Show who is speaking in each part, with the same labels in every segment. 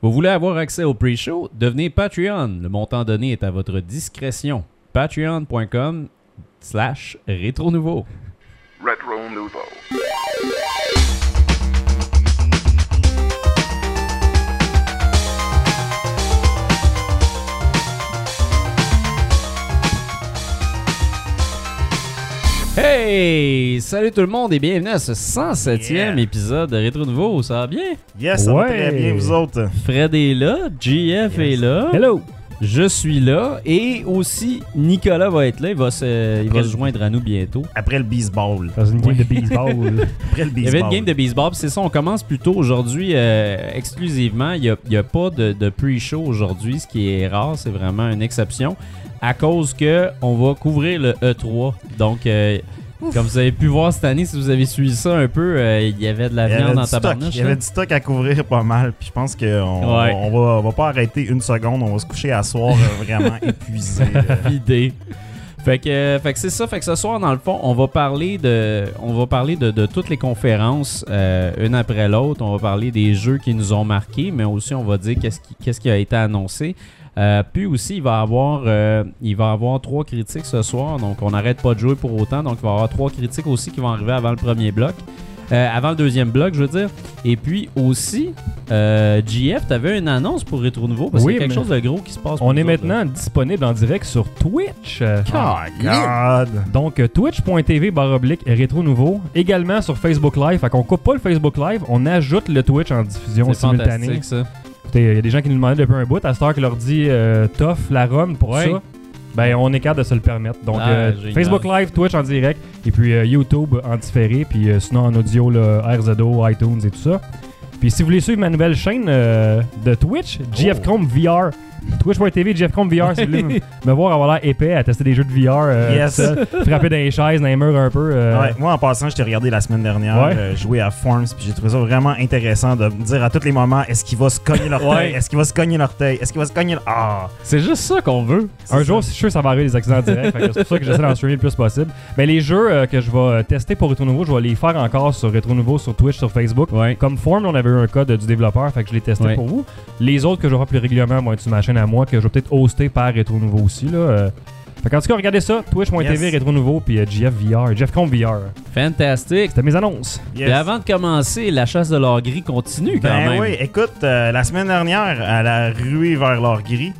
Speaker 1: Vous voulez avoir accès au pre-show? Devenez Patreon. Le montant donné est à votre discrétion. Patreon.com slash rétro nouveau.
Speaker 2: Retro Nouveau.
Speaker 1: Hey! Salut tout le monde et bienvenue à ce 107e
Speaker 3: Yeah.
Speaker 1: épisode de Rétro Nouveau. Ça va bien?
Speaker 3: Yes, ça va
Speaker 4: Ouais.
Speaker 3: très bien, vous autres.
Speaker 1: Fred est là, GF est là,
Speaker 4: Hello!
Speaker 1: je suis là et aussi Nicolas va être là. Il va se, il va se joindre à nous bientôt.
Speaker 3: Après le baseball.
Speaker 4: Dans une game de baseball.
Speaker 3: Après le baseball.
Speaker 1: Il y avait une game de baseball, puis c'est ça, on commence plus tôt aujourd'hui euh, exclusivement. Il n'y a, pas de, de pre-show aujourd'hui, ce qui est rare, c'est vraiment une exception, à cause que on va couvrir le E3. Donc, euh, comme vous avez pu voir cette année, si vous avez suivi ça un peu, euh, il y avait de la
Speaker 3: Il y avait
Speaker 1: viande
Speaker 3: du
Speaker 1: en
Speaker 3: stock.
Speaker 1: tabarnouche.
Speaker 3: Il y avait
Speaker 1: là.
Speaker 3: du stock à couvrir pas mal. Puis je pense qu'on
Speaker 1: Ouais.
Speaker 3: on va, on va pas arrêter une seconde. On va se coucher à soir euh, vraiment épuisé. euh.
Speaker 1: vidé. Fait que, euh, fait que c'est ça. Fait que ce soir, dans le fond, on va parler de, on va parler de, de toutes les conférences, euh, une après l'autre. On va parler des jeux qui nous ont marqués, mais aussi on va dire qu'est-ce qui, qu'est-ce qui a été annoncé. Euh, puis aussi, il va avoir, euh, il va avoir trois critiques ce soir. Donc, on n'arrête pas de jouer pour autant. Donc, il va y avoir trois critiques aussi qui vont arriver avant le premier bloc. Euh, avant le deuxième bloc, je veux dire. Et puis aussi, euh, GF, t'avais une annonce pour Rétro Nouveau parce
Speaker 4: Oui,
Speaker 1: qu'il y a quelque
Speaker 4: mais
Speaker 1: chose de gros qui se passe. pour
Speaker 4: On est
Speaker 1: nous autres, là.
Speaker 4: maintenant disponible en direct sur Twitch. Euh,
Speaker 3: Oh, God.
Speaker 4: Donc, euh, twitch.tv barre oblique rétro nouveau. Également sur Facebook Live. Fait qu'on coupe pas le Facebook Live, on ajoute le Twitch en diffusion
Speaker 1: C'est
Speaker 4: simultanée.
Speaker 1: fantastique ça.
Speaker 4: Écoutez, il y a des gens qui nous demandaient depuis un bout, à cette heure qui leur dit euh, Tough, la Rome pour
Speaker 1: Ouais.
Speaker 4: ça. Ben, on est capable de se le permettre. Donc,
Speaker 1: Ah,
Speaker 4: euh,
Speaker 1: génial.
Speaker 4: Facebook Live, Twitch en direct, et puis euh, YouTube en différé, puis euh, sinon en audio, le RZO, iTunes et tout ça. Puis si vous voulez suivre ma nouvelle chaîne euh, de Twitch, GF
Speaker 3: Oh.
Speaker 4: Chrome VR. Twitch.tv, GF Chrome VR, si vous voulez me- me voir avoir l'air épais à tester des jeux de VR, euh,
Speaker 3: Yes.
Speaker 4: tout seul, frapper dans les chaises, dans les murs un peu. euh,
Speaker 3: Ouais, moi, en passant, je t'ai regardé la semaine dernière
Speaker 4: Ouais.
Speaker 3: euh, jouer à Forms, puis j'ai trouvé ça vraiment intéressant de me dire à tous les moments est-ce qu'il va se cogner l'orteil
Speaker 4: Ouais.
Speaker 3: Est-ce qu'il va se cogner l'orteil Est-ce qu'il va se cogner l'orteil Ah
Speaker 1: C'est juste ça qu'on veut.
Speaker 4: Un jour, je suis sûr que ça va arriver des accidents directs. fait que c'est pour ça que j'essaie d'en streamer le plus possible. Mais les jeux euh, que je vais tester pour Retro Nouveau, je vais les faire encore sur Retro Nouveau, sur Twitch, sur Facebook.
Speaker 1: Ouais.
Speaker 4: Comme Form, on avait eu un code du développeur, fait que je l'ai testé
Speaker 1: Ouais.
Speaker 4: pour vous. Les autres que je vais faire plus régulièrement vont être sur ma chaîne à moi, que je vais peut-être hoster par Retro Nouveau aussi. Là. euh. Fait qu'en tout cas, regardez ça, twitch.tv,
Speaker 3: Yes.
Speaker 4: Retro Nouveau, puis euh, GF VR, GF Combe VR.
Speaker 1: Fantastique.
Speaker 4: C'était mes annonces.
Speaker 1: Et avant de commencer, la chasse de l'or gris continue quand
Speaker 3: Ben
Speaker 1: même.
Speaker 3: oui, écoute, euh, la semaine dernière, à la ruée vers l'or gris,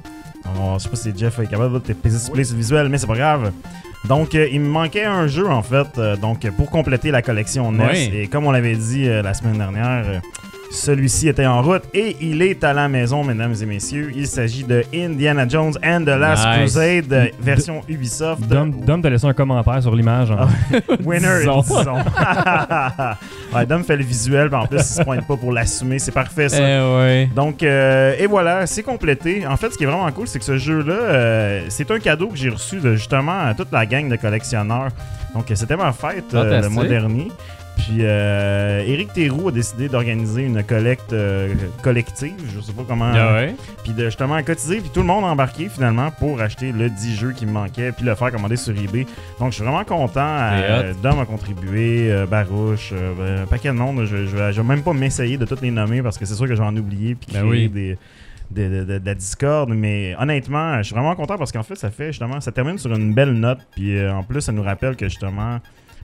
Speaker 3: on- je sais pas si Jeff est capable de te peser sur play sur le visuel, mais c'est pas grave. Donc, euh, il me manquait un jeu en fait, euh, donc euh, pour compléter la collection NES.
Speaker 1: Oui.
Speaker 3: Et comme on l'avait dit euh, la semaine dernière, euh, celui-ci était en route et il est à la maison, mesdames et messieurs. Il s'agit de Indiana Jones and the Last
Speaker 1: Nice.
Speaker 3: Crusade, euh, version Ubisoft.
Speaker 4: Dom, Dom t'a laissé un commentaire sur l'image. hein.
Speaker 3: Ah. Winner,
Speaker 1: Disons.
Speaker 3: disons. ouais, Dom fait le visuel, mais en plus, il se pointe pas pour l'assumer. C'est parfait,
Speaker 1: Eh
Speaker 3: ça.
Speaker 1: ouais.
Speaker 3: Donc, euh, et voilà, c'est complété. En fait, ce qui est vraiment cool, c'est que ce jeu-là, euh, c'est un cadeau que j'ai reçu de justement à toute la gang de collectionneurs. Donc, euh, c'était ma fête euh, le
Speaker 1: Fantastique.
Speaker 3: mois dernier. Puis, euh, Eric Théroux a décidé d'organiser une collecte euh, collective, je sais pas comment.
Speaker 1: Ah Eh ouais.
Speaker 3: Puis, de justement cotiser, puis tout le monde a embarqué finalement pour acheter le 10 jeux qui me manquait, puis le faire commander sur eBay. Donc, je suis vraiment content.
Speaker 1: C'est
Speaker 3: Euh, Dom a contribué, euh, Barouche, euh, ben, un paquet de monde. Je, je, vais- je vais même pas m'essayer de toutes les nommer parce que c'est sûr que je vais en oublier puis
Speaker 1: Ben oui.
Speaker 3: créer des, des- de, de- de la discorde. Mais honnêtement, je suis vraiment content parce qu'en fait, ça fait justement, ça termine sur une belle note. Puis euh, en plus, ça nous rappelle que justement.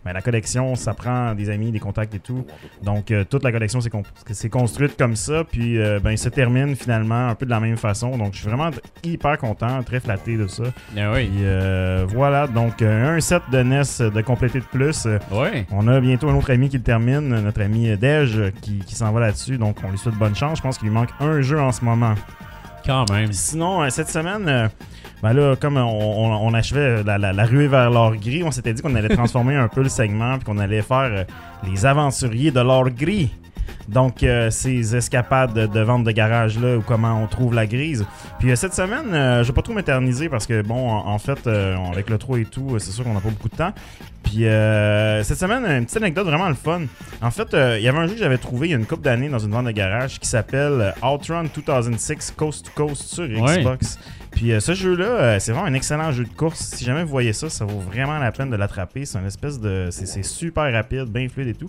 Speaker 3: ben, la collection, ça prend des amis, des contacts et tout. Donc, euh, toute la collection s'est con- s'est construite comme ça. Puis, euh, ben, se termine finalement un peu de la même façon. Donc, je suis vraiment hyper content, très flatté de ça.
Speaker 1: Eh oui.
Speaker 3: Puis euh, voilà, donc euh, un set de NES de complété de plus. Euh,
Speaker 1: Ouais.
Speaker 3: On a bientôt un autre ami qui le termine, euh, notre ami euh, Dej, euh, qui, qui s'en va là-dessus. Donc on lui souhaite bonne chance. Je pense qu'il lui manque un jeu en ce moment.
Speaker 1: Quand même.
Speaker 3: Puis sinon, euh, cette semaine, euh, ben là, comme on, on- on achevait euh, la, la- la ruée vers l'or gris, on s'était dit qu'on allait transformer un peu le segment puis qu'on allait faire euh, les aventuriers de l'or gris. Donc, euh, ces escapades de, de vente de garage-là, ou comment on trouve la grise. Puis euh, cette semaine, euh, je vais pas trop m'éterniser parce que, bon, en, en fait, euh, on- avec le 3 et tout, euh, c'est sûr qu'on n'a pas beaucoup de temps. Puis euh, cette semaine, une petite anecdote vraiment le fun. En fait, euh, il y avait un jeu que j'avais trouvé il y a une couple d'années dans une vente de garage qui s'appelle euh, Outrun 2006 Coast to Coast sur
Speaker 1: Ouais.
Speaker 3: Xbox. Puis euh, ce jeu-là, euh, c'est vraiment un excellent jeu de course. Si jamais vous voyez ça, ça vaut vraiment la peine de l'attraper. C'est un espèce de. C'est c'est super rapide, bien fluide et tout.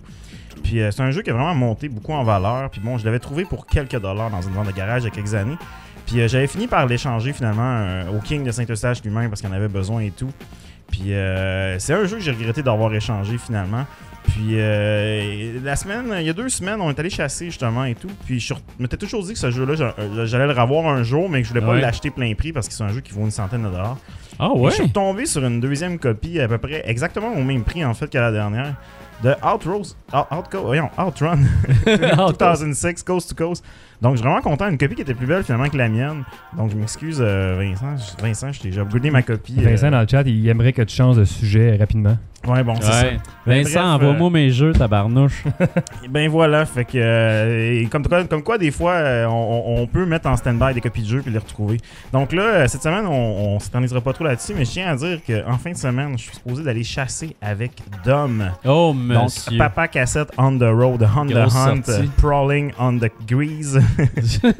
Speaker 3: Puis euh, c'est un jeu qui a vraiment monté beaucoup en valeur. Puis bon, je l'avais trouvé pour quelques dollars dans une vente de garage il y a quelques années. Puis euh, j'avais fini par l'échanger finalement euh, au King de Saint-Eustache lui-même parce qu'il en avait besoin et tout. Puis euh, c'est un jeu que j'ai regretté d'avoir échangé finalement. Puis euh, la semaine, il y a deux semaines, on est allé chasser justement et tout. Puis je suis re- m'étais toujours dit que ce jeu-là, j'a- euh, j'allais le revoir un jour, mais que je voulais pas
Speaker 1: Ouais.
Speaker 3: l'acheter plein prix parce que c'est un jeu qui vaut une centaine de dollars.
Speaker 1: Ah
Speaker 3: Et
Speaker 1: ouais?
Speaker 3: Je suis tombé sur une deuxième copie à peu près exactement au même prix en fait que la dernière de Outrose, Out- Outco- voyons, Outrun 2006 Coast to Coast. Donc je suis vraiment content, une copie qui était plus belle finalement que la mienne. Donc je m'excuse euh, Vincent, Je- Vincent, je t'ai déjà brûlé ma copie. euh,
Speaker 4: Vincent dans le chat, il aimerait que tu changes de sujet rapidement.
Speaker 3: Ouais bon, c'est ça.
Speaker 1: Ouais. Vincent,
Speaker 3: bref, euh,
Speaker 1: envoie-moi mes jeux, tabarnouche.
Speaker 3: Et Ben voilà, fait que euh, et comme, quoi, comme quoi des fois euh, on, on peut mettre en stand-by des copies de jeux puis les retrouver. Donc là, euh, cette semaine, on, on s'éternisera pas trop là-dessus, mais je tiens à dire qu'en fin de semaine, je suis supposé d'aller chasser avec Dom.
Speaker 1: Oh,
Speaker 3: Donc,
Speaker 1: monsieur.
Speaker 3: Papa Cassette on the road, on the
Speaker 1: Grosse
Speaker 3: hunt,
Speaker 1: sortie.
Speaker 3: euh, prowling on the grease.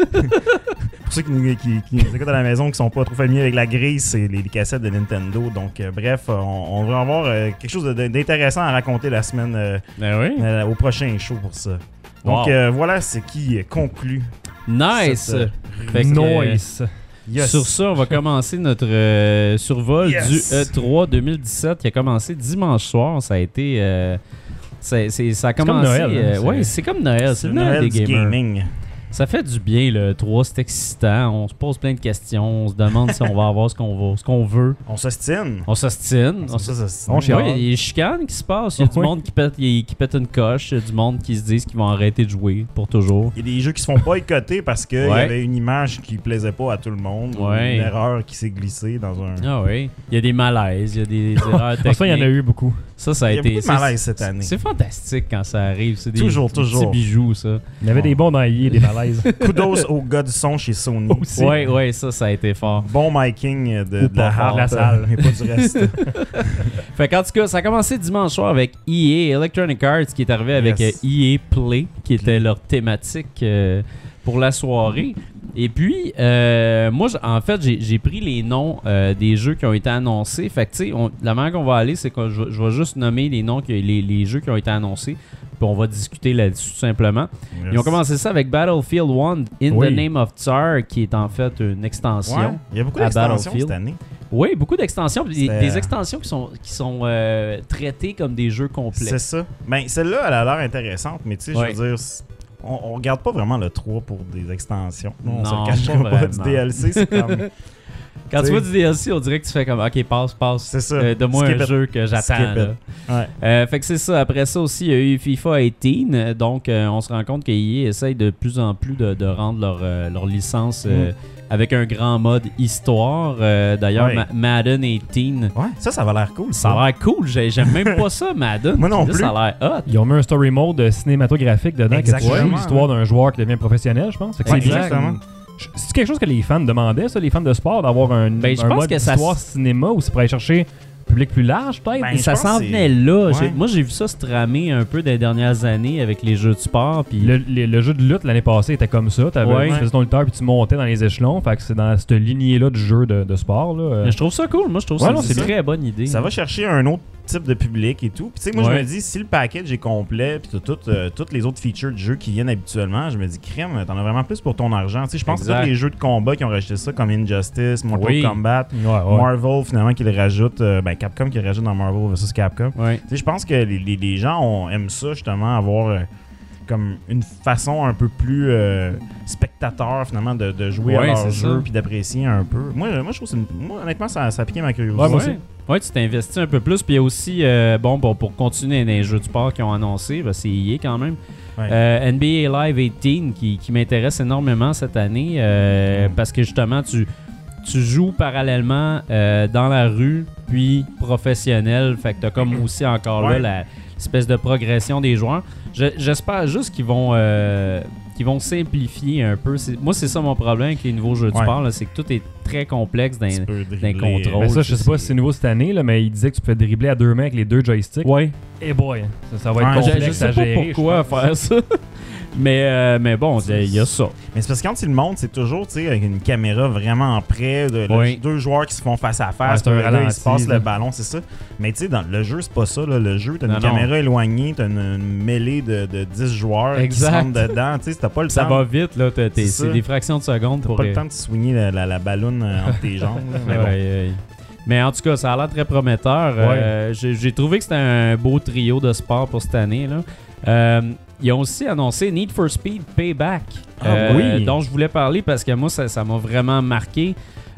Speaker 3: Pour ceux qui nous, qui- qui nous écoutent à la maison qui sont pas trop familiers avec la grise, c'est les, les cassettes de Nintendo. Donc, euh, bref, on, on va avoir euh, quelque chose de- d'intéressant à raconter la semaine euh,
Speaker 1: Ben oui.
Speaker 3: euh, au prochain show pour ça. Donc,
Speaker 1: Wow.
Speaker 3: euh, voilà ce qui conclut.
Speaker 1: Nice!
Speaker 3: cette, euh,
Speaker 1: Fait que,
Speaker 4: Nice.
Speaker 1: euh,
Speaker 3: Yes.
Speaker 1: Sur ça, on va commencer notre euh, survol
Speaker 3: Yes.
Speaker 1: du E E3 2017 qui a commencé dimanche soir. Ça a été. euh, c'est- c'est- ça a
Speaker 4: comme
Speaker 1: commencé.
Speaker 4: Noël, hein,
Speaker 1: euh,
Speaker 4: c'est-
Speaker 1: ouais, c'est comme Noël. C'est
Speaker 3: C'est
Speaker 1: le Noël, des
Speaker 3: Noël du
Speaker 1: gamers.
Speaker 3: gaming.
Speaker 1: Ça fait du bien, le E3. C'est excitant. On se pose plein de questions. On se demande si on va avoir ce qu'on va- ce qu'on veut.
Speaker 3: On s'ostine.
Speaker 1: On s'ostine. On
Speaker 3: On s'ostine.
Speaker 4: on
Speaker 1: Oui,
Speaker 4: chiale.
Speaker 1: il y a des chicanes qui se passent. Il y a du
Speaker 4: Oui.
Speaker 1: monde qui pète, il y a- qui pète une coche. Il y a du monde qui se disent qu'ils vont arrêter de jouer pour toujours.
Speaker 3: Il y a des jeux qui se font boycotter parce qu'il y
Speaker 1: Ouais.
Speaker 3: avait une image qui plaisait pas à tout le monde, ou
Speaker 1: Ouais.
Speaker 3: une erreur qui s'est glissée dans un.
Speaker 1: Ah oui. Il y a des malaises, il y a des erreurs techniques.
Speaker 4: Enfin, il y en a eu beaucoup.
Speaker 1: Ça, ça a
Speaker 3: Il y a
Speaker 1: été.
Speaker 3: beaucoup de
Speaker 1: c'est-
Speaker 3: malaise cette
Speaker 1: c'est-
Speaker 3: année.
Speaker 1: C'est fantastique quand ça arrive. C'est des
Speaker 3: Toujours,
Speaker 1: des
Speaker 3: toujours.
Speaker 1: petits bijoux, ça.
Speaker 4: Il y avait
Speaker 3: Bon.
Speaker 4: des bons dans les des malaises.
Speaker 3: Kudos au gars du son chez Sony.
Speaker 4: Aussi.
Speaker 1: Ouais, ouais, ça, ça a été fort.
Speaker 3: Bon miking de,
Speaker 4: Ou
Speaker 3: de
Speaker 4: pas
Speaker 3: la
Speaker 4: fort,
Speaker 3: harpe,
Speaker 4: la salle.
Speaker 3: mais pas du reste.
Speaker 1: Fait qu'en tout cas, ça a commencé dimanche soir avec EA, Electronic Arts, qui est arrivé avec
Speaker 3: Yes.
Speaker 1: euh, EA Play, qui était leur thématique euh, pour la soirée. Et puis, euh, moi, j'- en fait, j'ai j'ai pris les noms euh, des jeux qui ont été annoncés. Fait que, tu sais, on- la manière qu'on va aller, c'est que je, vais- je vais juste nommer les noms, que, les, les jeux qui ont été annoncés. Puis on va discuter là-dessus tout simplement. Ils ont
Speaker 3: Yes.
Speaker 1: commencé ça avec Battlefield 1 In the
Speaker 4: Oui.
Speaker 1: Name of Tsar, qui est en fait une extension.
Speaker 3: Ouais. Il y a beaucoup
Speaker 1: à
Speaker 3: d'extensions
Speaker 1: Battlefield.
Speaker 3: cette année.
Speaker 1: Oui, beaucoup d'extensions. puis Des,
Speaker 3: C'était-
Speaker 1: des extensions qui sont, qui sont euh, traitées comme des jeux complets.
Speaker 3: C'est ça. Ben, celle-là, elle a l'air intéressante, mais tu sais,
Speaker 1: Ouais.
Speaker 3: je veux dire, c'est- on, on regarde pas vraiment le 3 pour des extensions. on
Speaker 1: Non,
Speaker 3: se cache
Speaker 1: pas
Speaker 3: pas,
Speaker 1: vraiment.
Speaker 3: du DLC. C'est comme.
Speaker 1: Quand tu
Speaker 3: t'sais.
Speaker 1: vois du DLC, on dirait que tu fais comme OK, passe, passe.
Speaker 3: C'est ça.
Speaker 1: Euh, Donne-moi
Speaker 3: Skip
Speaker 1: un
Speaker 3: it.
Speaker 1: jeu que j'attends.
Speaker 3: Skip it.
Speaker 1: là.
Speaker 3: Ouais.
Speaker 1: Euh, fait que c'est ça. Après ça aussi, il y a eu FIFA 18. euh, Donc, euh, on se rend compte qu'EA essaye de plus en plus de, de rendre leur, euh, leur licence
Speaker 3: Mm.
Speaker 1: euh, avec un grand mode histoire. Euh, D'ailleurs,
Speaker 3: Ouais.
Speaker 1: Ma- Madden 18.
Speaker 3: Ouais, ça, ça va l'air cool.
Speaker 1: Ça a l'air cool, j'ai- j'aime même pas ça, Madden.
Speaker 3: Moi non
Speaker 1: Là, Ça a l'air hot.
Speaker 4: Ils ont mis un story mode euh, cinématographique dedans qui
Speaker 3: Exactement.
Speaker 4: joues l'histoire d'un joueur qui devient professionnel, je pense. Fait que
Speaker 3: Ouais,
Speaker 4: c'est bien.
Speaker 3: exactement.
Speaker 4: Je- C'est quelque chose que les fans demandaient, ça, les fans de sport, d'avoir un,
Speaker 1: Ben, je
Speaker 4: un
Speaker 1: pense
Speaker 4: mode
Speaker 1: que ça
Speaker 4: histoire
Speaker 1: s-
Speaker 4: cinéma où c'est pour aller chercher un public plus large, peut-être.
Speaker 3: Ben,
Speaker 1: Et
Speaker 3: je
Speaker 1: ça
Speaker 3: pense
Speaker 1: s'en
Speaker 3: que c'est-
Speaker 1: venait là.
Speaker 3: Ouais.
Speaker 1: J'ai- Moi, j'ai vu ça se tramer un peu des dernières années avec les jeux de sport. Puis
Speaker 4: le, le- le jeu de lutte l'année passée était comme ça. T'avais,
Speaker 1: Ouais.
Speaker 4: Tu faisais ton lutteur puis tu montais dans les échelons. Fait que c'est dans cette lignée-là du jeu de, de sport. Là. euh,
Speaker 1: Mais je trouve ça cool. Moi, je trouve
Speaker 4: Ouais,
Speaker 1: ça
Speaker 4: non,
Speaker 1: une
Speaker 4: c'est
Speaker 1: très bonne idée.
Speaker 3: Ça va chercher un autre type de public et tout. Puis tu sais, moi,
Speaker 1: Ouais.
Speaker 3: je me dis, si le package est complet, puis t'as tout, euh, toutes les autres features de jeu qui viennent habituellement, je me dis, crème, t'en as vraiment plus pour ton argent. Tu sais, je pense
Speaker 1: Exact.
Speaker 3: que tous les jeux de combat qui ont rajouté ça, comme Injustice, Mortal
Speaker 1: Oui.
Speaker 3: Kombat,
Speaker 4: ouais, ouais.
Speaker 3: Marvel, finalement, qui le rajoute, euh, ben Capcom qui le rajoute dans Marvel vs Capcom.
Speaker 1: Ouais.
Speaker 3: Tu sais, je pense que les, les- les gens ont- aiment ça, justement, avoir euh, comme une façon un peu plus euh, spectateur, finalement, de, de jouer
Speaker 1: Ouais,
Speaker 3: à leur
Speaker 1: c'est ça.
Speaker 3: jeu puis d'apprécier un peu. Moi, euh, moi je trouve que c'est une- moi, honnêtement, ça, ça a piqué ma curiosité.
Speaker 1: Ouais, Ouais, tu t'investis un peu plus. Puis il y a aussi, euh, bon, bon, pour continuer dans les jeux de sport qu'ils ont annoncé, bah, c'est EA quand même.
Speaker 3: Ouais.
Speaker 1: Euh, NBA Live 18 qui, qui m'intéresse énormément cette année euh,
Speaker 3: Mm.
Speaker 1: parce que justement, tu, tu joues parallèlement euh, dans la rue, puis professionnel. Fait que t'as comme aussi encore
Speaker 3: Mm-hmm. Ouais.
Speaker 1: là la- l'espèce de progression des joueurs. Je- J'espère juste qu'ils vont, euh, qu'ils vont simplifier un peu. C'est- Moi, c'est ça mon problème avec les nouveaux jeux de
Speaker 3: Ouais.
Speaker 1: sport, là, c'est que tout est très complexe dans,
Speaker 3: Tu peux
Speaker 1: d'un
Speaker 3: dribbler,
Speaker 1: contrôle.
Speaker 4: Ben ça, je
Speaker 1: c'est-
Speaker 4: sais pas si c'est nouveau cette année, là, mais il disait que tu peux dribbler à deux mains avec les deux joysticks.
Speaker 1: Ouais.
Speaker 4: Et boy, ça, ça va
Speaker 3: Ouais,
Speaker 4: être
Speaker 3: je-
Speaker 1: Je,
Speaker 4: complexe
Speaker 1: je sais
Speaker 4: à
Speaker 1: pas
Speaker 4: gérer.
Speaker 1: pourquoi
Speaker 4: je pense.
Speaker 1: faire ça. Mais, euh, mais bon, il y a- il y a ça.
Speaker 3: Mais c'est parce que quand ils le montrent, c'est toujours tu sais, avec une caméra vraiment près, de,
Speaker 1: Oui.
Speaker 3: le- deux joueurs qui se font face à
Speaker 4: Ouais,
Speaker 3: face,
Speaker 4: c'est
Speaker 3: puis
Speaker 4: un
Speaker 3: le gars, il
Speaker 4: ralenti,
Speaker 3: se passe
Speaker 4: là.
Speaker 3: le ballon, c'est ça. Mais tu sais, dans le jeu, c'est pas ça. Là. Le jeu, t'as une
Speaker 1: Non, non.
Speaker 3: caméra éloignée, t'as une, une mêlée de, de 10 joueurs qui
Speaker 1: Exact.
Speaker 3: se rentrent dedans. Tu sais, t'as pas le
Speaker 1: Ça
Speaker 3: temps.
Speaker 1: va vite, là. t'as- t'es-
Speaker 3: C'est
Speaker 1: C'est
Speaker 3: ça.
Speaker 1: des fractions de secondes
Speaker 3: T'as
Speaker 1: pour.
Speaker 3: pas le
Speaker 1: euh,
Speaker 3: temps de soigner la, la, la balloune euh, entre tes jambes. là. Mais
Speaker 1: Ouais,
Speaker 3: bon.
Speaker 1: ouais. Mais en tout cas, ça a l'air très prometteur. Euh, J'ai j'ai trouvé que c'était un beau trio de sport pour cette année. Là. Euh, ils ont aussi annoncé Need for Speed Payback, euh,
Speaker 3: Ah oui.
Speaker 1: dont je voulais parler parce que moi, ça ça m'a vraiment marqué.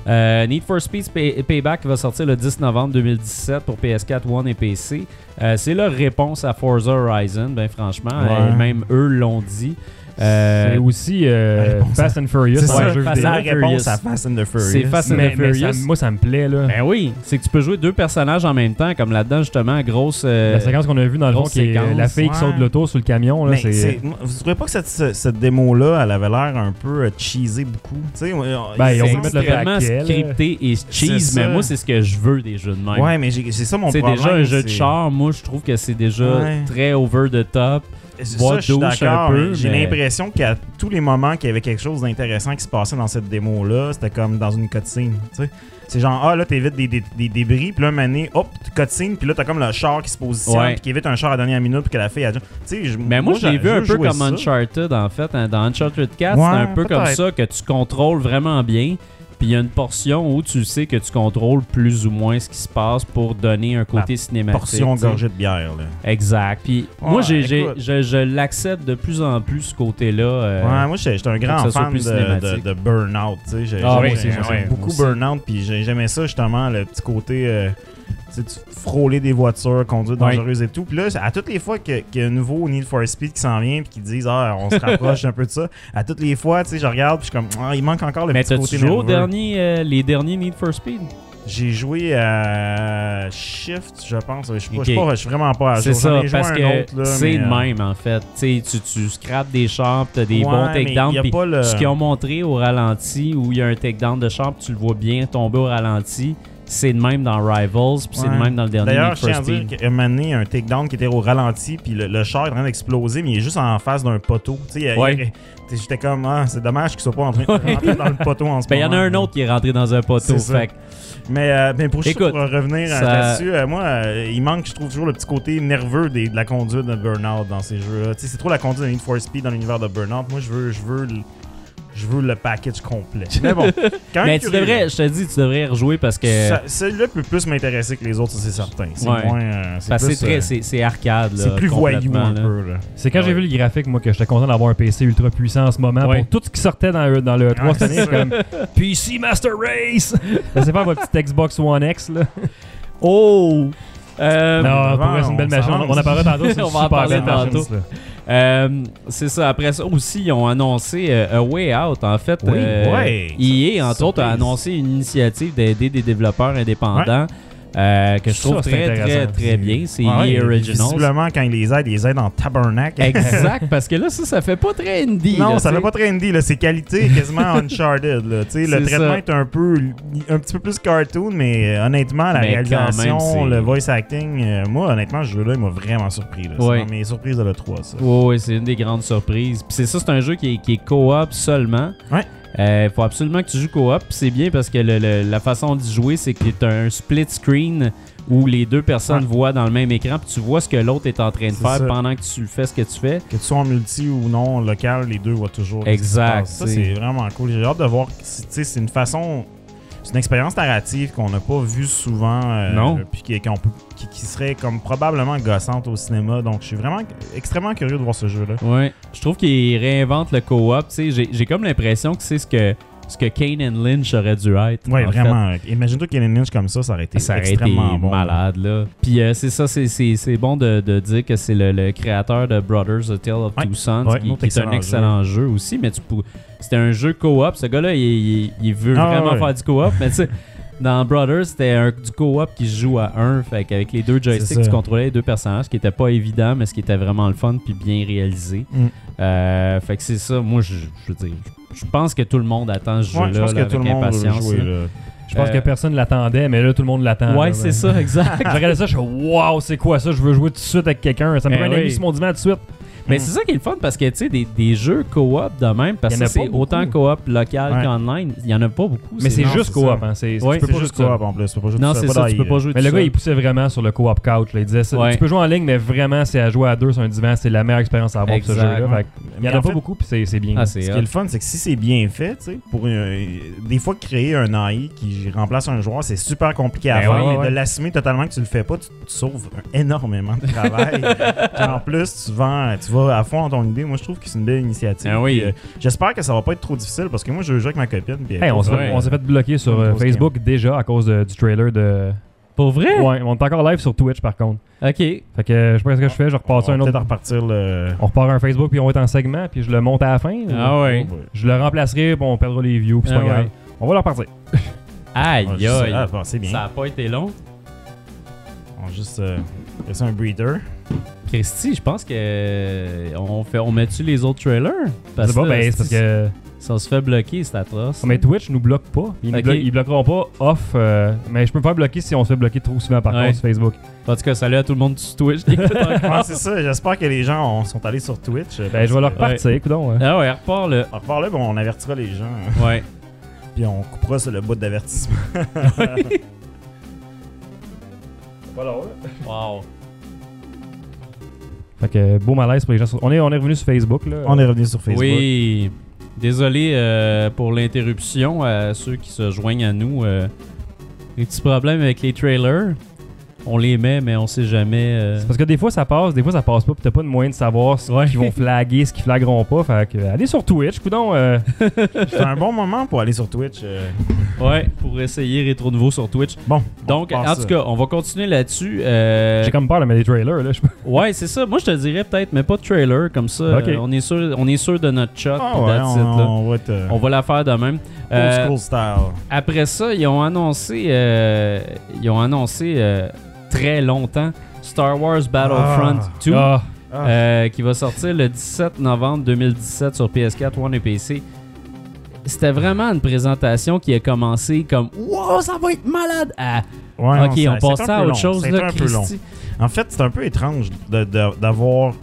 Speaker 1: Euh, Need for Speed Pay- Payback va sortir le 10 novembre 2017 pour PS4, One et PC. Euh, C'est leur réponse à Forza Horizon, ben franchement.
Speaker 3: Ouais.
Speaker 1: Euh, même eux l'ont dit.
Speaker 4: C'est
Speaker 1: Euh,
Speaker 4: aussi
Speaker 3: la
Speaker 4: euh,
Speaker 3: réponse à-
Speaker 4: Fast and Furious
Speaker 3: C'est
Speaker 4: en
Speaker 3: ça,
Speaker 4: jeu
Speaker 1: Fast
Speaker 4: vidéo.
Speaker 3: la
Speaker 1: and
Speaker 3: réponse
Speaker 1: Furious.
Speaker 3: à Fast and the Furious.
Speaker 1: C'est Fast and
Speaker 4: Mais, mais ça-
Speaker 1: Furious.
Speaker 4: moi, ça me plaît. Là.
Speaker 1: ben oui, c'est que tu peux jouer deux personnages en même temps, comme là-dedans justement, grosse... euh,
Speaker 3: Ben,
Speaker 4: la séquence qu'on a vue dans le fond,
Speaker 1: grosse
Speaker 4: qui est euh,
Speaker 1: séquence, Ben,
Speaker 4: la fille qui
Speaker 3: ouais.
Speaker 4: saute de l'auto sur le camion, là,
Speaker 3: Mais
Speaker 4: c'est.
Speaker 3: c'est- moi, vous trouvez pas que cette, ce- cette démo-là, elle avait l'air un peu euh, cheesée beaucoup? Tu sais, on-
Speaker 4: Ben, ils ont
Speaker 1: C'est
Speaker 3: c'est-
Speaker 4: voulu mettre le
Speaker 1: extrêmement
Speaker 4: paquet, là.
Speaker 1: scripté et cheese,
Speaker 3: C'est
Speaker 1: mais
Speaker 3: ça.
Speaker 1: moi, c'est ce que je veux des jeux de même.
Speaker 3: Ouais, mais j'ai- c'est ça mon
Speaker 1: c'est
Speaker 3: problème.
Speaker 1: déjà un jeu de
Speaker 3: c'est-
Speaker 1: char. Moi, je trouve que c'est déjà
Speaker 3: Ouais.
Speaker 1: très over the top.
Speaker 3: C'est
Speaker 1: Boîte
Speaker 3: ça, je suis
Speaker 1: douche un
Speaker 3: d'accord,
Speaker 1: peu,
Speaker 3: mais J'ai
Speaker 1: mais-
Speaker 3: l'impression qu'à tous les moments qu'il y avait quelque chose d'intéressant qui se passait dans cette démo-là, c'était comme dans une cutscene. tu sais. C'est genre, ah là, t'évites des, des, des débris, puis là, mané, hop, cutscene, puis là, t'as comme le char qui se positionne,
Speaker 1: Ouais.
Speaker 3: puis qui évite un char à la dernière minute, puis que la fille a. Tu sais, je-
Speaker 1: Mais moi, je l'ai
Speaker 3: j'ai-
Speaker 1: vu
Speaker 3: je
Speaker 1: un peu
Speaker 3: jouais
Speaker 1: comme
Speaker 3: ça.
Speaker 1: Uncharted, en fait. hein. Dans Uncharted 4,
Speaker 3: Ouais,
Speaker 1: c'est un peu comme
Speaker 3: peut-être.
Speaker 1: ça que tu contrôles vraiment bien. Puis il y a une portion où tu sais que tu contrôles plus ou moins ce qui se passe pour donner un côté cinématique.
Speaker 3: Portion
Speaker 1: tu sais.
Speaker 3: gorgée de bière, là.
Speaker 1: Exact. Puis
Speaker 3: Ouais,
Speaker 1: moi, j'ai, j'ai-
Speaker 3: écoute.
Speaker 1: je, je l'accepte de plus en plus, ce côté-là. euh,
Speaker 3: Ouais, moi, j'étais j'étais un
Speaker 1: que
Speaker 3: grand
Speaker 1: ça soit
Speaker 3: fan de,
Speaker 1: plus cinématique.
Speaker 3: de, de Burnout. tu sais. J'ai-
Speaker 1: Ah
Speaker 3: j'ai-
Speaker 1: oui,
Speaker 3: j'ai-
Speaker 1: c'est-
Speaker 3: j'ai
Speaker 1: ouais,
Speaker 3: beaucoup
Speaker 1: aussi.
Speaker 3: Burnout, puis j'ai- j'aimais ça justement, le petit côté. euh, tu sais, tu- frôler des voitures, conduire
Speaker 1: Ouais.
Speaker 3: dangereuse et tout. Puis là, à toutes les fois que- qu'il y a un nouveau Need for Speed qui s'en vient, puis qui disent Ah, on se rapproche un peu de ça, à toutes les fois, tu sais, je regarde, puis je suis comme Ah, il manque encore le
Speaker 1: Mais
Speaker 3: petit
Speaker 1: t'as-tu
Speaker 3: côté.
Speaker 1: joué au
Speaker 3: nerveux.
Speaker 1: dernier, euh, les derniers Need for Speed?
Speaker 3: J'ai joué à Shift, je pense. Je suis pas- je suis
Speaker 1: Ok.
Speaker 3: pas- je suis vraiment pas à jour.
Speaker 1: C'est
Speaker 3: J'en
Speaker 1: ça,
Speaker 3: ai joué
Speaker 1: parce
Speaker 3: un
Speaker 1: que
Speaker 3: autre, là,
Speaker 1: c'est
Speaker 3: mais,
Speaker 1: le
Speaker 3: euh,
Speaker 1: même en fait. Tu sais, tu, tu scrapes des champs, pis t'as des
Speaker 3: euh, Ouais,
Speaker 1: bons
Speaker 3: mais
Speaker 1: takedowns.
Speaker 3: il y a
Speaker 1: puis
Speaker 3: pas le-
Speaker 1: Ce qu'ils ont montré au ralenti, où il y a un takedown de champ, pis tu le vois bien tomber au ralenti, c'est le même dans Rivals, puis c'est le
Speaker 3: Ouais.
Speaker 1: même dans le dernier
Speaker 3: D'ailleurs,
Speaker 1: Need
Speaker 3: je
Speaker 1: for
Speaker 3: tiens à dire
Speaker 1: Speed.
Speaker 3: qu'à un moment donné, un takedown qui était au ralenti, puis le, le char est en train d'exploser, mais il est juste en face d'un poteau. Tu sais, il-
Speaker 1: Ouais.
Speaker 3: il- tu sais, J'étais comme, ah, c'est dommage qu'il soit pas en train de rentrer dans le poteau en ce
Speaker 1: Ben, il y en
Speaker 3: moment.
Speaker 1: a un autre qui est rentré dans un poteau.
Speaker 3: C'est ça.
Speaker 1: Fait que-
Speaker 3: Mais, euh, mais pour,
Speaker 1: Écoute,
Speaker 3: pour revenir
Speaker 1: ça-
Speaker 3: à- là-dessus, euh, moi, euh, il manque, je trouve, toujours le petit côté nerveux des- de la conduite de Burnout dans ces jeux-là. Tu sais, c'est trop la conduite de Need for Speed dans l'univers de Burnout. Moi, je veux, je veux, le- je veux le package complet. Mais bon, quand même
Speaker 1: Mais Ben, tu
Speaker 3: curieux.
Speaker 1: devrais, je te dis, tu devrais rejouer parce que
Speaker 3: Ça- Celui-là peut plus m'intéresser que les autres, ça, c'est certain. C'est
Speaker 1: Ouais.
Speaker 3: moins. euh, c'est
Speaker 1: parce que
Speaker 3: plus,
Speaker 1: c'est très,
Speaker 3: euh,
Speaker 1: c'est- c'est arcade. là,
Speaker 3: C'est plus voyou
Speaker 1: complètement,
Speaker 3: un
Speaker 1: là.
Speaker 3: peu. Là.
Speaker 4: C'est quand j'ai
Speaker 1: ben Ouais.
Speaker 4: vu le graphique, moi, que j'étais content d'avoir un PC ultra puissant en ce moment.
Speaker 1: Ouais.
Speaker 4: Pour tout ce qui sortait dans, le- dans le 3 cette année,
Speaker 3: c'est
Speaker 4: c'est comme PC Master Race. Ça, c'est pas votre petite Xbox One X, là.
Speaker 1: Oh! Euh,
Speaker 4: non, pour vrai, c'est
Speaker 3: on
Speaker 4: une belle machine.
Speaker 3: s'avance.
Speaker 4: On en parlera tantôt. C'est
Speaker 1: On
Speaker 4: une
Speaker 1: va en
Speaker 4: super
Speaker 1: parler
Speaker 4: belle machine.
Speaker 1: tantôt.
Speaker 4: ça.
Speaker 1: Euh, c'est ça. Après ça aussi, ils ont annoncé euh, A Way Out. En fait,
Speaker 3: Oui,
Speaker 1: euh,
Speaker 3: ouais.
Speaker 1: EA, entre
Speaker 3: Surprise.
Speaker 1: autres, a annoncé une initiative d'aider des développeurs indépendants euh, que je
Speaker 4: Ça,
Speaker 1: trouve
Speaker 4: c'est
Speaker 1: très, très,
Speaker 4: intéressant.
Speaker 1: très bien. C'est
Speaker 3: Ouais, ouais,
Speaker 1: EA Originals.
Speaker 3: Visiblement, quand ils les aident, ils les aident en tabernacle.
Speaker 1: Exact, parce que là, ça, ça fait pas très indie.
Speaker 3: Non,
Speaker 1: là,
Speaker 3: ça
Speaker 1: tu
Speaker 3: fait
Speaker 1: sais.
Speaker 3: pas très indie, là. C'est qualité est quasiment Uncharted, là. Tu
Speaker 1: C'est
Speaker 3: sais, le traitement
Speaker 1: ça.
Speaker 3: est un peu, un petit peu plus cartoon, mais euh, honnêtement, la
Speaker 1: Mais
Speaker 3: réalisation,
Speaker 1: quand même, c'est-
Speaker 3: le voice acting, euh, moi, honnêtement, ce jeu-là, il m'a vraiment surpris, là.
Speaker 1: Ouais.
Speaker 3: C'est dans mes surprises de l'E3, ça.
Speaker 1: Oui, oui, c'est une des grandes surprises. Puis c'est ça, c'est un jeu qui est, qui est co-op seulement.
Speaker 3: Ouais.
Speaker 1: Il faut absolument que tu joues co-op. Puis c'est bien parce que le- le- la façon d'y jouer, c'est que tu un split screen où les deux personnes
Speaker 3: Ouais.
Speaker 1: voient dans le même écran. Puis tu vois ce que l'autre est en train de
Speaker 3: C'est
Speaker 1: faire
Speaker 3: ça.
Speaker 1: pendant que tu fais ce que tu fais.
Speaker 3: Que tu sois en multi ou non, local, les deux voient toujours. ce qui se
Speaker 1: Exact,
Speaker 3: passe. Ça,
Speaker 1: c'est-
Speaker 3: c'est vraiment cool. J'ai hâte de voir. si- Tu sais, c'est une façon. C'est une expérience narrative qu'on n'a pas vue souvent. euh,
Speaker 1: Non.
Speaker 3: Puis qui, qu'on peut- qui- qui serait comme probablement gossante au cinéma. Donc, je suis vraiment extrêmement curieux de voir ce jeu-là.
Speaker 1: Ouais. Je trouve qu'il réinvente le co-op. Tu sais, J'ai j'ai comme l'impression que c'est ce que, ce que Kane and Lynch aurait dû être.
Speaker 3: Ouais,
Speaker 1: en fait.
Speaker 3: vraiment. Imagine-toi qu'il y ait une niche comme ça, ça aurait été
Speaker 1: ça aurait été
Speaker 3: extrêmement bon.
Speaker 1: malade, là. Puis euh, c'est ça, c'est- c'est c'est bon de, de dire que c'est le, le créateur de Brothers A Tale of
Speaker 3: Ouais,
Speaker 1: Two Sons,
Speaker 3: ouais,
Speaker 1: qui,
Speaker 3: autre
Speaker 1: qui est un
Speaker 3: excellent
Speaker 1: excellent jeu, aussi, mais tu pou- c'était un jeu co-op. Ce gars-là, il, il- il veut
Speaker 3: Ah,
Speaker 1: vraiment
Speaker 3: ouais.
Speaker 1: faire du co-op, mais tu sais, dans Brothers, c'était un- du co-op qui se joue à un, fait qu'avec les deux joysticks,
Speaker 3: ça.
Speaker 1: tu contrôlais les deux personnages, ce qui était pas évident, mais ce qui était vraiment le fun puis bien réalisé.
Speaker 3: Mm.
Speaker 1: Euh, fait que c'est ça, moi, je, je veux dire, je pense que tout le monde attend ce jeu-là
Speaker 3: Ouais, je pense
Speaker 1: là,
Speaker 3: que tout
Speaker 1: avec
Speaker 3: le monde veut
Speaker 1: impatience.
Speaker 3: jouer.
Speaker 1: là.
Speaker 3: là. Ah,
Speaker 4: Je pense
Speaker 1: Euh,
Speaker 4: que personne l'attendait, mais là, tout le monde l'attend.
Speaker 1: Ouais,
Speaker 4: là,
Speaker 1: c'est
Speaker 4: ben.
Speaker 1: ça, exact.
Speaker 4: Je regardais ça, je suis waouh, c'est quoi ça? Je veux jouer tout de suite avec quelqu'un. Ça me
Speaker 1: Ben
Speaker 4: prend un
Speaker 1: oui.
Speaker 4: ami sur mon divan tout de suite.
Speaker 1: Mais c'est ça qui est le fun parce que, tu sais, des, des jeux coop de même, parce
Speaker 4: Il y en
Speaker 1: que
Speaker 4: a
Speaker 1: c'est
Speaker 4: pas beaucoup.
Speaker 1: autant coop local
Speaker 3: Ouais.
Speaker 1: qu'online, il y en a pas beaucoup.
Speaker 4: Mais c'est
Speaker 3: non,
Speaker 4: juste
Speaker 3: c'est
Speaker 4: coop,
Speaker 3: ça.
Speaker 4: hein. C'est,
Speaker 1: Ouais,
Speaker 4: tu peux
Speaker 3: C'est
Speaker 4: pas
Speaker 3: juste
Speaker 4: juste
Speaker 3: coop en plus. Tu peux pas jouer
Speaker 1: Non,
Speaker 3: tout
Speaker 1: c'est
Speaker 3: seul,
Speaker 1: ça,
Speaker 3: pas
Speaker 1: tu
Speaker 3: dans
Speaker 1: peux
Speaker 3: les-
Speaker 1: pas jouer
Speaker 4: Mais
Speaker 1: tout
Speaker 4: le gars,
Speaker 1: seul.
Speaker 4: il poussait vraiment sur le coop couch. là. Il disait, ça-
Speaker 1: Ouais.
Speaker 4: tu peux jouer en ligne, mais vraiment, c'est à jouer à deux sur un divan. C'est la meilleure expérience à avoir pour ce
Speaker 1: Exact.
Speaker 4: jeu-là. Fait que Il y
Speaker 3: Mais
Speaker 4: en a
Speaker 3: en
Speaker 4: pas
Speaker 3: fait,
Speaker 4: beaucoup, puis c'est, c'est bien.
Speaker 1: Ah, c'est
Speaker 3: Ce qui
Speaker 1: hot.
Speaker 3: est le fun, c'est que si c'est bien fait, tu sais, pour euh, des fois créer un AI qui remplace un joueur, c'est super compliqué à
Speaker 4: Ben
Speaker 3: faire.
Speaker 4: ouais,
Speaker 3: mais
Speaker 4: ouais.
Speaker 3: De l'assumer totalement que tu le fais pas, tu, tu sauves énormément de travail. Puis en plus, tu vends, tu vas à fond dans ton idée. Moi, je trouve que c'est une belle initiative.
Speaker 4: Ben
Speaker 1: Ah oui.
Speaker 3: Puis, euh, J'espère que ça va pas être trop difficile parce que moi, je joue avec ma copine. puis elle
Speaker 4: Hey, on, s'est,
Speaker 3: trouve
Speaker 1: Ouais.
Speaker 4: on s'est fait bloquer sur euh,
Speaker 3: Grosse
Speaker 4: Facebook déjà à cause de- du trailer de.
Speaker 1: Pour vrai?
Speaker 4: Ouais, on est encore live sur Twitch par contre.
Speaker 1: Ok.
Speaker 4: Fait que euh, je sais pas ce que je fais, je
Speaker 3: ça- on
Speaker 4: repars sur
Speaker 3: va
Speaker 4: un
Speaker 3: peut-être
Speaker 4: autre.
Speaker 3: repartir le.
Speaker 4: On repart un Facebook puis on va être en segment puis je le monte à la fin. ou-
Speaker 1: Ah ouais.
Speaker 4: Je le remplacerai puis on perdra les views puis c'est
Speaker 1: Ah
Speaker 4: pas grave.
Speaker 1: ouais.
Speaker 4: On va leur partir.
Speaker 3: On va
Speaker 1: Aïe,
Speaker 3: juste- Ah,
Speaker 1: aïe.
Speaker 3: bon, c'est bien.
Speaker 1: Ça a pas été long.
Speaker 3: On va juste. euh, laisser un breather.
Speaker 1: Christy, je pense que euh, on fait, on met-tu les autres trailers?
Speaker 4: C'est pas,
Speaker 1: là,
Speaker 4: ben,
Speaker 1: si-
Speaker 4: c'est parce que.
Speaker 1: Si on se fait bloquer, c'est atroce.
Speaker 4: Mais Twitch nous bloque pas. Ils, nous
Speaker 1: Ok.
Speaker 4: bloquent- ils bloqueront pas off. euh, mais je peux me faire bloquer si on se fait bloquer trop souvent par
Speaker 1: Ouais.
Speaker 4: contre sur Facebook.
Speaker 1: En tout cas, salut à tout le monde sur Twitch. qui écoute encore.
Speaker 3: Ah, c'est ça. J'espère que les gens ont- sont allés sur Twitch. Euh,
Speaker 4: Ben, je vais leur
Speaker 1: Ouais.
Speaker 4: partir, coudonc, hein.
Speaker 1: ah ouais, repars le.
Speaker 3: On repart là, bon, on avertira les gens. hein.
Speaker 1: Ouais.
Speaker 3: Puis on coupera sur le bout d'avertissement.
Speaker 1: Wow.
Speaker 4: Fait que euh, beau malaise pour les gens. sur- On est, on est revenu sur Facebook là.
Speaker 3: On est revenu sur Facebook.
Speaker 1: Oui. Désolé euh, pour l'interruption à ceux qui se joignent à nous. euh. les petits problèmes avec les trailers. On les met, mais on sait jamais. euh.
Speaker 4: C'est parce que des fois ça passe, des fois ça passe pas, pis t'as pas de moyen de savoir ce qu'ils vont flaguer, ce qu'ils flagueront pas. Fait que euh, allez sur Twitch, coudon. euh,
Speaker 3: C'est un bon moment pour aller sur Twitch. euh.
Speaker 1: Ouais, pour essayer Rétro Nouveau sur Twitch.
Speaker 3: Bon.
Speaker 1: Donc,
Speaker 3: on
Speaker 1: en
Speaker 3: repart
Speaker 1: tout
Speaker 3: ça.
Speaker 1: cas, on va continuer là-dessus. Euh,
Speaker 4: J'ai comme peur de mettre des trailers là. je sais pas.
Speaker 1: Ouais, c'est ça. Moi, je te dirais peut-être, mais pas de trailer. Comme ça,
Speaker 4: Ok.
Speaker 1: euh, on, est sûr, on est sûr de notre shot.
Speaker 3: Ah
Speaker 1: puis
Speaker 3: ouais,
Speaker 1: that's it,
Speaker 3: on,
Speaker 1: là.
Speaker 3: on va être euh,
Speaker 1: On va la faire de même. Euh,
Speaker 3: old school style.
Speaker 1: après ça, ils ont annoncé, euh, ils ont annoncé euh, très longtemps Star Wars Battlefront
Speaker 3: Ah.
Speaker 1: 2,
Speaker 4: Ah,
Speaker 1: euh, qui va sortir le 17 novembre 2017 sur PS4, One et PC. C'était vraiment une présentation qui a commencé comme Wow, ça va être malade! Ah,
Speaker 3: Ouais,
Speaker 1: ok,
Speaker 3: non,
Speaker 1: on
Speaker 3: c'est- c'est
Speaker 1: passe
Speaker 3: un
Speaker 1: ça à
Speaker 3: peu
Speaker 1: autre
Speaker 3: long.
Speaker 1: chose.
Speaker 3: C'est
Speaker 1: là,
Speaker 3: un peu long.
Speaker 1: Christy.
Speaker 3: En fait, c'est un peu étrange de- de- d'avoir.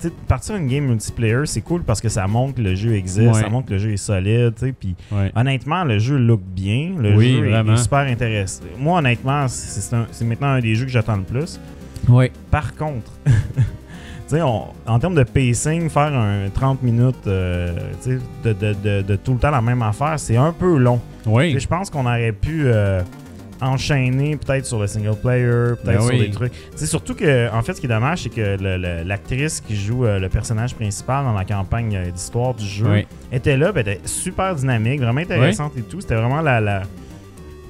Speaker 3: tu sais, Partir d'une game multiplayer, c'est cool parce que ça montre que le jeu existe,
Speaker 1: Ouais.
Speaker 3: ça montre que le jeu est solide, tu sais, puis Honnêtement, le jeu look bien. Le
Speaker 1: Oui,
Speaker 3: jeu est-
Speaker 1: vraiment.
Speaker 3: est super intéressant. Moi, honnêtement, c'est c'est un- c'est maintenant un des jeux que j'attends le plus.
Speaker 1: Ouais.
Speaker 3: Par contre, tu sais, on- en termes de pacing, faire un 30 minutes euh, tu sais, de, de- de- de tout le temps la même affaire, c'est un peu long. Tu
Speaker 1: Oui.
Speaker 3: sais, Je pense qu'on aurait pu euh, enchaîner peut-être sur le single player,
Speaker 1: Ben
Speaker 3: peut-être sur
Speaker 1: oui.
Speaker 3: des trucs. Tu sais, surtout que, en fait, ce qui est dommage, c'est que le- le- l'actrice qui joue euh, le personnage principal dans la campagne euh, d'histoire du jeu,
Speaker 1: Oui.
Speaker 3: était là, puis elle était super dynamique, vraiment intéressante et tout. C'était vraiment la, la,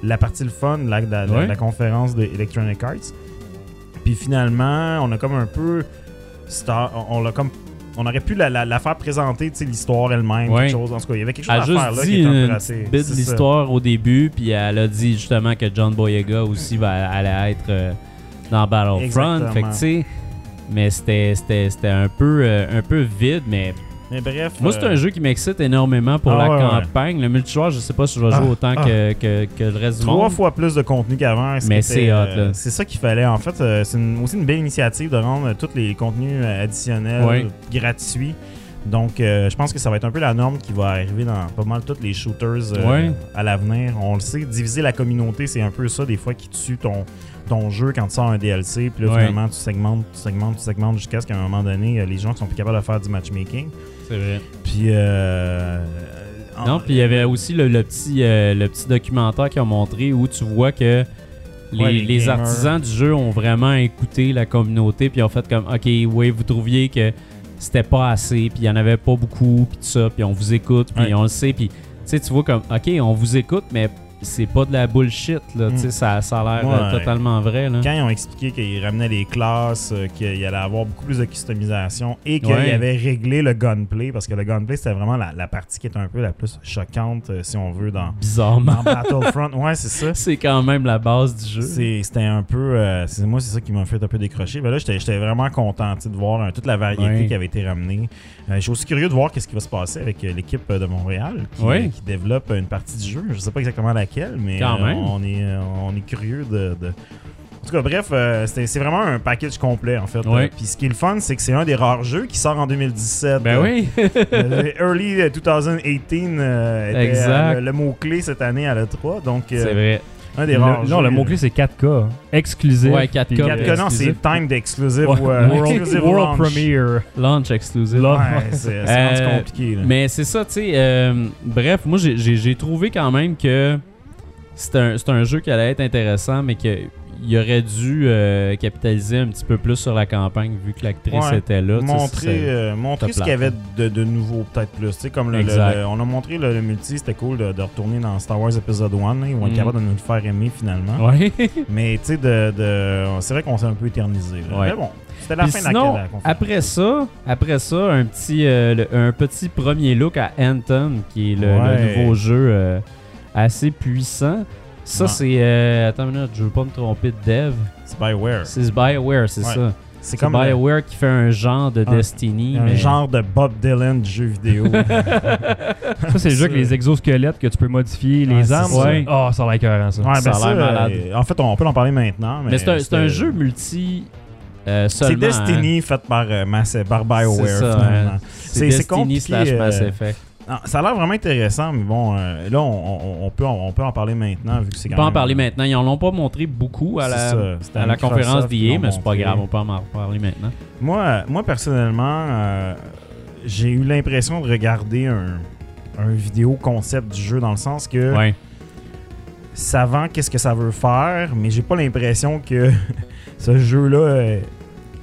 Speaker 3: la partie le fun de la, de la- de
Speaker 1: Ouais.
Speaker 3: la conférence de Electronic Arts. Puis finalement, on a comme un peu. star- on on l'a comme. On aurait pu la, la- la faire présenter, tu sais, l'histoire elle-même,
Speaker 1: Ouais.
Speaker 3: quelque chose. En tout cas, il y avait quelque chose
Speaker 1: Elle a
Speaker 3: à
Speaker 1: juste
Speaker 3: faire là
Speaker 1: dit
Speaker 3: qui était un
Speaker 1: une
Speaker 3: peu raté.
Speaker 1: petite bit
Speaker 3: C'est
Speaker 1: de
Speaker 3: ça.
Speaker 1: l'histoire au début, puis elle a dit justement que John Boyega aussi va, allait être euh, dans Battlefront.
Speaker 3: Exactement.
Speaker 1: Fait que, tu sais, mais c'était c'était- c'était un, peu, euh, un peu vide, mais
Speaker 3: Mais bref.
Speaker 1: moi, c'est
Speaker 3: euh,
Speaker 1: un jeu qui m'excite énormément pour
Speaker 3: Ah,
Speaker 1: la
Speaker 3: ouais, ouais.
Speaker 1: campagne. Le multijoueur, je sais pas si je vais jouer
Speaker 3: Ah,
Speaker 1: autant
Speaker 3: ah.
Speaker 1: que, que- que le reste du
Speaker 3: Trois
Speaker 1: monde.
Speaker 3: fois plus de contenu qu'avant. ce
Speaker 1: Mais
Speaker 3: qui était,
Speaker 1: c'est hot,
Speaker 3: euh,
Speaker 1: là.
Speaker 3: C'est ça qu'il fallait. En fait, euh, c'est une- aussi une belle initiative de rendre euh, tous les contenus euh, additionnels
Speaker 1: Ouais.
Speaker 3: gratuits. Donc, euh, je pense que ça va être un peu la norme qui va arriver dans pas mal tous les shooters euh,
Speaker 1: Ouais.
Speaker 3: à l'avenir. On le sait, diviser la communauté, c'est un peu ça des fois qui tue ton, ton jeu quand tu sors un DLC. Puis là,
Speaker 1: Ouais.
Speaker 3: finalement, tu segmentes, tu segmentes, tu segmentes jusqu'à ce qu'à un moment donné, euh, les gens qui sont plus capables de faire du matchmaking.
Speaker 1: C'est vrai.
Speaker 3: Puis. euh, en-
Speaker 1: Non, puis il y avait aussi le, le petit, euh, le petit documentaire qu'ils ont montré où tu vois que les,
Speaker 3: Ouais, les
Speaker 1: les
Speaker 3: gamers.
Speaker 1: artisans du jeu ont vraiment écouté la communauté puis ont fait comme OK, oui, vous trouviez que c'était pas assez, puis il y en avait pas beaucoup, puis tout ça, puis on vous écoute, puis
Speaker 3: Ouais.
Speaker 1: on le sait, puis tu sais, tu vois comme OK, on vous écoute, mais c'est pas de la bullshit, là, tu sais, ça, ça a l'air euh,
Speaker 3: Mm. Ouais.
Speaker 1: totalement vrai, là.
Speaker 3: Quand ils ont expliqué qu'ils ramenaient les classes, euh, qu'il allait avoir beaucoup plus de customisation et qu'ils
Speaker 1: Ouais.
Speaker 3: avaient réglé le gunplay, parce que le gunplay, c'était vraiment la, la partie qui est un peu la plus choquante, euh, si on veut, dans,
Speaker 1: Bizarrement,
Speaker 3: dans Battlefront. Ouais, c'est ça.
Speaker 1: c'est quand même la base du jeu.
Speaker 3: C'est- C'était un peu. euh, c'est- moi, c'est ça qui m'a fait un peu décrocher. Ben là, j'étais j'étais vraiment content tu sais, de voir euh, toute la variété
Speaker 1: Ouais.
Speaker 3: qui avait été ramenée. Euh, je suis aussi curieux de voir qu'est-ce qui va se passer avec euh, l'équipe euh, de Montréal qui,
Speaker 1: Ouais.
Speaker 3: qui développe une partie du jeu. Je sais pas exactement laquelle, mais
Speaker 1: Quand
Speaker 3: euh,
Speaker 1: même.
Speaker 3: on est euh, on est curieux de. de- En tout cas, bref, euh, c'est c'est vraiment un package complet, en fait.
Speaker 1: Ouais.
Speaker 3: Euh, Puis ce qui est le fun, c'est que c'est un des rares jeux qui sort en 2017.
Speaker 1: Ben
Speaker 3: Euh,
Speaker 1: oui.
Speaker 3: euh, le Early 2018 euh, était,
Speaker 1: Exact.
Speaker 3: euh, le, le mot-clé cette année à l'E3. Donc, euh,
Speaker 1: C'est vrai.
Speaker 3: un des rares
Speaker 4: Le-
Speaker 3: jeux.
Speaker 4: Non, le mot-clé, c'est 4K. Exclusif.
Speaker 1: Ouais, 4K,
Speaker 4: puis-
Speaker 1: c'est-
Speaker 3: 4K, non, c'est
Speaker 4: exclusif.
Speaker 3: Timed Exclusive
Speaker 4: Ouais.
Speaker 3: ou euh,
Speaker 4: World,
Speaker 3: exclusive
Speaker 4: World
Speaker 3: launch.
Speaker 4: Premiere.
Speaker 1: Launch exclusive.
Speaker 4: Launch.
Speaker 3: Ouais, c'est c'est rendu
Speaker 1: Euh,
Speaker 3: compliqué. là.
Speaker 1: Mais c'est ça, tu sais. euh, bref, moi, j'ai- j'ai j'ai trouvé quand même que c'est un, c'est un jeu qui allait être intéressant, mais qu'il aurait dû euh, capitaliser un petit peu plus sur la campagne vu que l'actrice
Speaker 3: Ouais.
Speaker 1: était là. tu sais,
Speaker 3: montrer,
Speaker 1: c'est-
Speaker 3: euh, montrer
Speaker 1: c'est
Speaker 3: ce qu'il y
Speaker 1: plate.
Speaker 3: avait de, de nouveau, peut-être plus. Tu sais, comme le, le-
Speaker 1: Exact.
Speaker 3: le- on a montré le, le multi, c'était cool de, de retourner dans Star Wars Episode 1. là. Ils vont
Speaker 1: Mm.
Speaker 3: être capables de nous le faire aimer finalement.
Speaker 1: Ouais.
Speaker 3: Mais tu sais, de, de- c'est vrai qu'on s'est un peu éternisé. là.
Speaker 1: Ouais.
Speaker 3: Mais bon, c'était la
Speaker 1: Puis
Speaker 3: fin
Speaker 1: sinon,
Speaker 3: de la, la conférence.
Speaker 1: Après ça, après ça, un petit, euh, le- un petit premier look à Anthem, qui est le, le
Speaker 3: Ouais.
Speaker 1: nouveau jeu euh, assez puissant. Ça,
Speaker 3: Ouais.
Speaker 1: c'est. euh, attends une minute, je veux pas me tromper de dev.
Speaker 3: C'est Bioware.
Speaker 1: C'est ce BioWare, c'est
Speaker 3: Ouais.
Speaker 1: ça.
Speaker 3: C'est
Speaker 1: C'est
Speaker 3: comme le-
Speaker 1: BioWare qui fait un genre de
Speaker 3: un-
Speaker 1: Destiny.
Speaker 3: un
Speaker 1: mais-
Speaker 3: genre de Bob Dylan du jeu vidéo.
Speaker 4: Ça, c'est le jeu avec
Speaker 3: C'est-
Speaker 4: les exosquelettes que tu peux modifier,
Speaker 3: Ouais,
Speaker 4: les
Speaker 3: c'est
Speaker 4: armes.
Speaker 1: ça.
Speaker 4: Ouais. Ah, ça a l'air cohérent, ça.
Speaker 3: Ouais,
Speaker 1: Ça a
Speaker 3: ben
Speaker 1: l'air
Speaker 3: euh,
Speaker 1: malade.
Speaker 3: En fait, on peut en parler maintenant. Mais,
Speaker 1: Mais c'est un, c'est un
Speaker 3: c'était-
Speaker 1: jeu multi. euh,
Speaker 3: C'est
Speaker 1: seulement,
Speaker 3: Destiny fait par, euh, Mass- par
Speaker 1: hein.
Speaker 3: Bioware,
Speaker 1: C'est ça,
Speaker 3: finalement.
Speaker 1: hein.
Speaker 3: C'est-
Speaker 1: C'est
Speaker 3: c'est
Speaker 1: Destiny
Speaker 3: compliqué,
Speaker 1: slash Mass
Speaker 3: euh,
Speaker 1: Effect.
Speaker 3: Ah, ça a l'air vraiment intéressant, mais bon, euh, là, on, on- on peut, on, peut en parler maintenant, vu que
Speaker 1: On
Speaker 3: c'est quand
Speaker 1: peut en
Speaker 3: même- euh,
Speaker 1: parler maintenant. Ils en l'ont pas montré beaucoup à
Speaker 3: C'est
Speaker 1: la,
Speaker 3: ça, c'était
Speaker 1: à la
Speaker 3: Microsoft
Speaker 1: conférence
Speaker 3: qui
Speaker 1: d'IA,
Speaker 3: l'ont
Speaker 1: mais c'est pas
Speaker 3: montré.
Speaker 1: grave, on peut en parler maintenant.
Speaker 3: Moi, moi personnellement, euh, j'ai eu l'impression de regarder un, un vidéo concept du jeu, dans le sens que
Speaker 1: Ouais.
Speaker 3: ça vend qu'est-ce que ça veut faire, mais j'ai pas l'impression que ce jeu-là euh,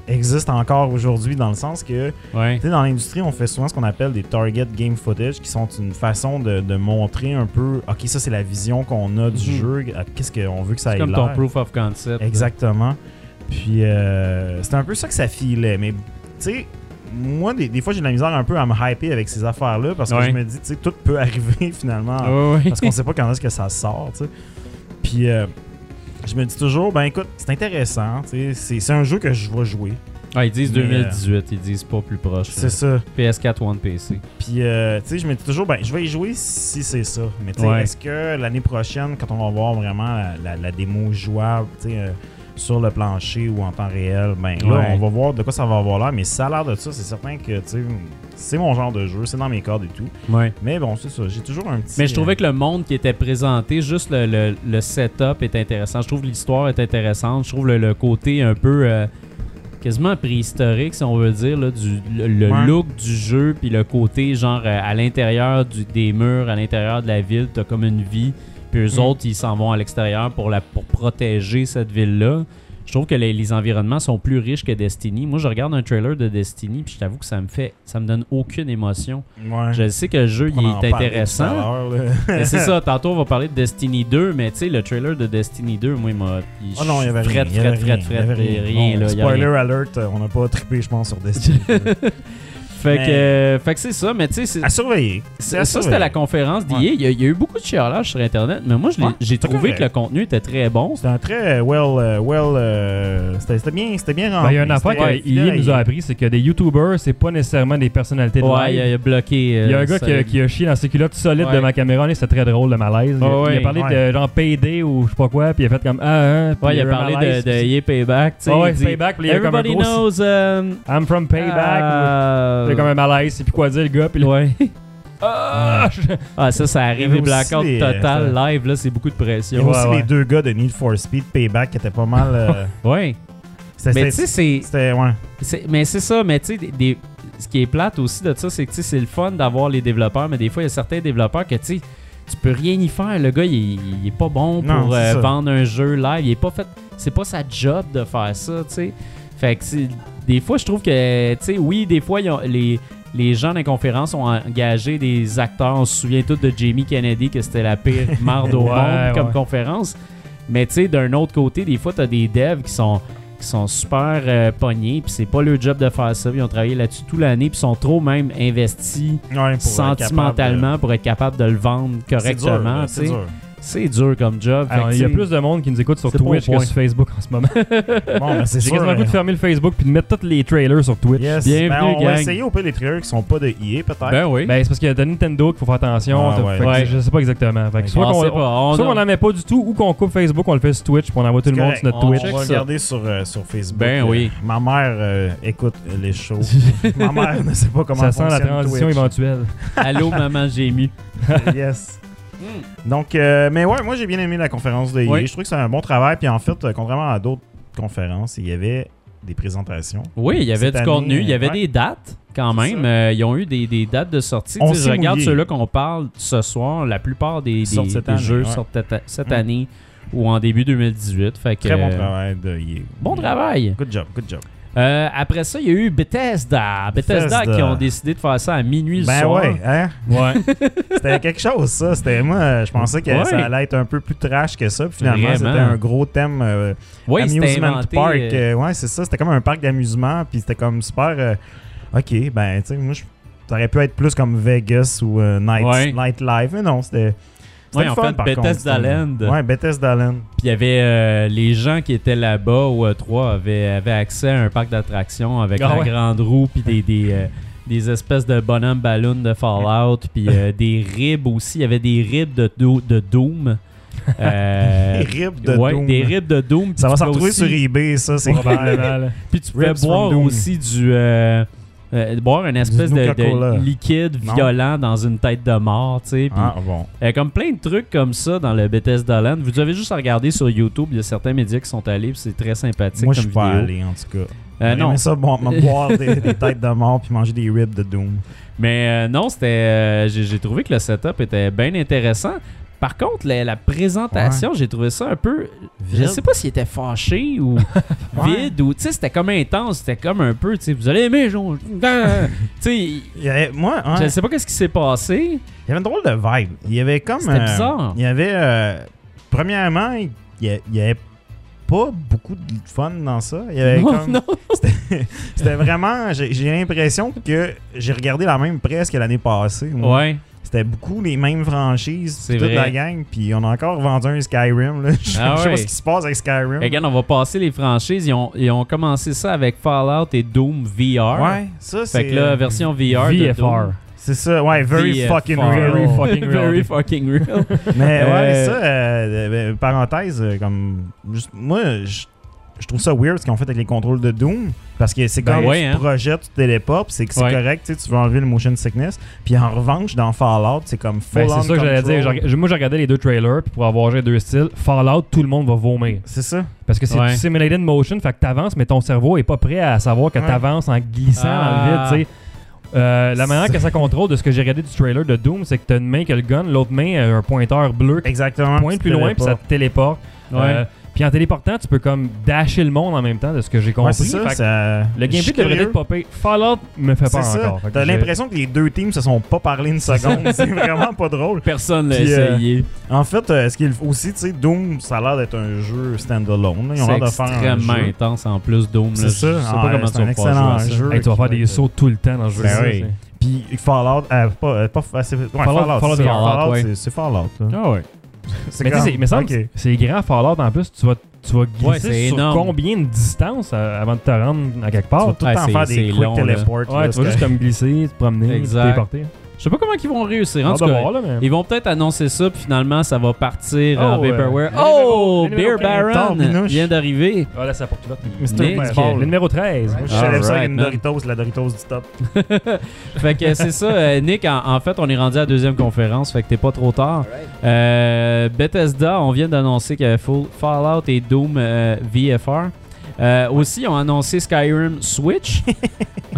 Speaker 3: existe encore aujourd'hui, dans le sens que
Speaker 1: Ouais.
Speaker 3: Tu sais, dans l'industrie, on fait souvent ce qu'on appelle des target game footage, qui sont une façon de, de montrer un peu, OK, ça c'est la vision qu'on a du
Speaker 1: Mhm.
Speaker 3: jeu, à- qu'est-ce qu'on veut que ça
Speaker 1: C'est
Speaker 3: ait
Speaker 1: comme ton
Speaker 3: l'air.
Speaker 1: proof of concept.
Speaker 3: Exactement. Puis euh, c'est un peu ça que ça filait, mais tu sais, moi, des, des fois, j'ai de la misère un peu à me hyper avec ces affaires-là, parce que
Speaker 1: Ouais.
Speaker 3: je me dis, tu sais, tout peut arriver finalement
Speaker 1: là. Ouais, ouais.
Speaker 3: parce qu'on sait pas quand est-ce que ça sort, tu sais. Puis euh, je me dis toujours, ben écoute, c'est intéressant, tu sais, c'est c'est un jeu que je vais jouer,
Speaker 1: Ah, ils disent
Speaker 3: Mais, euh,
Speaker 1: 2018, ils disent pas plus proche. là.
Speaker 3: c'est ça.
Speaker 1: PS4 One PC.
Speaker 3: Puis, euh, tu sais, je me dis toujours, ben, je vais y jouer si c'est ça. Mais, tu sais,
Speaker 1: Ouais.
Speaker 3: est-ce que l'année prochaine, quand on va voir vraiment la, la- la démo jouable, tu sais, euh, sur le plancher ou en temps réel, ben, là,
Speaker 1: Ouais.
Speaker 3: on va voir de quoi ça va avoir l'air. Mais si ça a l'air de ça, c'est certain que, tu sais, c'est mon genre de jeu, c'est dans mes cordes et tout.
Speaker 1: Ouais.
Speaker 3: Mais bon, c'est ça, j'ai toujours un petit. euh,
Speaker 1: Mais je trouvais que le monde qui était présenté, juste le, le- le setup est intéressant. Je trouve l'histoire est intéressante. Je trouve le, le côté un peu euh, quasiment préhistorique, si on veut dire, là, du, le, le
Speaker 3: Ouais.
Speaker 1: look du jeu, puis le côté genre euh, à l'intérieur du- des murs, à l'intérieur de la ville, t'as comme une vie. Puis eux
Speaker 3: Mm.
Speaker 1: autres, ils s'en vont à l'extérieur pour, la- pour protéger cette ville-là. Je trouve que les, les environnements sont plus riches que Destiny. Moi, je regarde un trailer de Destiny, puis je t'avoue que ça me fait, ça me donne aucune émotion.
Speaker 3: euh, Ouais.
Speaker 1: Je sais que le jeu,
Speaker 3: On
Speaker 1: il
Speaker 3: en
Speaker 1: est
Speaker 3: parlait tout à
Speaker 1: intéressant.
Speaker 3: l'heure, là.
Speaker 1: Mais c'est ça, tantôt on va parler de Destiny 2, mais tu sais, le trailer de Destiny 2, moi, il m'a. il-
Speaker 3: Oh non, il y avait
Speaker 1: fret,
Speaker 3: rien. il y avait
Speaker 1: fret, fret,
Speaker 3: rien,
Speaker 1: fret,
Speaker 3: il y avait
Speaker 1: rien,
Speaker 3: Bon,
Speaker 1: là, il y a
Speaker 3: spoiler
Speaker 1: rien.
Speaker 3: alert, euh, on n'a pas trippé, je pense, sur Destiny.
Speaker 1: Fait que,
Speaker 3: Mais-
Speaker 1: euh, fait que c'est ça, mais tu sais, c'est-
Speaker 3: à surveiller. C'est
Speaker 1: c'est-
Speaker 3: à
Speaker 1: ça, c'était la
Speaker 3: surveiller.
Speaker 1: conférence d'hier.
Speaker 3: Ouais.
Speaker 1: Il, y a- il y a eu beaucoup de chialage sur Internet, mais moi, je l'ai-
Speaker 3: Ouais,
Speaker 1: j'ai
Speaker 3: c'est
Speaker 1: trouvé
Speaker 3: correct.
Speaker 1: que le contenu était très bon.
Speaker 3: C'était un très euh, well, euh, well, euh, c'était c'était bien, c'était bien
Speaker 4: Ben,
Speaker 3: rendu.
Speaker 4: il y a un affaire
Speaker 3: C'était-
Speaker 4: qu'il nous a appris, c'est que des YouTubers, c'est pas nécessairement des personnalités de
Speaker 1: Ouais, il a,
Speaker 4: live.
Speaker 1: il a bloqué. euh,
Speaker 4: Il y a un gars qui a,
Speaker 1: solide.
Speaker 4: qui a chié dans ses culottes solides
Speaker 1: Ouais.
Speaker 4: de ma caméra, et c'était très drôle, le malaise. Il, a-
Speaker 1: Ah ouais,
Speaker 4: il a parlé
Speaker 3: ouais.
Speaker 4: de genre PD ou je sais pas quoi, puis il a fait comme Ah, ah, puis
Speaker 1: Ouais, il a
Speaker 4: eu un
Speaker 1: parlé
Speaker 4: malaise,
Speaker 1: de, de
Speaker 4: puis-
Speaker 1: Yeah Payback. tu sais,
Speaker 4: Ah ouais,
Speaker 1: il dit,
Speaker 4: Payback, puis il y a comme un
Speaker 1: Everybody
Speaker 4: gros.
Speaker 1: knows. um,
Speaker 4: I'm from Payback.
Speaker 1: ah,
Speaker 4: Il y a comme un malaise, c'est plus quoi dire, le gars, puis là,
Speaker 1: Ouais.
Speaker 4: Ah, je-
Speaker 1: Ah, ça, ça
Speaker 3: Il y
Speaker 1: arrive.
Speaker 3: avait
Speaker 1: les Blackout
Speaker 3: aussi des-
Speaker 1: total live, là, c'est beaucoup de
Speaker 3: Il y avait
Speaker 1: pression.
Speaker 4: Ouais,
Speaker 3: aussi
Speaker 4: ouais.
Speaker 3: les deux gars de Need for Speed Payback qui étaient pas mal. euh,
Speaker 1: Ouais.
Speaker 3: c'était-
Speaker 1: Mais tu sais,
Speaker 3: c'était-
Speaker 1: c'est.
Speaker 3: c'était ouais.
Speaker 1: C'est- mais c'est ça, mais tu sais, des- des- ce qui est plate aussi de ça, c'est que tu sais, c'est le fun d'avoir les développeurs, mais des fois, il y a certains développeurs que tu sais, tu peux rien y faire. Le gars, il, est- il est pas bon pour
Speaker 3: Non, c'est
Speaker 1: euh,
Speaker 3: ça.
Speaker 1: vendre un jeu live. Il est pas fait. C'est pas sa job de faire ça, tu sais. Fait que c'est- des fois, je trouve que, tu sais, oui, des fois, ils ont- les, les gens des conférences ont engagé des acteurs. On se souvient tous de Jamie Kennedy, que c'était la pire marde au
Speaker 4: Ouais,
Speaker 1: monde comme
Speaker 4: ouais.
Speaker 1: conférence. Mais tu sais, d'un autre côté, des fois, t'as des devs qui sont, qui sont super euh, pognés, puis c'est pas leur job de faire ça. Ils ont travaillé là-dessus toute l'année, puis sont trop même investis
Speaker 3: Ouais, pour être capable de-
Speaker 1: sentimentalement pour être capables de le vendre
Speaker 3: C'est dur, là,
Speaker 1: correctement. tu
Speaker 3: C'est
Speaker 1: sais.
Speaker 3: dur.
Speaker 1: C'est dur comme job. Fait
Speaker 4: Alors,
Speaker 1: que,
Speaker 4: Il y a
Speaker 1: tu sais,
Speaker 4: plus de monde qui nous écoute sur
Speaker 1: c'est pas au
Speaker 4: Twitch que
Speaker 1: point. hein.
Speaker 4: sur Facebook en ce moment.
Speaker 3: Bon, ben, c'est
Speaker 4: J'ai
Speaker 3: sûr.
Speaker 4: quasiment le goût de fermer le Facebook puis de mettre tous les trailers sur Twitch.
Speaker 3: Yes.
Speaker 1: Bienvenue,
Speaker 3: Ben, on va
Speaker 1: gang.
Speaker 3: essayer au pire les trailers qui sont pas de EA, peut-être.
Speaker 1: Ben oui.
Speaker 4: Ben, c'est parce qu'il y a de Nintendo qu'il faut faire attention.
Speaker 3: Ah,
Speaker 4: T'as-
Speaker 3: ouais.
Speaker 4: fait que
Speaker 1: Ouais. Ben,
Speaker 4: Je sais pas exactement. Fait que
Speaker 3: Ok.
Speaker 4: soit
Speaker 1: on
Speaker 4: qu'on
Speaker 1: sait pas. On,
Speaker 4: soit qu'on en met pas du tout ou qu'on coupe Facebook, on le fait sur Twitch puis on envoie tout le
Speaker 3: C'est
Speaker 4: monde
Speaker 3: correct.
Speaker 4: sur notre
Speaker 1: On
Speaker 4: Twitch.
Speaker 1: check
Speaker 3: On va
Speaker 1: ça.
Speaker 3: regarder sur, euh, sur Facebook.
Speaker 1: Ben oui.
Speaker 3: Ma mère euh, écoute les shows. Ma mère ne sait pas comment
Speaker 4: Ça sent la
Speaker 3: fonctionne
Speaker 4: transition
Speaker 3: Twitch.
Speaker 4: éventuelle.
Speaker 1: Allô, maman, j'ai mis.
Speaker 3: yes. Donc, euh, mais ouais, moi j'ai bien aimé la conférence de EA.
Speaker 1: Hmm. Oui.
Speaker 3: Je trouve que c'est un bon travail. Puis en fait, euh, contrairement à d'autres conférences, il y avait des présentations.
Speaker 1: Oui, il y avait
Speaker 3: Cette
Speaker 1: du
Speaker 3: année,
Speaker 1: contenu, il y avait
Speaker 3: ouais.
Speaker 1: des dates quand
Speaker 3: C'est
Speaker 1: même.
Speaker 3: ça.
Speaker 1: Euh, ils ont eu des, des dates de sortie.
Speaker 3: On
Speaker 1: Tu sais,
Speaker 3: s'est
Speaker 1: je regarde
Speaker 3: mouillé.
Speaker 1: ceux-là qu'on parle ce soir. La plupart des,
Speaker 3: Ils sortent
Speaker 1: des-
Speaker 3: cette
Speaker 1: des
Speaker 3: année,
Speaker 1: jeux
Speaker 3: ouais.
Speaker 1: sortent cette- cette
Speaker 3: Mm.
Speaker 1: année ou en début 2018. Fait que,
Speaker 3: Très bon
Speaker 1: euh,
Speaker 3: travail de EA.
Speaker 1: Bon travail.
Speaker 3: Good job, good job.
Speaker 1: Euh, après ça, il y a eu Bethesda. Bethesda.
Speaker 3: Bethesda.
Speaker 1: qui ont décidé de faire ça à minuit le
Speaker 3: Ben
Speaker 1: soir.
Speaker 3: ouais, hein?
Speaker 4: Ouais.
Speaker 3: C'était quelque chose, ça. C'était moi, je pensais que
Speaker 1: Ouais.
Speaker 3: ça allait être un peu plus trash que ça. Puis finalement,
Speaker 1: Vraiment.
Speaker 3: c'était un gros thème. euh,
Speaker 1: Oui, c'était
Speaker 3: amusement
Speaker 1: inventé.
Speaker 3: park.
Speaker 1: euh,
Speaker 3: euh, ouais, c'est ça. C'était comme un parc d'amusement. Puis c'était comme super. euh, ok, ben, tu sais, moi, je- ça aurait pu être plus comme Vegas ou euh, Night,
Speaker 1: Ouais.
Speaker 3: Night Live. Mais non, c'était. c'était
Speaker 1: Ouais,
Speaker 3: le
Speaker 1: en
Speaker 3: fun,
Speaker 1: fait,
Speaker 3: par
Speaker 1: Bethesda
Speaker 3: contre. euh,
Speaker 1: Land.
Speaker 3: Ouais, Bethesda Land.
Speaker 1: Puis il y avait euh, les gens qui étaient là-bas au E3 avaient, avaient accès à un parc d'attractions avec
Speaker 4: Ah
Speaker 1: la
Speaker 4: ouais.
Speaker 1: grande roue puis des, des, euh, des espèces de bonhommes ballons de Fallout puis euh, des ribs aussi. Il y avait des ribs de, Do- de Doom. Euh,
Speaker 3: Des ribs de
Speaker 1: ouais,
Speaker 3: Doom.
Speaker 1: des ribs de Doom. puis
Speaker 3: Ça va
Speaker 1: tu
Speaker 3: se
Speaker 1: peux
Speaker 3: retrouver
Speaker 1: aussi-
Speaker 3: sur eBay, ça, c'est clair.
Speaker 4: Probablement. là.
Speaker 1: Puis tu pouvais
Speaker 3: Ribs from
Speaker 1: boire
Speaker 3: Doom.
Speaker 1: aussi du... euh, euh, boire une espèce de, de
Speaker 3: Nuka-Cola.
Speaker 1: liquide
Speaker 3: Non.
Speaker 1: violent dans une tête de mort, tu sais. puis-
Speaker 3: Ah, bon.
Speaker 1: euh, comme plein de trucs comme ça dans le Bethesda Land. Vous avez juste à regarder sur YouTube. Il y a certains médias qui sont allés. puis C'est très sympathique
Speaker 3: Moi, je
Speaker 1: comme
Speaker 3: suis pas
Speaker 1: vidéo.
Speaker 3: allé, en tout cas.
Speaker 1: Euh,
Speaker 3: J'aurais
Speaker 1: non,
Speaker 3: aimé ça, bo- me boire des, des têtes de mort puis manger des ribs de Doom.
Speaker 1: mais euh, non, c'était. euh, j'ai j'ai trouvé que le setup était bien intéressant. Par contre, la, la présentation, j'ai trouvé ça un peu. Je
Speaker 3: Vide.
Speaker 1: sais pas s'il était fâché ou vide ou. Tu sais, c'était comme intense. C'était comme un peu. Tu sais, vous allez aimer, genre. tu sais,
Speaker 3: Il y avait- moi, hein,
Speaker 1: je sais pas qu'est-ce qui s'est passé.
Speaker 3: il y avait une drôle de vibe. Il y avait comme.
Speaker 1: C'était
Speaker 3: euh,
Speaker 1: bizarre.
Speaker 3: Il y avait. euh, premièrement, il y, a- il y avait pas beaucoup de fun dans ça. Il y avait
Speaker 1: Non,
Speaker 3: Euh, comme-
Speaker 1: non.
Speaker 3: C'était vraiment. J'ai j'ai l'impression que j'ai regardé la même presse que l'année passée. moi.
Speaker 1: Ouais.
Speaker 3: C'était beaucoup les mêmes franchises,
Speaker 1: C'est
Speaker 3: toute
Speaker 1: vrai.
Speaker 3: la gang. Puis on a encore vendu un Skyrim. là. Je
Speaker 1: Ah
Speaker 3: je sais
Speaker 1: ouais.
Speaker 3: pas ce qui se passe avec Skyrim.
Speaker 1: Et Regarde, on va passer les franchises. Ils ont, ils ont commencé ça avec Fallout et Doom VR.
Speaker 3: Ouais, ça c'est.
Speaker 1: Fait que là, euh, version VR de
Speaker 4: VFR.
Speaker 1: Doom.
Speaker 3: C'est ça, ouais, very
Speaker 1: VFR.
Speaker 3: fucking
Speaker 4: Very
Speaker 3: real.
Speaker 4: fucking real.
Speaker 1: Very fucking real.
Speaker 3: Mais ouais,
Speaker 1: Euh,
Speaker 3: ça, euh, euh, parenthèse, euh, comme. juste- moi, je, je trouve ça weird ce qu'ils ont fait avec les contrôles de Doom. Parce que c'est
Speaker 1: Ben
Speaker 3: quand
Speaker 1: ouais,
Speaker 3: tu
Speaker 1: hein.
Speaker 3: projettes, tu téléportes, c'est que c'est
Speaker 1: Ouais.
Speaker 3: correct, tu sais, tu veux enlever le motion sickness. Puis en revanche, dans Fallout, c'est comme full
Speaker 4: Ben,
Speaker 3: on
Speaker 4: c'est ça que j'allais dire.
Speaker 3: control.
Speaker 4: J'ai- j'ai- Moi, j'ai regardé les deux trailers, puis pour avoir joué les deux styles, Fallout, tout le monde va vomir.
Speaker 3: C'est ça.
Speaker 4: Parce que c'est
Speaker 1: Ouais.
Speaker 4: du simulated motion, fait que t'avances, mais ton cerveau est pas prêt à savoir que
Speaker 3: Ouais.
Speaker 4: t'avances en glissant
Speaker 1: Ah.
Speaker 4: dans le vide, tu sais. Euh, la manière que ça contrôle de ce que j'ai regardé du trailer de Doom, c'est que t'as une main qui a le gun, l'autre main a un pointeur bleu qui
Speaker 3: Exactement.
Speaker 4: pointe
Speaker 3: tu
Speaker 4: plus loin, puis ça
Speaker 3: téléportes.
Speaker 4: te téléporte. Euh, puis en téléportant, tu peux comme dasher le monde en même temps, de ce que j'ai
Speaker 3: Ouais,
Speaker 4: compris.
Speaker 3: c'est ça,
Speaker 4: Fait que
Speaker 3: ça-
Speaker 4: le
Speaker 3: je
Speaker 4: gameplay
Speaker 3: suis
Speaker 4: devrait
Speaker 3: curieux.
Speaker 4: être popé. Fallout me fait
Speaker 3: C'est
Speaker 4: peur
Speaker 3: ça.
Speaker 4: encore. Fait que
Speaker 3: T'as
Speaker 4: j'ai-
Speaker 3: l'impression que les deux teams se sont pas parlé une seconde. c'est vraiment pas drôle.
Speaker 1: Personne l'a
Speaker 3: Puis, euh,
Speaker 1: essayé.
Speaker 3: En fait, euh, ce qu'il aussi, tu sais, Doom, ça a l'air d'être un jeu standalone. là. Ils ont
Speaker 1: C'est
Speaker 3: l'air de faire un
Speaker 1: extrêmement
Speaker 3: jeu.
Speaker 1: intense en plus Doom.
Speaker 3: C'est
Speaker 1: là.
Speaker 3: ça.
Speaker 1: Je sais
Speaker 3: Ah,
Speaker 1: pas comment
Speaker 3: c'est
Speaker 1: tu
Speaker 3: un
Speaker 1: vas pouvoir
Speaker 3: excellent
Speaker 1: jouer à ça.
Speaker 3: jeu.
Speaker 4: Hey, tu vas faire
Speaker 3: qui
Speaker 4: des
Speaker 3: va
Speaker 4: sauts tout le temps dans le jeu.
Speaker 3: Ben
Speaker 4: ça,
Speaker 3: oui.
Speaker 4: c'est-
Speaker 3: Puis Fallout, euh, pas, euh, pas, euh, c'est, ouais,
Speaker 4: Fallout,
Speaker 3: Fallout,
Speaker 4: Fallout,
Speaker 3: c'est-
Speaker 1: Fallout,
Speaker 3: Fallout,
Speaker 1: ouais.
Speaker 3: c'est- c'est Fallout. là.
Speaker 1: Ah ouais.
Speaker 3: C'est
Speaker 4: Mais tu sais,
Speaker 3: comme-
Speaker 4: c'est- mais ça, me
Speaker 3: ok.
Speaker 4: semble que c'est grand Fallout en plus. Tu vas, tu vas
Speaker 1: Ouais,
Speaker 4: glisser
Speaker 1: c'est
Speaker 4: sur
Speaker 1: énorme.
Speaker 4: combien de distance euh, avant de te rendre à quelque
Speaker 3: Tu vas
Speaker 4: part.
Speaker 3: tout
Speaker 1: Ouais,
Speaker 3: le temps
Speaker 1: c'est-
Speaker 3: faire
Speaker 1: c'est
Speaker 3: des
Speaker 1: long,
Speaker 3: quick
Speaker 1: là.
Speaker 3: teleports. là,
Speaker 4: Ouais, tu vas
Speaker 3: c'est-
Speaker 4: juste comme glisser, te promener, te
Speaker 1: Exact.
Speaker 4: téléporter.
Speaker 1: Je sais pas comment ils vont réussir. En
Speaker 4: Hâte
Speaker 1: tout
Speaker 4: de
Speaker 1: cas,
Speaker 4: voir, là, mais-
Speaker 1: ils vont peut-être annoncer ça, puis finalement, ça va partir
Speaker 4: Oh,
Speaker 1: en
Speaker 4: euh,
Speaker 1: Vaporware.
Speaker 4: les
Speaker 1: oh!
Speaker 4: numéros-
Speaker 1: Beer
Speaker 4: les numéros
Speaker 1: Baron
Speaker 3: qui nous-
Speaker 1: vient d'arriver.
Speaker 4: Ah, là, c'est la porte ouverte.
Speaker 3: Mr.
Speaker 1: Nick, Ah,
Speaker 4: Ok,
Speaker 3: Baseball.
Speaker 4: Le numéro 13.
Speaker 3: Je savais ça
Speaker 1: Alright,
Speaker 3: avec une
Speaker 1: man.
Speaker 3: Doritos, la Doritos du top.
Speaker 1: fait que c'est ça, euh, Nick. En, en fait, on est rendu à la deuxième conférence, fait que t'es pas trop tard. Euh, Bethesda, on vient d'annoncer qu'il y avait Full- Fallout et Doom euh, VFR. Euh, aussi, ils ont annoncé Skyrim Switch.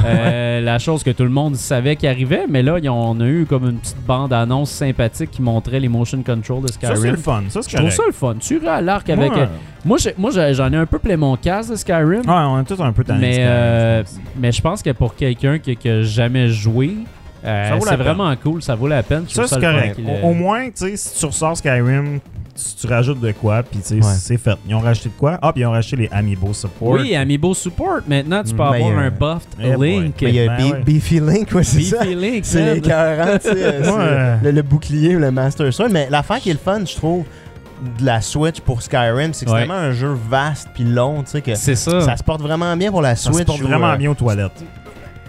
Speaker 1: Euh, la chose que tout le monde savait qui arrivait, mais là, ils ont- on a eu comme une petite bande-annonce sympathique qui montrait les motion control de
Speaker 3: Ça, c'est
Speaker 1: Skyrim.
Speaker 3: le fun. Ça, c'est
Speaker 1: je trouve
Speaker 3: correct.
Speaker 1: ça le fun. Tu irais à l'arc avec.
Speaker 3: Ouais.
Speaker 1: euh, Moi, j'ai- moi, j'ai- j'en ai un peu plein mon casse de Skyrim.
Speaker 3: Ouais, on est tous un peu tannés.
Speaker 1: Mais,
Speaker 3: c'est correct,
Speaker 1: euh,
Speaker 3: c'est-
Speaker 1: mais je pense que pour quelqu'un qui qui a jamais joué, euh,
Speaker 3: Ça vaut la
Speaker 1: c'est
Speaker 3: peine.
Speaker 1: vraiment cool, ça vaut la peine. Je
Speaker 3: Ça,
Speaker 1: trouve le
Speaker 3: c'est
Speaker 1: fun
Speaker 3: correct.
Speaker 1: qu'il,
Speaker 3: Au,
Speaker 1: euh,
Speaker 3: au moins, tu sais, si tu ressors Skyrim, tu, tu rajoutes de quoi, puis tu sais,
Speaker 5: Ouais.
Speaker 3: c'est fait. Ils ont racheté de quoi? Ah, puis ils ont racheté les Amiibo Support.
Speaker 1: Oui, Amiibo Support, maintenant tu peux
Speaker 5: Mais,
Speaker 1: avoir
Speaker 5: euh,
Speaker 1: un buffed
Speaker 3: eh boy.
Speaker 1: Link.
Speaker 5: Mais il y
Speaker 3: Ben
Speaker 5: a Be-
Speaker 3: ouais.
Speaker 5: Beefy Link, ouais, c'est ça.
Speaker 1: Beefy Link,
Speaker 5: C'est
Speaker 1: man.
Speaker 5: écœurant, tu sais. euh, c'est
Speaker 3: Moi, euh,
Speaker 5: le, le bouclier, le Master Sword. Mais l'affaire qui est le fun, je trouve, de la Switch pour Skyrim, c'est que
Speaker 1: Ouais.
Speaker 5: c'est vraiment un jeu vaste puis long, tu sais, que
Speaker 1: C'est ça.
Speaker 5: ça se porte vraiment bien pour la
Speaker 3: Ça
Speaker 5: Switch.
Speaker 3: se porte
Speaker 5: où,
Speaker 3: vraiment
Speaker 5: euh,
Speaker 3: bien aux toilettes.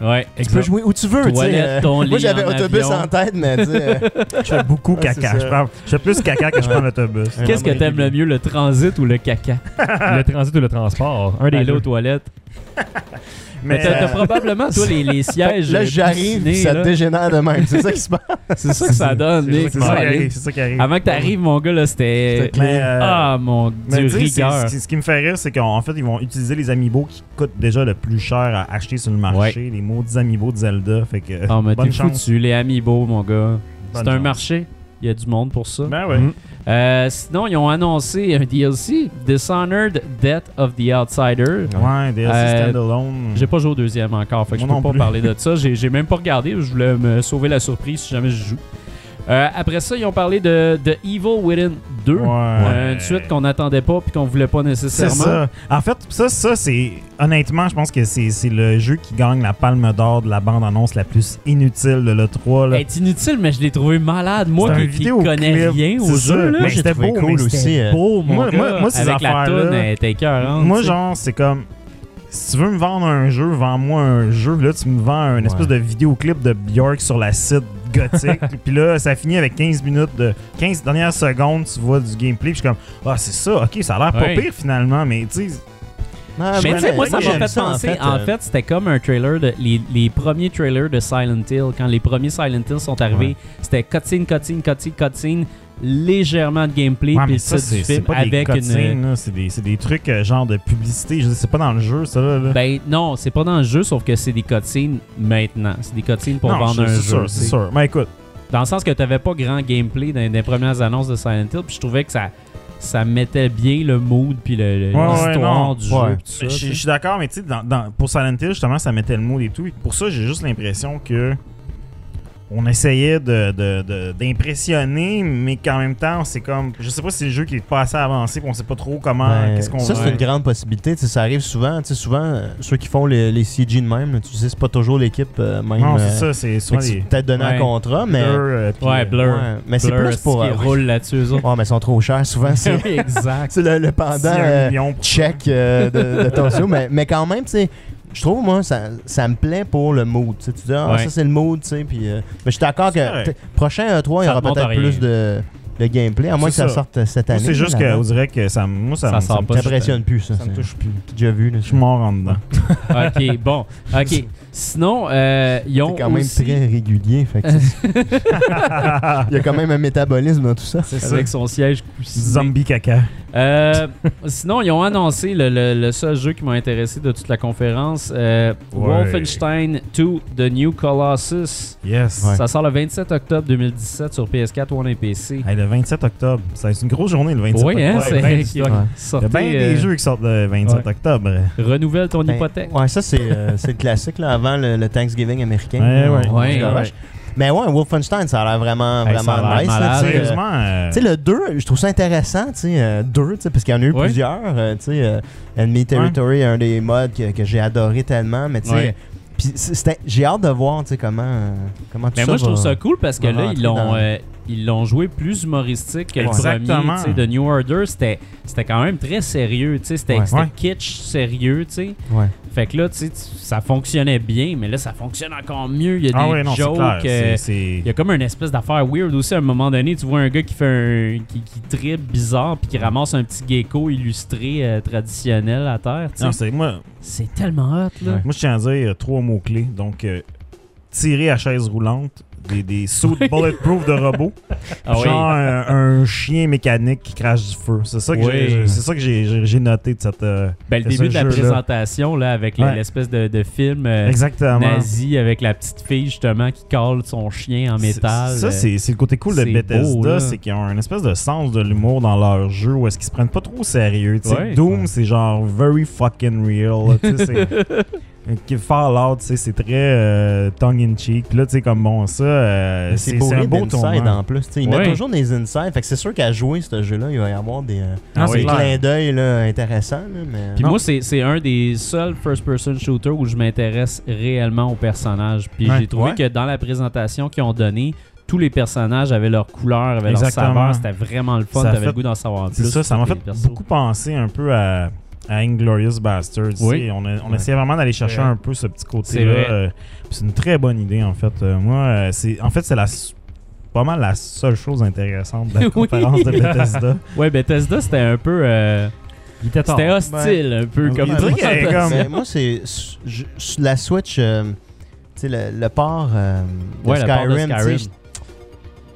Speaker 1: Ouais,
Speaker 5: Tu peux
Speaker 1: exact.
Speaker 5: jouer où tu veux, tu sais.
Speaker 1: Toilette,
Speaker 5: euh,
Speaker 1: ton
Speaker 5: Moi,
Speaker 1: lit
Speaker 5: j'avais
Speaker 1: en
Speaker 5: autobus
Speaker 1: avion.
Speaker 5: en tête, mais tu sais, euh,
Speaker 3: Je fais beaucoup
Speaker 5: Ouais,
Speaker 3: caca.
Speaker 5: c'est
Speaker 3: Je,
Speaker 5: ça.
Speaker 3: prends- je fais plus caca que je prends l'autobus.
Speaker 1: Qu'est-ce que t'aimes le mieux, le transit ou le caca? Ah.
Speaker 4: le transit ou le transport. Un des
Speaker 1: Aller
Speaker 4: deux.
Speaker 1: aux toilettes. Mais,
Speaker 3: Mais,
Speaker 1: t'as t'as
Speaker 3: euh,
Speaker 1: probablement, toi, les, les sièges.
Speaker 5: Là,
Speaker 1: euh,
Speaker 5: j'arrive,
Speaker 1: piscinés,
Speaker 5: puis ça
Speaker 1: là.
Speaker 5: dégénère de même. C'est ça qui se passe.
Speaker 1: C'est ça que ça donne, Nick.
Speaker 3: c'est ça qui
Speaker 1: Solide.
Speaker 3: arrive, c'est ça qui arrive.
Speaker 1: Avant que t'arrives, mon gars, là, c'était.
Speaker 5: C'était
Speaker 3: Mais, euh,
Speaker 1: Ah, mon
Speaker 3: mais
Speaker 1: dieu,
Speaker 3: tu sais, c'est-
Speaker 1: rigueur.
Speaker 3: Ce qui, ce qui me fait rire, c'est qu'en fait, ils vont utiliser les amiibo qui coûtent déjà le plus cher à acheter sur le marché. Les maudits amiibo de Zelda. Fait que,
Speaker 1: Ah, mais t'es
Speaker 3: bonne chance.
Speaker 1: foutu, les Amiibo, mon gars. C'est
Speaker 3: Bonne
Speaker 1: un
Speaker 3: chance.
Speaker 1: marché. Il y a du monde pour ça.
Speaker 3: Ben ouais.
Speaker 4: Mm.
Speaker 1: Euh, sinon, ils ont annoncé un DLC, Dishonored Death of the Outsider.
Speaker 3: Ouais, DLC
Speaker 1: Euh,
Speaker 3: standalone.
Speaker 1: J'ai pas joué au deuxième encore, fait que je
Speaker 3: Moi
Speaker 1: peux
Speaker 3: non
Speaker 1: pas
Speaker 3: plus.
Speaker 1: parler de ça. J'ai j'ai même pas regardé, je voulais me sauver la surprise si jamais je joue. Euh, après ça, ils ont parlé de, de Evil Within 2.
Speaker 3: Ouais.
Speaker 1: Euh, Une suite qu'on n'attendait pas puis qu'on voulait pas
Speaker 3: C'est
Speaker 1: nécessairement.
Speaker 3: ça. En fait, ça, ça c'est. Honnêtement, je pense que c'est c'est le jeu qui gagne la palme d'or de la bande-annonce la plus inutile de l'E3. là.
Speaker 1: Elle est inutile, mais je l'ai trouvé malade.
Speaker 3: C'est
Speaker 1: Moi
Speaker 3: un
Speaker 1: qui, qui
Speaker 3: vidéoclip,
Speaker 1: connais rien au
Speaker 3: c'est ça.
Speaker 1: jeu, là.
Speaker 3: Mais
Speaker 5: Moi, j'ai
Speaker 3: c'était
Speaker 5: trouvé
Speaker 3: beau,
Speaker 5: cool
Speaker 3: mais c'était
Speaker 5: aussi, euh,
Speaker 1: beau, mon
Speaker 3: moi-
Speaker 1: gars.
Speaker 3: moi- moi, ces
Speaker 1: Avec la
Speaker 3: affaires-là-
Speaker 1: toune, elle était écœurante.
Speaker 3: Moi,
Speaker 1: tu sais.
Speaker 3: genre, c'est comme. Si tu veux me vendre un jeu, vends-moi un jeu. Là, tu me vends un espèce de vidéoclip de Bjork sur la site gothique. puis là, ça finit avec 15 minutes de. 15 dernières secondes, tu vois du gameplay. Puis je suis comme, ah, c'est ça, ok, ça a l'air
Speaker 1: Ouais.
Speaker 3: pas pire finalement, mais tu sais.
Speaker 5: Ah,
Speaker 1: Mais
Speaker 5: ouais,
Speaker 1: tu sais, moi,
Speaker 5: ouais,
Speaker 1: ça
Speaker 5: j'aime
Speaker 1: m'a fait penser. En
Speaker 5: euh,
Speaker 1: fait, c'était comme un trailer, de, les, les premiers trailers de Silent Hill. Quand les premiers Silent Hill sont arrivés, c'était cutscene, cutscene, cutscene, cutscene, légèrement de gameplay,
Speaker 3: ouais,
Speaker 1: puis
Speaker 3: mais
Speaker 1: le titre
Speaker 3: ça, c'est
Speaker 1: du
Speaker 3: c'est
Speaker 1: film
Speaker 3: pas des
Speaker 1: avec une.
Speaker 3: cutscenes, là, C'est des, c'est des trucs euh, genre de publicité. Je veux dire, c'est pas dans le jeu, ça. Là, là.
Speaker 1: Ben non, c'est pas dans le jeu, sauf que c'est des cutscenes maintenant. C'est des cutscenes pour
Speaker 3: Non,
Speaker 1: vendre un
Speaker 3: c'est
Speaker 1: jeu.
Speaker 3: sûr,
Speaker 1: tu
Speaker 3: c'est
Speaker 1: sais.
Speaker 3: sûr. Mais écoute,
Speaker 1: Dans le sens que t'avais pas grand gameplay dans les premières annonces de Silent Hill, puis je trouvais que ça, ça mettait bien le mood, puis le- le-
Speaker 3: Ouais, ouais,
Speaker 1: l'histoire
Speaker 3: non.
Speaker 1: du
Speaker 5: Ouais.
Speaker 1: jeu. puis tout ça,
Speaker 3: je
Speaker 1: tu sais.
Speaker 3: je suis d'accord, mais tu sais, dans- dans- pour Silent Hill, justement, ça mettait le mood et tout. Et Pour ça, j'ai juste l'impression que on essayait de- de- de- d'impressionner, mais qu'en même temps, c'est comme. Je sais pas si c'est le jeu qui est pas assez avancé, puis on sait pas trop comment.
Speaker 5: ben,
Speaker 3: Qu'est-ce qu'on
Speaker 5: ça, c'est
Speaker 3: veut.
Speaker 5: une grande possibilité. Tu sais, ça arrive souvent. Tu sais, souvent, euh, ceux qui font les, les CG de même, là, tu sais, c'est pas toujours l'équipe euh, même.
Speaker 3: Non,
Speaker 5: euh,
Speaker 3: c'est ça, c'est
Speaker 5: fait
Speaker 3: souvent
Speaker 5: que tu
Speaker 3: des.
Speaker 5: peux peut-être donner
Speaker 1: Ouais.
Speaker 5: un contrat, mais.
Speaker 3: blurs, euh, puis,
Speaker 1: Ouais,
Speaker 3: euh,
Speaker 1: Blur.
Speaker 5: Ouais, mais c'est
Speaker 1: Blur,
Speaker 5: plus pour.
Speaker 1: qui
Speaker 5: euh,
Speaker 1: roule là-dessus, eux autres.
Speaker 5: Ouais, mais ils sont trop chers. Souvent, c'est
Speaker 1: Oui, exact.
Speaker 5: c'est le, le
Speaker 3: s'il y
Speaker 5: pendant
Speaker 3: a un
Speaker 5: euh,
Speaker 3: million pour-
Speaker 5: check euh, de, de ton show. Mais, mais quand même, tu sais. Je trouve, moi, ça, ça me plaît pour le mood. Tu sais, tu dis, ah,
Speaker 1: Ouais.
Speaker 5: ça, c'est le mood, tu sais. Puis, euh, mais je suis d'accord
Speaker 3: C'est
Speaker 5: que
Speaker 3: correct.
Speaker 5: t- prochain E3, il y
Speaker 1: Ça
Speaker 5: aura
Speaker 1: remonte à
Speaker 5: peut-être
Speaker 1: rien.
Speaker 5: plus de, de gameplay, à moins que
Speaker 3: C'est
Speaker 5: ça,
Speaker 3: ça.
Speaker 5: sorte euh, cette
Speaker 3: Moi,
Speaker 5: année.
Speaker 3: C'est juste
Speaker 5: là,
Speaker 3: qu'on
Speaker 5: là.
Speaker 3: dirait que ça, moi, ça,
Speaker 1: Ça sort
Speaker 3: me-
Speaker 1: pas
Speaker 5: Ça
Speaker 1: du
Speaker 3: touche-
Speaker 5: m'impressionne plus, ça.
Speaker 3: Ça me
Speaker 5: c'est-
Speaker 3: touche plus.
Speaker 5: T'as déjà vu, là.
Speaker 3: Je suis mort en dedans.
Speaker 1: OK, bon. OK. Sinon, euh, ils ont
Speaker 5: C'est quand même
Speaker 1: aussi,
Speaker 5: très régulier. Fait que c'est- Il y a quand même un métabolisme dans tout ça.
Speaker 3: C'est ça.
Speaker 1: avec son siège coussiné.
Speaker 3: Zombie caca.
Speaker 1: Euh, sinon, ils ont annoncé le, le- le seul jeu qui m'a intéressé de toute la conférence, euh,
Speaker 3: Ouais.
Speaker 1: Wolfenstein 2 The New Colossus.
Speaker 3: Yes.
Speaker 1: Ça sort le 27 octobre 2017 sur PS4, One et PC.
Speaker 3: Hey, le 27 octobre. Ça, C'est une grosse journée, le 27
Speaker 1: Oui, hein,
Speaker 3: octobre.
Speaker 1: c'est
Speaker 3: Ben,
Speaker 1: qui va
Speaker 5: ouais.
Speaker 3: Il y a
Speaker 1: sortir,
Speaker 3: bien
Speaker 1: euh,
Speaker 3: des jeux qui sortent le 27
Speaker 1: ouais.
Speaker 3: octobre.
Speaker 1: Renouvelle ton
Speaker 5: Ben,
Speaker 1: hypothèque.
Speaker 5: Ouais, ça, c'est euh, c'est le classique là, avant le, le Thanksgiving américain.
Speaker 3: Ouais, ouais.
Speaker 5: On- on se
Speaker 1: Ouais,
Speaker 5: garoche. Mais ouais, Wolfenstein, ça a l'air vraiment,
Speaker 3: Hey, ça a
Speaker 5: vraiment
Speaker 3: l'air
Speaker 5: nice.
Speaker 1: malade.
Speaker 5: là, tu sais, euh,
Speaker 3: Sérieusement, euh,
Speaker 5: Tu sais, le 2, je trouve ça intéressant, tu sais, euh, 2, tu sais, parce qu'il y en a eu
Speaker 1: Ouais.
Speaker 5: plusieurs. euh, tu sais, euh, Enemy Territory, un des modes que, que j'ai adoré tellement, mais tu sais,
Speaker 1: Ouais.
Speaker 5: puis c'est- c'était- j'ai hâte de voir, tu sais, comment, euh, comment tout
Speaker 1: Mais
Speaker 5: ça
Speaker 1: moi, je trouve
Speaker 5: va-
Speaker 1: ça cool parce que
Speaker 5: va
Speaker 1: là,
Speaker 5: rentrer
Speaker 1: ils l'ont,
Speaker 5: dans-
Speaker 1: euh, ils l'ont joué plus humoristique que le
Speaker 3: Exactement.
Speaker 1: premier. tu sais, De New Order, c'était, c'était quand même très sérieux. tu sais, C'était,
Speaker 5: Ouais.
Speaker 1: c'était
Speaker 3: Ouais.
Speaker 1: kitsch, sérieux. tu sais.
Speaker 5: Ouais.
Speaker 1: Fait que là, tu sais, tu- ça fonctionnait bien, mais là, ça fonctionne encore mieux. Il y a
Speaker 3: ah
Speaker 1: des
Speaker 3: ouais, non, c'est
Speaker 1: jokes.
Speaker 3: clair, c'est-
Speaker 1: euh,
Speaker 3: c'est-
Speaker 1: il y a comme une espèce d'affaire weird aussi. À un moment donné, tu vois un gars qui fait un. qui, qui tripe bizarre puis qui ramasse un petit gecko illustré euh, traditionnel à terre. tu sais.
Speaker 3: Non, c'est- moi,
Speaker 1: C'est tellement hot, là.
Speaker 3: moi, je tiens à dire euh, trois mots-clés. Donc, euh, tirer à chaise roulante, des, des sauts de bulletproof de robots,
Speaker 1: Ah oui.
Speaker 3: genre un, un chien mécanique qui crache du feu. C'est ça que
Speaker 1: Oui.
Speaker 3: j'ai- c'est ça que j'ai j'ai- j'ai noté de cette... euh,
Speaker 1: Ben, le
Speaker 3: de ce
Speaker 1: début de la
Speaker 3: jeu-là.
Speaker 1: présentation, là, avec le-
Speaker 3: Ouais.
Speaker 1: l'espèce de, de film. euh,
Speaker 3: Exactement.
Speaker 1: nazi avec la petite fille justement qui colle son chien en
Speaker 3: C'est-
Speaker 1: métal. euh,
Speaker 3: Ça, c'est c'est le côté cool de
Speaker 1: c'est beau, là.
Speaker 3: Bethesda, c'est qu'ils ont une espèce de sens de l'humour dans leur jeu où est-ce qu'ils se prennent pas trop au sérieux. tu sais.
Speaker 1: Ouais.
Speaker 3: Doom, c'est genre very fucking real. là, tu sais, c'est- qui- Fallout, tu sais, c'est très euh, tongue-in-cheek. Puis là, tu sais, comme bon, ça, euh,
Speaker 5: Mais
Speaker 3: c'est
Speaker 5: C'est
Speaker 3: c'est un
Speaker 5: bourré
Speaker 3: beau
Speaker 5: d'inside
Speaker 1: Ah,
Speaker 3: tournant.
Speaker 5: en plus. tu sais, Ils
Speaker 1: Ouais.
Speaker 5: mettent toujours des insides. Fait que c'est sûr qu'à jouer ce jeu-là, il va y avoir des, euh,
Speaker 3: Ah
Speaker 4: Non,
Speaker 3: oui.
Speaker 5: des
Speaker 4: c'est clair.
Speaker 5: clins d'œil là, intéressants. là, mais... euh,
Speaker 1: Puis
Speaker 3: Non.
Speaker 1: moi, c'est c'est un des seuls first-person shooters où je m'intéresse réellement aux personnages. Puis
Speaker 3: Ouais.
Speaker 1: j'ai trouvé
Speaker 3: Ouais.
Speaker 1: que dans la présentation qu'ils ont donnée, tous les personnages avaient leur couleur, avaient
Speaker 3: Exactement.
Speaker 1: leur saveur. C'était vraiment le fun.
Speaker 3: Ça a
Speaker 1: T'avais
Speaker 3: fait-
Speaker 1: le goût d'en savoir
Speaker 3: C'est
Speaker 1: plus.
Speaker 3: ça, ça m'a
Speaker 1: sur
Speaker 3: fait
Speaker 1: les persos.
Speaker 3: beaucoup penser un peu à, à Inglorious Bastards. tu
Speaker 1: Oui.
Speaker 3: sais. On, a- on
Speaker 5: Ouais.
Speaker 3: essayait vraiment d'aller chercher
Speaker 5: C'est vrai.
Speaker 3: un peu ce petit
Speaker 1: C'est vrai.
Speaker 3: côté-là. euh, puis c'est une très bonne idée, en fait. Euh, moi, euh, c'est en fait, c'est la s- pas mal la seule chose intéressante de la
Speaker 1: Oui.
Speaker 3: conférence de Bethesda.
Speaker 1: Ouais, Bethesda, c'était un peu. euh,
Speaker 4: Il était tard.
Speaker 1: c'était hostile, un peu
Speaker 3: Ouais.
Speaker 1: comme.
Speaker 3: On ben, dirait qu'il y avait comme-
Speaker 5: Mais moi, c'est s- je- s- la Switch, euh, tu sais, le, le port euh, de
Speaker 1: Ouais, la part de
Speaker 5: Skyrim, tu sais,
Speaker 1: Skyrim.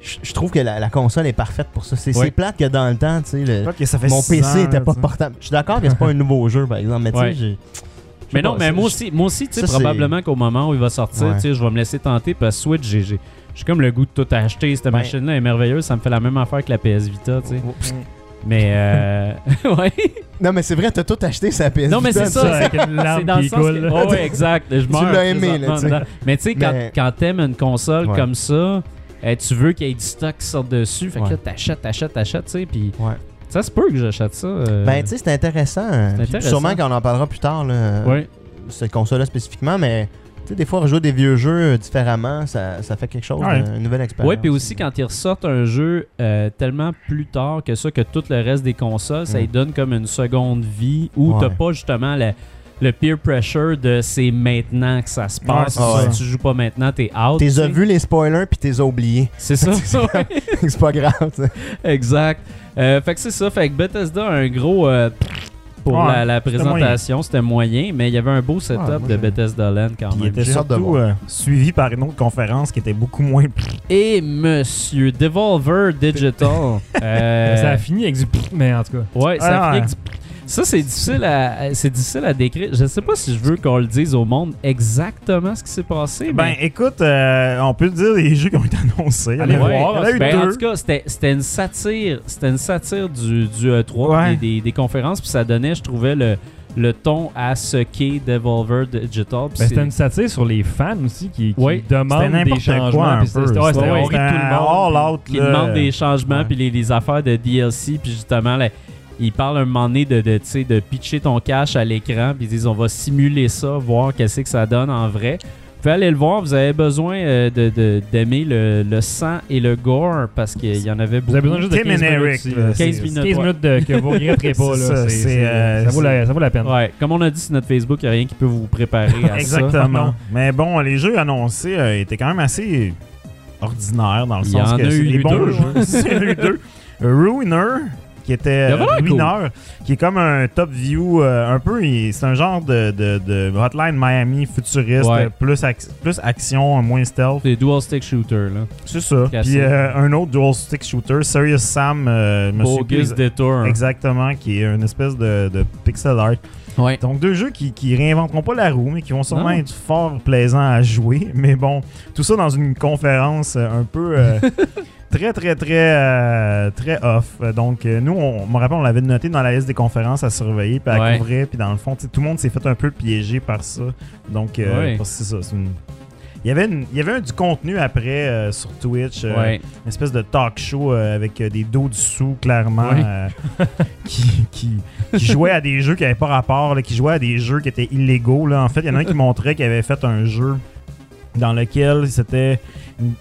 Speaker 5: je je trouve que la, la console est parfaite pour ça. C'est
Speaker 1: Ouais.
Speaker 5: c'est plate que dans le temps, tu sais, le-
Speaker 3: Ok, ça fait
Speaker 5: mon
Speaker 3: six ans,
Speaker 5: PC était
Speaker 3: là,
Speaker 5: pas
Speaker 3: tu sais.
Speaker 5: portable. Je suis d'accord que c'est pas un nouveau jeu, par exemple, mais tu
Speaker 1: Ouais.
Speaker 5: sais, j'ai- je
Speaker 1: Mais
Speaker 5: sais
Speaker 1: non,
Speaker 5: pas,
Speaker 1: mais
Speaker 5: c'est-
Speaker 1: moi aussi, moi aussi tu sais,
Speaker 5: Ça, c'est-
Speaker 1: probablement qu'au moment où il va sortir,
Speaker 5: Ouais.
Speaker 1: tu sais, je vais me laisser tenter parce que Switch, j'ai- j'ai j'ai comme le goût de tout acheter. Cette machine-là est merveilleuse. Ça me fait la même affaire que la PS Vita, tu sais. Mais euh, ouais.
Speaker 5: Mm. Non, mais c'est vrai, t'as tout acheté sur la PS
Speaker 1: Non, mais
Speaker 5: Vita,
Speaker 1: c'est
Speaker 5: tu
Speaker 1: ça.
Speaker 5: sais.
Speaker 4: avec une
Speaker 1: C'est
Speaker 4: larme
Speaker 1: dans le
Speaker 4: qui
Speaker 1: sens
Speaker 4: coule.
Speaker 1: que- Oh, ouais, exact. Je meurs
Speaker 5: l'as aimé, là,
Speaker 1: présentement
Speaker 5: tu sais.
Speaker 1: dedans. Mais tu sais, quand,
Speaker 5: Mais-
Speaker 1: quand t'aimes une console
Speaker 5: Ouais.
Speaker 1: comme ça, eh, tu veux qu'il y ait du stock qui sorte dessus. Fait que
Speaker 5: Ouais.
Speaker 1: là, t'achètes, t'achètes, t'achètes, tu sais. Puis
Speaker 5: Ouais.
Speaker 1: ça se peut que j'achète ça. euh,
Speaker 5: Ben, tu sais, c'est intéressant. Puis
Speaker 1: intéressant.
Speaker 5: Sûrement qu'on en parlera plus tard, là,
Speaker 1: ouais.
Speaker 5: cette console-là spécifiquement, mais tu sais, des fois, rejouer des vieux jeux euh, différemment, ça, ça fait quelque chose,
Speaker 3: Ouais.
Speaker 5: euh, une nouvelle expérience.
Speaker 1: Ouais, puis aussi quand ils ressortent un jeu euh, tellement plus tard que ça, que tout le reste des consoles, ça
Speaker 5: Mm.
Speaker 1: y donne comme une seconde vie où
Speaker 5: Ouais.
Speaker 1: t'as pas justement la- le peer pressure de c'est maintenant que ça se passe.
Speaker 3: Ouais,
Speaker 5: c'est
Speaker 1: Si
Speaker 5: ça.
Speaker 1: tu joues pas maintenant, t'es out. tu
Speaker 5: T'es
Speaker 1: sais.
Speaker 5: as vu les spoilers, puis t'es oublié.
Speaker 1: C'est ça. Ouais.
Speaker 5: c'est pas grave, tu sais.
Speaker 1: Exact. Euh, fait que c'est ça. Fait que Bethesda a un gros. euh, pour
Speaker 3: Ouais,
Speaker 1: la, la
Speaker 3: c'était
Speaker 1: présentation, c'était moyen. mais il y avait un beau setup
Speaker 5: Ouais, moi,
Speaker 1: de
Speaker 5: j'ai-
Speaker 1: Bethesda Land quand
Speaker 3: Puis il
Speaker 1: même.
Speaker 3: était
Speaker 5: J'ai hâte de
Speaker 3: surtout
Speaker 5: voir.
Speaker 3: euh, suivi par une autre conférence qui était beaucoup moins.
Speaker 1: Et monsieur Devolver Digital. euh,
Speaker 4: Ça a fini avec du pfff, mais en tout cas.
Speaker 1: Ouais, ça
Speaker 3: Ah,
Speaker 1: fait
Speaker 3: ouais.
Speaker 1: que du- Ça, c'est difficile, à, à- c'est difficile à décrire. Je sais pas si je veux qu'on le dise au monde exactement ce qui s'est passé.
Speaker 3: Ben
Speaker 1: mais...
Speaker 3: écoute, euh, on peut dire les jeux qui ont été annoncés. Allez
Speaker 1: Ouais.
Speaker 3: voir. Il y en a eu
Speaker 1: Ben, en
Speaker 3: deux.
Speaker 1: tout cas, c'était, c'était une satire. C'était une satire du, du E3 puis
Speaker 3: Ouais.
Speaker 1: des, des conférences. Puis ça donnait, je trouvais, le, le ton à ce qu'est Devolver Digital. puis
Speaker 4: Ben, c'était
Speaker 1: c'est-
Speaker 4: une satire sur les fans aussi qui, qui
Speaker 1: Oui.
Speaker 4: demandent
Speaker 3: C'était
Speaker 4: des
Speaker 3: n'importe
Speaker 4: changements.
Speaker 3: quoi, un
Speaker 4: puis c'était-
Speaker 3: peu.
Speaker 4: ouais, c'était
Speaker 1: Ouais,
Speaker 4: on rit de tout le monde.
Speaker 3: all out, euh,
Speaker 1: qui
Speaker 3: là.
Speaker 1: demande des changements,
Speaker 3: ouais.
Speaker 1: puis les, les affaires de DLC, puis justement, là, ils parlent un moment donné de, de, tu sais, de pitcher ton cash à l'écran, puis ils disent on va simuler ça, voir qu'est-ce que ça donne en vrai. Vous pouvez aller le voir, vous avez besoin euh, de- de- d'aimer le, le sang et le gore, parce qu'il y en avait beaucoup.
Speaker 4: Vous avez besoin juste de
Speaker 3: Tim
Speaker 4: 15
Speaker 3: and
Speaker 4: minutes.
Speaker 3: Eric,
Speaker 4: aussi.
Speaker 3: là,
Speaker 1: 15
Speaker 3: c'est-
Speaker 1: minutes.
Speaker 4: 15
Speaker 1: ouais.
Speaker 4: euh, minutes de- que vous regretterez pas. là.
Speaker 3: C'est ça,
Speaker 4: C'est-
Speaker 3: c'est,
Speaker 4: c'est-
Speaker 3: euh,
Speaker 4: ça, vaut la, ça vaut la peine.
Speaker 1: Ouais, comme on a dit sur notre Facebook, il n'y a rien qui peut vous préparer à ça.
Speaker 3: Exactement. Mais bon, les jeux annoncés euh, étaient quand même assez ordinaires dans le
Speaker 1: Il y
Speaker 3: sens
Speaker 1: en
Speaker 3: que
Speaker 1: a
Speaker 3: c'est
Speaker 1: eu
Speaker 3: des
Speaker 1: deux,
Speaker 3: bons
Speaker 1: ouais.
Speaker 3: jeux. Il y en a eu deux. Ruiner, qui
Speaker 1: Il
Speaker 3: était
Speaker 1: avait l'air cool.
Speaker 3: Ruiner, qui est comme un top view euh, un peu. il- C'est un genre de, de- de Hotline Miami futuriste,
Speaker 1: Ouais.
Speaker 3: euh, plus, ac- plus action, moins stealth.
Speaker 1: C'est dual stick shooter, là.
Speaker 3: C'est ça.
Speaker 1: Classique.
Speaker 3: Puis euh, un autre dual stick shooter, Serious Sam, euh, me suis
Speaker 1: Bogus
Speaker 3: pris-
Speaker 1: Detour.
Speaker 3: Exactement, qui est une espèce de, de pixel art.
Speaker 1: Ouais.
Speaker 3: Donc deux jeux qui, qui réinventeront pas la roue, mais qui vont sûrement
Speaker 1: Non.
Speaker 3: être fort plaisants à jouer. Mais bon, tout ça dans une conférence euh, un peu euh, très très très euh, très off. Euh, Donc euh, nous, on je me rappelle, on l'avait noté dans la liste des conférences à surveiller, puis à
Speaker 1: Ouais.
Speaker 3: couvrir, puis dans le fond, tu sais, tout le monde s'est fait un peu piéger par ça. Donc euh,
Speaker 1: Ouais.
Speaker 3: parce que c'est ça. c'est une- Il y, avait une- il y avait un du contenu après euh, sur Twitch, euh,
Speaker 1: Ouais.
Speaker 3: une espèce de talk show euh, avec euh, des dos dessous, clairement,
Speaker 1: Ouais.
Speaker 3: euh, qui, qui, qui jouait à des jeux qui n'avaient pas rapport, là, qui jouait à des jeux qui étaient illégaux. Là. En fait, il y en a un qui montrait qu'il avait fait un jeu dans lequel c'était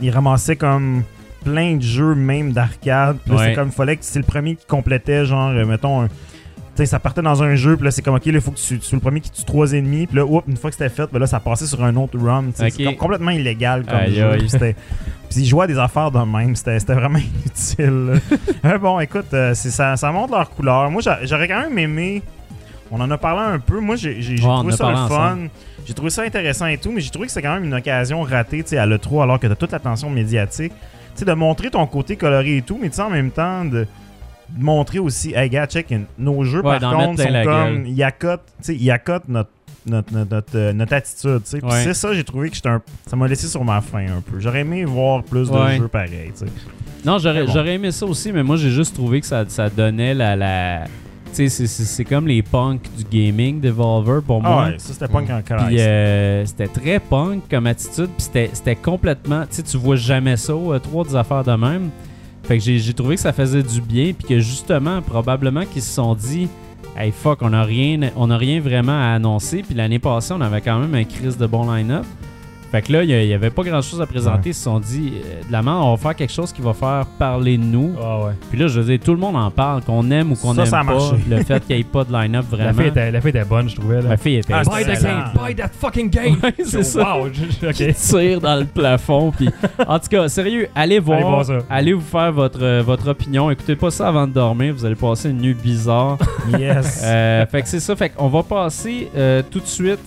Speaker 3: il ramassait comme plein de jeux, même d'arcade. Puis là,
Speaker 1: Ouais.
Speaker 3: c'est comme, fallait que c'est le premier qui complétait, genre, euh, mettons, un- tu sais, ça partait dans un jeu, puis là, c'est comme, ok, là, faut que tu tu sois le premier qui tue trois ennemis, puis là, oups, une fois que c'était fait, ben là, ça passait sur un autre run. tu sais.
Speaker 1: Ok.
Speaker 3: C'est comme complètement illégal comme
Speaker 1: Aïe,
Speaker 3: jeu.
Speaker 1: aïe.
Speaker 3: Puis c'était- puis ils jouaient à des affaires de même, c'était c'était vraiment inutile. là. Mais bon, écoute, euh, c'est- ça, ça montre leur couleur. Moi, j'a- j'aurais quand même aimé. On en a parlé un peu. Moi, j'ai j'ai- j'ai
Speaker 1: Ouais, on en
Speaker 3: trouvé
Speaker 1: a
Speaker 3: ça le
Speaker 1: parlé
Speaker 3: fun.
Speaker 1: ensemble.
Speaker 3: J'ai trouvé ça intéressant et tout, mais j'ai trouvé que c'est quand même une occasion ratée tu sais, à l'E3 alors que t'as toute l'attention médiatique. Tu sais, de montrer ton côté coloré et tout, mais tu sais, en même temps, de de montrer aussi, hey gars, check, nos jeux
Speaker 1: Ouais,
Speaker 3: par
Speaker 1: d'en mettre
Speaker 3: contre
Speaker 1: plein
Speaker 3: sont
Speaker 1: la
Speaker 3: comme.
Speaker 1: gueule.
Speaker 3: Ils accotent, tu sais, ils accotent notre, notre, notre, notre, euh, notre attitude. tu sais. Puis
Speaker 1: Ouais.
Speaker 3: c'est ça, j'ai trouvé que j'étais un- ça m'a laissé sur ma faim un peu. J'aurais aimé voir plus
Speaker 1: Ouais.
Speaker 3: de jeux pareils. tu sais.
Speaker 1: Non, j'aurais
Speaker 3: bon.
Speaker 1: j'aurais aimé ça aussi, mais moi j'ai juste trouvé que ça, ça donnait la, la, Tu sais, c'est- c'est c'est comme les punks du gaming, Devolver, pour moi. Mm.
Speaker 3: Ah ouais, ça c'était punk en Christ.
Speaker 1: Puis euh, c'était très punk comme attitude. Puis c'était- c'était complètement. Tu sais, tu vois jamais ça, euh, trois des affaires de même. Fait que j'ai j'ai trouvé que ça faisait du bien. Puis que justement, probablement qu'ils se sont dit. Hey fuck, on a rien, on a rien vraiment à annoncer. Puis l'année passée, on avait quand même un crise de bon line-up. Fait que là, il n'y avait pas grand-chose à présenter. Ils se sont dit, euh, de la main, on va faire quelque chose qui va faire parler de nous.
Speaker 4: Ah ouais.
Speaker 1: Puis là, je veux dire, tout le monde en parle, qu'on aime ou qu'on
Speaker 3: Ça,
Speaker 1: aime
Speaker 3: ça a
Speaker 1: pas.
Speaker 3: marché.
Speaker 1: Le fait qu'il n'y ait pas de line-up
Speaker 4: La
Speaker 1: vraiment.
Speaker 4: fille, était, la fille était bonne, je trouvais. Là.
Speaker 1: Ma fille était
Speaker 3: Ah,
Speaker 4: Buy the
Speaker 3: Excellent.
Speaker 4: game! Buy that fucking game!
Speaker 1: Ouais, c'est ça.
Speaker 4: Wow! je-
Speaker 1: Qui
Speaker 4: Ok.
Speaker 1: tire dans le plafond. Puis, en tout cas, sérieux, allez voir.
Speaker 4: Allez voir ça.
Speaker 1: Allez vous faire votre, euh, votre opinion. Écoutez pas ça avant de dormir. Vous allez passer une nuit bizarre.
Speaker 3: Yes.
Speaker 1: Euh, fait que c'est ça. Fait qu'on va passer euh, tout de suite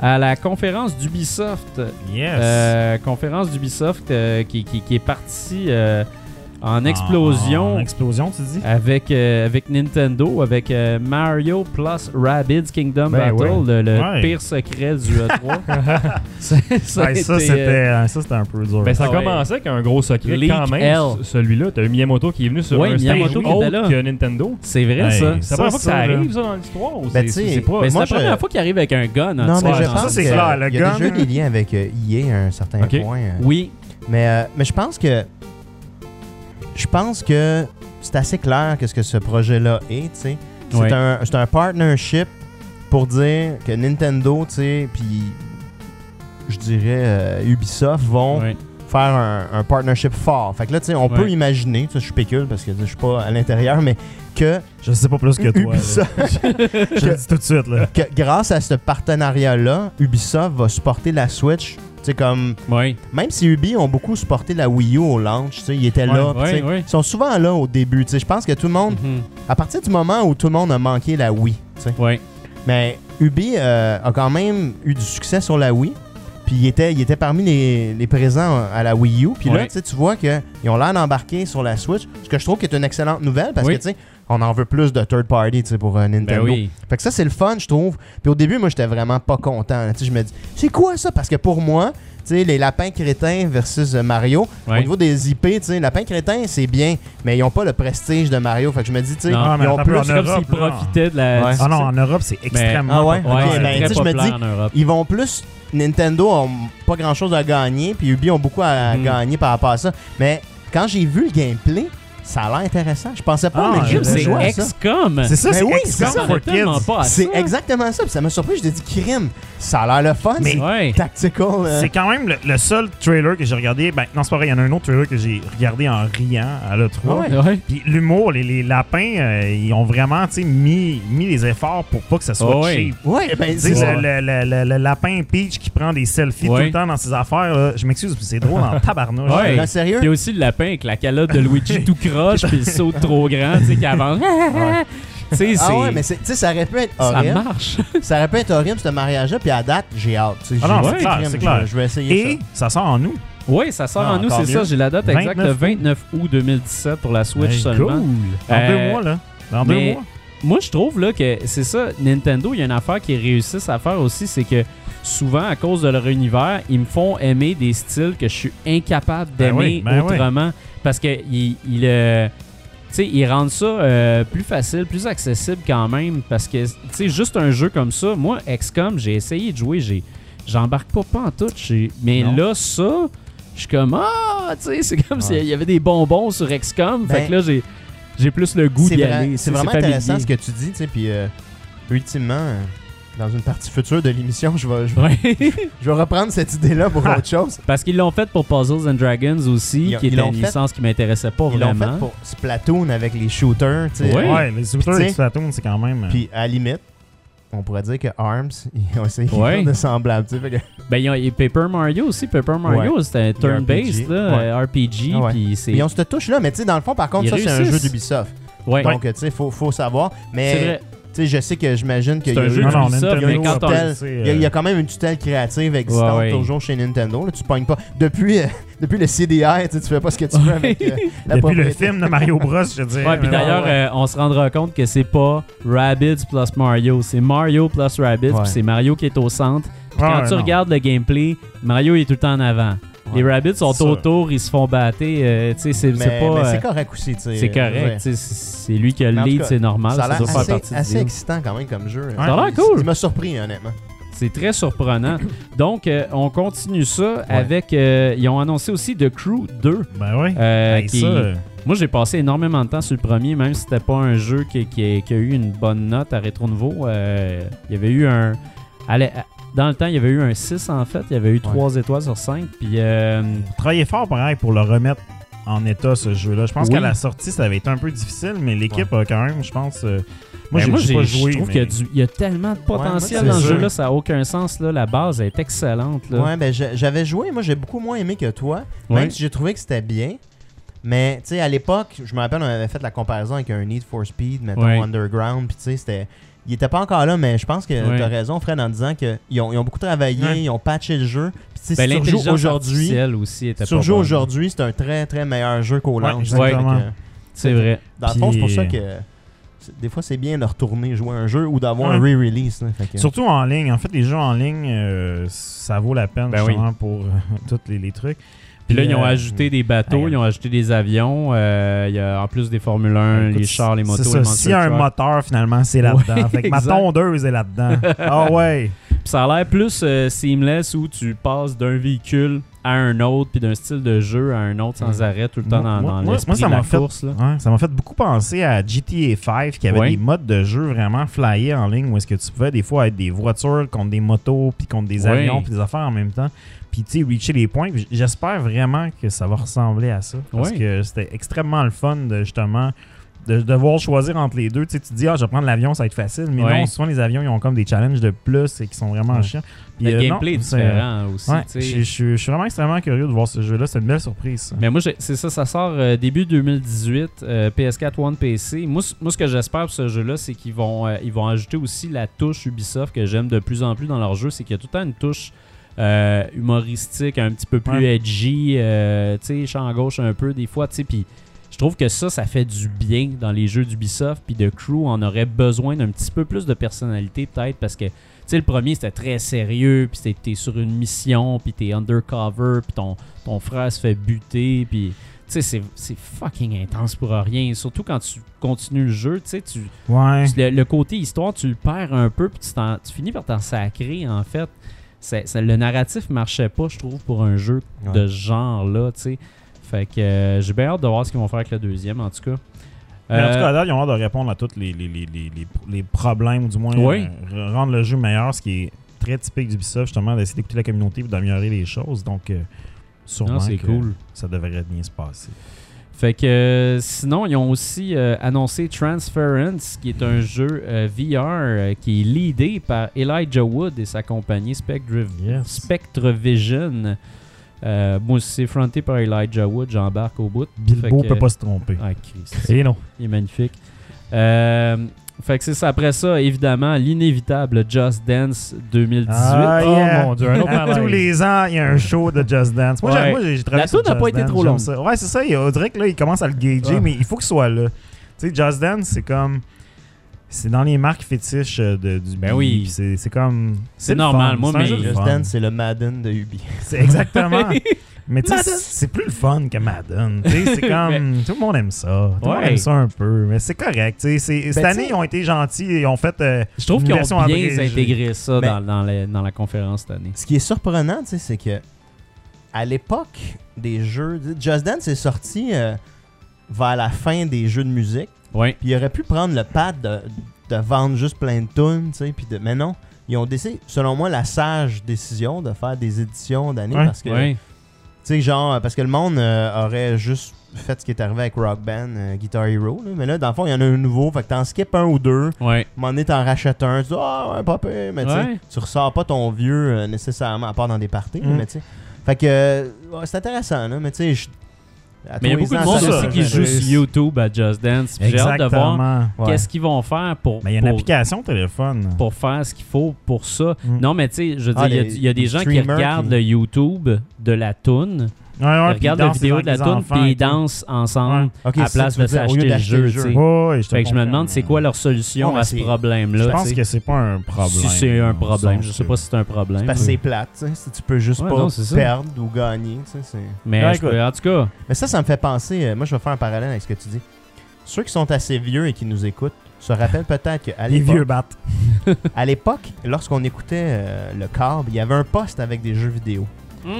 Speaker 1: à la conférence d'Ubisoft.
Speaker 3: yes.
Speaker 1: Euh, conférence d'Ubisoft euh, qui, qui- qui est partie euh, en explosion.
Speaker 3: Ah, En explosion, tu dis?
Speaker 1: avec, euh, avec Nintendo, avec euh, Mario plus Rabbids Kingdom
Speaker 4: Ben
Speaker 1: Battle, le, le
Speaker 3: Ouais.
Speaker 1: pire secret du E3. ça, ça a
Speaker 3: Ouais, ça,
Speaker 1: été,
Speaker 3: c'était
Speaker 1: euh,
Speaker 3: euh, ça, c'était un peu dur.
Speaker 4: Ben, ça
Speaker 1: Ah ouais.
Speaker 4: commençait avec un gros secret
Speaker 1: Leak
Speaker 4: quand même,
Speaker 1: L.
Speaker 4: ce- celui-là. T'as eu Miyamoto qui est venu sur
Speaker 1: Ouais,
Speaker 4: un stage
Speaker 1: Miyamoto qui était là.
Speaker 4: autre que Nintendo.
Speaker 1: C'est vrai
Speaker 3: Hey,
Speaker 1: ça.
Speaker 4: C'est la première fois que ça,
Speaker 3: ça, là.
Speaker 4: arrive, ça, dans l'histoire. ou
Speaker 5: Ben,
Speaker 4: c'est-
Speaker 5: tu sais,
Speaker 4: c'est- c'est pas...
Speaker 1: Mais c'est
Speaker 5: moi,
Speaker 1: la
Speaker 5: je-
Speaker 1: première fois qu'il arrive avec un gun. hein,
Speaker 5: Non,
Speaker 1: tu
Speaker 5: mais
Speaker 1: vois,
Speaker 5: je
Speaker 1: dans-
Speaker 5: pense
Speaker 3: c'est
Speaker 5: que,
Speaker 3: clair,
Speaker 5: euh,
Speaker 3: le
Speaker 5: il y a
Speaker 3: gun,
Speaker 5: déjà
Speaker 3: là.
Speaker 5: des liens avec euh, EA à un certain
Speaker 4: Ok.
Speaker 5: point. euh.
Speaker 1: Oui,
Speaker 5: Mais, euh, mais je pense que. Je pense que c'est assez clair que ce que ce projet-là est, tu sais. C'est
Speaker 1: Ouais.
Speaker 5: un, c'est un partnership pour dire que Nintendo, tu sais, puis je dirais euh, Ubisoft vont
Speaker 1: Ouais.
Speaker 5: faire un, un partnership fort. Fait que là, tu sais, on
Speaker 1: Ouais.
Speaker 5: peut imaginer, tu sais, je spécule parce que tu sais, je suis pas à l'intérieur, mais que,
Speaker 3: je sais pas plus que toi. là.
Speaker 5: Ubisoft-
Speaker 3: Je te le dis tout de suite, là.
Speaker 5: que grâce à ce partenariat-là, Ubisoft va supporter la Switch, tu sais, comme
Speaker 1: oui.
Speaker 5: même si Ubi ont beaucoup supporté la Wii U au launch, tu sais, ils étaient là.
Speaker 1: Ouais,
Speaker 5: puis tu sais,
Speaker 1: ouais, ouais.
Speaker 5: Ils sont souvent là au début. tu sais. Je pense que tout le monde,
Speaker 1: Mhm.
Speaker 5: à partir du moment où tout le monde a manqué la Wii, tu sais.
Speaker 1: Ouais.
Speaker 5: mais Ubi euh, a quand même eu du succès sur la Wii. Puis il était, il était parmi les, les présents à la Wii U. Puis là,
Speaker 1: Ouais.
Speaker 5: tu sais, tu vois qu'ils ont l'air d'embarquer sur la Switch, ce que je trouve qui est une excellente nouvelle parce
Speaker 1: Oui.
Speaker 5: que, tu sais, on en veut plus de third party tu sais, pour euh,
Speaker 1: Ben
Speaker 5: Nintendo.
Speaker 1: oui.
Speaker 5: Fait que ça, c'est le fun, je trouve. Puis au début, moi, j'étais vraiment pas content. là. Tu sais, Je me dis, c'est quoi ça? Parce que pour moi, tu sais, les lapins crétins versus euh, Mario,
Speaker 1: Ouais.
Speaker 5: au niveau des IP, tu sais, lapins crétins, c'est bien, mais ils ont pas le prestige de Mario. Fait que je me dis, tu sais,
Speaker 1: Non,
Speaker 5: ils
Speaker 3: Ah, mais
Speaker 5: ont
Speaker 3: attends un peu,
Speaker 5: plus-
Speaker 3: en
Speaker 1: C'est comme
Speaker 3: Europe,
Speaker 1: s'ils
Speaker 3: là.
Speaker 1: profitaient de la.
Speaker 5: Ouais.
Speaker 1: du-
Speaker 3: Ah non, en Europe, c'est extrêmement.
Speaker 5: Ah ouais?
Speaker 1: Ben, Ouais,
Speaker 5: Ok,
Speaker 1: c'est
Speaker 5: ben,
Speaker 1: très
Speaker 5: tu sais, je me
Speaker 1: populaire
Speaker 5: dis-
Speaker 1: en Europe.
Speaker 5: ils vont plus. Nintendo ont pas grand chose à gagner, puis Ubi ont beaucoup à
Speaker 1: Mhm.
Speaker 5: gagner par rapport à ça. Mais quand j'ai vu le gameplay, ça a l'air intéressant. Je pensais pas
Speaker 3: Ah,
Speaker 5: mais
Speaker 3: je
Speaker 1: Jim,
Speaker 5: j'ai
Speaker 1: C'est
Speaker 5: joué à ça.
Speaker 1: XCOM.
Speaker 3: C'est ça,
Speaker 5: Ben
Speaker 3: c'est
Speaker 5: oui, c'est
Speaker 3: extrêmement
Speaker 5: ça,
Speaker 1: on
Speaker 3: for
Speaker 1: est tellement
Speaker 3: kids.
Speaker 1: pas à ça.
Speaker 5: C'est exactement ça. Puis ça m'a surpris. Je t'ai dit, crime, ça a l'air le fun.
Speaker 3: Mais-
Speaker 5: c'est
Speaker 1: Ouais.
Speaker 5: tactical.
Speaker 1: hein.
Speaker 5: euh,
Speaker 3: C'est quand même le, le seul trailer que j'ai regardé. Ben, non, c'est pas vrai, il y en a un autre trailer que j'ai regardé en riant à l'E3.
Speaker 1: Ah Ouais.
Speaker 3: Puis l'humour, les, les lapins, euh, ils ont vraiment tu sais, mis, mis les efforts pour pas que ça soit
Speaker 1: Ah ouais.
Speaker 3: cheap.
Speaker 5: Ouais, ben,
Speaker 3: Tu sais,
Speaker 5: c'est
Speaker 3: le, le- le- le- le lapin Peach qui prend des selfies
Speaker 1: Ouais.
Speaker 3: tout le temps dans ses affaires, là, je m'excuse, mais c'est drôle en tabarnouche.
Speaker 1: Ouais.
Speaker 5: Non, Ben, sérieux?
Speaker 1: Puis il y a aussi le lapin avec la calotte de Luigi tout croche, puis le saut trop grand, tu sais, qui avance. Tu sais, c'est.
Speaker 5: Ah ouais, mais c'est- tu sais, ça aurait pu être
Speaker 1: ça
Speaker 5: horrible.
Speaker 1: marche.
Speaker 5: Ça aurait pu être horrible, ce mariage-là, puis à date, j'ai hâte. tu sais,
Speaker 3: Ah non,
Speaker 5: j'ai-
Speaker 3: c'est
Speaker 5: ouais,
Speaker 3: clair,
Speaker 5: crime,
Speaker 3: c'est
Speaker 5: je-
Speaker 3: clair.
Speaker 5: Je vais essayer
Speaker 3: Et ça sort en nous.
Speaker 1: Oui, ça sort
Speaker 5: Ah,
Speaker 1: en nous,
Speaker 5: encore
Speaker 1: c'est ça.
Speaker 5: mieux.
Speaker 1: J'ai la date exacte, le
Speaker 3: 29 août.
Speaker 1: 29 août Ben, 2017 pour la Switch
Speaker 3: Hey,
Speaker 1: seulement.
Speaker 3: Cool. Dans
Speaker 1: Euh,
Speaker 3: deux mois, là. Dans
Speaker 1: mais-
Speaker 3: deux mois.
Speaker 1: Moi, je trouve là, que c'est ça, Nintendo, il y a une affaire qu'ils réussissent à faire aussi, c'est que souvent, à cause de leur univers, ils me font aimer des styles que je suis incapable
Speaker 3: Ben
Speaker 1: d'aimer
Speaker 3: oui, ben oui.
Speaker 1: autrement. Parce que ils, ils, euh, tu sais, ils rendent ça euh, plus facile, plus accessible quand même. Parce que, tu sais, juste un jeu comme ça, moi, XCOM, j'ai essayé de jouer, j'ai j'embarque pas, pas en tout. j'ai- Mais
Speaker 3: Non.
Speaker 1: là, ça, je suis comme, ah, tu sais, c'est comme s'il y avait des bonbons sur XCOM. fait
Speaker 5: Ben,
Speaker 1: que là, j'ai. J'ai plus le goût
Speaker 5: ça. C'est
Speaker 1: d'y
Speaker 5: vra-
Speaker 1: aller.
Speaker 5: C'est vraiment
Speaker 1: familier.
Speaker 5: intéressant ce que tu dis, tu sais, puis euh, ultimement, euh, dans une partie future de l'émission, je vais, je, vais-
Speaker 1: Ouais.
Speaker 5: je vais reprendre cette idée-là
Speaker 3: Ah,
Speaker 5: pour autre chose.
Speaker 1: Parce qu'ils l'ont fait pour Puzzles and Dragons aussi,
Speaker 5: Ils-
Speaker 1: qui
Speaker 5: ils
Speaker 1: était
Speaker 5: l'ont
Speaker 1: une
Speaker 5: fait-
Speaker 1: licence qui m'intéressait pas
Speaker 5: Ils l'ont
Speaker 1: vraiment.
Speaker 5: fait pour Splatoon avec les shooters, tu sais.
Speaker 1: Oui.
Speaker 3: Ouais, les
Speaker 5: Puis,
Speaker 3: shooters
Speaker 5: tu
Speaker 3: et
Speaker 5: sais-
Speaker 3: Splatoon, c'est quand même. euh,
Speaker 5: Puis à la limite, on pourrait dire que ARMS, ils ont essayé
Speaker 1: Ouais.
Speaker 5: quelque chose de semblable, tu sais. fait que-
Speaker 1: Ben, il y a et Paper Mario aussi. Paper Mario, c'était turn-based,
Speaker 5: RPG.
Speaker 1: là, euh, RPG.
Speaker 5: Ah ouais.
Speaker 1: puis c'est...
Speaker 5: Ils ont cette touche-là, mais tu sais, dans le fond, par contre,
Speaker 1: Ils
Speaker 5: ça, c'est un
Speaker 1: réussissent.
Speaker 5: jeu d'Ubisoft.
Speaker 1: Ouais.
Speaker 5: Donc, tu sais, faut, faut savoir.
Speaker 1: c'est
Speaker 5: Mais,
Speaker 1: vrai.
Speaker 5: tu sais, je sais que j'imagine qu'il y
Speaker 1: C'est
Speaker 5: a
Speaker 1: un
Speaker 5: eu
Speaker 1: jeu
Speaker 3: non, non,
Speaker 1: d'Ubisoft,
Speaker 3: Nintendo,
Speaker 1: mais
Speaker 3: ça
Speaker 1: quand
Speaker 5: peut
Speaker 1: on...
Speaker 5: être-
Speaker 3: c'est,
Speaker 5: Il y, a, il y
Speaker 3: euh,
Speaker 5: a quand même une tutelle créative
Speaker 1: Ouais,
Speaker 5: existante
Speaker 1: ouais.
Speaker 5: toujours chez Nintendo. Là, tu pognes pas. Depuis, euh, depuis le CDI, tu sais, tu fais pas ce que tu veux avec euh, la
Speaker 3: Depuis le
Speaker 5: propriété.
Speaker 3: film de Mario Bros, je dirais.
Speaker 1: Ouais, puis
Speaker 3: mais
Speaker 1: d'ailleurs,
Speaker 3: ouais.
Speaker 1: euh, on se rendra compte que c'est pas Rabbids plus Mario, c'est Mario plus Rabbids,
Speaker 5: Ouais. Ah,
Speaker 1: puis c'est Mario qui est au centre. Puis quand
Speaker 3: Ouais,
Speaker 1: tu
Speaker 3: non.
Speaker 1: regardes le gameplay, Mario il est tout le temps en avant. Les rabbits sont
Speaker 3: Ça.
Speaker 1: autour, ils se font battre. euh, tu sais, c'est
Speaker 5: Mais
Speaker 1: c'est
Speaker 5: mais
Speaker 1: pas. euh,
Speaker 5: c'est correct aussi. tu sais, euh,
Speaker 1: c'est correct.
Speaker 5: ouais.
Speaker 1: tu sais, C'est lui qui a
Speaker 5: Mais
Speaker 1: le
Speaker 5: en tout
Speaker 1: lead,
Speaker 5: cas,
Speaker 1: c'est normal.
Speaker 5: Ça
Speaker 1: Ça,
Speaker 5: a l'air
Speaker 1: doit faire
Speaker 5: assez,
Speaker 1: partie du
Speaker 5: assez
Speaker 1: deal.
Speaker 5: excitant quand même comme jeu.
Speaker 1: Ça a l'air
Speaker 5: Il-
Speaker 1: cool.
Speaker 5: Il m'a surpris, honnêtement.
Speaker 1: C'est très surprenant. Donc, euh, on continue ça avec. euh, ils ont annoncé aussi The Crew 2.
Speaker 3: Ben oui.
Speaker 1: euh,
Speaker 3: Hey,
Speaker 1: qui-
Speaker 3: ça, euh,
Speaker 1: Moi, j'ai passé énormément de temps sur le premier, même si c'était pas un jeu qui, qui- qui a eu une bonne note à Rétro Nouveau. Euh, il y avait eu un. allez, à- dans le temps, il y avait eu un 6 en fait. Il y avait eu 3 étoiles sur 5. Puis. euh,
Speaker 3: travaillez fort pareil pour le remettre en état ce jeu-là. Je pense
Speaker 1: Oui.
Speaker 3: qu'à la sortie, ça avait été un peu difficile, mais l'équipe a quand même, je pense. euh, moi,
Speaker 1: ben,
Speaker 3: j'ai- j'ai pas
Speaker 1: j'ai-
Speaker 3: joué.
Speaker 1: je trouve
Speaker 3: mais-
Speaker 1: qu'il y a du- il y, a tellement de potentiel
Speaker 3: moi,
Speaker 1: dans
Speaker 3: c'est
Speaker 1: ce
Speaker 3: sûr.
Speaker 1: jeu-là, ça n'a aucun sens. Là. La base est excellente. Là.
Speaker 5: Ouais, ben je- j'avais joué, moi j'ai beaucoup moins aimé que toi, même
Speaker 3: Ben,
Speaker 1: Ouais.
Speaker 5: si j'ai trouvé que c'était bien. Mais tu sais, à l'époque, je me rappelle, on avait fait la comparaison avec un Need for Speed, mettons
Speaker 1: Ouais.
Speaker 5: Underground, puis tu sais, c'était. Il était pas encore là, mais je pense que
Speaker 1: Ouais.
Speaker 5: t'as raison, Fred, en disant qu'ils ont, ils ont beaucoup travaillé,
Speaker 3: Ouais.
Speaker 5: ils ont patché le jeu. Puis tu sais,
Speaker 1: Ben,
Speaker 5: si tu rejoues
Speaker 1: l'intelligence
Speaker 5: aujourd'hui,
Speaker 1: artificielle aussi était
Speaker 5: si tu
Speaker 1: pas
Speaker 5: rejoues
Speaker 1: bonne.
Speaker 5: aujourd'hui, c'est un très très meilleur jeu qu'au
Speaker 3: Ouais,
Speaker 5: launch.
Speaker 3: exactement.
Speaker 5: Fait que,
Speaker 1: C'est vrai.
Speaker 5: dans le fond, c'est pour
Speaker 3: Puis-
Speaker 5: ça que c'est- des fois, c'est bien de retourner jouer à un jeu ou d'avoir
Speaker 3: Ouais.
Speaker 5: un re-release. là. Fait que-
Speaker 3: Surtout en ligne. En fait, les jeux en ligne, euh, ça vaut la peine
Speaker 1: Ben oui.
Speaker 3: justement pour euh, tous les, les trucs.
Speaker 1: Puis là, ils ont
Speaker 3: euh,
Speaker 1: ajouté des bateaux,
Speaker 3: regarde.
Speaker 1: ils ont ajouté des avions. euh, il y a, en plus des Formule 1,
Speaker 3: Écoute,
Speaker 1: les chars, les motos,
Speaker 3: c'est
Speaker 1: les
Speaker 3: ça.
Speaker 1: monster
Speaker 3: S'il y a un
Speaker 1: trucks.
Speaker 3: moteur, finalement, c'est là-dedans.
Speaker 1: Ouais,
Speaker 3: fait que ma
Speaker 1: exact.
Speaker 3: tondeuse est là-dedans. ah ouais.
Speaker 1: Puis ça a l'air plus euh, seamless où tu passes d'un véhicule à un autre, puis d'un style de jeu à un autre sans
Speaker 5: Mm.
Speaker 1: arrêt tout le temps
Speaker 3: Moi-
Speaker 1: dans,
Speaker 3: moi-
Speaker 1: dans
Speaker 3: moi-
Speaker 1: l'esprit
Speaker 3: moi, ça
Speaker 1: de la
Speaker 3: m'a fait-
Speaker 1: course. Là.
Speaker 3: Ouais, ça m'a fait beaucoup penser à GTA 5 qui avait
Speaker 1: Ouais.
Speaker 3: des modes de jeu vraiment flyés en ligne où est-ce que tu pouvais des fois être des voitures contre des motos puis contre des
Speaker 1: Ouais.
Speaker 3: avions puis des affaires en même temps puis tu sais reacher les points Puis j'espère vraiment que ça va ressembler à ça parce
Speaker 1: Ouais.
Speaker 3: que c'était extrêmement le fun de justement de devoir choisir entre les deux tu sais tu te dis ah je vais prendre l'avion ça va être facile mais
Speaker 1: Ouais.
Speaker 3: non souvent les avions ils ont comme des challenges de plus et qui sont vraiment
Speaker 1: Ouais.
Speaker 3: chiants Puis,
Speaker 1: Le
Speaker 3: euh, non,
Speaker 1: gameplay est
Speaker 3: c'est-
Speaker 1: différent aussi.
Speaker 3: ouais,
Speaker 1: tu sais.
Speaker 3: je je- je suis vraiment extrêmement curieux de voir ce jeu là c'est une belle surprise ça.
Speaker 1: Mais moi, j'ai- c'est ça, ça sort euh, début 2018, euh, PS4 One PC. Moi, c- moi, ce que j'espère pour ce jeu-là, c'est qu'ils vont, euh, ils vont ajouter aussi la touche Ubisoft que j'aime de plus en plus dans leur jeu. C'est qu'il y a tout le temps une touche euh, humoristique, un petit peu plus
Speaker 3: Ouais.
Speaker 1: edgy, euh, tu sais, champ gauche un peu des fois, tu sais. Puis je trouve que ça, ça fait du bien dans les jeux d'Ubisoft. Puis de Crew, on aurait besoin d'un petit peu plus de personnalité peut-être parce que. Tu sais, le premier, c'était très sérieux, puis c'était- t'es sur une mission, puis t'es undercover, puis ton, ton frère se fait buter, puis... Tu sais, c'est- c'est fucking intense pour rien. Surtout quand tu continues le jeu, tu sais, tu...
Speaker 3: ouais
Speaker 1: tu- Le, le côté histoire, tu le perds un peu, puis tu, t'en- tu finis par t'en sacrer, en fait. C'est- c'est- le narratif marchait pas, je trouve, pour un jeu de ce genre-là, tu sais. Fait que euh, j'ai bien hâte de voir ce qu'ils vont faire avec le deuxième, en tout cas.
Speaker 3: Mais en tout
Speaker 1: Euh,
Speaker 3: cas, à date, ils ont l'air de répondre à tous les, les, les, les, les- les problèmes, ou du moins
Speaker 1: Oui.
Speaker 3: euh, re- rendre le jeu meilleur, ce qui est très typique d'Ubisoft, justement, d'essayer d'écouter la communauté et d'améliorer les choses. Donc, euh, sûrement
Speaker 1: non, c'est
Speaker 3: que
Speaker 1: cool.
Speaker 3: ça devrait bien se passer.
Speaker 1: Fait que euh, sinon, ils ont aussi euh, annoncé Transference, qui est un jeu euh, VR euh, qui est leadé par Elijah Wood et sa compagnie Spectre, Spectre Vision. Euh, moi, si c'est fronté par Elijah Wood, j'embarque au bout.
Speaker 3: Bilbo
Speaker 1: Fait que-
Speaker 3: peut pas se tromper.
Speaker 1: Ah, Christ,
Speaker 4: Et non.
Speaker 1: il est magnifique. Euh, fait que c'est ça. Après ça, évidemment, l'inévitable Just Dance 2018.
Speaker 3: Ah,
Speaker 4: oh
Speaker 3: yeah.
Speaker 4: mon dieu, un autre
Speaker 3: À tous
Speaker 4: malaise.
Speaker 3: les ans, il y a un show de Just Dance. Moi,
Speaker 1: Ouais.
Speaker 3: j'aime- moi, j'ai j'ai travaillé
Speaker 1: La
Speaker 3: sur
Speaker 1: toune a
Speaker 3: Just
Speaker 1: pas été
Speaker 3: Dance,
Speaker 1: trop
Speaker 3: j'aime
Speaker 1: longue.
Speaker 3: ça. Ouais, c'est ça. il- On dirait que là, il commence à le gager,
Speaker 4: Ouais.
Speaker 3: mais il faut qu'il soit là. Tu sais, Just Dance, c'est comme. C'est dans les marques fétiches euh, de, du
Speaker 1: Ben
Speaker 3: beat,
Speaker 1: oui.
Speaker 3: puis C'est c'est comme.
Speaker 1: C'est
Speaker 3: le
Speaker 1: normal,
Speaker 3: fun.
Speaker 1: moi,
Speaker 3: C'est un
Speaker 1: mais-
Speaker 3: jeu de
Speaker 5: Just
Speaker 3: fun.
Speaker 5: Dance, c'est le Madden de Ubi.
Speaker 3: C'est exactement. Mais tu sais, c'est plus le fun que Madden. Tu sais, c'est comme. Tout le monde aime ça. Tout le monde
Speaker 1: Ouais. Ben,
Speaker 3: aime ça un peu. Mais c'est correct. tu sais, c'est- cette
Speaker 5: tu
Speaker 3: année,
Speaker 5: sais-
Speaker 3: ils ont été gentils. Ils ont fait. euh,
Speaker 1: Je trouve
Speaker 3: Une
Speaker 1: qu'ils
Speaker 3: version
Speaker 1: ont bien
Speaker 3: abrégée.
Speaker 1: intégré ça
Speaker 5: Mais-
Speaker 1: dans, dans la, dans la conférence cette année.
Speaker 5: Ce qui est surprenant, tu sais, c'est que à l'époque des jeux, Just Dance est sorti euh, vers la fin des jeux de musique.
Speaker 1: Ouais.
Speaker 5: Puis il aurait pu prendre le pad de, de vendre juste plein de tunes, tu sais, puis de, mais non. Ils ont décidé, selon moi, la sage décision de faire des éditions d'année
Speaker 3: Ouais.
Speaker 5: parce que,
Speaker 1: Ouais.
Speaker 5: tu sais, genre, parce que le monde euh, aurait juste fait ce qui est arrivé avec Rock Band, euh, Guitar Hero, là. mais là, dans le fond, il y en a un nouveau, fait que t'en skippes un ou deux,
Speaker 1: Ouais.
Speaker 5: à un moment donné, t'en rachètes un, tu dis Ah ouais, pas pire, mais tu sais,
Speaker 1: Ouais.
Speaker 5: tu ressors pas ton vieux euh, nécessairement, à part dans des parties,
Speaker 3: Mm.
Speaker 5: mais tu sais. Fait que euh, ouais, c'est intéressant, là, mais tu sais, je- à
Speaker 1: Mais il y a
Speaker 5: tous
Speaker 1: beaucoup
Speaker 5: les
Speaker 1: de
Speaker 5: ans,
Speaker 1: monde
Speaker 5: ça-
Speaker 3: ça,
Speaker 1: aussi qui
Speaker 3: ouais.
Speaker 1: joue sur YouTube à Just Dance. Puis J'ai hâte de voir
Speaker 3: Exactement. Ouais.
Speaker 1: qu'est-ce qu'ils vont faire pour,
Speaker 3: Mais il y a une
Speaker 1: pour,
Speaker 3: application téléphone.
Speaker 1: pour faire ce qu'il faut pour ça.
Speaker 3: Mm.
Speaker 1: Non, mais tu sais, je veux dire,
Speaker 5: Ah,
Speaker 1: il y a-
Speaker 5: les-
Speaker 1: il y, a des
Speaker 5: les
Speaker 1: gens qui
Speaker 5: streamers
Speaker 1: regardent
Speaker 5: qui-
Speaker 1: le YouTube de la toune
Speaker 3: Ouais, ouais,
Speaker 1: Ils
Speaker 3: Ah, puis
Speaker 1: regardent Euh,
Speaker 3: ils
Speaker 1: la
Speaker 3: dansent
Speaker 1: vidéo
Speaker 3: avec
Speaker 1: de la
Speaker 3: les
Speaker 1: toune,
Speaker 3: enfants
Speaker 1: puis
Speaker 3: et
Speaker 1: ils
Speaker 3: tout.
Speaker 1: dansent ensemble
Speaker 5: Ok,
Speaker 1: à la
Speaker 5: c'est ça
Speaker 1: place
Speaker 5: que
Speaker 1: de
Speaker 5: tu veux dire, au
Speaker 1: s'acheter
Speaker 5: lieu
Speaker 1: le
Speaker 5: d'acheter
Speaker 1: jeu.
Speaker 5: le
Speaker 1: tu
Speaker 5: jeu.
Speaker 1: sais.
Speaker 3: Ouais, ouais, te
Speaker 1: Fait que je me
Speaker 3: comprends.
Speaker 1: demande c'est quoi leur solution
Speaker 5: Ouais, mais
Speaker 1: à ce
Speaker 5: c'est-
Speaker 1: problème-là.
Speaker 3: Je
Speaker 1: tu
Speaker 3: pense
Speaker 1: sais.
Speaker 3: que c'est pas un problème.
Speaker 1: Si c'est un
Speaker 3: dans le
Speaker 1: problème,
Speaker 3: sens
Speaker 1: je sais
Speaker 3: que-
Speaker 1: pas si c'est un problème.
Speaker 5: Parce que c'est plate, tu sais, si tu peux juste
Speaker 1: Ouais,
Speaker 5: pas
Speaker 1: non, c'est ça.
Speaker 5: perdre ou gagner. tu sais, c'est-
Speaker 1: Mais
Speaker 3: Ouais,
Speaker 1: je peux- en tout cas,
Speaker 5: Mais ça, ça me fait penser, euh, moi je vais faire un parallèle avec ce que tu dis. Ceux qui sont assez vieux et qui nous écoutent se rappellent peut-être qu'à
Speaker 3: Les
Speaker 5: l'époque,
Speaker 3: vieux battent.
Speaker 5: à l'époque, lorsqu'on écoutait euh, le câble, il y avait un poste avec des jeux vidéo.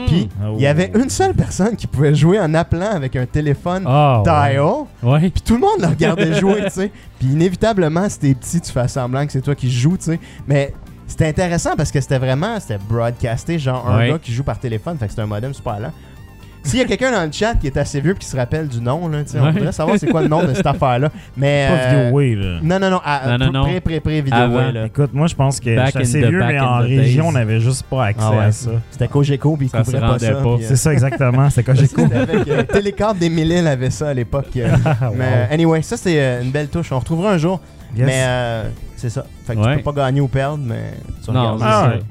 Speaker 5: Puis,
Speaker 1: Ah
Speaker 3: Oh.
Speaker 5: il y avait une seule personne qui pouvait jouer en appelant avec un téléphone
Speaker 4: Ah, ouais.
Speaker 5: dial.
Speaker 4: Ouais.
Speaker 5: Puis tout le monde le regardait jouer, tu sais. Puis inévitablement, si t'es petit, tu fais semblant que c'est toi qui joues, tu sais. Mais c'était intéressant parce que c'était vraiment, c'était broadcasté, genre un
Speaker 1: Ouais.
Speaker 5: gars qui joue par téléphone, fait que c'était un modem super lent. S'il y a quelqu'un dans le chat qui est assez vieux et qui se rappelle du nom, là, tu sais, on
Speaker 1: Ouais.
Speaker 5: voudrait savoir c'est quoi le nom de cette affaire-là. Mais.
Speaker 3: Pas
Speaker 5: euh,
Speaker 3: vidéo wave. là.
Speaker 5: Non, non, non, à-
Speaker 1: Non, non, Ah
Speaker 5: pré, pré, pré, vidéo.
Speaker 1: Avant.
Speaker 5: ouais, là.
Speaker 3: Écoute, moi je pense que
Speaker 1: Back
Speaker 3: j'étais assez
Speaker 1: in the
Speaker 3: vieux,
Speaker 1: back
Speaker 3: mais
Speaker 1: in
Speaker 3: en
Speaker 1: the
Speaker 3: région,
Speaker 1: days.
Speaker 3: on n'avait juste pas accès
Speaker 5: Ah ouais.
Speaker 3: à ça.
Speaker 5: C'était Cogeco, puis il
Speaker 1: Ça se
Speaker 5: couvrait pas
Speaker 1: rendait
Speaker 5: ça.
Speaker 1: pas.
Speaker 5: puis, euh,
Speaker 3: C'est ça exactement, c'était quand j'ai
Speaker 5: c'était avec, euh, Télécable des Mille à avait ça à l'époque. euh.
Speaker 1: Ah,
Speaker 5: Mais anyway, ça c'est euh, une belle touche. On retrouvera un jour
Speaker 3: Ah, Yes.
Speaker 5: Mais euh, c'est ça. Fait que
Speaker 1: Ouais.
Speaker 5: tu peux pas gagner ou perdre, mais tu
Speaker 1: non,
Speaker 5: regardes.
Speaker 1: c'est
Speaker 3: Ah
Speaker 1: ça.
Speaker 3: ouais.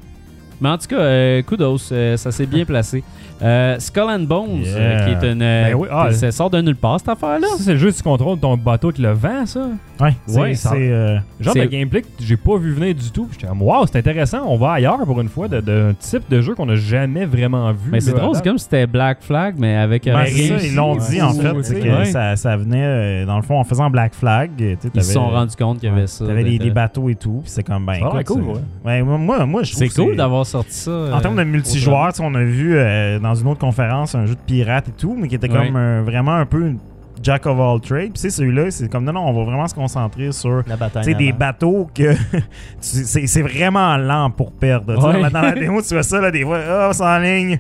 Speaker 1: Mais en tout cas, euh, kudos, euh, ça s'est bien placé. Euh, Skull and Bones,
Speaker 3: Yeah.
Speaker 1: euh, qui est une. euh,
Speaker 4: Ben oui, ah,
Speaker 1: ça sort de nulle part cette affaire-là.
Speaker 4: Ça, c'est le jeu que tu contrôles ton bateau avec le vent, ça.
Speaker 3: Ouais, c'est-
Speaker 4: Ouais, ça-
Speaker 3: c'est. euh,
Speaker 4: Genre
Speaker 1: C'est-
Speaker 4: de gameplay que j'ai pas vu venir du tout. Puis J'étais comme, wow, c'est intéressant, on va ailleurs pour une fois de- d'un type de jeu qu'on a jamais vraiment vu.
Speaker 1: Mais c'est
Speaker 4: là,
Speaker 1: drôle, c'est
Speaker 4: là.
Speaker 1: comme si c'était Black Flag, mais avec.
Speaker 3: ben,
Speaker 1: euh,
Speaker 3: c'est ça,
Speaker 1: réussi.
Speaker 3: ils l'ont
Speaker 4: ouais.
Speaker 3: dit en
Speaker 4: Ouais,
Speaker 3: fait,
Speaker 4: ouais,
Speaker 3: c'est que
Speaker 1: ouais.
Speaker 3: ça, ça venait, euh, dans le fond, en faisant Black Flag. tu sais,
Speaker 1: Ils
Speaker 3: t'avais-
Speaker 1: se sont rendus compte qu'il y avait ça.
Speaker 3: T'avais des, des
Speaker 1: d'intéressant.
Speaker 3: bateaux et tout, puis c'est comme ben.
Speaker 4: Ça a l'air
Speaker 3: écoute,
Speaker 4: Ah, cool,
Speaker 3: c'est-
Speaker 4: ouais.
Speaker 3: ouais, moi- moi, moi, je trouve
Speaker 1: C'est
Speaker 3: que
Speaker 1: cool d'avoir sorti ça. euh,
Speaker 3: En termes de multijoueur, tu sais, on a vu euh, dans une autre conférence un jeu de pirate et tout, mais qui était comme
Speaker 1: Ouais.
Speaker 3: un- vraiment un peu une jack of all trades. Puis tu sais, celui-là, c'est comme non, non, on va vraiment se concentrer sur
Speaker 5: La bataille.
Speaker 3: tu sais, des
Speaker 5: navale.
Speaker 3: bateaux que tu- c'est c'est vraiment lent pour perdre. Tu sais,
Speaker 4: Ouais.
Speaker 3: dans la- Dans la démo, tu vois ça, là, des fois, ah, c'est en ligne.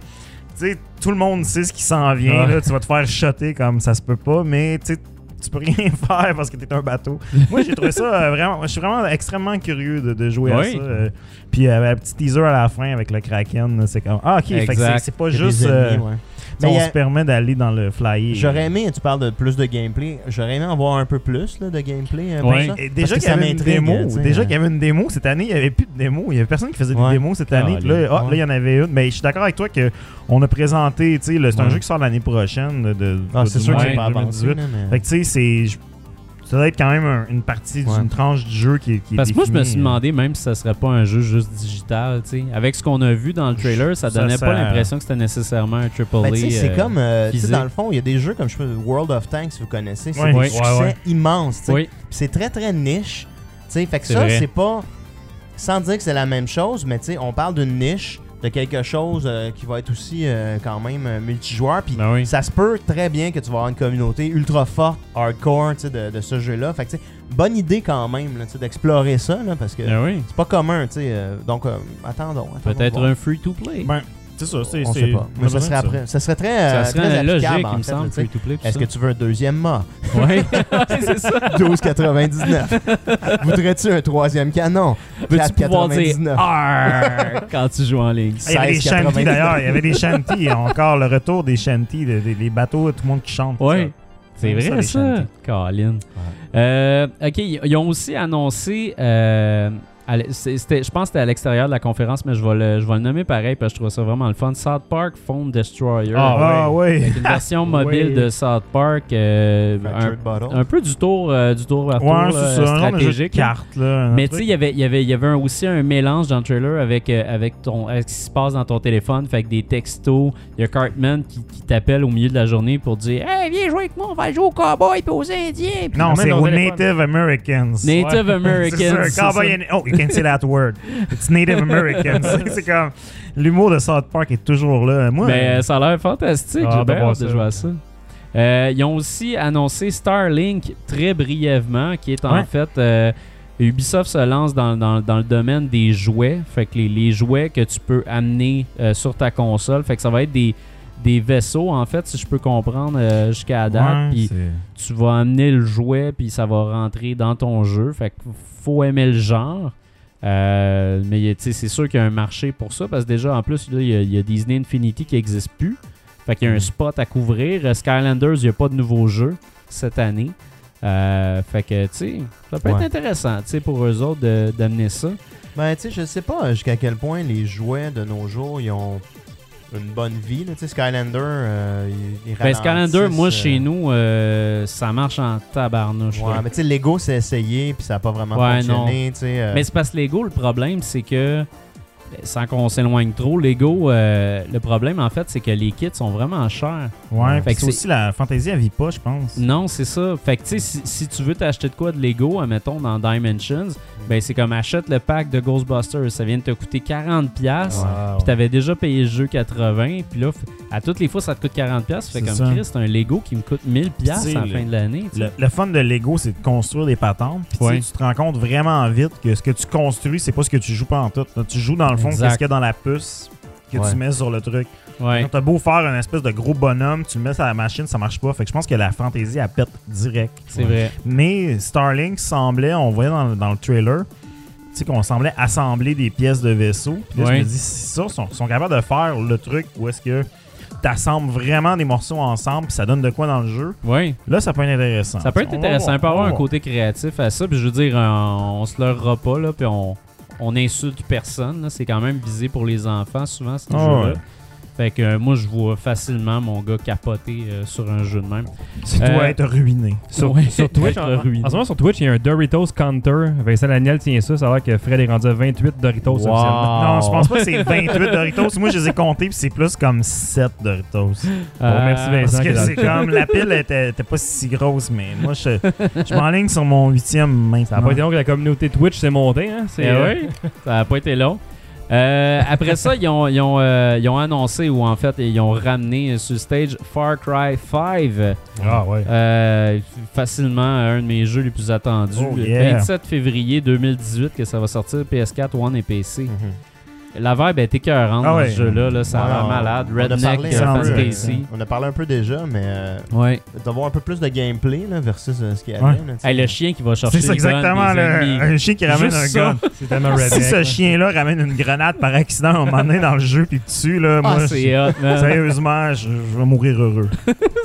Speaker 3: Tu sais, tout le monde sait ce qui s'en vient.
Speaker 4: Ouais.
Speaker 3: Là, tu vas te faire shotter comme ça se peut pas, mais tu sais, tu peux rien faire parce que t'es un bateau. Moi, j'ai trouvé ça euh, vraiment. Je suis vraiment extrêmement curieux de, de jouer
Speaker 1: Oui.
Speaker 3: à ça. euh. puis, euh, la petite teaser à la fin avec le Kraken, là, c'est comme. Ah, ok, fait que
Speaker 1: Exact.
Speaker 3: c'est- c'est pas
Speaker 5: Il y a des
Speaker 3: juste. euh,
Speaker 5: ennemis,
Speaker 3: tu
Speaker 5: ouais.
Speaker 3: sais, on
Speaker 5: Mais,
Speaker 3: se euh.
Speaker 5: euh,
Speaker 3: permet d'aller dans le flyer.
Speaker 5: J'aurais aimé, tu parles de plus de gameplay, j'aurais aimé en voir un peu plus là, de gameplay. euh, pour
Speaker 4: Ouais.
Speaker 5: ça.
Speaker 3: Et
Speaker 5: Parce
Speaker 3: déjà
Speaker 5: que
Speaker 3: qu'il y
Speaker 5: ça
Speaker 3: avait une
Speaker 5: m'intrigue,
Speaker 3: démo,
Speaker 5: tu sais,
Speaker 3: déjà
Speaker 5: euh,
Speaker 3: qu'il y avait une démo cette année, il n'y avait plus de démo, il n'y avait personne qui faisait
Speaker 5: Ouais.
Speaker 3: des démos cette année. Puis là, ah, là, il y en avait une. Mais je suis d'accord avec toi que on a présenté, tu sais, le- c'est un
Speaker 1: Ouais.
Speaker 3: jeu qui sort l'année prochaine de, de-
Speaker 5: Ah,
Speaker 3: de-
Speaker 5: c'est sûr que
Speaker 1: Ouais,
Speaker 5: j'ai pas avancé.
Speaker 3: 2018.
Speaker 5: là, mais-
Speaker 3: Fait que tu sais, c'est je- ça doit être quand même un- une partie d'une
Speaker 5: Ouais.
Speaker 3: tranche du jeu qui, est- qui est
Speaker 1: Parce que moi, je me suis
Speaker 3: définie, euh,
Speaker 1: demandé même si ça serait pas un jeu juste digital. tu sais. Avec ce qu'on a vu dans le trailer, ça
Speaker 3: Ça,
Speaker 1: donnait
Speaker 3: ça-
Speaker 1: pas l'impression que c'était nécessairement un triple A.
Speaker 5: Ben, tu sais, c'est
Speaker 1: euh,
Speaker 5: comme, euh, tu sais,
Speaker 1: physique.
Speaker 5: dans le fond, il y a des jeux comme je sais pas, World of Tanks, si vous connaissez, c'est
Speaker 3: Ouais.
Speaker 5: des
Speaker 4: Ouais,
Speaker 5: succès
Speaker 4: ouais.
Speaker 5: immenses. tu sais.
Speaker 1: Oui,
Speaker 5: Puis c'est très très niche. Tu sais, fait que
Speaker 1: C'est
Speaker 5: ça,
Speaker 1: vrai.
Speaker 5: c'est pas. Sans dire que c'est la même chose, mais tu sais, on parle d'une niche, de quelque chose euh, qui va être aussi euh, quand même euh, multijoueur. Puis
Speaker 1: ben oui.
Speaker 5: ça se peut très bien que tu vas avoir une communauté ultra forte, hardcore, tu sais, de, de ce jeu-là. Fait que, tu sais, bonne idée quand même, là, tu sais, d'explorer ça, là, parce que
Speaker 1: Ben oui.
Speaker 5: c'est pas commun, tu sais. euh, donc, euh, attendons. attendons
Speaker 1: Peut-être
Speaker 5: voir.
Speaker 1: un free to play.
Speaker 3: Ben, c'est ça, c'est.
Speaker 5: On
Speaker 3: c'est-
Speaker 5: sait pas. Mais
Speaker 3: on
Speaker 5: ça serait
Speaker 3: verra ça.
Speaker 5: après. Ça serait très, euh,
Speaker 1: ça serait
Speaker 5: très
Speaker 1: logique,
Speaker 5: applicable,
Speaker 1: il
Speaker 5: en
Speaker 1: me
Speaker 5: fait,
Speaker 1: semble,
Speaker 5: là, tu sais.
Speaker 1: free to play. tout
Speaker 5: Est-ce
Speaker 1: ça.
Speaker 5: que tu veux un deuxième mât?
Speaker 1: Ouais, Ouais, c'est ça.
Speaker 5: 12,99. Voudrais-tu un troisième canon?
Speaker 1: Veux-tu pouvoir dire
Speaker 5: 4,99.
Speaker 1: Arr quand tu joues en ligne?
Speaker 3: Ah, Il y avait des
Speaker 5: 16,99.
Speaker 3: shanties d'ailleurs, il y avait des shanties, encore le retour des shanties, des, des- des bateaux, tout le monde qui chante. tout
Speaker 1: Ouais.
Speaker 3: ça.
Speaker 1: C'est
Speaker 3: J'aime
Speaker 1: vrai,
Speaker 3: les
Speaker 1: ça.
Speaker 3: shanties.
Speaker 1: Colin. Euh, OK, ils ils ont aussi annoncé... euh, à l- c'est- c'était- je pense que c'était à l'extérieur de la conférence, mais je vais, le, je vais le nommer pareil parce que je trouve ça vraiment le fun. South Park Phone Destroyer.
Speaker 3: Ah ouais.
Speaker 1: Avec une version mobile
Speaker 4: Oui.
Speaker 1: de South Park. euh, un,
Speaker 5: Fractured Bottle.
Speaker 1: un peu du tour, euh, du tour par tour là,
Speaker 3: Ouais, c'est ça, un genre de jeu de
Speaker 1: stratégique. là.
Speaker 3: cartes. Là, un
Speaker 1: euh, hein. Mais tu
Speaker 3: truc.
Speaker 1: sais, il y avait- il y avait- il y avait un- aussi un mélange dans le trailer avec, euh, avec, ton, avec ce qui se passe dans ton téléphone, fait que des textos. Il y a Cartman qui, qui t'appelle au milieu de la journée pour dire Hey, viens jouer avec moi, on va jouer au cowboy puis aux Indiens. Puis
Speaker 3: Non,
Speaker 4: Amène
Speaker 3: c'est
Speaker 4: nos
Speaker 3: aux
Speaker 4: téléphones.
Speaker 3: Native Americans.
Speaker 1: Native Americans.
Speaker 3: C'est ça, cowboy and... Oh, you can say that word. It's Native Americans. c'est comme... L'humour de South Park est toujours là. Moi,
Speaker 1: Mais euh, ça a l'air fantastique.
Speaker 4: Ah,
Speaker 1: J'ai
Speaker 4: ben
Speaker 1: bien
Speaker 4: voir
Speaker 1: hâte de
Speaker 4: ça.
Speaker 1: jouer à ça. Euh, ils ont aussi annoncé Starlink très brièvement, qui est en
Speaker 3: Ouais.
Speaker 1: fait. euh, Ubisoft se lance dans, dans- dans le domaine des jouets. Fait que les, les jouets que tu peux amener euh, sur ta console. Fait que ça va être des, des vaisseaux, en fait, si je peux comprendre, euh, jusqu'à la date.
Speaker 3: ouais,
Speaker 1: Puis
Speaker 3: c'est-
Speaker 1: tu vas amener le jouet, puis ça va rentrer dans ton jeu. Fait que faut aimer le genre. Euh, mais y a- tu sais, c'est sûr qu'il y a un marché pour ça, parce que déjà, en plus, là, il y, a- il y a Disney Infinity qui n'existe plus. Fait qu'il y a
Speaker 3: Mm.
Speaker 1: un spot à couvrir. Euh, Skylanders, il n'y a pas de nouveau jeu cette année. Euh, fait que, tu sais, ça peut
Speaker 5: Ouais.
Speaker 1: être intéressant, tu sais, pour eux autres de- d'amener ça.
Speaker 5: Ben, tu sais, je sais pas jusqu'à quel point les jouets de nos jours, ils ont une bonne vie. là. Tu sais, Skylander, euh, il, il
Speaker 1: Ben,
Speaker 5: ralentissent,
Speaker 1: Skylander, moi,
Speaker 5: euh,
Speaker 1: chez nous, euh, ça marche en tabarnouche.
Speaker 5: Ouais,
Speaker 1: là.
Speaker 5: mais tu sais, Lego, c'est essayé, puis ça n'a pas vraiment
Speaker 1: Ouais,
Speaker 5: fonctionné. tu sais, euh,
Speaker 1: Mais c'est parce que Lego, le problème, c'est que, ben, sans qu'on s'éloigne trop, Lego, euh, le problème, en fait, c'est que les kits sont vraiment chers.
Speaker 3: Ouais,
Speaker 1: euh, Fait
Speaker 3: puis
Speaker 1: que
Speaker 3: c'est
Speaker 1: c'est- Mm.
Speaker 3: aussi la fantaisie, elle vit pas, je pense.
Speaker 1: Non, c'est ça. Fait que, tu sais, si, si tu veux t'acheter de quoi de Lego, admettons, dans Dimensions, ben, c'est comme achète le pack de Ghostbusters. Ça vient de te coûter 40$. pièces
Speaker 4: Wow.
Speaker 1: Puis t'avais déjà payé le jeu 80$. Puis là, f- à toutes les fois, ça te coûte 40$. Fait
Speaker 3: C'est
Speaker 1: comme
Speaker 3: ça.
Speaker 1: Chris, c'est un Lego qui me coûte 1000$
Speaker 3: Tu
Speaker 1: piastres
Speaker 3: sais,
Speaker 1: à la
Speaker 3: le-
Speaker 1: fin de l'année. tu sais.
Speaker 3: Le, le fun de Lego, c'est de construire des patentes. Puis tu sais,
Speaker 1: Ouais.
Speaker 3: tu te rends compte vraiment vite que ce que tu construis, c'est pas ce que tu joues pas en tout. Tu joues dans le fond,
Speaker 1: Exact.
Speaker 3: qu'est-ce qu'il y a dans la puce que
Speaker 5: Ouais.
Speaker 3: tu mets sur le truc.
Speaker 1: Ouais.
Speaker 3: Quand t'as beau faire un espèce de gros bonhomme, tu le mets sur la machine, ça marche pas. Fait que je pense que la fantaisie, elle pète direct.
Speaker 1: C'est vrai.
Speaker 3: Mais Starlink semblait, on voyait dans, dans le trailer, tu sais, qu'on semblait assembler des pièces de vaisseau. Puis là,
Speaker 1: Ouais.
Speaker 3: je me dis, si ça, sont, sont capables de faire le truc où est-ce que t'assembles vraiment des morceaux ensemble, puis ça donne de quoi dans le jeu,
Speaker 1: Ouais.
Speaker 3: là, ça peut être intéressant.
Speaker 1: Ça peut être
Speaker 3: On va
Speaker 1: intéressant.
Speaker 3: voir,
Speaker 1: Il peut
Speaker 3: on va
Speaker 1: avoir un
Speaker 3: voir.
Speaker 1: côté créatif à ça. Puis je veux dire, euh, on, on se leurrera pas, là, puis on, on insulte personne. là. C'est quand même visé pour les enfants, souvent, ces
Speaker 3: Ah
Speaker 1: jeux-là.
Speaker 3: ouais.
Speaker 1: Fait que euh, moi, je vois facilement mon gars capoter euh, sur un jeu de même.
Speaker 3: Tu
Speaker 1: Euh,
Speaker 3: dois être ruiné.
Speaker 4: Sur,
Speaker 1: Ouais.
Speaker 4: sur Twitch,
Speaker 1: Être
Speaker 4: en, en- en
Speaker 1: ruiné.
Speaker 4: ce moment, sur Twitch, il y a un Doritos Counter. Vincent Daniel tient ça. Ça a l'air que Fred est rendu à 28 Doritos
Speaker 1: Wow.
Speaker 4: officiellement.
Speaker 3: Non, je pense pas que c'est 28 Doritos. Moi, je les ai comptés, puis c'est plus comme 7 Doritos.
Speaker 1: Euh,
Speaker 4: merci, Vincent.
Speaker 3: Parce que
Speaker 4: Exact.
Speaker 3: c'est comme, la pile était, était pas si grosse, mais moi, je, je m'enligne sur mon huitième maintenant.
Speaker 4: Ça n'a pas été long que la communauté Twitch s'est montée. Hein? C'est,
Speaker 1: Eh
Speaker 4: euh,
Speaker 1: oui, ça a pas été long. Euh, après ça, ils ont, ils ont, euh, ils ont annoncé, ou en fait, ils ont ramené euh, sur le stage Far Cry 5.
Speaker 4: Ah ouais.
Speaker 1: Euh, facilement un de mes jeux les plus attendus.
Speaker 3: Oh,
Speaker 1: Le
Speaker 3: yeah.
Speaker 1: 27 février 2018 que ça va sortir PS4, One et PC.
Speaker 5: mhm.
Speaker 1: La vibe est écœurante
Speaker 3: Ah
Speaker 1: dans
Speaker 3: ouais.
Speaker 1: ce jeu-là. là. ça a l'air
Speaker 5: Ouais, on-
Speaker 1: malade.
Speaker 5: on a
Speaker 1: Redneck,
Speaker 5: parlé
Speaker 1: euh,
Speaker 3: un peu,
Speaker 1: Fantasy.
Speaker 5: On a parlé un peu déjà, mais euh,
Speaker 1: Ouais.
Speaker 5: d'avoir un peu plus de gameplay là, versus euh, ce qu'il y avait.
Speaker 3: Ouais.
Speaker 5: là, tu sais.
Speaker 1: Hey, le chien qui va chercher
Speaker 3: C'est
Speaker 1: les
Speaker 3: ça, exactement.
Speaker 1: guns des
Speaker 3: là,
Speaker 1: ennemis.
Speaker 3: un chien qui ramène
Speaker 4: Juste
Speaker 3: un
Speaker 4: ça,
Speaker 3: gun.
Speaker 4: C'est tellement
Speaker 3: Si ce
Speaker 4: redneck.
Speaker 3: chien-là ramène une grenade par accident à un moment donné dans le jeu puis te tue, là, moi,
Speaker 1: Ah,
Speaker 3: je-
Speaker 1: c'est hot, man.
Speaker 3: sérieusement, je, je vais mourir heureux.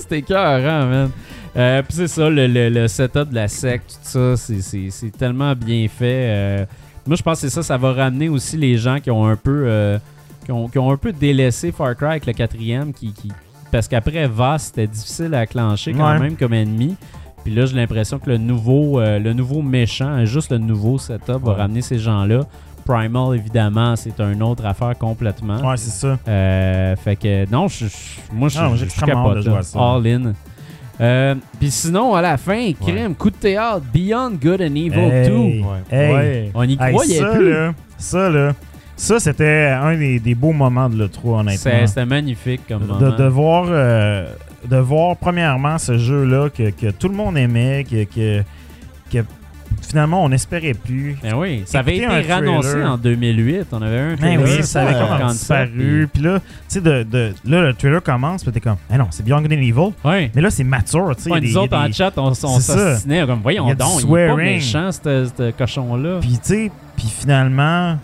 Speaker 1: C'était écœurant, man. Euh, Puis c'est ça, le, le- le setup de la secte, tout ça, c'est- c'est c'est tellement bien fait. Euh, moi, je pense que c'est ça, ça va ramener aussi les gens qui ont un peu, euh, qui ont, qui ont un peu délaissé Far Cry avec le quatrième, qui, qui- parce qu'après Vast, c'était difficile à acclencher quand
Speaker 3: Ouais.
Speaker 1: même comme ennemi. Puis là, j'ai l'impression que le nouveau, euh, le nouveau méchant, hein, juste le nouveau setup, va
Speaker 5: Ouais.
Speaker 1: ramener ces gens-là. Primal, évidemment, c'est une autre affaire complètement.
Speaker 3: Ouais, c'est ça.
Speaker 1: Euh, fait que non, je, je- moi je,
Speaker 3: Non,
Speaker 1: je,
Speaker 3: j'ai
Speaker 1: je
Speaker 3: extrêmement
Speaker 1: capote,
Speaker 3: hâte de
Speaker 1: là.
Speaker 3: jouer à ça.
Speaker 1: All in. Euh, Puis sinon, à la fin, crème, coup de théâtre, Beyond Good and Evil
Speaker 3: Hey.
Speaker 1: 2.
Speaker 5: Ouais.
Speaker 3: Hey,
Speaker 4: Ouais.
Speaker 1: On y
Speaker 3: hey,
Speaker 1: croyait
Speaker 3: ça,
Speaker 1: plus.
Speaker 3: là, ça, là, ça, c'était un des, des beaux moments de l'E3, honnêtement.
Speaker 1: C'est- C'était magnifique comme moment.
Speaker 3: de, de voir, euh, de voir premièrement ce jeu-là que, que tout le monde aimait, que, que, que finalement on n'espérait plus.
Speaker 1: Ben oui, ça avait été
Speaker 3: Écoutez un trailer.
Speaker 1: annoncé en 2008. On avait un
Speaker 3: Mais
Speaker 1: trailer
Speaker 3: Ben
Speaker 1: euh,
Speaker 3: oui, ça avait
Speaker 5: ouais.
Speaker 3: comme
Speaker 1: concept,
Speaker 3: disparu. Puis là, tu sais, de, de- là, le trailer commence, puis t'es comme, ah non, c'est Beyond Good and Evil,
Speaker 1: puis- Ouais.
Speaker 3: mais là, c'est mature, tu sais. il y a
Speaker 1: Ouais,
Speaker 3: des-
Speaker 1: nous autres,
Speaker 3: il y a
Speaker 1: en
Speaker 3: des-
Speaker 1: chat, on, on
Speaker 3: C'est ça.
Speaker 1: s'assinait. Comme, voyons
Speaker 3: Il y a du
Speaker 1: donc, il est pas
Speaker 3: swearing.
Speaker 1: méchant, ce ce cochon-là.
Speaker 3: Puis, tu sais, puis finalement,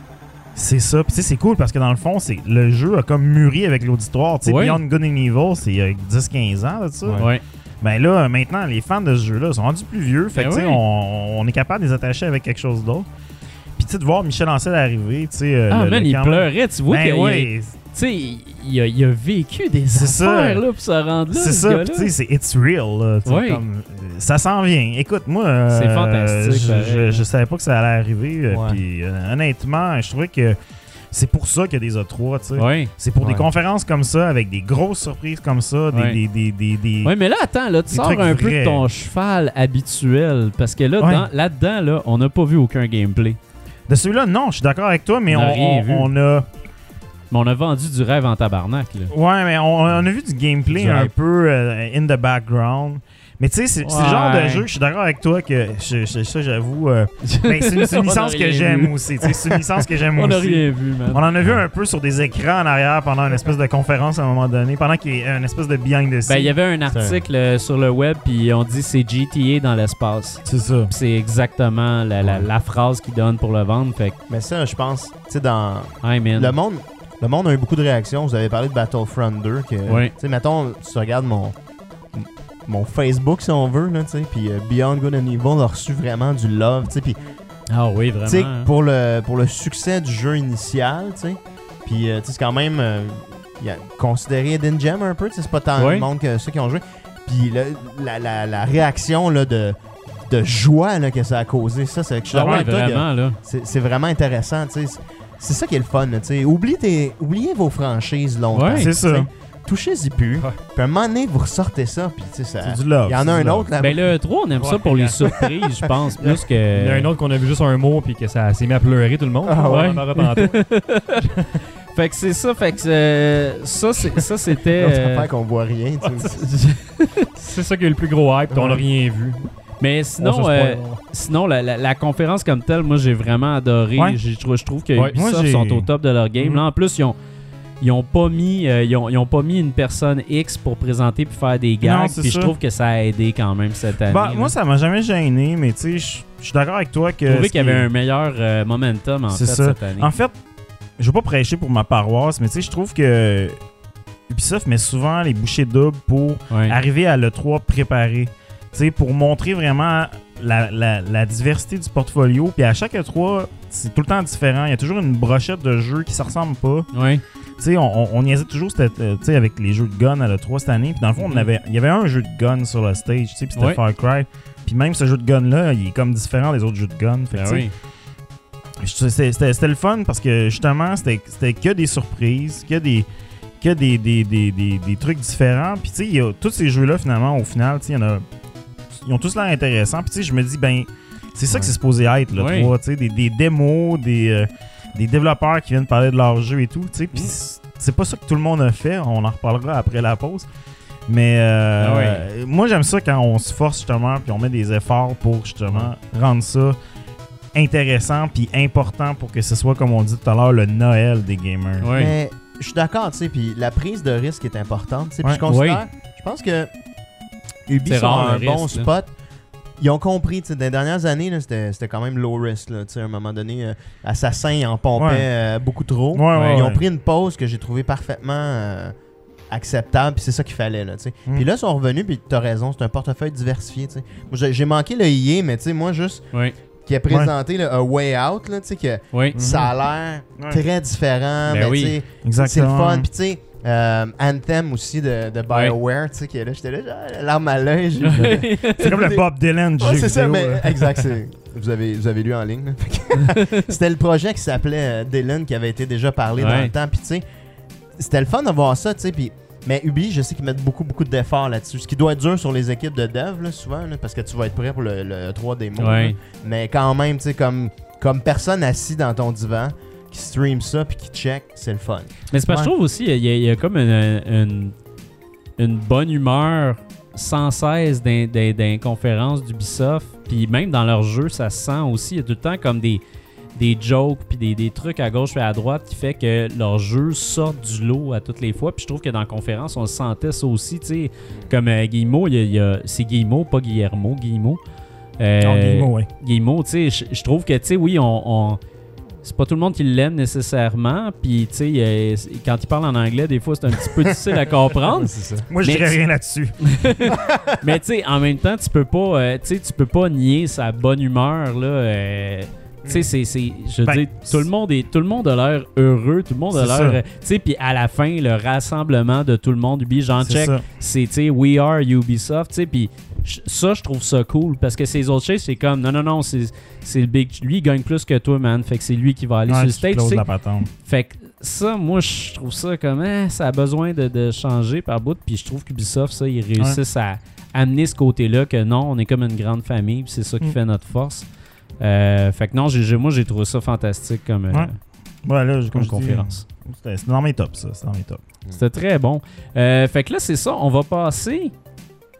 Speaker 3: c'est ça. Puis, tu sais, c'est cool parce que dans le fond, c'est le jeu a comme mûri avec l'auditoire. Tu sais,
Speaker 1: Ouais.
Speaker 3: Beyond Good and Evil, c'est il y a 10-15 ans, là, de ça.
Speaker 1: Ouais.
Speaker 3: Ben là, maintenant, les fans de ce jeu-là sont rendus plus vieux. Fait que,
Speaker 1: Ben
Speaker 3: tu sais,
Speaker 1: oui.
Speaker 3: on, on est capable de les attacher avec quelque chose d'autre. Puis, tu sais, de voir Michel Ancel arriver, tu sais. euh,
Speaker 1: Ah,
Speaker 3: le-
Speaker 1: man,
Speaker 3: le-
Speaker 1: il
Speaker 3: quand même-
Speaker 1: pleurait. Tu vois
Speaker 3: Ben
Speaker 1: qu'il a- il a-
Speaker 3: ouais,
Speaker 1: tu sais, il a, il a vécu des
Speaker 3: C'est ça.
Speaker 1: affaires là, pour se rendre là.
Speaker 3: c'est
Speaker 1: ce
Speaker 3: ça.
Speaker 1: gars-là.
Speaker 3: Puis, tu sais, c'est It's Real. là, tu sais,
Speaker 1: Ouais.
Speaker 3: comme, euh, ça s'en vient. Écoute, moi, euh,
Speaker 1: C'est fantastique,
Speaker 3: je- Je,
Speaker 1: pareil.
Speaker 3: je savais pas que ça allait arriver. euh,
Speaker 5: Ouais.
Speaker 3: Puis, euh, honnêtement, je trouvais que c'est pour ça qu'il y a des A3, tu sais.
Speaker 1: Ouais.
Speaker 3: C'est pour
Speaker 5: Ouais.
Speaker 3: des conférences comme ça, avec des grosses surprises comme ça, des.
Speaker 1: Ouais.
Speaker 3: des, des, des, des-
Speaker 1: Oui, mais là, attends, là, tu
Speaker 3: Des
Speaker 1: sors
Speaker 3: trucs
Speaker 1: un peu de
Speaker 3: vrais.
Speaker 1: ton cheval habituel. Parce que là,
Speaker 3: Ouais.
Speaker 1: dans- là-dedans, là, on n'a pas vu aucun gameplay.
Speaker 3: De celui-là, non, je suis d'accord avec toi, mais
Speaker 1: On
Speaker 3: on,
Speaker 1: a rien
Speaker 3: on-
Speaker 1: vu.
Speaker 3: on a.
Speaker 1: Mais on a vendu du rêve en tabarnak. Là.
Speaker 3: Ouais, mais on, on a vu du gameplay
Speaker 1: Du
Speaker 3: un
Speaker 1: hype.
Speaker 3: peu euh, in the background. Mais tu sais, c'est c'est le
Speaker 1: Ouais.
Speaker 3: genre de jeu que je suis d'accord avec toi que. je- je- ça, j'avoue. euh, ben, c'est une, c'est une
Speaker 1: On a
Speaker 3: licence que
Speaker 1: rien
Speaker 3: j'aime
Speaker 1: vu.
Speaker 3: aussi. tu sais, C'est une licence que j'aime
Speaker 1: On
Speaker 3: aussi.
Speaker 1: n'a rien vu, man.
Speaker 3: On en a vu un peu sur des écrans en arrière pendant une espèce de conférence à un moment donné, pendant qu'il y a une espèce de behind the
Speaker 1: Ben, il
Speaker 3: scenes.
Speaker 1: y avait un article euh, sur le web, puis on dit c'est GTA dans l'espace.
Speaker 3: c'est ça.
Speaker 1: Puis C'est exactement la, la- la phrase qu'ils donnent pour le vendre. Fait que,
Speaker 5: Mais ça, je pense, tu sais, dans
Speaker 1: hey, man.
Speaker 5: le monde, le monde a eu beaucoup de réactions. Vous avez parlé de Battlefront 2, que,
Speaker 1: Ouais.
Speaker 5: tu sais, mettons, tu regardes mon mon Facebook si on veut là, tu sais, puis euh, Beyond Good and Evil a reçu vraiment du love, tu sais, puis
Speaker 1: Ah oui,
Speaker 5: Tu sais,
Speaker 1: vraiment. hein.
Speaker 5: pour le, pour le succès du jeu initial, tu sais. Puis, euh, tu sais, c'est quand même. euh, il a considéré Hidden Gem un peu. tu sais, C'est pas tant
Speaker 1: Oui.
Speaker 5: le monde que ceux qui ont joué. Puis là, la, la- la réaction là, de, de joie là, que ça a causé, ça, c'est que je suis
Speaker 1: Ah
Speaker 5: d'accord
Speaker 1: ouais,
Speaker 5: avec toi, que-
Speaker 1: vraiment, là.
Speaker 5: c'est c'est vraiment intéressant, tu sais. C'est- C'est ça qui est le fun, là, tu sais. Oubliez, tes- oubliez vos franchises longtemps.
Speaker 1: Ouais,
Speaker 3: c'est ça.
Speaker 5: tu sais. Touchez-y plus.
Speaker 4: Ouais.
Speaker 5: Puis à un moment donné, vous ressortez ça, puis tu sais, ça...
Speaker 3: C'est du love.
Speaker 5: Il y en
Speaker 3: c'est
Speaker 5: a
Speaker 3: du
Speaker 5: un
Speaker 3: love.
Speaker 5: autre, là.
Speaker 1: Ben le 3, on aime ça
Speaker 4: Ouais.
Speaker 1: pour les surprises, je pense, plus que...
Speaker 4: Il y a un autre qu'on a vu juste un mot puis que ça s'est mis à pleurer tout le monde.
Speaker 5: Ah
Speaker 4: On
Speaker 1: ouais.
Speaker 4: en aura tantôt.
Speaker 1: Fait que c'est ça, fait que euh, ça, c'est- ça c'était...
Speaker 5: L'autre
Speaker 1: euh,
Speaker 5: affaire qu'on voit rien, tu sais.
Speaker 4: C'est ça qui a eu le plus gros hype, puis on n'a rien vu.
Speaker 1: Mais
Speaker 4: On se
Speaker 1: sinon, euh,
Speaker 4: spoil.
Speaker 1: sinon la, la- la conférence comme telle, moi j'ai vraiment adoré.
Speaker 3: Ouais.
Speaker 1: J'ai- Je, trouve, je trouve que
Speaker 3: Ouais, moi,
Speaker 1: Ubisoft
Speaker 3: j'ai-
Speaker 1: sont au top de leur game.
Speaker 3: Mhm.
Speaker 1: Là, en plus, ils ont, ils ont pas mis, euh, ils, ont, ils ont pas mis une personne X pour présenter puis faire des
Speaker 3: Non,
Speaker 1: gags.
Speaker 3: c'est
Speaker 1: Puis je
Speaker 3: ça.
Speaker 1: trouve que ça a aidé quand même cette année.
Speaker 3: Bah,
Speaker 1: là.
Speaker 3: moi, ça m'a jamais gêné, mais tu sais, je je suis d'accord avec toi que.
Speaker 1: je trouvais
Speaker 3: ce
Speaker 1: qu'il y
Speaker 3: qui-
Speaker 1: avait un meilleur euh, momentum en fait
Speaker 3: C'est ça.
Speaker 1: cette année.
Speaker 3: En fait, je veux pas prêcher pour ma paroisse, mais tu sais, je trouve que Ubisoft met souvent les bouchées doubles pour
Speaker 1: Ouais.
Speaker 3: arriver à l'E3 préparé. Tu sais, pour montrer vraiment la, la- la diversité du portfolio. Puis à chaque E3, c'est tout le temps différent. Il y a toujours une brochette de jeux qui se ressemblent pas.
Speaker 1: Ouais.
Speaker 3: Tu sais, on, on, on niaisait toujours c'était, euh, tu sais, avec les jeux de gun à l'E3 cette année. Puis dans le fond, on
Speaker 1: Mhm.
Speaker 3: avait, il y avait un jeu de gun sur le stage, tu sais, puis c'était
Speaker 1: Ouais.
Speaker 3: Far Cry. Puis même ce jeu de gun-là, il est comme différent des autres jeux de gun. Fait
Speaker 1: Ben
Speaker 3: que, tu sais,
Speaker 1: oui.
Speaker 3: je- C'était c'était- c'était le fun parce que justement, c'était c'était que des surprises, que des que des, des, des, des- des trucs différents. Puis tu sais, il y a- tous ces jeux-là, finalement, au final, tu sais, il y en a. Ils ont tous l'air intéressants. Puis tu sais, je me dis, ben, c'est ça que c'est supposé être, le
Speaker 1: Ouais.
Speaker 3: 3, tu sais, des, des démos, des, euh, des développeurs qui viennent parler de leur jeu et tout, tu sais. Puis
Speaker 1: Mm.
Speaker 3: c'est- c'est pas ça que tout le monde a fait, on en reparlera après la pause. Mais euh,
Speaker 1: Ah ouais.
Speaker 3: euh, moi, j'aime ça quand on se force justement, puis on met des efforts pour justement rendre ça intéressant puis important pour que ce soit, comme on dit tout à l'heure, le Noël des gamers.
Speaker 1: Ouais.
Speaker 5: Mais je suis d'accord, tu sais, puis la prise de risque est importante, tu sais. Puis
Speaker 3: Ouais.
Speaker 5: je considère... Je pense que Ubi
Speaker 1: C'est
Speaker 5: sont
Speaker 1: rare,
Speaker 5: à un
Speaker 1: le
Speaker 5: bon
Speaker 1: risque, là.
Speaker 5: spot. Ils ont compris, tu sais, dans les dernières années, là, c'était c'était quand même low risk, là, tu sais, à un moment donné, euh, Assassin, ils en pompait
Speaker 3: Ouais.
Speaker 5: euh, beaucoup trop.
Speaker 3: Ouais, ouais,
Speaker 5: Ils ont
Speaker 3: Ah ouais.
Speaker 5: pris une pause que j'ai trouvé parfaitement euh, acceptable, puis c'est ça qu'il fallait. Là, tu sais.
Speaker 3: Mm.
Speaker 5: Puis là, ils sont revenus, puis t'as raison, c'est un portefeuille diversifié. tu sais. Moi, j'ai- J'ai manqué le IE, mais tu sais, moi, juste
Speaker 1: Ouais.
Speaker 5: qui a présenté le A Way Out, là, tu sais, que
Speaker 1: Oui.
Speaker 5: ça a l'air
Speaker 3: Mm-hmm. Ouais.
Speaker 5: très différent.
Speaker 1: Ben
Speaker 5: mais
Speaker 1: oui.
Speaker 5: tu sais, c'est le
Speaker 3: Exactement.
Speaker 5: fun. Puis tu sais, euh, Anthem aussi de, de BioWare, tu sais, que là, j'étais là, genre, la larme à l'œil. j'ai-
Speaker 3: C'est comme le Bob Dylan du
Speaker 5: Ouais,
Speaker 3: jeu
Speaker 5: c'est ça,
Speaker 3: vidéo,
Speaker 5: mais
Speaker 1: hein.
Speaker 3: là.
Speaker 5: exact. c'est- Vous avez, vous avez lu en ligne. là. c'était le projet qui s'appelait euh, Dylan, qui avait été déjà parlé dans
Speaker 1: Ouais.
Speaker 5: le temps. Puis, tu sais, c'était le fun de voir ça, tu sais. Puis, mais Ubi, je sais qu'ils mettent beaucoup, beaucoup d'efforts là-dessus. Ce qui doit être dur sur les équipes de dev, là, souvent, là, parce que tu vas être prêt pour le, le 3 démo.
Speaker 1: Ouais.
Speaker 5: là. Mais quand même, tu sais, comme, comme personne assise dans ton divan qui stream ça puis qui check, c'est le fun.
Speaker 1: Mais c'est parce que je
Speaker 5: Ouais.
Speaker 1: trouve aussi, il y, a- il y a comme une, une, une bonne humeur sans cesse dans, dans- dans les conférences d'Ubisoft. Puis même dans leurs jeux, ça se sent aussi. Il y a tout le temps comme des, des jokes, puis des, des trucs à gauche et à droite qui fait que leurs jeux sortent du lot à toutes les fois. Puis je trouve que dans la conférence, on le sentait ça aussi. tu sais. Comme euh, Guillemot, il y a- il y a- c'est Guillemot, pas Guillermo, Guillemot. Euh,
Speaker 3: Non, Guillemot, ouais.
Speaker 1: Guillemot, tu sais, je je trouve que, tu sais, oui, on, on- c'est pas tout le monde qui l'aime nécessairement. Puis, tu sais, euh, c- quand il parle en anglais, des fois, c'est un petit peu difficile à comprendre.
Speaker 5: c'est ça.
Speaker 3: Moi, je
Speaker 1: Mais
Speaker 3: dirais
Speaker 1: tu-
Speaker 3: rien là-dessus.
Speaker 1: Mais, tu sais, en même temps, tu peux pas, euh, tu sais, tu peux pas nier sa bonne humeur, là. euh, tu sais, c'est, c'est- je veux
Speaker 3: Ben,
Speaker 1: dire, tout le monde est, tout le monde a l'air heureux, tout le monde a
Speaker 3: C'est
Speaker 1: l'air,
Speaker 3: ça.
Speaker 1: euh, tu sais, puis à la fin, le rassemblement de tout le monde, Ubi, j'en
Speaker 3: C'est
Speaker 1: check,
Speaker 3: ça.
Speaker 1: c'est tu sais we are Ubisoft tu sais puis j- ça je trouve ça cool parce que ces autres choses c'est comme non non non c'est c'est le big lui il gagne plus que toi man fait que c'est lui qui va aller
Speaker 3: Ouais,
Speaker 1: sur le
Speaker 3: tu
Speaker 1: stage tu
Speaker 3: closes
Speaker 1: sais.
Speaker 3: la patente.
Speaker 1: fait que ça moi je trouve ça comme hein, ça a besoin de, de changer par bout puis je trouve qu'Ubisoft ça ils réussissent à amener ce côté là que non on est comme une grande famille puis c'est ça qui
Speaker 3: Mm.
Speaker 1: fait notre force Euh, fait que non j'ai- j'ai- moi j'ai trouvé ça fantastique comme, euh,
Speaker 3: Ouais, Ouais, là, je-
Speaker 1: comme
Speaker 3: comme je dis, euh,
Speaker 1: conférence
Speaker 3: C'était c'était dans mes tops, ça. C'était dans mes tops.
Speaker 1: c'était très bon Euh, fait que là c'est ça on va passer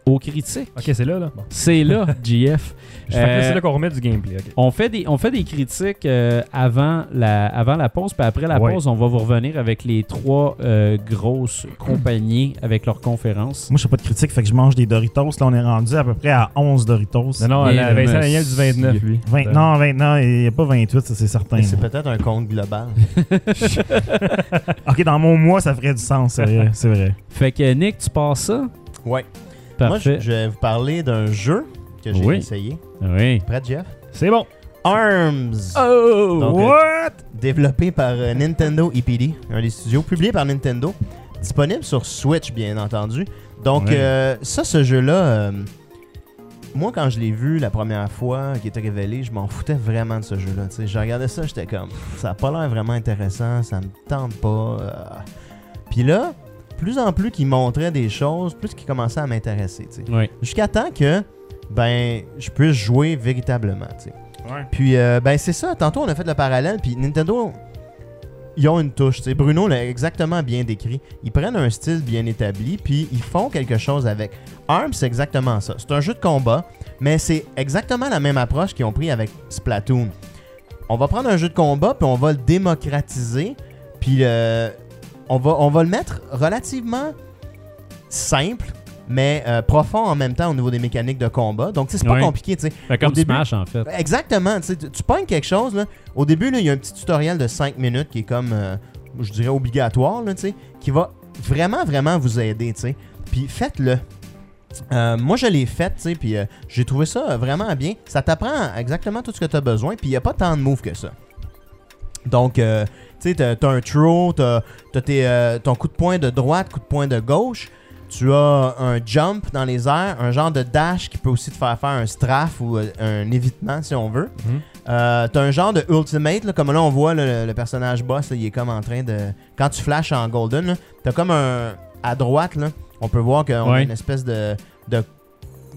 Speaker 1: aux critiques
Speaker 4: Ok, c'est là, là. Bon.
Speaker 1: C'est là, GF.
Speaker 4: Je fait que là,
Speaker 1: Euh,
Speaker 4: c'est là qu'on remet du gameplay. ok.
Speaker 1: On fait des, on fait des critiques euh, avant, la, avant la pause, puis après la
Speaker 4: Ouais.
Speaker 1: pause, on va vous revenir avec les trois euh, grosses compagnies avec leurs conférences.
Speaker 3: Moi, je fais pas de critique, fait que je mange des Doritos. Là, on est rendu à peu près à 11 Doritos.
Speaker 4: Non, non,
Speaker 1: Et
Speaker 4: Ah, la-
Speaker 1: le
Speaker 4: Vincent
Speaker 1: monsieur.
Speaker 4: Daniel du 29, lui.
Speaker 3: 20,
Speaker 4: Euh,
Speaker 3: non, 20, non, il n'y a pas 28, ça, c'est certain.
Speaker 5: C'est peut-être un compte global.
Speaker 3: Ok, dans mon mois, ça ferait du sens, c'est vrai. c'est vrai.
Speaker 1: Fait que Nick, tu passes ça?
Speaker 5: Ouais.
Speaker 1: Parfait.
Speaker 5: Moi, je, je vais vous parler d'un jeu que j'ai
Speaker 1: Oui.
Speaker 5: essayé.
Speaker 1: Oui.
Speaker 5: Prêt, Jeff?
Speaker 4: C'est bon.
Speaker 5: Arms!
Speaker 1: Oh!
Speaker 5: Donc,
Speaker 3: What?
Speaker 5: E développé par euh, Nintendo EPD, un des studios, publié par Nintendo. Disponible sur Switch, bien entendu. Donc,
Speaker 3: Ouais.
Speaker 5: euh, ça, ce jeu-là, euh, moi, quand je l'ai vu la première fois, qui était révélé, je m'en foutais vraiment de ce jeu-là. tu sais. Je regardais ça, j'étais comme, ça a pas l'air vraiment intéressant, ça me tente pas. euh. Puis là, plus en plus qu'il montrait des choses, plus qu'il commençait à m'intéresser. tu sais.
Speaker 1: Oui.
Speaker 5: Jusqu'à temps que, ben, je puisse jouer véritablement. tu sais.
Speaker 3: Ouais.
Speaker 5: Puis, euh, ben, c'est ça. Tantôt, on a fait le parallèle. Puis, Nintendo, ils ont une touche. tu sais. Bruno l'a exactement bien décrit. Ils prennent un style bien établi, puis ils font quelque chose avec. ARM, c'est exactement ça. C'est un jeu de combat, mais c'est exactement la même approche qu'ils ont pris avec Splatoon. On va prendre un jeu de combat, puis on va le démocratiser, puis euh, on, va, on va le mettre relativement simple, mais euh, profond en même temps au niveau des mécaniques de combat. Donc, tu sais, c'est pas
Speaker 1: Ouais.
Speaker 5: compliqué, tu sais.
Speaker 1: Fait comme
Speaker 5: Au début-
Speaker 1: Smash, en fait.
Speaker 5: Exactement. Tu, sais, tu- tu pognes quelque chose. Là. Au début, là, il y a un petit tutoriel de 5 minutes qui est comme, euh, je dirais, obligatoire, là, tu sais, qui va vraiment, vraiment vous aider. tu sais. Puis faites-le. Euh, moi, je l'ai fait, tu sais, puis euh, j'ai trouvé ça vraiment bien. Ça t'apprend exactement tout ce que tu as besoin, puis il n'y a pas tant de moves que ça. Donc, euh, tu sais, t'as- t'as un throw, t'as t'as tes, euh, ton coup de poing de droite, coup de poing de gauche. Tu as un jump dans les airs, un genre de dash qui peut aussi te faire faire un strafe ou euh, un évitement si on veut.
Speaker 4: Mhm.
Speaker 5: Euh, t'as un genre de ultimate, là, comme là on voit là, le, le personnage boss, là, il est comme en train de. Quand tu flashes en golden, là, t'as comme un. À droite, là, on peut voir qu'on a
Speaker 1: Ouais.
Speaker 5: une espèce de, de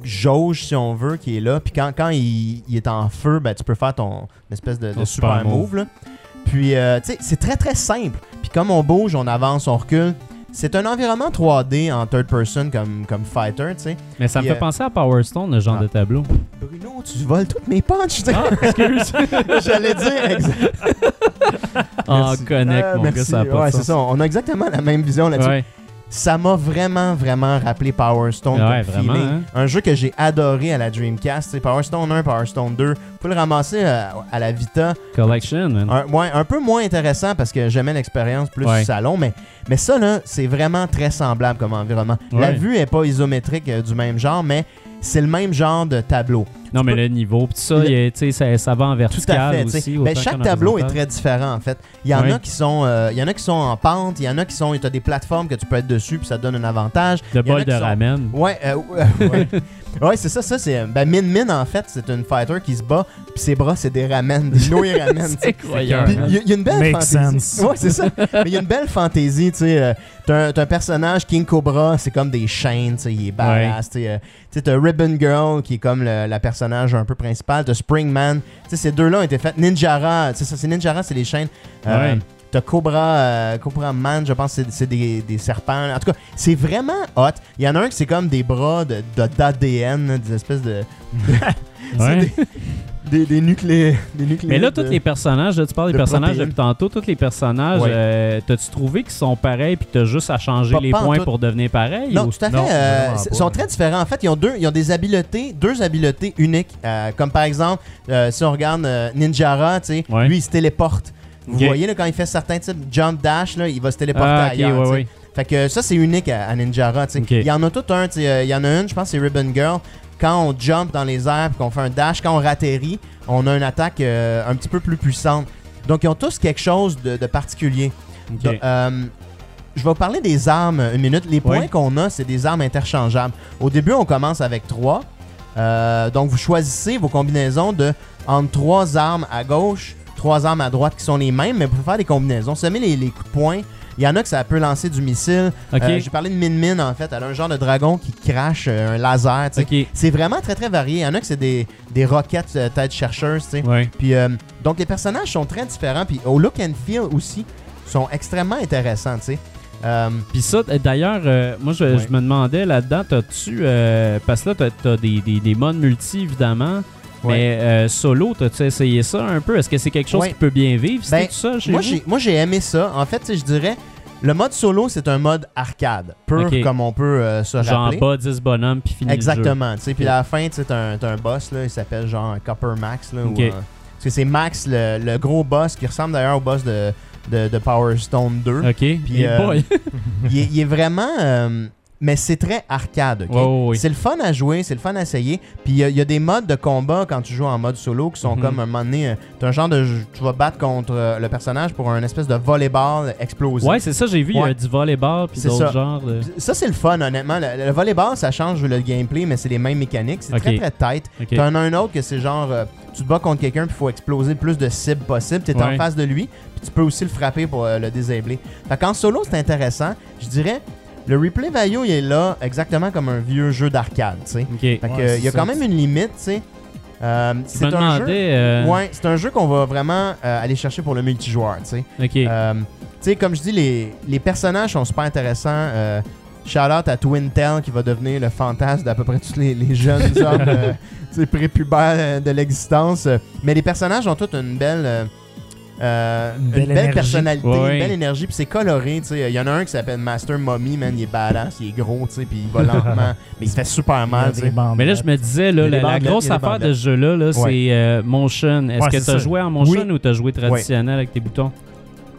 Speaker 5: jauge, si on veut, qui est là. Puis quand, quand il, il est en feu, ben, tu peux faire ton une espèce de, de
Speaker 1: Ton
Speaker 5: super,
Speaker 1: super
Speaker 5: move. là. Puis, euh, tu sais, c'est très très simple. Puis comme on bouge, on avance, on recule. C'est un environnement 3D en third person comme, comme fighter, tu sais.
Speaker 1: Mais ça me
Speaker 5: Puis,
Speaker 1: fait
Speaker 5: euh,
Speaker 1: penser à Power Stone, le genre
Speaker 5: Ah.
Speaker 1: de tableau.
Speaker 5: Bruno, tu voles toutes mes punches, tu sais.
Speaker 1: Excuse.
Speaker 5: J'allais dire exact-
Speaker 1: Ah,
Speaker 5: Merci.
Speaker 1: connect,
Speaker 5: Euh,
Speaker 1: mon
Speaker 5: merci.
Speaker 1: gars, ça a pas de
Speaker 5: Ouais,
Speaker 1: sens.
Speaker 5: c'est ça. On a exactement la même vision là-dessus.
Speaker 1: Ouais.
Speaker 5: Ça m'a vraiment, vraiment rappelé Power Stone.
Speaker 1: Ouais,
Speaker 5: comme
Speaker 1: vraiment,
Speaker 5: feeling.
Speaker 1: hein.
Speaker 5: Un jeu que j'ai adoré à la Dreamcast. c'est Power Stone 1, Power Stone 2. Faut le ramasser à, à la Vita.
Speaker 1: Collection, man.
Speaker 5: Un, ouais, un peu moins intéressant parce que j'aimais l'expérience plus
Speaker 1: Ouais.
Speaker 5: du salon. Mais, mais ça, là, c'est vraiment très semblable comme environnement. La
Speaker 1: Ouais.
Speaker 5: vue est pas isométrique euh, du même genre, mais c'est le même genre de tableau.
Speaker 1: Non,
Speaker 5: tu
Speaker 1: mais
Speaker 5: peux-
Speaker 1: le niveau, pis ça, il y a- tu sais, ça, ça va en
Speaker 5: Tout à
Speaker 1: vertical
Speaker 5: fait. tu sais.
Speaker 1: aussi.
Speaker 5: Ben,
Speaker 1: autant
Speaker 5: chaque
Speaker 1: qu'en
Speaker 5: tableau est
Speaker 1: horizontal.
Speaker 5: très différent en fait. Il y en
Speaker 1: Ouais.
Speaker 5: a qui sont, euh, il y en a qui sont en pente, il y en a qui sont, tu as des plateformes que tu peux être dessus puis ça te donne un avantage.
Speaker 1: Le
Speaker 5: Il y en a
Speaker 1: bol de
Speaker 5: qui sont-
Speaker 1: ramen.
Speaker 5: Ouais, euh, euh, ouais. Ouais, c'est ça, ça c'est ben Min Min en fait, c'est une fighter qui se bat puis ses bras c'est des ramen, des nouilles ramen. tu sais. Puis, Il y, a- il y a une belle
Speaker 3: Makes
Speaker 5: fantaisie.
Speaker 3: sense.
Speaker 5: Ouais, c'est ça. Mais il y a une belle fantaisie, tu sais. euh, t'as un, t'as un personnage, King Cobra, c'est comme des chaînes, tu sais, il est badass. tu sais, euh, Tu sais, t'as Ribbon Girl, qui est comme le, la personnage un peu principale. T'as Springman. Tu sais, ces deux-là ont été faits. Ninjara, tu sais, ça, c'est Ninjara, c'est les chaînes. Euh,
Speaker 1: Ouais.
Speaker 5: T'as Cobra, euh, Cobra Man, je pense que c'est- c'est des, des serpents. En tout cas, c'est vraiment hot. Il y en a un qui c'est comme des bras d'ADN, de, d'ADN, des espèces de.
Speaker 1: Ouais.
Speaker 5: des, des nuclé- des euh, nucléaires.
Speaker 1: Mais là,
Speaker 5: de-
Speaker 1: tous les personnages, là, tu parles des
Speaker 5: de
Speaker 1: personnages
Speaker 5: protéines.
Speaker 1: depuis tantôt, tous les personnages,
Speaker 5: Ouais.
Speaker 1: euh, t'as-tu trouvé qu'ils sont pareils puis t'as juste à changer
Speaker 5: Pas-
Speaker 1: les
Speaker 5: pas en
Speaker 1: points
Speaker 5: tout.
Speaker 1: pour devenir pareil?
Speaker 5: Non,
Speaker 1: ou-
Speaker 5: tout à fait.
Speaker 3: non,
Speaker 5: euh,
Speaker 3: vraiment
Speaker 5: c-
Speaker 3: pas,
Speaker 5: sont
Speaker 3: là.
Speaker 5: très différents. En fait, ils ont deux, ils ont des habiletés, deux habiletés uniques. euh, comme par exemple, euh, si on regarde euh, Ninjara, tu sais,
Speaker 1: Ouais.
Speaker 5: lui il se téléporte. Vous
Speaker 1: Ok.
Speaker 5: voyez là, quand il fait certains types de jump dash, là, il va se téléporter
Speaker 1: Ah, ok,
Speaker 5: ailleurs.
Speaker 1: ouais,
Speaker 5: tu sais.
Speaker 1: ouais.
Speaker 5: Fait que ça c'est unique à, à Ninjara. tu sais.
Speaker 1: Ok.
Speaker 5: Il y en a tout un. tu sais, euh, Il y en a une, je pense, c'est Ribbon Girl. Quand on jump dans les airs, puis qu'on fait un dash, quand on ratterrit, on a une attaque euh, un petit peu plus puissante. Donc ils ont tous quelque chose de- de particulier.
Speaker 1: Ok.
Speaker 5: Donc, euh, je vais vous parler des armes euh, une minute. Les points
Speaker 1: Oui.
Speaker 5: qu'on a, c'est des armes interchangeables. Au début, on commence avec trois. Euh, donc, vous choisissez vos combinaisons de entre trois armes à gauche, trois armes à droite qui sont les mêmes, mais vous pouvez faire des combinaisons. Semez les, les coups de poing. Il y en a que ça peut lancer du missile.
Speaker 1: Ok.
Speaker 5: Euh, J'ai parlé de Min Min en fait. Elle a un genre de dragon qui crache euh, un laser. tu sais.
Speaker 1: Ok.
Speaker 5: C'est vraiment très très varié. Il y en a que c'est des, des roquettes euh, tête chercheuse. tu sais.
Speaker 1: Ouais.
Speaker 5: Puis euh, donc les personnages sont très différents, puis au look and feel aussi sont extrêmement intéressants, tu sais. Euh,
Speaker 1: Puis ça, d- d'ailleurs, euh, moi, je,
Speaker 5: Ouais.
Speaker 1: je me demandais là-dedans, t'as-tu. euh, parce que là, t'as- t'as des, des, des modes multi, évidemment. Mais euh, solo, t'as-tu essayé ça un peu? Est-ce que c'est quelque chose
Speaker 5: Ouais.
Speaker 1: qui peut bien vivre,
Speaker 5: Ben,
Speaker 1: c'est tout ça, chez
Speaker 5: moi
Speaker 1: vous?
Speaker 5: j'ai moi j'ai aimé ça. En fait, tu sais, je dirais le mode solo c'est un mode arcade, pur
Speaker 1: Ok.
Speaker 5: comme on peut euh, se
Speaker 1: Genre
Speaker 5: rappeler.
Speaker 1: bas 10 bonhommes puis fini
Speaker 5: Exactement, tu sais. Puis
Speaker 1: Ok.
Speaker 5: à la fin, tu sais, t'as un, t'as un boss là, il s'appelle genre Copper Max là. ou,
Speaker 1: Ok.
Speaker 5: euh, parce que c'est Max le, le gros boss qui ressemble d'ailleurs au boss de, de, de Power Stone 2.
Speaker 1: le jeu. OK. Puis,
Speaker 5: euh, il, est- il est vraiment. euh, mais c'est très arcade. ok?
Speaker 1: Ouais, ouais, ouais.
Speaker 5: C'est le fun à jouer, c'est le fun à essayer. Puis il y, a- il y a des modes de combat quand tu joues en mode solo qui sont
Speaker 1: Mhm.
Speaker 5: comme un moment donné, euh, t'as un genre de jeu- tu vas battre contre euh, le personnage pour un espèce de volleyball explosif.
Speaker 1: Ouais, c'est ça, j'ai vu. Il y
Speaker 5: Ouais.
Speaker 1: a du volleyball puis
Speaker 5: C'est
Speaker 1: d'autres
Speaker 5: ça.
Speaker 1: genres. de-
Speaker 5: Ça, c'est le fun, honnêtement. Le, le volleyball, ça change le gameplay, mais c'est les mêmes mécaniques. C'est
Speaker 1: Ok.
Speaker 5: très, très tight.
Speaker 1: Ok.
Speaker 5: T'en as un autre que c'est genre, euh, tu te bats contre quelqu'un, puis il faut exploser le plus de cibles possible. T'es
Speaker 1: Ouais.
Speaker 5: en face de lui, puis tu peux aussi le frapper pour euh, le désabler. Fait qu'en solo, c'est intéressant. Je dirais, le replay value, il est là exactement comme un vieux jeu d'arcade, tu sais.
Speaker 1: Ok.
Speaker 5: Fait que,
Speaker 3: Ouais,
Speaker 5: euh, il y a
Speaker 3: c'est
Speaker 5: quand
Speaker 3: ça.
Speaker 5: même une limite, tu sais. Euh,
Speaker 1: Je
Speaker 5: c'est
Speaker 1: me
Speaker 5: un jeu.
Speaker 1: demandais. euh,
Speaker 5: Ouais, c'est un jeu qu'on va vraiment euh, aller chercher pour le multijoueur, tu sais.
Speaker 1: Ok.
Speaker 5: Euh, tu sais, comme je dis, les, les personnages sont super intéressants. Euh, shout out à Twintel qui va devenir le fantasme d'à peu près tous les, les jeunes hommes euh, tu sais, prépubères euh, de l'existence. Euh, Mais les personnages ont toute une belle. euh, euh,
Speaker 3: Une
Speaker 5: une
Speaker 3: belle
Speaker 5: belle,
Speaker 3: énergie.
Speaker 5: personnalité,
Speaker 1: Ouais, ouais.
Speaker 5: une belle énergie, puis c'est coloré. tu sais. Il y en a un qui s'appelle Master Mommy, man, il est badass, il est gros, tu sais, puis il va lentement, mais il se fait super mal. tu sais.
Speaker 1: Mais là, je me disais, là,
Speaker 5: Il y a
Speaker 1: la,
Speaker 5: des
Speaker 1: la
Speaker 5: bandelettes, il
Speaker 1: grosse
Speaker 5: y a des
Speaker 1: affaire de
Speaker 5: bandelettes.
Speaker 1: ce jeu-là, là, c'est euh, motion. Est-ce
Speaker 3: Ouais,
Speaker 1: que
Speaker 3: c'est
Speaker 1: tu as
Speaker 3: ça.
Speaker 1: joué en motion ou tu as joué traditionnel avec tes boutons?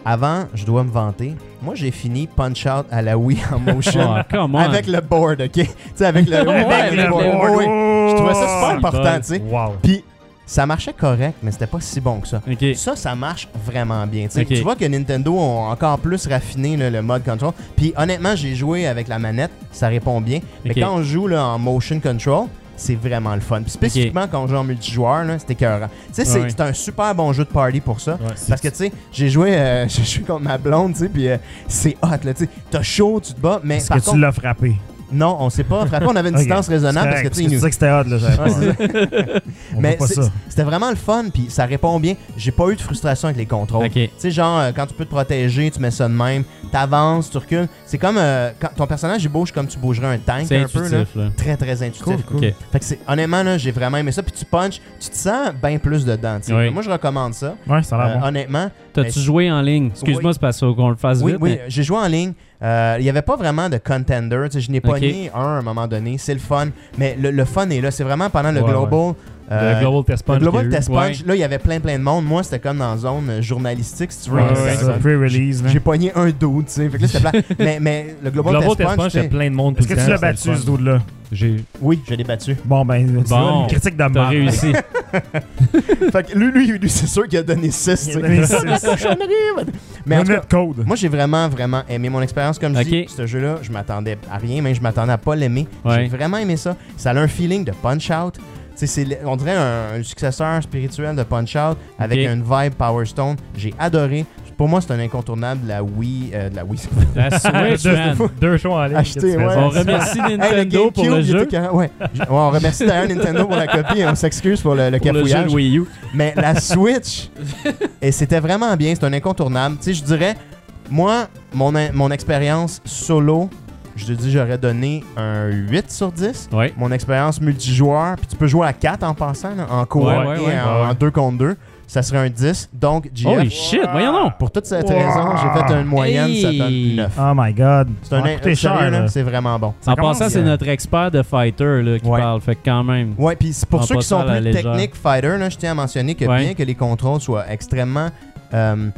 Speaker 5: Avant, je dois me vanter. Moi, j'ai fini Punch Out à la Wii en motion.
Speaker 1: Oh, come on.
Speaker 5: avec le board, ok? Tu sais, avec le,
Speaker 1: Ouais, avec le board.
Speaker 5: Oh, oui. Je trouvais ça super important, tu sais.
Speaker 4: Wow.
Speaker 5: Puis ça marchait correct, mais c'était pas si bon que ça.
Speaker 1: Ok.
Speaker 5: Ça, ça marche vraiment bien. tu sais.
Speaker 1: Ok.
Speaker 5: Tu vois que Nintendo ont encore plus raffiné là, le mode control. Puis honnêtement, j'ai joué avec la manette, ça répond bien. Mais
Speaker 1: Ok.
Speaker 5: quand on joue là, en motion control, c'est vraiment le fun. Puis spécifiquement quand on joue en multijoueur, là, c'était écœurant. Tu sais, c'est
Speaker 1: Ouais.
Speaker 5: c'est un super bon jeu de party pour ça.
Speaker 4: Ouais,
Speaker 5: Parce que tu sais, j'ai joué, euh, j'ai joué contre ma blonde, tu sais, puis euh, c'est hot là, tu sais. T'as chaud, tu te bats, mais
Speaker 3: Est-ce
Speaker 5: par
Speaker 3: que
Speaker 5: contre,
Speaker 3: tu l'as frappé?
Speaker 5: non, on s'est pas frappé, on avait une
Speaker 3: Ok.
Speaker 5: distance raisonnable parce que tu sais,
Speaker 3: C'est
Speaker 5: il nous-
Speaker 3: ça que c'était hot, là. j'avais peur.
Speaker 5: Ouais, c'est ça.
Speaker 3: On
Speaker 5: Mais
Speaker 3: veut pas
Speaker 5: c'est-
Speaker 3: ça.
Speaker 5: c'était vraiment le fun, puis ça répond bien. J'ai pas eu de frustration avec les contrôles.
Speaker 1: Ok.
Speaker 5: Tu sais, genre, euh, quand tu peux te protéger, tu mets ça de même, t'avances, tu recules. C'est comme euh, quand ton personnage il bouge comme tu bougerais un tank
Speaker 1: C'est
Speaker 5: un peu. Là.
Speaker 1: intuitif. là.
Speaker 5: Très, très intuitif.
Speaker 1: Ok.
Speaker 5: Fait que c'est, honnêtement, là, j'ai vraiment aimé ça. Puis tu punches, tu te sens bien plus dedans. tu sais.
Speaker 1: Oui.
Speaker 5: Moi, je recommande ça.
Speaker 3: Ouais, ça a
Speaker 5: Euh,
Speaker 3: l'air bon.
Speaker 5: Honnêtement,
Speaker 1: T'as-tu joué en ligne? Excuse-moi, c'est parce qu'on le fasse
Speaker 5: oui,
Speaker 1: vite.
Speaker 5: oui,
Speaker 1: mais-
Speaker 5: j'ai joué en ligne. Euh, Il y n'y avait pas vraiment de contender. Tu sais, je n'ai pas
Speaker 1: Ok.
Speaker 5: nié un à un moment donné. C'est le fun. Mais le, le fun est là. C'est vraiment pendant le
Speaker 4: Ouais,
Speaker 5: global. euh,
Speaker 4: Le Global Test
Speaker 5: Le
Speaker 4: Punch.
Speaker 5: Global
Speaker 4: qu'il y a eu.
Speaker 5: Test Punch,
Speaker 1: ouais.
Speaker 5: là, il y avait plein plein de monde. Moi, c'était comme dans la zone euh, journalistique, si tu veux.
Speaker 4: Ouais,
Speaker 5: C'était
Speaker 4: ouais,
Speaker 5: la
Speaker 3: c'est
Speaker 5: zone.
Speaker 3: ça. Pre-release, là.
Speaker 5: J'ai pogné un dos, tu sais. Fait que là, c'était plat. mais, mais le Global,
Speaker 4: Global
Speaker 5: Test Punch, tu
Speaker 4: il y a
Speaker 5: sais,
Speaker 4: plein de monde tout
Speaker 3: Est-ce que
Speaker 4: le
Speaker 3: tu l'as
Speaker 4: temps,
Speaker 3: battu,
Speaker 4: c'était
Speaker 3: ce
Speaker 4: le fun.
Speaker 3: dude-là?
Speaker 4: J'ai-
Speaker 5: Oui, je l'ai battu.
Speaker 3: Bon, ben, c'est
Speaker 1: Bon.
Speaker 3: une critique de
Speaker 1: T'as
Speaker 3: mort.
Speaker 1: réussi.
Speaker 5: fait que lui, lui, lui, c'est sûr qu'il a donné 6,
Speaker 3: Il a donné six.
Speaker 5: Mais en tout cas,
Speaker 3: Minute code.
Speaker 5: moi, j'ai vraiment, vraiment aimé mon expérience. Comme je
Speaker 1: Ok.
Speaker 5: dis, ce jeu-là, je m'attendais à rien, mais je m'attendais à pas l'aimer.
Speaker 1: Ouais.
Speaker 5: J'ai vraiment aimé ça. Ça a un feeling de Punch-Out. Tu sais, c'est le- on dirait un, un successeur spirituel de Punch-Out avec
Speaker 1: Ok.
Speaker 5: une vibe Power Stone. J'ai adoré. Pour moi, c'est un incontournable de la Wii. euh, de la Wii.
Speaker 1: La Switch, man.
Speaker 4: Deux- Deux shows en ligne.
Speaker 5: Acheter,
Speaker 4: qu'est-ce que tu
Speaker 5: ouais.
Speaker 4: fais?
Speaker 1: On remercie
Speaker 5: Hey,
Speaker 1: Nintendo pour
Speaker 5: GameCube,
Speaker 1: le
Speaker 5: il
Speaker 1: jeu.
Speaker 5: était carré- ouais. Je- ouais, on remercie d'ailleurs Nintendo pour la copie et on s'excuse pour le, le
Speaker 1: Pour le jeu
Speaker 5: cafouillage.
Speaker 1: de Wii U.
Speaker 5: Mais la Switch, et c'était vraiment bien, c'est un incontournable. Tu sais, je dirais, moi, mon, in- mon expérience solo, je te dis, j'aurais donné un 8 sur 10.
Speaker 1: Ouais.
Speaker 5: Mon expérience multijoueur, puis tu peux jouer à 4 en passant, là, en coop
Speaker 1: Ouais, ouais,
Speaker 5: et
Speaker 1: ouais,
Speaker 5: en,
Speaker 4: ouais.
Speaker 5: 2 contre 2, ça serait un 10. Donc, JF,
Speaker 1: Holy shit, voyons donc.
Speaker 5: pour toute cette
Speaker 3: Wow.
Speaker 5: raison, j'ai fait une moyenne, ça
Speaker 1: Hey.
Speaker 5: donne 9.
Speaker 3: Oh my god.
Speaker 5: C'est un,
Speaker 3: Ça a coûté
Speaker 5: sérieux,
Speaker 3: cher,
Speaker 5: là,
Speaker 3: là.
Speaker 5: c'est vraiment bon.
Speaker 1: En
Speaker 3: commence,
Speaker 1: passant, c'est
Speaker 3: euh,
Speaker 1: notre expert de fighter là, qui
Speaker 5: Ouais.
Speaker 1: parle. Fait que quand même.
Speaker 5: Ouais, puis c'est pour
Speaker 1: Prends
Speaker 5: ceux
Speaker 1: pas
Speaker 5: qui
Speaker 1: ça à
Speaker 5: sont
Speaker 1: la
Speaker 5: plus
Speaker 1: légère.
Speaker 5: techniques fighter, là, je tiens à mentionner que
Speaker 1: Ouais.
Speaker 5: bien que les contrôles soient extrêmement euh,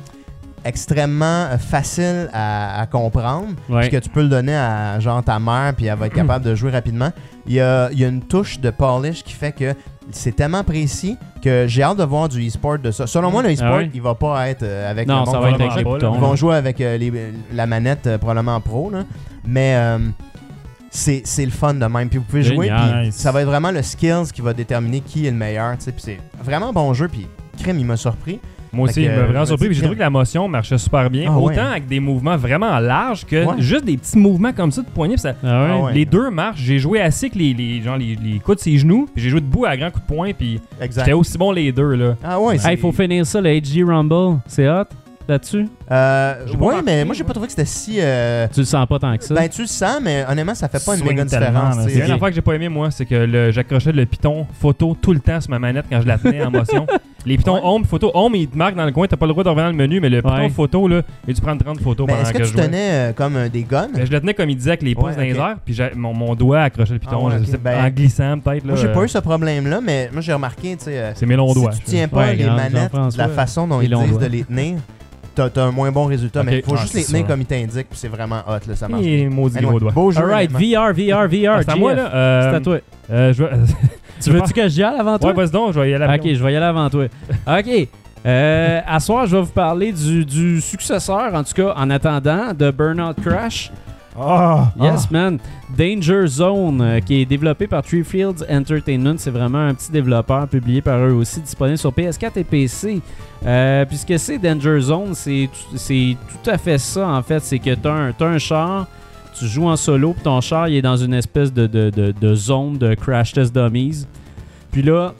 Speaker 5: extrêmement euh, faciles à, à comprendre,
Speaker 1: Ouais.
Speaker 5: puis que tu peux le donner à genre ta mère, puis elle va être capable de jouer rapidement, il y a, il y a une touche de polish qui fait que c'est tellement précis que j'ai hâte de voir du e-sport de ça. Selon moi, le e-sport,
Speaker 1: Ah ouais?
Speaker 5: il va pas être euh, avec le
Speaker 1: Non,
Speaker 5: monde
Speaker 1: ça va être avec les
Speaker 4: vraiment pas, là.
Speaker 5: ils
Speaker 1: boutons.
Speaker 5: vont
Speaker 1: là.
Speaker 5: jouer avec euh, les- la manette euh, probablement en pro, là. mais euh, c'est c'est le fun de même. Puis vous pouvez jouer,
Speaker 1: Génial.
Speaker 5: puis
Speaker 3: Nice.
Speaker 5: ça va être vraiment le skills qui va déterminer qui est le meilleur. tu sais. Puis c'est vraiment bon jeu, puis crème, il m'a surpris.
Speaker 4: Moi
Speaker 5: Fait
Speaker 4: aussi,
Speaker 5: que,
Speaker 4: il m'a
Speaker 5: euh, je
Speaker 4: vraiment
Speaker 5: me
Speaker 4: surpris.
Speaker 5: dis
Speaker 4: puis J'ai
Speaker 5: que-
Speaker 4: trouvé que la motion marchait super bien.
Speaker 5: Ah
Speaker 4: Autant
Speaker 5: ouais.
Speaker 4: avec des mouvements vraiment larges que
Speaker 5: Ouais.
Speaker 4: juste des petits mouvements comme ça de poignet. puis ça-
Speaker 1: Ah ouais?
Speaker 5: Ah ouais.
Speaker 4: les deux marches, j'ai joué assis que les, les, genre, les, les coups de ses genoux. Puis j'ai joué debout à grands coups de poing. Puis
Speaker 5: Exact.
Speaker 4: j'étais aussi bon les deux. là.
Speaker 5: Ah ouais,
Speaker 1: Hey, faut finir ça, le HG Rumble. C'est hot là-dessus?
Speaker 5: Euh,
Speaker 4: J'ai pas
Speaker 5: ouais,
Speaker 4: remarqué,
Speaker 5: mais moi, j'ai
Speaker 4: ouais.
Speaker 5: pas trouvé que c'était si. euh,
Speaker 1: Tu le sens pas tant que ça.
Speaker 5: Ben, tu le sens, mais honnêtement, ça fait pas une
Speaker 3: Swing
Speaker 5: méga
Speaker 3: tellement,
Speaker 5: différence.
Speaker 3: là,
Speaker 5: tu
Speaker 4: Il y
Speaker 5: sais.
Speaker 4: a une affaire que j'ai pas aimé, moi, c'est que le- j'accrochais le piton photo tout le temps sur ma manette quand je la tenais en motion. Les pitons
Speaker 5: Ouais.
Speaker 4: home, photo home, ils te marquent dans le coin, t'as pas le droit de revenir dans le menu, mais le piton
Speaker 1: Ouais.
Speaker 4: photo, là, il a dû prendre 30 photos
Speaker 5: Mais
Speaker 4: pendant
Speaker 5: Ben, est-ce que,
Speaker 4: je
Speaker 5: tu
Speaker 4: jouais.
Speaker 5: tenais euh, comme euh, des guns
Speaker 4: Ben, je le tenais comme il disait avec les pouces
Speaker 5: Ouais,
Speaker 4: dans les
Speaker 5: ok.
Speaker 4: airs, puis j'ai- mon, mon doigt accrochait le piton,
Speaker 5: Ah ouais,
Speaker 4: je
Speaker 5: ok.
Speaker 4: sais-
Speaker 5: Ben,
Speaker 4: en glissant peut-être. là,
Speaker 5: Moi, j'ai pas
Speaker 4: euh,
Speaker 5: eu ce problème-là, mais moi, j'ai remarqué, tu sais. euh,
Speaker 4: C'est mes longs doigts.
Speaker 5: si tu tiens pas
Speaker 1: Ouais,
Speaker 5: les
Speaker 1: Jean-
Speaker 5: manettes de
Speaker 1: Jean-François,
Speaker 5: la façon dont
Speaker 1: les
Speaker 5: ils
Speaker 1: longs
Speaker 5: disent
Speaker 1: doigts.
Speaker 5: de les tenir, t'as t'as un moins bon résultat,
Speaker 4: Ok.
Speaker 5: mais faut
Speaker 3: Ah,
Speaker 5: juste
Speaker 3: c'est
Speaker 5: les tenir
Speaker 3: ça.
Speaker 5: comme ils t'indiquent, puis c'est vraiment hot, là, ça marche.
Speaker 4: Et maudit
Speaker 5: Anyway,
Speaker 4: gros doigt.
Speaker 5: beau jeu. Ah,
Speaker 1: Alright,
Speaker 5: honnêtement.
Speaker 1: VR, VR, VR.
Speaker 4: C'est à moi,
Speaker 1: GF.
Speaker 4: là. euh,
Speaker 1: C'est à toi.
Speaker 4: euh, je vais-
Speaker 1: Tu veux-tu que j'y aille avant toi?
Speaker 4: ouais, vas-y donc, je vais y aller
Speaker 1: Ok, je vais y aller avant toi. Ok. Euh, à soir, je vais vous parler du, du successeur, en tout cas en attendant, de Burnout Crash.
Speaker 3: Ah!
Speaker 1: Yes, man. Danger Zone, euh, qui est développé par Three Fields Entertainment. C'est vraiment un petit développeur publié par eux aussi, disponible sur PS4 et PC. Euh, puis ce que c'est Danger Zone, c'est tout- c'est tout à fait ça, en fait. C'est que tu as, un char, tu joues en solo, puis ton char, il est dans une espèce de, de- de- de zone de crash test dummies. Puis là,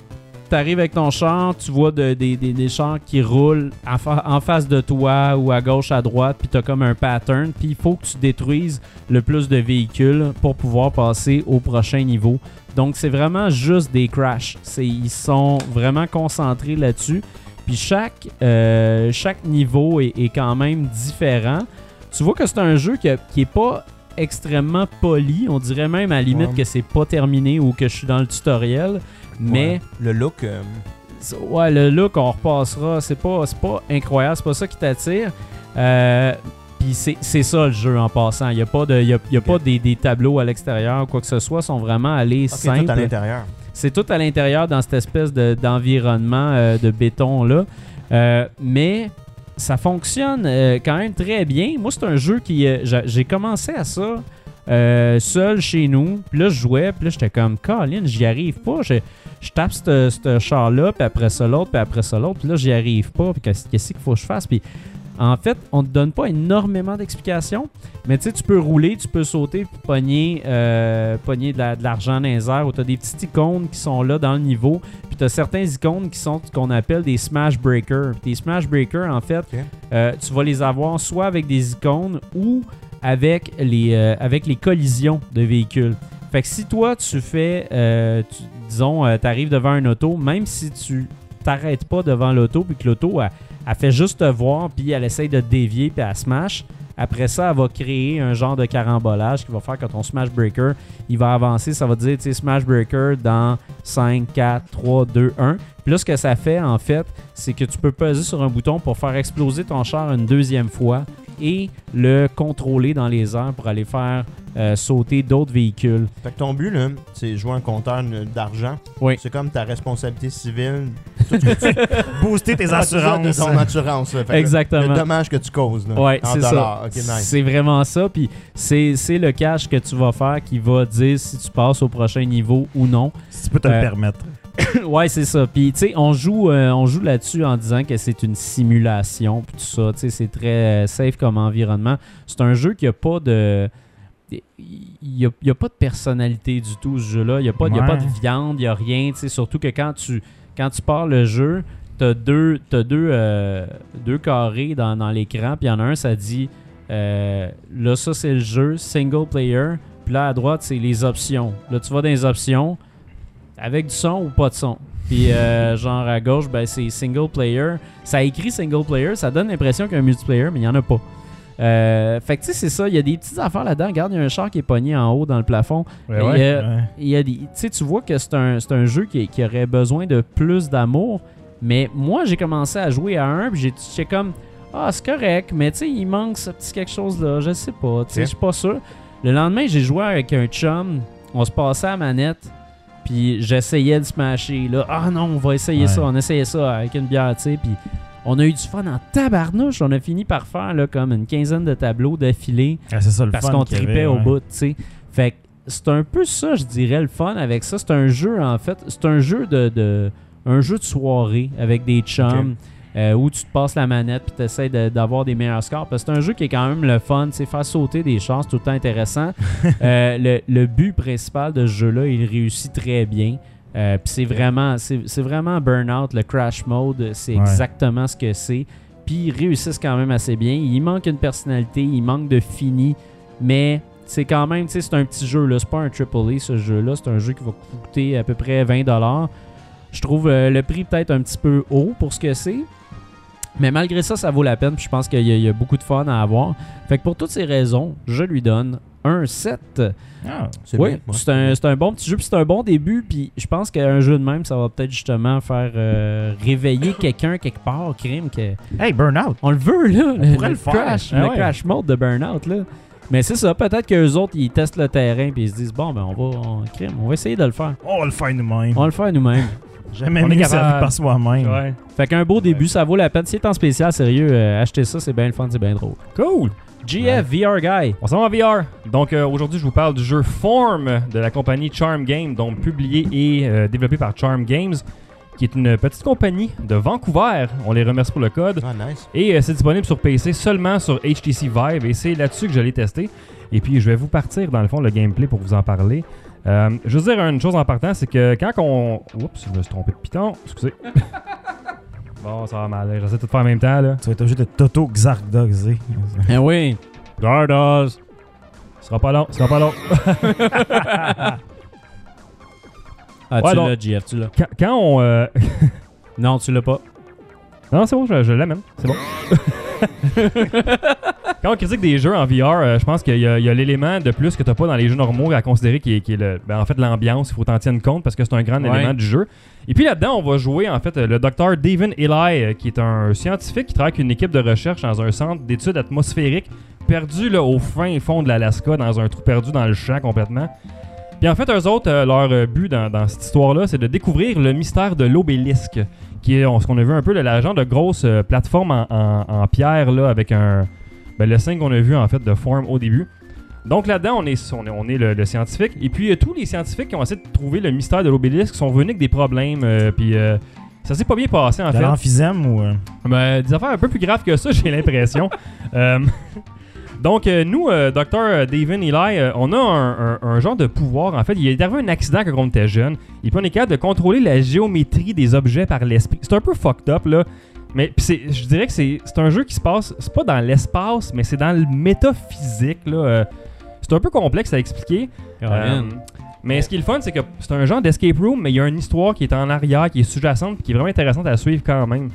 Speaker 1: t'arrives avec ton char, tu vois de- des, des- des chars qui roulent en, fa- en face de toi ou à gauche, à droite, puis t'as comme un pattern, puis il faut que tu détruises le plus de véhicules pour pouvoir passer au prochain niveau. Donc c'est vraiment juste des crashs. C'est, ils sont vraiment concentrés là-dessus. Puis chaque, euh, chaque niveau est, est quand même différent. Tu vois que c'est un jeu qui, a- qui est pas extrêmement poli. On dirait même à la limite
Speaker 3: Ouais.
Speaker 1: que c'est pas terminé ou que je suis dans le tutoriel. Mais
Speaker 5: Ouais. le look. euh,
Speaker 1: c'est- Ouais, le look, on repassera. C'est pas, c'est pas incroyable, c'est pas ça qui t'attire. Euh, Puis c'est c'est ça le jeu en passant. Il n'y a pas, de, y a, y a pas des, des tableaux à l'extérieur ou quoi que ce soit. Ils sont vraiment allés
Speaker 5: ok,
Speaker 1: simples.
Speaker 5: tout à l'intérieur.
Speaker 1: C'est tout à l'intérieur dans cette espèce de- d'environnement euh, de béton là. Euh, mais ça fonctionne euh, quand même très bien. Moi, c'est un jeu qui. euh, j'a- J'ai commencé à ça euh, seul chez nous. Puis là, je jouais. Puis là, j'étais comme, Colin, j'y arrive pas. Je, je tape ce ce char-là. Puis après ça, l'autre. Puis après ça, l'autre. Puis là, j'y arrive pas. Puis qu'est-ce qu'est-ce qu'il faut que je fasse? Puis. En fait, on ne te donne pas énormément d'explications, mais tu sais, tu peux rouler, tu peux sauter, puis pogner, euh, pogner de la- de l'argent dans les airs, ou tu as des petites icônes qui sont là dans le niveau, puis tu as certains icônes qui sont ce qu'on appelle des Smash Breakers. Puis Tes Smash Breakers, en fait,
Speaker 5: Ok.
Speaker 1: euh, tu vas les avoir soit avec des icônes ou avec les, euh, avec les collisions de véhicules. Fait que si toi, tu fais, euh, tu- disons, tu arrives devant un auto, même si tu t'arrêtes pas devant l'auto, puis que l'auto, elle, elle fait juste te voir, puis elle essaye de te dévier, puis elle smash. Après ça, elle va créer un genre de carambolage qui va faire que ton Smash Breaker, il va avancer. Ça va dire, tu sais, Smash Breaker dans 5, 4, 3, 2, 1. Puis là, ce que ça fait, en fait, c'est que tu peux peser sur un bouton pour faire exploser ton char une deuxième fois et le contrôler dans les airs pour aller faire euh, sauter d'autres véhicules.
Speaker 5: Fait que ton but, là, c'est jouer un compteur euh, d'argent.
Speaker 1: Oui.
Speaker 5: C'est comme ta responsabilité civile.
Speaker 3: Booster tes
Speaker 5: Ah, c'est ça, De
Speaker 3: assurances.
Speaker 5: ton assurance. là. Fait que le-
Speaker 1: Exactement.
Speaker 5: Le dommage que tu causes. Là,
Speaker 1: Ouais,
Speaker 5: en
Speaker 1: c'est ça.
Speaker 5: dollars. Ok, nice.
Speaker 1: C'est vraiment ça. Puis c'est c'est le cash que tu vas faire qui va dire si tu passes au prochain niveau ou non.
Speaker 3: Si tu peux te le
Speaker 1: Euh,
Speaker 3: permettre.
Speaker 1: ouais, c'est ça. Puis tu sais, on joue, euh, on joue là-dessus en disant que c'est une simulation, puis tout ça. Tu sais, c'est très euh, safe comme environnement. C'est un jeu qui a pas de il n'y a, il y a pas de personnalité du tout ce jeu-là. Il n'y a, pas- il y a
Speaker 3: Ouais.
Speaker 1: pas de viande, il n'y a rien. Tu sais, surtout que quand tu, quand tu pars le jeu, tu as deux, t'as deux, euh, deux carrés dans, dans l'écran. Puis il y en a un, ça dit euh, là, ça c'est le jeu, single player. Puis là, à droite, c'est les options. Là, tu vas dans les options avec du son ou pas de son. Puis euh, genre à gauche, ben, c'est single player. Ça écrit single player, ça donne l'impression qu'il y a un multiplayer, mais il n'y en a pas. Euh, fait que tu sais, c'est ça. Il y a des petites affaires là-dedans. Regarde, il y a un char qui est pogné en haut dans le plafond.
Speaker 4: Ouais,
Speaker 1: Et,
Speaker 4: ouais.
Speaker 1: euh, Il y a des, tu sais, tu vois que c'est un, c'est un jeu qui, qui aurait besoin de plus d'amour. Mais moi, j'ai commencé à jouer à un, puis j'ai- j'étais comme, ah, c'est correct, mais tu sais, il manque ce petit quelque chose-là. Je sais pas, tu sais,
Speaker 5: Ok.
Speaker 1: je suis pas sûr. Le lendemain, j'ai joué avec un chum. On se passait à la manette. Puis j'essayais de smasher. Là, ah non, on va essayer
Speaker 3: Ouais.
Speaker 1: ça. On essayait ça avec une bière, tu sais. Puis on a eu du fun en tabarnouche. On a fini par faire là, comme une quinzaine de tableaux d'affilée
Speaker 3: Ah, c'est ça le
Speaker 1: parce
Speaker 3: fun
Speaker 1: qu'on
Speaker 3: qu'il y
Speaker 1: tripait
Speaker 3: avait,
Speaker 1: au
Speaker 3: ouais.
Speaker 1: bout, tu sais. Fait que c'est un peu ça, je dirais, le fun avec ça. C'est un jeu, en fait, c'est un jeu de, de- un jeu de soirée avec des chums. euh, où tu te passes la manette puis tu essaies d'avoir des meilleurs scores. Parce que c'est un jeu qui est quand même le fun. C'est faire sauter des chances, tout le temps intéressant. Euh, le, le but principal de ce jeu-là, il réussit très bien. Euh, puis c'est vraiment, c'est c'est vraiment Burnout, le Crash Mode. C'est
Speaker 3: Ouais.
Speaker 1: exactement ce que c'est. Puis ils réussissent quand même assez bien. Il manque une personnalité, il manque de fini, mais c'est quand même, tu sais, c'est un petit jeu. là. C'est pas un triple A ce jeu-là. C'est un jeu qui va coûter à peu près 20$. Je trouve euh, le prix peut-être un petit peu haut pour ce que c'est. Mais malgré ça, ça vaut la peine. Puis je pense qu'il y, a- il y a beaucoup de fun à avoir. Fait que pour toutes ces raisons, je lui donne 1.7.
Speaker 3: Ah.
Speaker 5: C'est
Speaker 1: oui,
Speaker 5: bien, ouais.
Speaker 1: c'est un, c'est un bon petit jeu, puis c'est un bon début, puis je pense qu'un jeu de même, ça va peut-être justement faire euh, réveiller quelqu'un quelque part, crime, que...
Speaker 3: Hey, Burnout!
Speaker 1: On le veut, là. le,
Speaker 3: pourrait le faire.
Speaker 1: Crash,
Speaker 4: Ah
Speaker 1: le
Speaker 4: ouais.
Speaker 1: crash mode de Burnout, là. Mais c'est ça, peut-être qu'eux autres, ils testent le terrain puis ils se disent bon, ben on va, on, crime, on va essayer de le faire.
Speaker 3: On va Oh, le faire nous-mêmes.
Speaker 1: On va le faire nous-mêmes.
Speaker 3: Jamais
Speaker 4: On est
Speaker 3: mieux
Speaker 4: capable.
Speaker 3: servi par soi-même.
Speaker 4: Ouais.
Speaker 1: fait qu'un beau début, ça vaut la peine. Si c'est en spécial, sérieux, euh, achetez ça, c'est bien le fun, c'est bien drôle.
Speaker 4: Cool!
Speaker 1: GF VR Guy.
Speaker 4: On s'en va en VR. Donc euh, aujourd'hui, je vous parle du jeu Form de la compagnie Charm Game, donc publié et euh, développé par Charm Games, qui est une petite compagnie de Vancouver. On les remercie pour le code.
Speaker 5: Ah, nice.
Speaker 4: Et euh, c'est disponible sur PC seulement sur HTC Vive et c'est là-dessus que je l'ai testé. Et puis je vais vous partir dans le fond le gameplay pour vous en parler. Euh, je veux dire une chose en partant, c'est que quand on. Oups, je me suis trompé de piton. Excusez. bon, ça va mal. hein. J'essaie de tout faire en même temps là.
Speaker 3: Tu vas être obligé de Toto Xardoxer.
Speaker 1: Eh oui.
Speaker 4: Gardos. Ce sera pas long, ce sera pas long.
Speaker 1: Ah,
Speaker 4: Ouais,
Speaker 1: tu
Speaker 4: donc-
Speaker 1: l'as, GF, tu l'as.
Speaker 4: Quand, quand on. euh,
Speaker 1: Non, tu l'as pas.
Speaker 4: Non, c'est bon, je, je l'amène. C'est bon. Quand on critique des jeux en VR, euh, je pense qu'il y a, il y a l'élément de plus que tu pas dans les jeux normaux à considérer qui est, qui est le, ben, en fait l'ambiance. Il faut t'en tenir compte parce que c'est un grand
Speaker 1: Ouais.
Speaker 4: élément du jeu. Et puis là-dedans, on va jouer en fait euh, le docteur David Eli, euh, qui est un scientifique qui travaille avec une équipe de recherche dans un centre d'études atmosphériques perdu là, au fin fond de l'Alaska, dans un trou perdu dans le champ complètement. Puis en fait, eux autres, euh, leur euh, but dans, dans cette histoire-là, c'est de découvrir le mystère de l'obélisque, qui est on- ce qu'on a vu un peu, là, la genre de grosse euh, plateforme en, en- en pierre, là, avec un, ben, le signe qu'on a vu en fait de forme au début. Donc là-dedans, on est, on est, on est le, le scientifique. Et puis euh, tous les scientifiques qui ont essayé de trouver le mystère de l'obélisque sont venus avec des problèmes. euh, puis euh, ça s'est pas bien passé en
Speaker 3: De
Speaker 4: fait.
Speaker 3: l'emphysème ou. euh,
Speaker 4: Ben, des affaires un peu plus graves que ça, j'ai l'impression. Euh, donc, euh, nous, docteur David Eli, euh, on a un, un- un genre de pouvoir. En fait, il est arrivé un accident quand on était jeune. Et puis, on est capable de contrôler la géométrie des objets par l'esprit. C'est un peu fucked up, là. Mais puis c'est- je dirais que c'est c'est un jeu qui se passe, c'est pas dans l'espace, mais c'est dans le métaphysique, là. Euh, c'est un peu complexe à expliquer. Euh,
Speaker 1: Caroline.
Speaker 4: mais ce qui est le fun, c'est que c'est un genre d'escape room, mais il y a une histoire qui est en arrière, qui est sous-jacente, puis qui est vraiment intéressante à suivre quand même.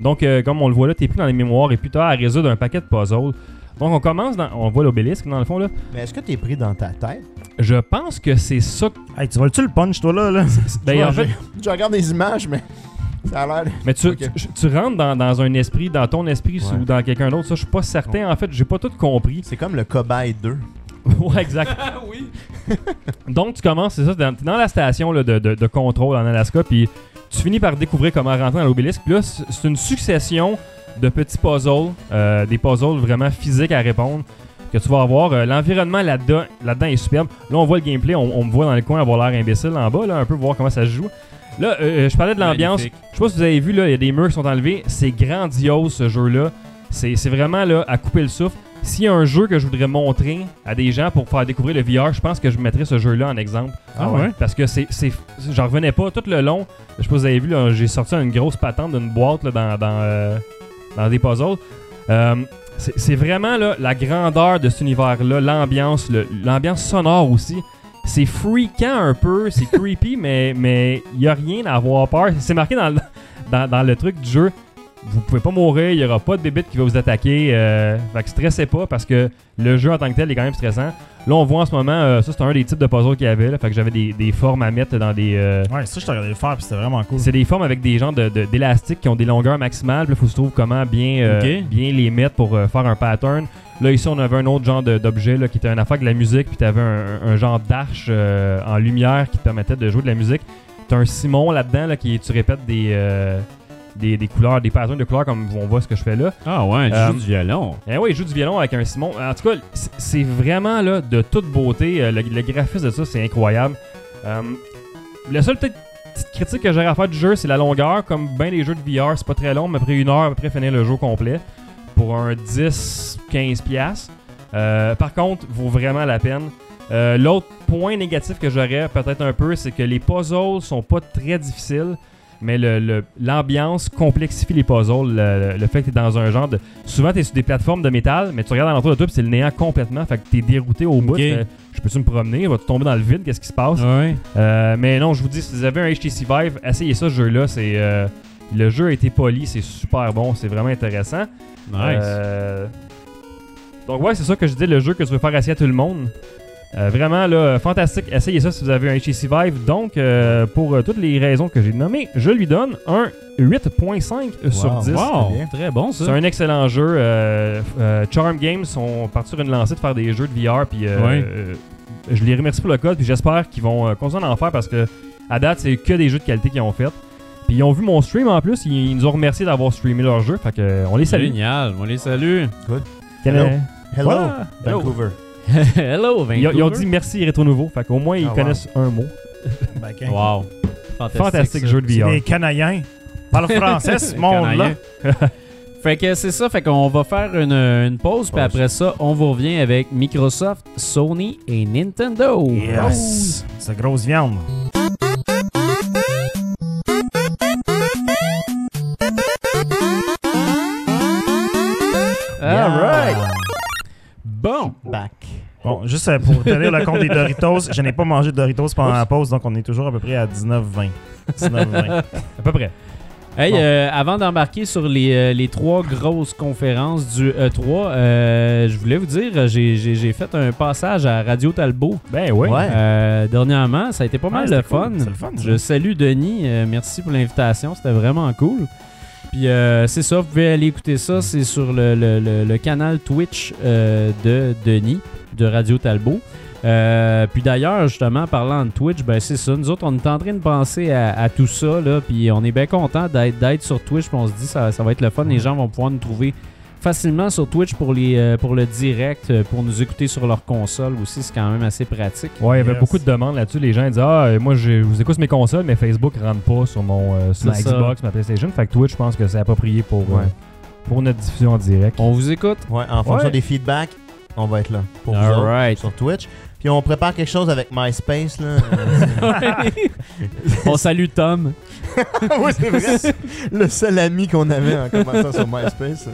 Speaker 4: Donc, euh, comme on le voit là, t'es plus dans les mémoires et plus tard à résoudre un paquet de puzzles. Donc, on commence dans. On voit l'obélisque dans le fond là.
Speaker 5: Mais est-ce que t'es pris dans ta tête?
Speaker 4: Je pense que c'est ça. que-
Speaker 3: Hey, tu vas-tu le punch, toi, là? là?
Speaker 4: Ben, en
Speaker 5: je-
Speaker 4: fait,
Speaker 5: Je regarde des images, mais ça a l'air...
Speaker 4: mais tu,
Speaker 5: Ok.
Speaker 4: tu, tu rentres dans, dans un esprit, dans ton esprit
Speaker 5: Ouais.
Speaker 4: ou dans quelqu'un d'autre. Ça, je suis pas certain. En fait, j'ai pas tout compris.
Speaker 5: C'est comme le cobaye 2.
Speaker 4: ouais, exact. Donc, tu commences, c'est ça, dans, t'es dans la station là, de, de- de contrôle en Alaska, puis tu finis par découvrir comment rentrer dans l'obélisque. Puis là, c'est c'est une succession de petits puzzles, euh, des puzzles vraiment physiques à répondre que tu vas avoir. Euh, L'environnement là-dedans là-dedans est superbe. Là, on voit le gameplay, on, on me voit dans le coin avoir l'air imbécile en bas, là, un peu voir comment ça se joue. Là, euh, euh, je parlais de l'ambiance.
Speaker 1: Magnifique.
Speaker 4: Je sais pas si vous avez vu, là, il y a des murs qui sont enlevés. C'est grandiose ce jeu-là. C'est c'est vraiment là, à couper le souffle. S'il y a un jeu que je voudrais montrer à des gens pour faire découvrir le VR, je pense que je mettrais ce jeu-là en exemple.
Speaker 3: Ah ouais?
Speaker 4: Parce que c'est. c'est- J'en revenais pas tout le long. Je sais pas si vous avez vu, là, j'ai sorti une grosse patente d'une boîte là, dans, dans, euh, dans des puzzles. Euh, c'est c'est vraiment là, la grandeur de cet univers-là, l'ambiance, le- l'ambiance sonore aussi. C'est freakant un peu, c'est creepy, mais mais il y a rien à avoir peur. C'est marqué dans le, dans, dans le truc du jeu. Vous pouvez pas mourir, il y aura pas de bébite qui va vous attaquer. euh, fait que stressez pas parce que le jeu en tant que tel est quand même stressant. Là, on voit en ce moment, euh, ça c'est un des types de puzzles qu'il y avait. là, fait que j'avais des, des formes à mettre dans des. euh,
Speaker 3: Ouais, ça, je t'ai regardé le faire, puis c'était vraiment cool.
Speaker 4: c'est des formes avec des genres d'élastiques de, d'élastiques qui ont des longueurs maximales. Puis là, faut se trouver comment bien, euh,
Speaker 1: Ok.
Speaker 4: bien les mettre pour euh, faire un pattern. Là, ici, on avait un autre genre de- d'objet là, qui était un affaire avec de la musique. Puis t'avais un, un genre d'arche euh, en lumière qui te permettait de jouer de la musique. T'as un Simon là-dedans là, qui tu répètes des, euh, des, des couleurs, des patterns de couleurs comme on voit ce que je fais là.
Speaker 1: Ah ouais, tu
Speaker 4: Euh,
Speaker 1: joues du violon.
Speaker 4: Eh oui, il joue du violon avec un Simon. En tout cas, c'est- c'est vraiment là, de toute beauté. Euh, Le, le graphisme de ça, c'est incroyable. Euh, le seul peut-être petite critique que j'aurais à faire du jeu, c'est la longueur. Comme bien les jeux de VR, c'est pas très long, mais après une heure, après finir le jeu au complet. Pour un 10-15$. piastres. Euh, par contre, vaut vraiment la peine. Euh, L'autre point négatif que j'aurais peut-être un peu, c'est que les puzzles sont pas très difficiles, mais le- le- l'ambiance complexifie les puzzles. Le, le fait que tu es dans un genre de souvent t'es sur des plateformes de métal, mais tu regardes à l'entour de toi puis c'est le néant complètement, fait que t'es dérouté au bout.
Speaker 1: Ok.
Speaker 4: Tu fais, Je peux-tu me promener? Va-tu tomber dans le vide? Qu'est-ce qui se passe?
Speaker 1: Ouais.
Speaker 4: Euh, mais non, je vous dis, si vous avez un HTC Vive, essayez ça ce jeu-là. C'est euh, Le
Speaker 1: Euh,
Speaker 4: jeu a été poli, c'est super bon, c'est vraiment intéressant.
Speaker 1: Nice.
Speaker 4: Euh, Donc ouais, c'est ça que je dis, le jeu que tu veux faire essayer à tout le monde. Euh, vraiment, là, fantastique. Essayez ça si vous avez un HTC Vive. Donc, euh, pour euh, toutes les raisons que j'ai nommées, je lui donne un 8.5 sur
Speaker 5: Wow.
Speaker 4: 10.
Speaker 5: c'est bien.
Speaker 1: Wow, très bon ça.
Speaker 4: C'est un excellent jeu. euh, euh, Charm Games sont partis sur une lancée de faire des jeux de VR. Puis euh,
Speaker 1: Ouais.
Speaker 4: euh, je les remercie pour le code. Puis j'espère qu'ils vont euh, continuer à en faire parce que à date, c'est que des jeux de qualité qu'ils ont fait. Puis ils ont vu mon stream en plus. Ils, ils nous ont remercié d'avoir streamé leur jeu. Fait que euh, on les salue.
Speaker 1: Génial, on les salue.
Speaker 5: Hello.
Speaker 4: Euh,
Speaker 5: Hello,
Speaker 4: Ah, hello.
Speaker 5: Vancouver.
Speaker 1: Hello,
Speaker 4: Ils,
Speaker 1: Vancouver.
Speaker 4: ils ont dit merci Rétro Nouveau. Fait qu'au moins, ils
Speaker 5: Ah, wow.
Speaker 4: connaissent un mot.
Speaker 3: Ben, quand-
Speaker 1: Wow. Fantastique,
Speaker 4: Fantastique
Speaker 1: ça.
Speaker 4: jeu de
Speaker 3: C'est
Speaker 4: VR.
Speaker 3: des Canadiens. Parle français, ce monde-là.
Speaker 1: Canailleux. fait que c'est ça, fait qu'on va faire une, une pause, puis
Speaker 5: Pause.
Speaker 1: après ça, on vous revient avec Microsoft, Sony et Nintendo.
Speaker 3: Yes. C'est grosse viande.
Speaker 1: All right.
Speaker 5: Yeah.
Speaker 1: Bon.
Speaker 5: Back.
Speaker 3: Bon, juste euh, pour tenir le compte des Doritos, je n'ai pas mangé de Doritos pendant la pause, donc on est toujours à peu près à 19-20. 19-20.
Speaker 4: À peu près.
Speaker 1: Hey,
Speaker 3: Bon.
Speaker 1: euh, avant d'embarquer sur les, euh, les trois grosses conférences du E3, euh, je voulais vous dire, j'ai- j'ai j'ai fait un passage à Radio Talbot
Speaker 4: Ben oui.
Speaker 5: Ouais.
Speaker 1: euh, dernièrement. Ça a été pas mal
Speaker 3: Ouais,
Speaker 1: de
Speaker 3: Ah, c'était cool.
Speaker 1: fun.
Speaker 3: C'est le fun. ça.
Speaker 5: Mhm.
Speaker 1: Je salue Denis. euh, merci pour l'invitation. C'était vraiment cool. Puis euh, c'est ça, vous pouvez aller écouter
Speaker 5: Mhm.
Speaker 1: ça. C'est sur le, le- le- le canal Twitch euh, de Denis de Radio Talbot. Euh, puis d'ailleurs, justement, parlant de Twitch, ben c'est ça. Nous autres, on est en train de penser à, à tout ça. Là, puis on est bien content d'être d'être sur Twitch. Puis on se dit ça, ça va être le fun. Les gens vont pouvoir nous trouver facilement sur Twitch pour, les, euh, pour le direct, euh, pour nous écouter sur leur console aussi. C'est quand même assez pratique.
Speaker 4: Ouais, il y avait
Speaker 3: Yes.
Speaker 4: beaucoup de demandes là-dessus. Les gens ils disaient Ah, euh, moi, je je vous écoute sur mes consoles, mais Facebook rentre pas sur mon euh, sur ma
Speaker 1: C'est ça.
Speaker 4: Xbox, ma PlayStation. Fait que Twitch, je pense que c'est approprié pour, euh,
Speaker 1: Ouais.
Speaker 4: pour notre diffusion en direct.
Speaker 1: On vous écoute.
Speaker 5: Ouais, en fonction
Speaker 4: Ouais.
Speaker 5: des feedbacks, on va être là pour vous
Speaker 1: All
Speaker 5: autres,
Speaker 1: right.
Speaker 5: sur Twitch. Puis on prépare quelque chose avec MySpace là.
Speaker 1: On salue Tom.
Speaker 5: oui, c'est vrai. Le seul ami qu'on avait en commençant sur MySpace.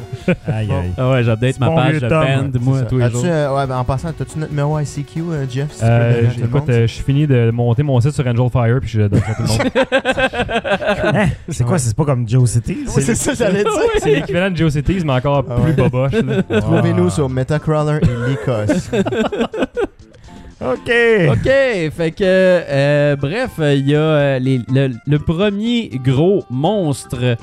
Speaker 3: Aïe, aïe.
Speaker 1: Ah ouais, j'update
Speaker 3: C'est
Speaker 1: ma
Speaker 3: bon
Speaker 1: page
Speaker 3: vieux
Speaker 1: de
Speaker 3: Tom,
Speaker 1: band,
Speaker 3: c'est
Speaker 1: moi, tous les
Speaker 5: As-tu,
Speaker 1: jours.
Speaker 5: euh, ouais, ben, en passant, as-tu notre numéro ICQ, euh, Jeff si tu peux le
Speaker 4: Euh,
Speaker 5: donner à
Speaker 4: je-
Speaker 5: tout le
Speaker 4: écoute,
Speaker 5: monde?
Speaker 4: euh, je suis fini de monter mon site sur Angel Fire, puis je le donne à tout le monde.
Speaker 3: Hein? C'est quoi, c'est pas comme Joe City?
Speaker 5: Oui, c'est ça, que j'allais dire.
Speaker 4: c'est l'équivalent de GeoCities, mais encore
Speaker 5: Ah
Speaker 4: plus
Speaker 5: ouais.
Speaker 4: boboche. là.
Speaker 5: Trouvez-nous sur Metacrawler et Lycos.
Speaker 3: OK.
Speaker 1: OK, fait que, euh, bref, il y a euh, les- le, le premier gros monstre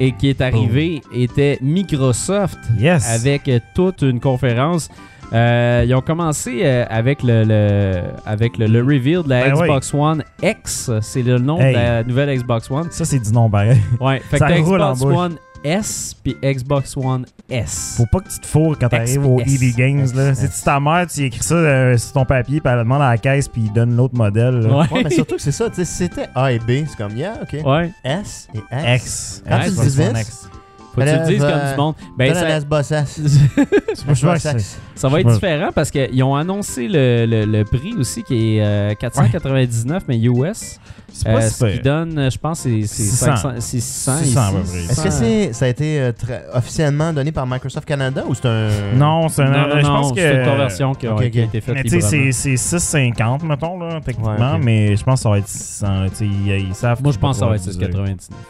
Speaker 1: et qui est arrivé était Microsoft
Speaker 3: Yes.
Speaker 1: avec euh, toute une conférence. Euh, ils ont commencé euh, avec le, le- avec le, le reveal de la
Speaker 3: Ben oui.
Speaker 1: Xbox One X. C'est le nom
Speaker 3: Hey.
Speaker 1: de la nouvelle Xbox One.
Speaker 3: Ça, c'est du nom pareil.
Speaker 1: Ouais, fait
Speaker 3: Ça
Speaker 1: que t'as
Speaker 3: roule en
Speaker 1: Xbox
Speaker 3: bouche.
Speaker 1: One S puis Xbox One S.
Speaker 3: Faut pas que tu te fourres quand t'arrives au
Speaker 1: XS.
Speaker 3: ED Games. Là.
Speaker 5: XS.
Speaker 3: C'est ta mère, tu écris ça euh, sur ton papier, puis elle demande à la caisse, puis il donne l'autre modèle. là.
Speaker 5: ouais, mais surtout que c'est ça, tu sais, si c'était A et B, c'est comme, yeah, ok.
Speaker 1: Ouais,
Speaker 5: S et
Speaker 3: X.
Speaker 5: X. Quand
Speaker 1: tu
Speaker 3: X,
Speaker 1: le
Speaker 5: dis
Speaker 3: son
Speaker 5: S,
Speaker 3: X.
Speaker 1: faut que tu le
Speaker 5: Élève,
Speaker 1: dises comme
Speaker 5: euh,
Speaker 1: du monde. Ben,
Speaker 5: Ben,
Speaker 1: ça,
Speaker 5: S, boss S.
Speaker 3: C'est pas- je vois que c'est-
Speaker 1: ça va
Speaker 3: je
Speaker 1: être
Speaker 3: me-
Speaker 1: différent parce qu'ils ont annoncé le, le- le prix aussi qui est euh, 499, mais US.
Speaker 3: C'est
Speaker 1: Euh,
Speaker 3: pas
Speaker 1: ce qui
Speaker 3: super.
Speaker 1: donne, euh, je pense, c'est c'est
Speaker 3: 600.
Speaker 1: 500, c'est 600.
Speaker 3: 600 à peu
Speaker 1: ici.
Speaker 3: près.
Speaker 5: Est-ce que c'est, ça a été euh, tra- officiellement donné par Microsoft Canada ou c'est un.
Speaker 3: Non, c'est un-
Speaker 1: Non, non,
Speaker 3: je
Speaker 1: non,
Speaker 3: pense que.
Speaker 1: c'est une conversion qui a,
Speaker 5: Ok, ok.
Speaker 1: qui a été faite
Speaker 3: Mais tu sais, c'est-
Speaker 1: librement.
Speaker 3: c'est 6,50, mettons, là, techniquement,
Speaker 5: Ouais, ok.
Speaker 3: mais je pense que ça va être 600. tu sais, Ils, ils savent.
Speaker 1: Moi,
Speaker 3: qu'ils
Speaker 1: je pense que ça
Speaker 3: vont
Speaker 1: va être
Speaker 3: pouvoir
Speaker 1: 699.
Speaker 3: utiliser.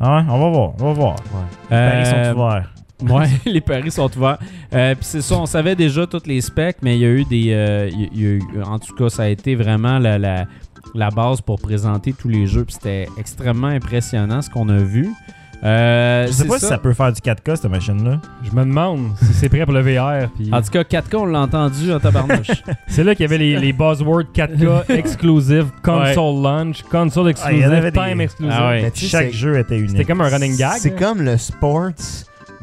Speaker 3: Ah ouais, on va voir, on va voir. Les paris
Speaker 1: Euh,
Speaker 3: sont ouverts.
Speaker 1: Ouais, les paris sont ouverts. Euh, Puis c'est ça, on savait déjà toutes les specs, mais il y a eu des. euh, il y a eu- en tout cas, ça a été vraiment la, la, la base pour présenter tous les jeux. Puis c'était extrêmement impressionnant ce qu'on a vu. Euh,
Speaker 3: Je sais
Speaker 1: c'est
Speaker 3: pas si ça peut faire du 4K, cette machine-là.
Speaker 4: Je me demande si c'est prêt pour le VR. puis-
Speaker 1: En tout cas, 4K, on l'a entendu en tabarnouche.
Speaker 4: C'est là qu'il y avait les, les buzzwords 4K exclusive, console launch, console
Speaker 3: Ah, il y en
Speaker 4: exclusive,
Speaker 3: avait des-
Speaker 4: time exclusive.
Speaker 1: Ah ouais.
Speaker 5: Mais Ben, tu sais,
Speaker 3: Chaque
Speaker 5: c'est-
Speaker 3: jeu était unique.
Speaker 4: C'était comme un running gag. hein.
Speaker 5: C'est
Speaker 4: là.
Speaker 5: comme le sports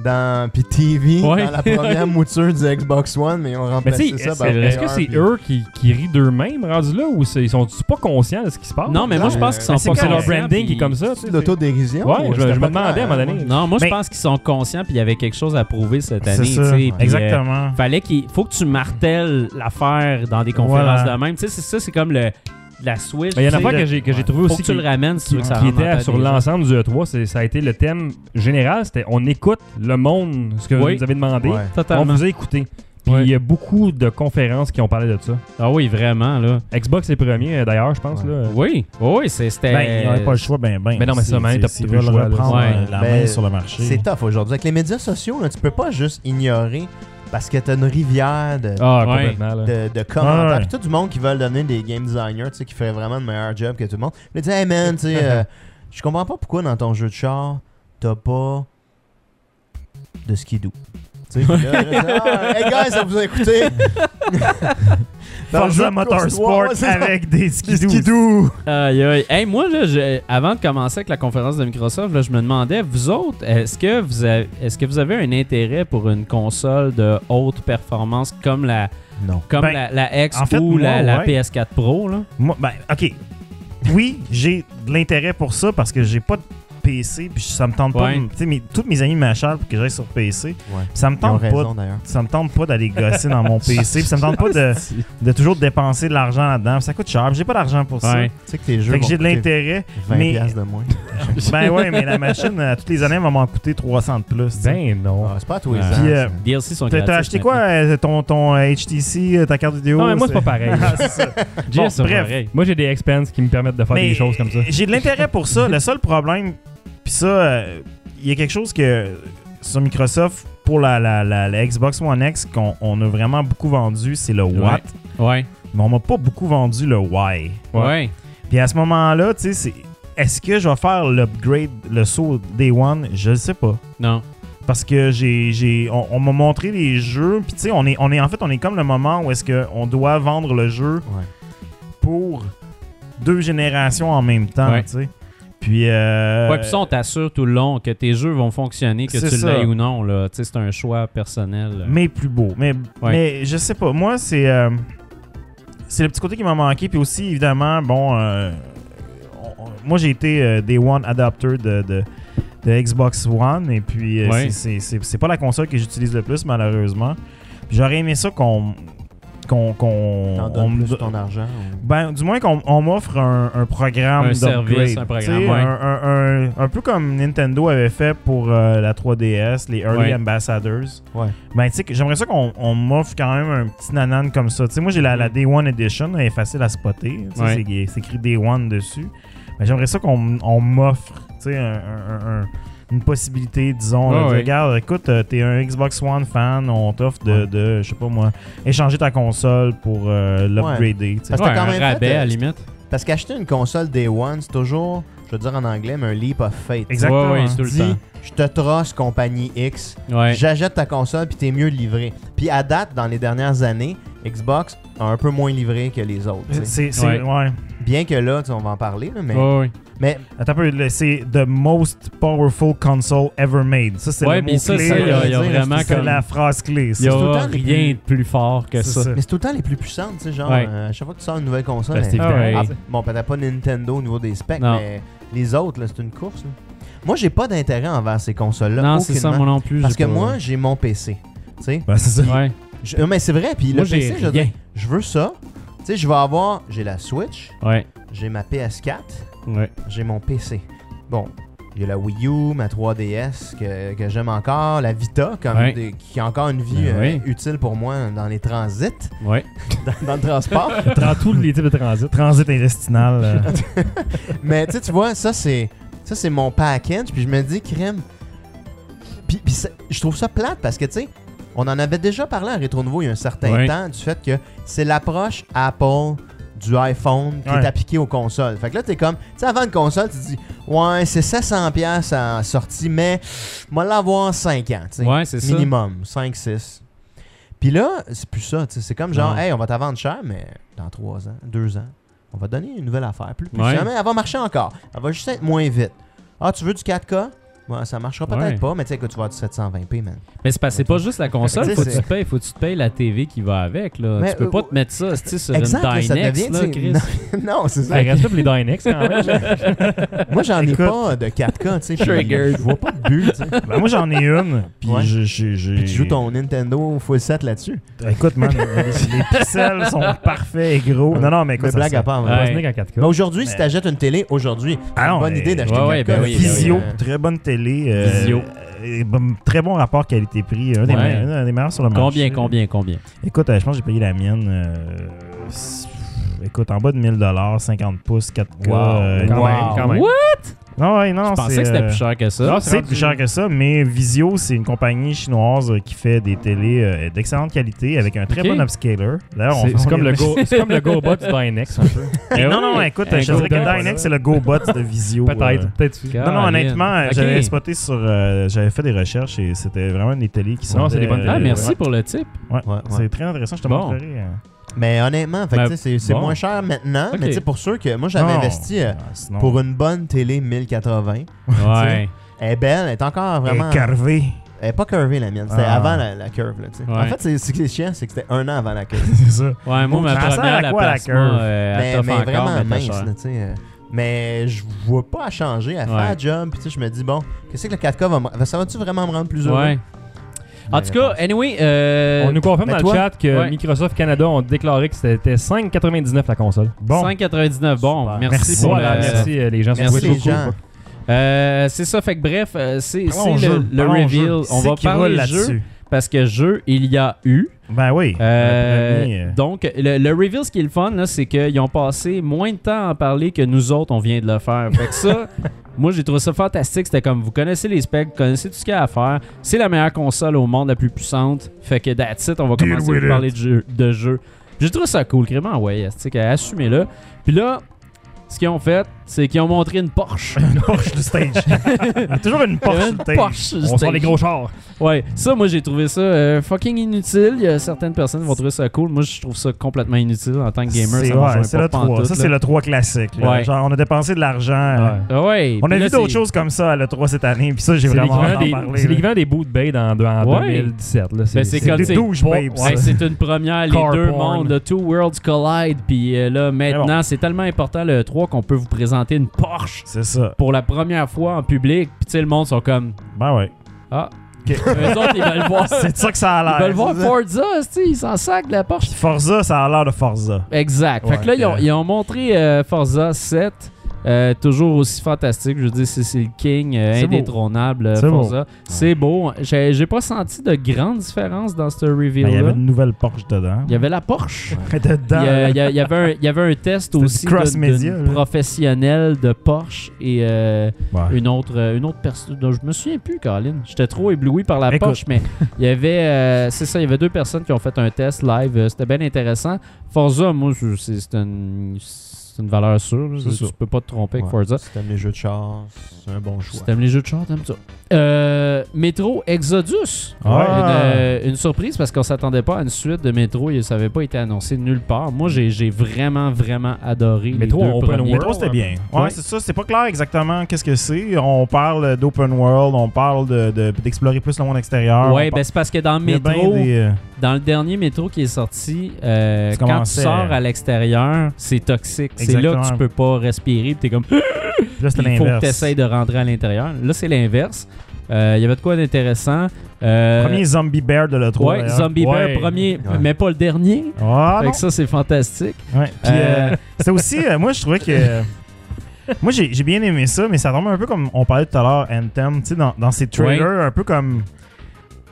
Speaker 5: dans puis TV
Speaker 1: Ouais.
Speaker 5: dans la première mouture du Xbox One, mais ils ont
Speaker 4: Mais tu
Speaker 5: remplacé
Speaker 4: sais,
Speaker 5: Ben, ça
Speaker 4: est-ce
Speaker 5: par.
Speaker 4: est-ce que
Speaker 5: VR,
Speaker 4: c'est
Speaker 5: puis-
Speaker 4: eux qui, qui rient d'eux-mêmes rendus là ou c'est- ils sont pas conscients de ce qui se passe?
Speaker 1: non, mais moi, je pense qu'ils sont
Speaker 3: Euh, Mais
Speaker 1: pas
Speaker 3: c'est
Speaker 4: c'est que c'est leur
Speaker 1: conscients,
Speaker 4: branding qui
Speaker 1: puis-
Speaker 4: est comme ça. tu sais,
Speaker 5: C'est de l'autodérision.
Speaker 4: Ouais,
Speaker 5: ou
Speaker 4: je-
Speaker 5: c'était
Speaker 4: je me
Speaker 5: pas
Speaker 4: demandais
Speaker 5: clair,
Speaker 4: à un moment donné.
Speaker 1: Non, moi,
Speaker 3: Mais-
Speaker 1: je pense qu'ils sont conscients, puis il y avait quelque chose à prouver cette année.
Speaker 3: C'est
Speaker 1: tu sais,
Speaker 3: ça.
Speaker 1: puis, euh,
Speaker 3: Exactement.
Speaker 1: fallait qu'il faut que tu martèles l'affaire dans des conférences
Speaker 3: Voilà.
Speaker 1: de même. Tu sais, c'est ça, c'est comme le la Switch.
Speaker 4: Mais il y en a
Speaker 1: tu
Speaker 4: pas
Speaker 1: sais,
Speaker 4: que
Speaker 1: le-
Speaker 4: j'ai que j'ai trouvé
Speaker 1: Faut
Speaker 4: aussi
Speaker 1: que tu le ramènes si tu veux que ça
Speaker 4: qui
Speaker 1: rentre dans
Speaker 4: était
Speaker 1: ta
Speaker 4: sur
Speaker 1: maison.
Speaker 4: l'ensemble du E3, c'est- ça a été le thème général, c'était on écoute le monde, ce que
Speaker 1: Oui.
Speaker 4: vous nous avez demandé,
Speaker 5: Ouais.
Speaker 4: on
Speaker 1: Totalement.
Speaker 4: vous a écouté. Puis
Speaker 1: Ouais.
Speaker 4: il y a beaucoup de conférences qui ont parlé de ça.
Speaker 1: Ah oui, vraiment, là.
Speaker 4: Xbox est premier euh, d'ailleurs, je pense.
Speaker 5: Ouais.
Speaker 4: Là.
Speaker 1: Oui, oui, c'est- c'était.
Speaker 3: Ben, ils n'avaient pas le choix, ben, ben.
Speaker 4: Ben non, mais
Speaker 3: C'est-
Speaker 4: ça, man,
Speaker 3: c'est-
Speaker 4: t'as
Speaker 3: s'ils
Speaker 4: plus le
Speaker 3: veulent
Speaker 4: choix, là.
Speaker 3: reprendre
Speaker 1: Ouais.
Speaker 3: euh, la main
Speaker 5: Ben,
Speaker 3: sur le marché.
Speaker 5: C'est tough aujourd'hui. Avec les médias sociaux, là, tu peux pas juste ignorer Parce que t'as une rivière de,
Speaker 4: Ah,
Speaker 1: Ouais.
Speaker 4: complètement, là.
Speaker 5: de, de commentaires.
Speaker 3: Ouais, ouais.
Speaker 5: Puis tout du monde qui veulent donner des game designers, tu sais, qui ferait vraiment le meilleur job que tout le monde. Mais tu sais, hey man, tu sais, euh, je comprends pas pourquoi dans ton jeu de char, t'as pas de skidoo. Tu sais, puis là, là, c'est, Ah, hey guys, ça vous a écouté. Dans le jeu
Speaker 3: Forza
Speaker 5: de course,
Speaker 3: Motorsport
Speaker 5: ouais, c'est ça.
Speaker 3: avec des
Speaker 5: Des
Speaker 3: skidoo.
Speaker 5: skidoo.
Speaker 1: Aïe, aïe. Hey, moi, là, je- avant de commencer avec la conférence de Microsoft, là, je me demandais, vous autres, est-ce que vous, avez, est-ce que vous avez un intérêt pour une console de haute performance comme la,
Speaker 5: Non.
Speaker 1: comme
Speaker 3: Ben,
Speaker 1: la, la X
Speaker 3: en fait,
Speaker 1: ou la,
Speaker 3: moi,
Speaker 1: la
Speaker 3: ouais.
Speaker 1: PS4 Pro? Là?
Speaker 3: Moi, ben, ok. Oui, j'ai de l'intérêt pour ça parce que j'ai pas de PC puis ça me tente pas.
Speaker 1: Ouais.
Speaker 3: de- Tu sais, mes- toutes mes amis m'acharnent pour que j'aille sur PC.
Speaker 5: Ouais.
Speaker 3: Ça me
Speaker 5: Ils ont
Speaker 3: tente pas.
Speaker 5: raison d'ailleurs.
Speaker 3: Ça me tente pas d'aller gosser dans mon PC. Puis ça me tente pas de, de toujours dépenser de l'argent là-dedans. Ça coûte cher. puis J'ai pas d'argent pour ça.
Speaker 1: Ouais.
Speaker 5: Tu sais que tes jeux.
Speaker 3: Fait que
Speaker 5: vont
Speaker 3: j'ai de
Speaker 5: coûter
Speaker 3: l'intérêt.
Speaker 5: 20
Speaker 3: mais-
Speaker 5: piastres de moins.
Speaker 3: ben ouais, mais la machine, euh, toutes les années, elle va m'en coûter 300 de plus. tu sais.
Speaker 4: Ben non.
Speaker 5: Ah, c'est pas à tous les
Speaker 1: Ah.
Speaker 5: ans.
Speaker 3: Puis,
Speaker 5: ça.
Speaker 3: euh,
Speaker 1: DLC sont
Speaker 3: T'as-
Speaker 1: gratuits
Speaker 3: T'as acheté
Speaker 1: maintenant.
Speaker 3: quoi euh, ton, ton euh, HTC, euh, ta carte vidéo?
Speaker 4: Non, mais moi, c'est pas pareil.
Speaker 3: Ah, c'est ça.
Speaker 4: J'ai
Speaker 3: Bon,
Speaker 4: ça,
Speaker 3: bref.
Speaker 4: pareil. Moi, j'ai des expenses qui me permettent de faire
Speaker 3: Mais
Speaker 4: des choses comme ça.
Speaker 3: J'ai de l'intérêt pour ça. Le seul problème, puis ça, euh, il y a quelque chose que sur Microsoft, pour la, la, la- la Xbox One X, qu'on on a vraiment beaucoup vendu, c'est le Watt.
Speaker 1: Ouais.
Speaker 3: Mais on m'a pas beaucoup vendu le Why.
Speaker 1: Ouais.
Speaker 3: Puis à ce moment-là, tu sais, c'est. Est-ce que je vais faire l'upgrade, le saut Day One? Je le sais pas.
Speaker 1: Non.
Speaker 3: Parce que j'ai, j'ai- on, on m'a montré les jeux, puis tu sais, on est, on est en fait, on est comme le moment où est-ce qu'on doit vendre le jeu
Speaker 5: Ouais.
Speaker 3: pour deux générations en même temps,
Speaker 1: Ouais.
Speaker 3: tu sais. Puis, euh,
Speaker 1: Ouais, puis ça, on t'assure tout le long que tes jeux vont fonctionner, que
Speaker 3: C'est
Speaker 1: tu
Speaker 3: ça.
Speaker 1: l'aies ou non. Là. Tu sais, C'est un choix personnel. là.
Speaker 3: mais plus beau. Mais,
Speaker 1: Ouais.
Speaker 3: mais je sais pas. Moi, c'est euh, c'est le petit côté qui m'a manqué. Puis aussi, évidemment, bon, euh, on- on- moi j'ai été euh, Day One adapter de, de, de Xbox One. Et puis, euh,
Speaker 1: Ouais.
Speaker 3: c'est- c'est- c'est c'est pas la console que j'utilise le plus, malheureusement. Puis J'aurais aimé ça qu'on. qu'on qu'on-
Speaker 5: T'en
Speaker 3: on
Speaker 5: donnes
Speaker 3: me
Speaker 5: plus
Speaker 3: do-
Speaker 5: ton argent. ou-
Speaker 3: ben, du moins qu'on on m'offre un, un programme
Speaker 1: Un service,
Speaker 3: d'upgrade.
Speaker 1: un programme,
Speaker 3: Tu sais,
Speaker 1: ouais.
Speaker 3: un, un- un- un peu comme Nintendo avait fait pour euh, la 3DS, les Early
Speaker 1: Ouais.
Speaker 3: Ambassadors.
Speaker 5: Ouais.
Speaker 3: Ben, tu sais, que j'aimerais ça qu'on on m'offre quand même un petit nanan comme ça. Tu sais, moi, j'ai la, la Day One Edition, elle est facile à spotter. Tu sais,
Speaker 1: Ouais.
Speaker 3: c'est- C'est écrit Day One dessus. Ben, j'aimerais ça qu'on m- on m'offre, tu sais, un- un- un- un- une possibilité, disons,
Speaker 1: Ouais,
Speaker 3: de dire,
Speaker 1: ouais.
Speaker 3: regarde, écoute, euh, t'es un Xbox One fan, on t'offre de,
Speaker 5: Ouais.
Speaker 3: de, je sais pas moi, échanger ta console pour euh, l'upgrader. tu sais.
Speaker 5: Parce que
Speaker 1: Ouais,
Speaker 5: t'as quand
Speaker 1: un
Speaker 5: même fait,
Speaker 1: rabais,
Speaker 5: euh,
Speaker 1: à la limite.
Speaker 5: Parce qu'acheter une console Day One, c'est toujours, je veux dire en anglais, mais un leap of faith.
Speaker 3: Exactement.
Speaker 1: Ouais, ouais, tout le
Speaker 5: Dis,
Speaker 1: temps.
Speaker 5: je te trosse compagnie X,
Speaker 1: Ouais.
Speaker 5: j'achète ta console puis t'es mieux livré. Puis à date, dans les dernières années, Xbox a un peu moins livré que les autres. tu sais.
Speaker 3: C'est, c'est-
Speaker 1: Ouais.
Speaker 3: ouais.
Speaker 5: Bien que là, tu sais, on va en parler, là, mais,
Speaker 1: Ouais, ouais.
Speaker 5: mais
Speaker 3: Attends un peu, le- c'est the most powerful console ever made. Ça, c'est
Speaker 1: Ouais,
Speaker 3: le
Speaker 1: mais ça,
Speaker 3: mot-clé.
Speaker 1: ça, il y a- il y a
Speaker 5: C'est-
Speaker 1: vraiment
Speaker 3: c'est
Speaker 1: comme.
Speaker 3: la phrase clé.
Speaker 1: Il y
Speaker 3: ça.
Speaker 5: tout le
Speaker 1: a
Speaker 5: temps les
Speaker 1: rien
Speaker 5: plus-
Speaker 1: de plus fort que
Speaker 3: C'est
Speaker 1: ça.
Speaker 3: ça.
Speaker 5: mais c'est tout le temps les plus puissantes, tu sais, genre,
Speaker 1: Ouais.
Speaker 5: euh, à chaque fois que tu sors une nouvelle console,
Speaker 1: Ben, c'est
Speaker 5: elle-
Speaker 1: évident.
Speaker 4: ouais.
Speaker 5: Ah,
Speaker 1: Hey.
Speaker 5: bon, peut-être pas Nintendo au niveau des specs,
Speaker 1: Non.
Speaker 5: mais les autres, là, c'est une course. là. Moi, j'ai pas d'intérêt envers ces consoles-là.
Speaker 1: Non, c'est ça,
Speaker 5: aucunement.
Speaker 1: moi non plus.
Speaker 5: Parce
Speaker 1: j'ai
Speaker 5: que
Speaker 1: pas-
Speaker 5: moi, j'ai mon PC. Tu sais,
Speaker 3: Ben, c'est ça.
Speaker 1: Ouais.
Speaker 5: Je- euh, mais c'est vrai, puis
Speaker 1: Moi,
Speaker 5: le
Speaker 1: j'ai
Speaker 5: PC, je, veux
Speaker 1: rien.
Speaker 5: dire, je veux ça. Tu sais, je vais avoir, j'ai la Switch,
Speaker 1: Ouais.
Speaker 5: j'ai ma PS4,
Speaker 1: Ouais.
Speaker 5: j'ai mon PC. Bon, il y a la Wii U, ma 3DS que, que j'aime encore, la Vita comme
Speaker 1: Ouais.
Speaker 5: des- qui a encore une vie
Speaker 1: Ben
Speaker 5: euh,
Speaker 1: oui.
Speaker 5: utile pour moi dans les transits,
Speaker 1: Ouais.
Speaker 5: dans, dans le transport.
Speaker 4: Dans tous les types de transit.
Speaker 3: Transit intestinal. euh.
Speaker 5: Mais tu sais, tu vois, ça c'est ça c'est mon package, puis je me dis crème. Puis, puis ça- je trouve ça plate parce que tu sais, on en avait déjà parlé à Rétro Nouveau il y a un certain
Speaker 1: Ouais.
Speaker 5: temps du fait que c'est l'approche Apple du iPhone qui
Speaker 3: Ouais.
Speaker 5: est appliquée aux consoles. Fait que là t'es comme, tu sais avant une console, tu dis ouais c'est 700 pièces en sortie, mais moi l'avoir 5 ans, tu sais,
Speaker 1: Ouais, c'est ça.
Speaker 5: minimum 5 6. Puis là, c'est plus ça, tu sais, c'est comme genre,
Speaker 1: Non.
Speaker 5: hey, on va t'en vendre cher, mais dans 3 ans, 2 ans, on va te donner une nouvelle affaire. Plus, plus
Speaker 1: Ouais.
Speaker 5: jamais, elle va marcher encore. Elle va juste être moins vite. Ah, tu veux du 4K? Ouais, ça marchera peut-être
Speaker 1: Ouais.
Speaker 5: pas, mais tu sais que tu vas avoir du 720p, man.
Speaker 1: Mais c'est pas, c'est pas juste la console,
Speaker 5: Tu sais,
Speaker 1: faut que tu
Speaker 5: c'est-
Speaker 1: te payes, faut que tu te payes la TV qui va avec. Là.
Speaker 5: Mais,
Speaker 1: tu peux
Speaker 5: euh,
Speaker 1: pas te mettre ça esti, sur
Speaker 5: exact, là,
Speaker 1: une
Speaker 5: ça
Speaker 1: Dynex,
Speaker 5: devient,
Speaker 1: là,
Speaker 5: tu sais,
Speaker 1: Chris.
Speaker 5: non, c'est ça.
Speaker 4: Hey, Reste là pour les Dynex quand même.
Speaker 5: Moi, j'en ai
Speaker 3: Écoute.
Speaker 5: pas de 4K, tu sais. puis
Speaker 1: Triggered.
Speaker 5: Je vois pas de but, tu sais.
Speaker 3: Ben, moi, j'en ai une. Puis
Speaker 5: Ouais.
Speaker 3: je- je- je-
Speaker 5: Puis tu joues ton Nintendo full 7 là-dessus.
Speaker 3: Écoute, man, euh, les les pixels sont parfaits et gros. Non, non, mais écoute.
Speaker 5: Mais
Speaker 3: ça,
Speaker 5: blague
Speaker 3: ça-
Speaker 5: à part.
Speaker 1: Ouais.
Speaker 5: hein.
Speaker 4: Bosnick en 4K.
Speaker 5: Mais aujourd'hui, si
Speaker 3: Mais-
Speaker 5: t'achètes une télé, aujourd'hui, c'est
Speaker 3: Ah non,
Speaker 5: une bonne
Speaker 3: mais-
Speaker 5: idée d'acheter
Speaker 1: Ouais,
Speaker 5: une
Speaker 1: ouais,
Speaker 5: 4K.
Speaker 1: ben oui,
Speaker 5: là,
Speaker 3: Visio,
Speaker 5: euh,
Speaker 3: très bonne télé. euh,
Speaker 1: Visio.
Speaker 3: et bon- très bon rapport qualité-prix. Un, des
Speaker 1: Ouais.
Speaker 3: meilleurs- un des meilleurs sur le marché.
Speaker 1: Combien, combien, combien?
Speaker 3: Écoute, euh, je pense que j'ai payé la mienne. euh, s- écoute, en bas de 1000$, 50 pouces, 4K.
Speaker 1: Wow.
Speaker 3: euh,
Speaker 4: Quand
Speaker 3: ouais.
Speaker 4: même, quand même.
Speaker 1: What?
Speaker 3: Non, ouais, non,
Speaker 1: Je pensais
Speaker 3: c'est,
Speaker 1: que c'était
Speaker 3: euh,
Speaker 1: plus cher que ça.
Speaker 4: non,
Speaker 3: C'est
Speaker 4: rendu-
Speaker 3: plus cher que ça, mais Vizio, c'est une compagnie chinoise euh, qui fait des télés euh, d'excellente qualité avec un très
Speaker 1: Ok.
Speaker 3: bon upscaler. D'ailleurs, on-
Speaker 4: C'est
Speaker 3: on-
Speaker 4: c'est comme, le Go- c'est comme le GoBot du Dynex, un peu.
Speaker 3: Eh non, non, écoute,
Speaker 1: Un
Speaker 3: je
Speaker 1: GoBot.
Speaker 3: dirais que Dynex, c'est le GoBot de Vizio.
Speaker 4: Peut-être,
Speaker 3: euh.
Speaker 4: peut-être. oui.
Speaker 1: Car-
Speaker 3: Non, non,
Speaker 1: Ah,
Speaker 3: honnêtement,
Speaker 1: bien.
Speaker 3: euh, j'avais
Speaker 1: Ok.
Speaker 3: spoté sur. euh, j'avais fait des recherches et c'était vraiment des télés qui sont.
Speaker 4: Non, c'est des bonnes télés.
Speaker 1: Ah, merci
Speaker 3: ouais.
Speaker 1: pour le type.
Speaker 3: Ouais,
Speaker 5: Ouais, ouais.
Speaker 3: C'est très intéressant, je te
Speaker 1: Bon.
Speaker 3: montrerai. euh.
Speaker 5: Mais honnêtement, fait que,
Speaker 1: Ben,
Speaker 5: tu sais, c'est c'est
Speaker 1: bon.
Speaker 5: moins cher maintenant.
Speaker 1: Ok.
Speaker 5: Mais tu sais, pour ceux que moi, j'avais
Speaker 3: Non,
Speaker 5: investi euh,
Speaker 3: ah, sinon-
Speaker 5: pour une bonne télé 1080.
Speaker 1: Ouais.
Speaker 5: Elle est belle, elle est encore
Speaker 3: Eh,
Speaker 5: vraiment.
Speaker 3: Carvé.
Speaker 5: Elle est pas curvée la mienne, c'était
Speaker 3: Ah.
Speaker 5: avant la, la curve. Là, tu sais.
Speaker 1: Ouais.
Speaker 5: En fait, c'est ce qui est chiant, c'est que c'était un an avant la curve.
Speaker 3: C'est ça.
Speaker 1: Ouais, moi,
Speaker 3: Donc,
Speaker 1: ma
Speaker 3: ça sert à
Speaker 1: première, la
Speaker 3: quoi, la
Speaker 1: plasma,
Speaker 3: curve?
Speaker 1: euh, elle
Speaker 5: mais
Speaker 1: t'offre
Speaker 5: Ben, mais
Speaker 1: encore,
Speaker 5: vraiment
Speaker 1: mais
Speaker 5: mince.
Speaker 1: t'as cher.
Speaker 5: là, tu sais, euh, mais je vois pas à changer, à
Speaker 1: Ouais.
Speaker 5: faire un job. Puis tu sais, je me dis, bon, qu'est-ce que le 4K va me. Ça va-tu vraiment me rendre plus heureux?
Speaker 1: Ouais. En tout cas, anyway,
Speaker 4: On
Speaker 1: euh,
Speaker 4: nous confirme
Speaker 5: ben,
Speaker 4: dans
Speaker 5: toi-
Speaker 4: le chat que
Speaker 1: Ouais.
Speaker 4: Microsoft Canada ont déclaré que c'était 5,99 la console.
Speaker 3: Bon.
Speaker 1: 5,99. Bon,
Speaker 3: Super.
Speaker 1: merci,
Speaker 3: Merci,
Speaker 1: pour
Speaker 4: Voilà,
Speaker 1: le-
Speaker 4: merci euh, les gens. sur
Speaker 5: Merci
Speaker 4: Twitch,
Speaker 5: les
Speaker 4: beaucoup.
Speaker 5: gens.
Speaker 1: Euh, c'est ça, fait que bref, euh, c'est
Speaker 3: Parlons
Speaker 1: c'est le,
Speaker 3: jeu,
Speaker 1: le
Speaker 3: parlons
Speaker 1: reveal.
Speaker 3: jeu.
Speaker 1: On
Speaker 3: C'est
Speaker 1: va
Speaker 3: qui roule
Speaker 1: parler jeu
Speaker 3: là-dessus.
Speaker 1: parce que jeu, il y a eu.
Speaker 3: Ben oui.
Speaker 1: Euh,
Speaker 3: le premier, euh,
Speaker 1: donc, le, le reveal, ce qui est le fun, là, c'est qu'ils ont passé moins de temps à en parler que nous autres, on vient de le faire. Fait que ça, moi, j'ai trouvé ça fantastique. C'était comme, vous connaissez les specs, vous connaissez tout ce qu'il y a à faire. C'est la meilleure console au monde, la plus puissante. Fait que, that's it, on va
Speaker 3: Deal
Speaker 1: commencer à
Speaker 3: with
Speaker 1: vous
Speaker 3: it.
Speaker 1: parler de jeu. De jeu. J'ai trouvé ça cool, vraiment, ouais, astique, assumez-le. Puis là, ce qu'ils ont fait, c'est qu'ils ont montré une Porsche.
Speaker 3: Une Porsche du stage. Il y a toujours une Porsche
Speaker 1: Une
Speaker 3: du stage.
Speaker 1: Porsche,
Speaker 4: On sort
Speaker 1: c'était-
Speaker 4: les gros chars.
Speaker 1: Ouais, ça, moi, j'ai trouvé ça euh, fucking inutile. Il y a certaines personnes qui vont trouver ça cool. Moi, je trouve ça complètement inutile en tant que gamer.
Speaker 3: C'est
Speaker 1: ça me rejoint
Speaker 3: ouais, c'est
Speaker 1: pas
Speaker 3: le 3.
Speaker 1: pantoute,
Speaker 3: ça,
Speaker 1: là.
Speaker 3: c'est le 3 classique. là.
Speaker 1: Ouais.
Speaker 3: Genre, on a dépensé de l'argent. euh,
Speaker 1: Ah ouais.
Speaker 3: On a
Speaker 1: puis là,
Speaker 3: vu d'autres
Speaker 1: c'est-
Speaker 3: choses comme ça à le 3 cette année. Puis ça, j'ai
Speaker 4: C'est
Speaker 3: vraiment hâte
Speaker 4: l'équivalent
Speaker 3: d'en
Speaker 4: des-
Speaker 3: parler.
Speaker 4: c'est
Speaker 3: là.
Speaker 4: l'équivalent des boots bay dans, dans
Speaker 1: Ouais.
Speaker 4: 2017. là.
Speaker 1: Ben,
Speaker 4: c'est
Speaker 1: c'est comme,
Speaker 3: des
Speaker 1: tu sais,
Speaker 3: douches,
Speaker 1: bon,
Speaker 3: babe,
Speaker 1: ouais,
Speaker 3: ça.
Speaker 1: c'est une première, les
Speaker 4: Car
Speaker 1: deux
Speaker 4: porn.
Speaker 1: mondes, le two worlds collide. Puis euh, là, maintenant,
Speaker 3: bon.
Speaker 1: c'est tellement important le 3 qu'on peut vous présenter une Porsche
Speaker 3: C'est ça.
Speaker 1: pour la première fois en public. Puis tu sais, le monde sont comme
Speaker 3: Ben ouais.
Speaker 1: Ah, eux autres, ils veulent voir,
Speaker 3: C'est de ça que ça a l'air.
Speaker 1: ils veulent voir
Speaker 3: C'est ça.
Speaker 1: Forza, tu sais, ils s'en sacent de la Porsche.
Speaker 3: Puis Forza, ça a l'air de Forza.
Speaker 1: Exact. fait
Speaker 3: Ouais,
Speaker 1: que là, ils ont,
Speaker 3: euh,
Speaker 1: ils ont montré euh, Forza 7. euh, toujours aussi fantastique, je veux dire, c'est c'est le king euh,
Speaker 3: C'est beau.
Speaker 1: indétrônable euh,
Speaker 3: C'est beau.
Speaker 1: Forza. C'est beau. J'ai j'ai pas senti de grande différence dans ce
Speaker 3: Ben, Il y
Speaker 1: reveal
Speaker 3: avait
Speaker 1: là.
Speaker 3: une nouvelle Porsche dedans.
Speaker 1: Il y avait la Porsche. Il
Speaker 3: dedans.
Speaker 1: y, a- il y a- il y avait un, il y avait un test
Speaker 3: du
Speaker 1: aussi
Speaker 3: cross-média,
Speaker 1: d'une
Speaker 3: là.
Speaker 1: professionnelle de Porsche et euh,
Speaker 3: Ouais.
Speaker 1: une autre euh, une autre personne. dont Je me souviens plus, Colin. J'étais trop ébloui par la
Speaker 3: Écoute.
Speaker 1: Porsche, mais il y avait euh, c'est ça, il y avait deux personnes qui ont fait un test live. euh, C'était bien intéressant. Forza, moi, je- c'est c'est une c'est une valeur sûre. là.
Speaker 5: C'est
Speaker 1: Tu
Speaker 5: sûr.
Speaker 1: peux pas te tromper avec
Speaker 5: Ouais.
Speaker 1: Forza.
Speaker 5: Si t'aimes les jeux de char, c'est un bon choix.
Speaker 1: Si t'aimes les jeux de char, t'aimes ça. Euh, Metro Exodus.
Speaker 3: Ouais.
Speaker 1: Une, euh, une surprise parce qu'on s'attendait pas à une suite de Metro. et Ça avait pas été annoncé nulle part. Moi, j'ai j'ai vraiment, vraiment adoré
Speaker 4: Metro
Speaker 1: les deux
Speaker 4: Open
Speaker 1: premiers.
Speaker 3: Mais
Speaker 4: World.
Speaker 3: toi, c'était bien.
Speaker 1: Ouais.
Speaker 3: Ouais, c'est ça. C'est pas clair exactement qu'est-ce que c'est. On parle d'open world, on parle de- de- d'explorer plus le monde extérieur.
Speaker 1: Ouais,
Speaker 3: Ah, on
Speaker 1: ben c'est parce que dans
Speaker 3: parle- il y a bien
Speaker 1: Metro,
Speaker 3: des, euh,
Speaker 1: dans le dernier Metro qui est sorti, euh,
Speaker 3: Tu
Speaker 1: quand tu
Speaker 3: commençais-
Speaker 1: sors à l'extérieur, c'est toxique. C'est là
Speaker 3: Exactement.
Speaker 1: que tu peux pas respirer. puis T'es comme
Speaker 3: Là, c'était
Speaker 1: Puis il faut que
Speaker 3: l'inverse.
Speaker 1: tu essayes de rentrer à l'intérieur. Là, c'est l'inverse. Euh, Il y avait de quoi d'intéressant. Euh,
Speaker 3: Premier zombie bear de l'E3.
Speaker 1: ouais,
Speaker 3: d'ailleurs.
Speaker 1: Zombie
Speaker 4: Ouais.
Speaker 1: Bear, premier,
Speaker 5: Ouais.
Speaker 1: mais pas le dernier.
Speaker 3: Ah,
Speaker 1: Fait
Speaker 3: non.
Speaker 1: que ça, c'est fantastique.
Speaker 3: Ouais. Puis,
Speaker 1: Euh,
Speaker 3: euh, c'était aussi, euh, moi je trouvais que. moi j'ai j'ai bien aimé ça, mais ça tombe un peu comme on parlait tout à l'heure, Anthem, tu sais, dans, dans ces trailers, un peu comme.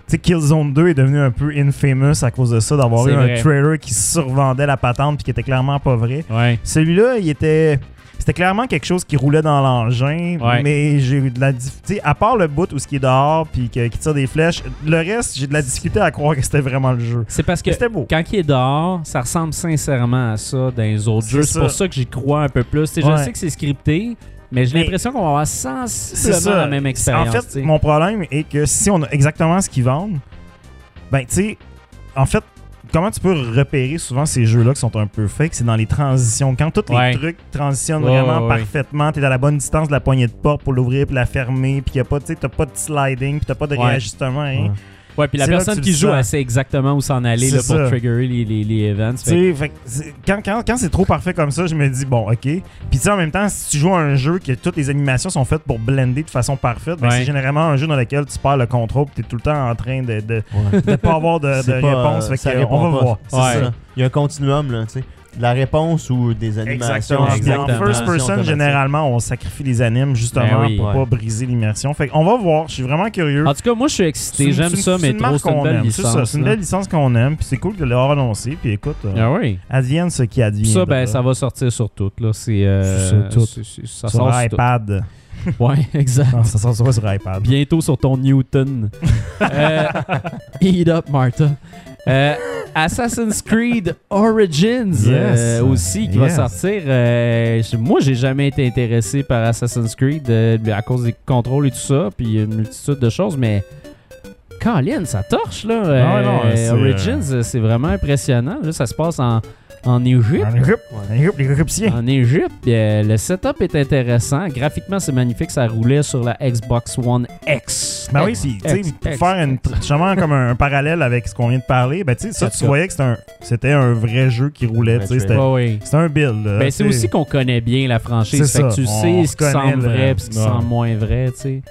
Speaker 3: Tu sais, Killzone 2 est devenu un peu infamous à cause de ça, d'avoir
Speaker 1: C'est
Speaker 3: eu
Speaker 1: vrai.
Speaker 3: un trailer qui survendait la patente puis qui était clairement pas vrai.
Speaker 1: Ouais.
Speaker 3: Celui-là, il était. C'était clairement quelque chose qui roulait dans l'engin,
Speaker 1: Ouais.
Speaker 3: mais j'ai eu de la difficulté. À part le bout où ce qui est dehors puis que- qui tire des flèches, le reste, j'ai de la difficulté à croire que c'était vraiment le jeu.
Speaker 1: C'est parce que
Speaker 3: Mais C'était beau.
Speaker 1: quand il est dehors, ça ressemble sincèrement à ça dans les autres
Speaker 3: C'est
Speaker 1: jeux. C'est
Speaker 3: ça.
Speaker 1: pour ça que j'y crois un peu plus. Tu sais, Je
Speaker 3: Ouais.
Speaker 1: sais que c'est scripté, mais j'ai
Speaker 3: Mais-
Speaker 1: l'impression qu'on va avoir sensiblement la même expérience.
Speaker 3: En
Speaker 1: tu
Speaker 3: fait,
Speaker 1: sais.
Speaker 3: mon problème est que si on a exactement ce qu'ils vendent, ben tu sais, en fait, comment tu peux repérer souvent ces jeux-là qui sont un peu fakes, c'est dans les transitions. Quand tous
Speaker 1: Ouais.
Speaker 3: les trucs transitionnent
Speaker 1: Ouais,
Speaker 3: vraiment
Speaker 1: ouais, ouais.
Speaker 3: parfaitement, t'es à la bonne distance de la poignée de porte pour l'ouvrir puis la fermer, puis y a pas, tu sais, t'as pas de sliding, puis t'as pas de
Speaker 1: Ouais.
Speaker 3: réajustement. hein.
Speaker 5: Ouais.
Speaker 1: Ouais, puis la
Speaker 3: c'est là
Speaker 1: personne
Speaker 3: que tu
Speaker 1: qui
Speaker 3: le
Speaker 1: joue,
Speaker 3: sens.
Speaker 1: elle sait exactement où s'en aller là,
Speaker 3: C'est
Speaker 1: pour
Speaker 3: ça.
Speaker 1: triggerer les, les, les events. Fait que-
Speaker 3: Tu sais, fait que c'est- quand, quand, quand c'est trop parfait comme ça, je me dis, bon, ok. Puis tu sais, en même temps, si tu joues à un jeu que toutes les animations sont faites pour blender de façon parfaite, ben,
Speaker 1: Ouais.
Speaker 3: c'est généralement un jeu dans lequel tu perds le contrôle et tu es tout le temps en train de, de, de pas avoir de, de
Speaker 5: C'est pas,
Speaker 3: réponse.
Speaker 5: euh,
Speaker 3: Fait
Speaker 5: ça
Speaker 3: que,
Speaker 5: répond
Speaker 3: on va
Speaker 5: pas.
Speaker 3: voir.
Speaker 5: C'est
Speaker 1: Ouais.
Speaker 5: ça. Il y a un continuum, là, tu sais. De la réponse ou des animations.
Speaker 3: Exactement. Puis
Speaker 1: Exactement.
Speaker 3: En first person,
Speaker 5: automatiques.
Speaker 3: généralement, on sacrifie les animes justement
Speaker 1: Ben oui.
Speaker 3: pour
Speaker 5: Ouais.
Speaker 3: pas briser l'immersion. Fait qu'on va voir. Je suis vraiment curieux.
Speaker 1: En tout cas, moi, je suis
Speaker 3: C'est
Speaker 1: excité.
Speaker 3: une-
Speaker 1: Ah, J'aime
Speaker 3: c'est une-
Speaker 1: ça,
Speaker 3: c'est
Speaker 1: mais
Speaker 3: une marque
Speaker 1: trop, c'est une
Speaker 3: qu'on
Speaker 1: belle
Speaker 3: aime. C'est ça,
Speaker 1: licence.
Speaker 3: C'est une
Speaker 1: là.
Speaker 3: belle licence qu'on aime. Puis c'est cool de l'avoir annoncé. Puis écoute, euh,
Speaker 1: Ah oui.
Speaker 3: advienne ce qui advienne.
Speaker 1: Puis ça, ben,
Speaker 3: là.
Speaker 1: ça va sortir sur tout. Là. C'est, euh,
Speaker 3: Sur tout.
Speaker 1: c'est- c'est- ça
Speaker 3: Sur
Speaker 1: sort sur tout.
Speaker 3: iPad.
Speaker 1: Ouais, exact.
Speaker 3: Non, ça sort soit sur iPad.
Speaker 1: Bientôt sur ton Newton. Euh, eat up, Martha. Euh, Assassin's Creed Origins euh,
Speaker 3: Yes.
Speaker 1: aussi qui va
Speaker 3: Yes.
Speaker 1: sortir. Euh, je- moi, j'ai jamais été intéressé par Assassin's Creed euh, à cause des contrôles et tout ça, puis une multitude de choses, mais Colin, ça torche là.
Speaker 3: Ah ouais, non,
Speaker 1: Euh,
Speaker 3: c'est, euh,
Speaker 1: Origins, euh, c'est vraiment impressionnant. Là, ça se passe en, en Égypte.
Speaker 3: Un rup, un rup, les rupsiens.
Speaker 1: En Égypte, puis, euh, le setup est intéressant. Graphiquement, c'est magnifique. Ça roulait sur la Xbox One X.
Speaker 3: Ben oui, c'est- tu sais,
Speaker 1: Ah, Ex-
Speaker 3: pour
Speaker 1: ex-
Speaker 3: faire une, justement comme un, parallèle avec ce qu'on vient de parler, ben tu sais, ça,
Speaker 1: En tout
Speaker 3: tu
Speaker 1: cas.
Speaker 3: voyais que c'était un, c'était un vrai jeu qui roulait, tu sais,
Speaker 5: Ouais,
Speaker 3: c'était
Speaker 1: Ouais, ouais.
Speaker 3: c'était un build. là,
Speaker 1: Ben, c'est
Speaker 3: tu sais.
Speaker 1: aussi qu'on connaît bien la franchise.
Speaker 3: C'est
Speaker 1: Fait que
Speaker 3: ça.
Speaker 1: tu
Speaker 3: On
Speaker 1: sais ce qui
Speaker 3: reconnaît
Speaker 1: semble
Speaker 3: le-
Speaker 1: vrai et ce qui
Speaker 3: Ouais.
Speaker 1: semble moins vrai, tu sais.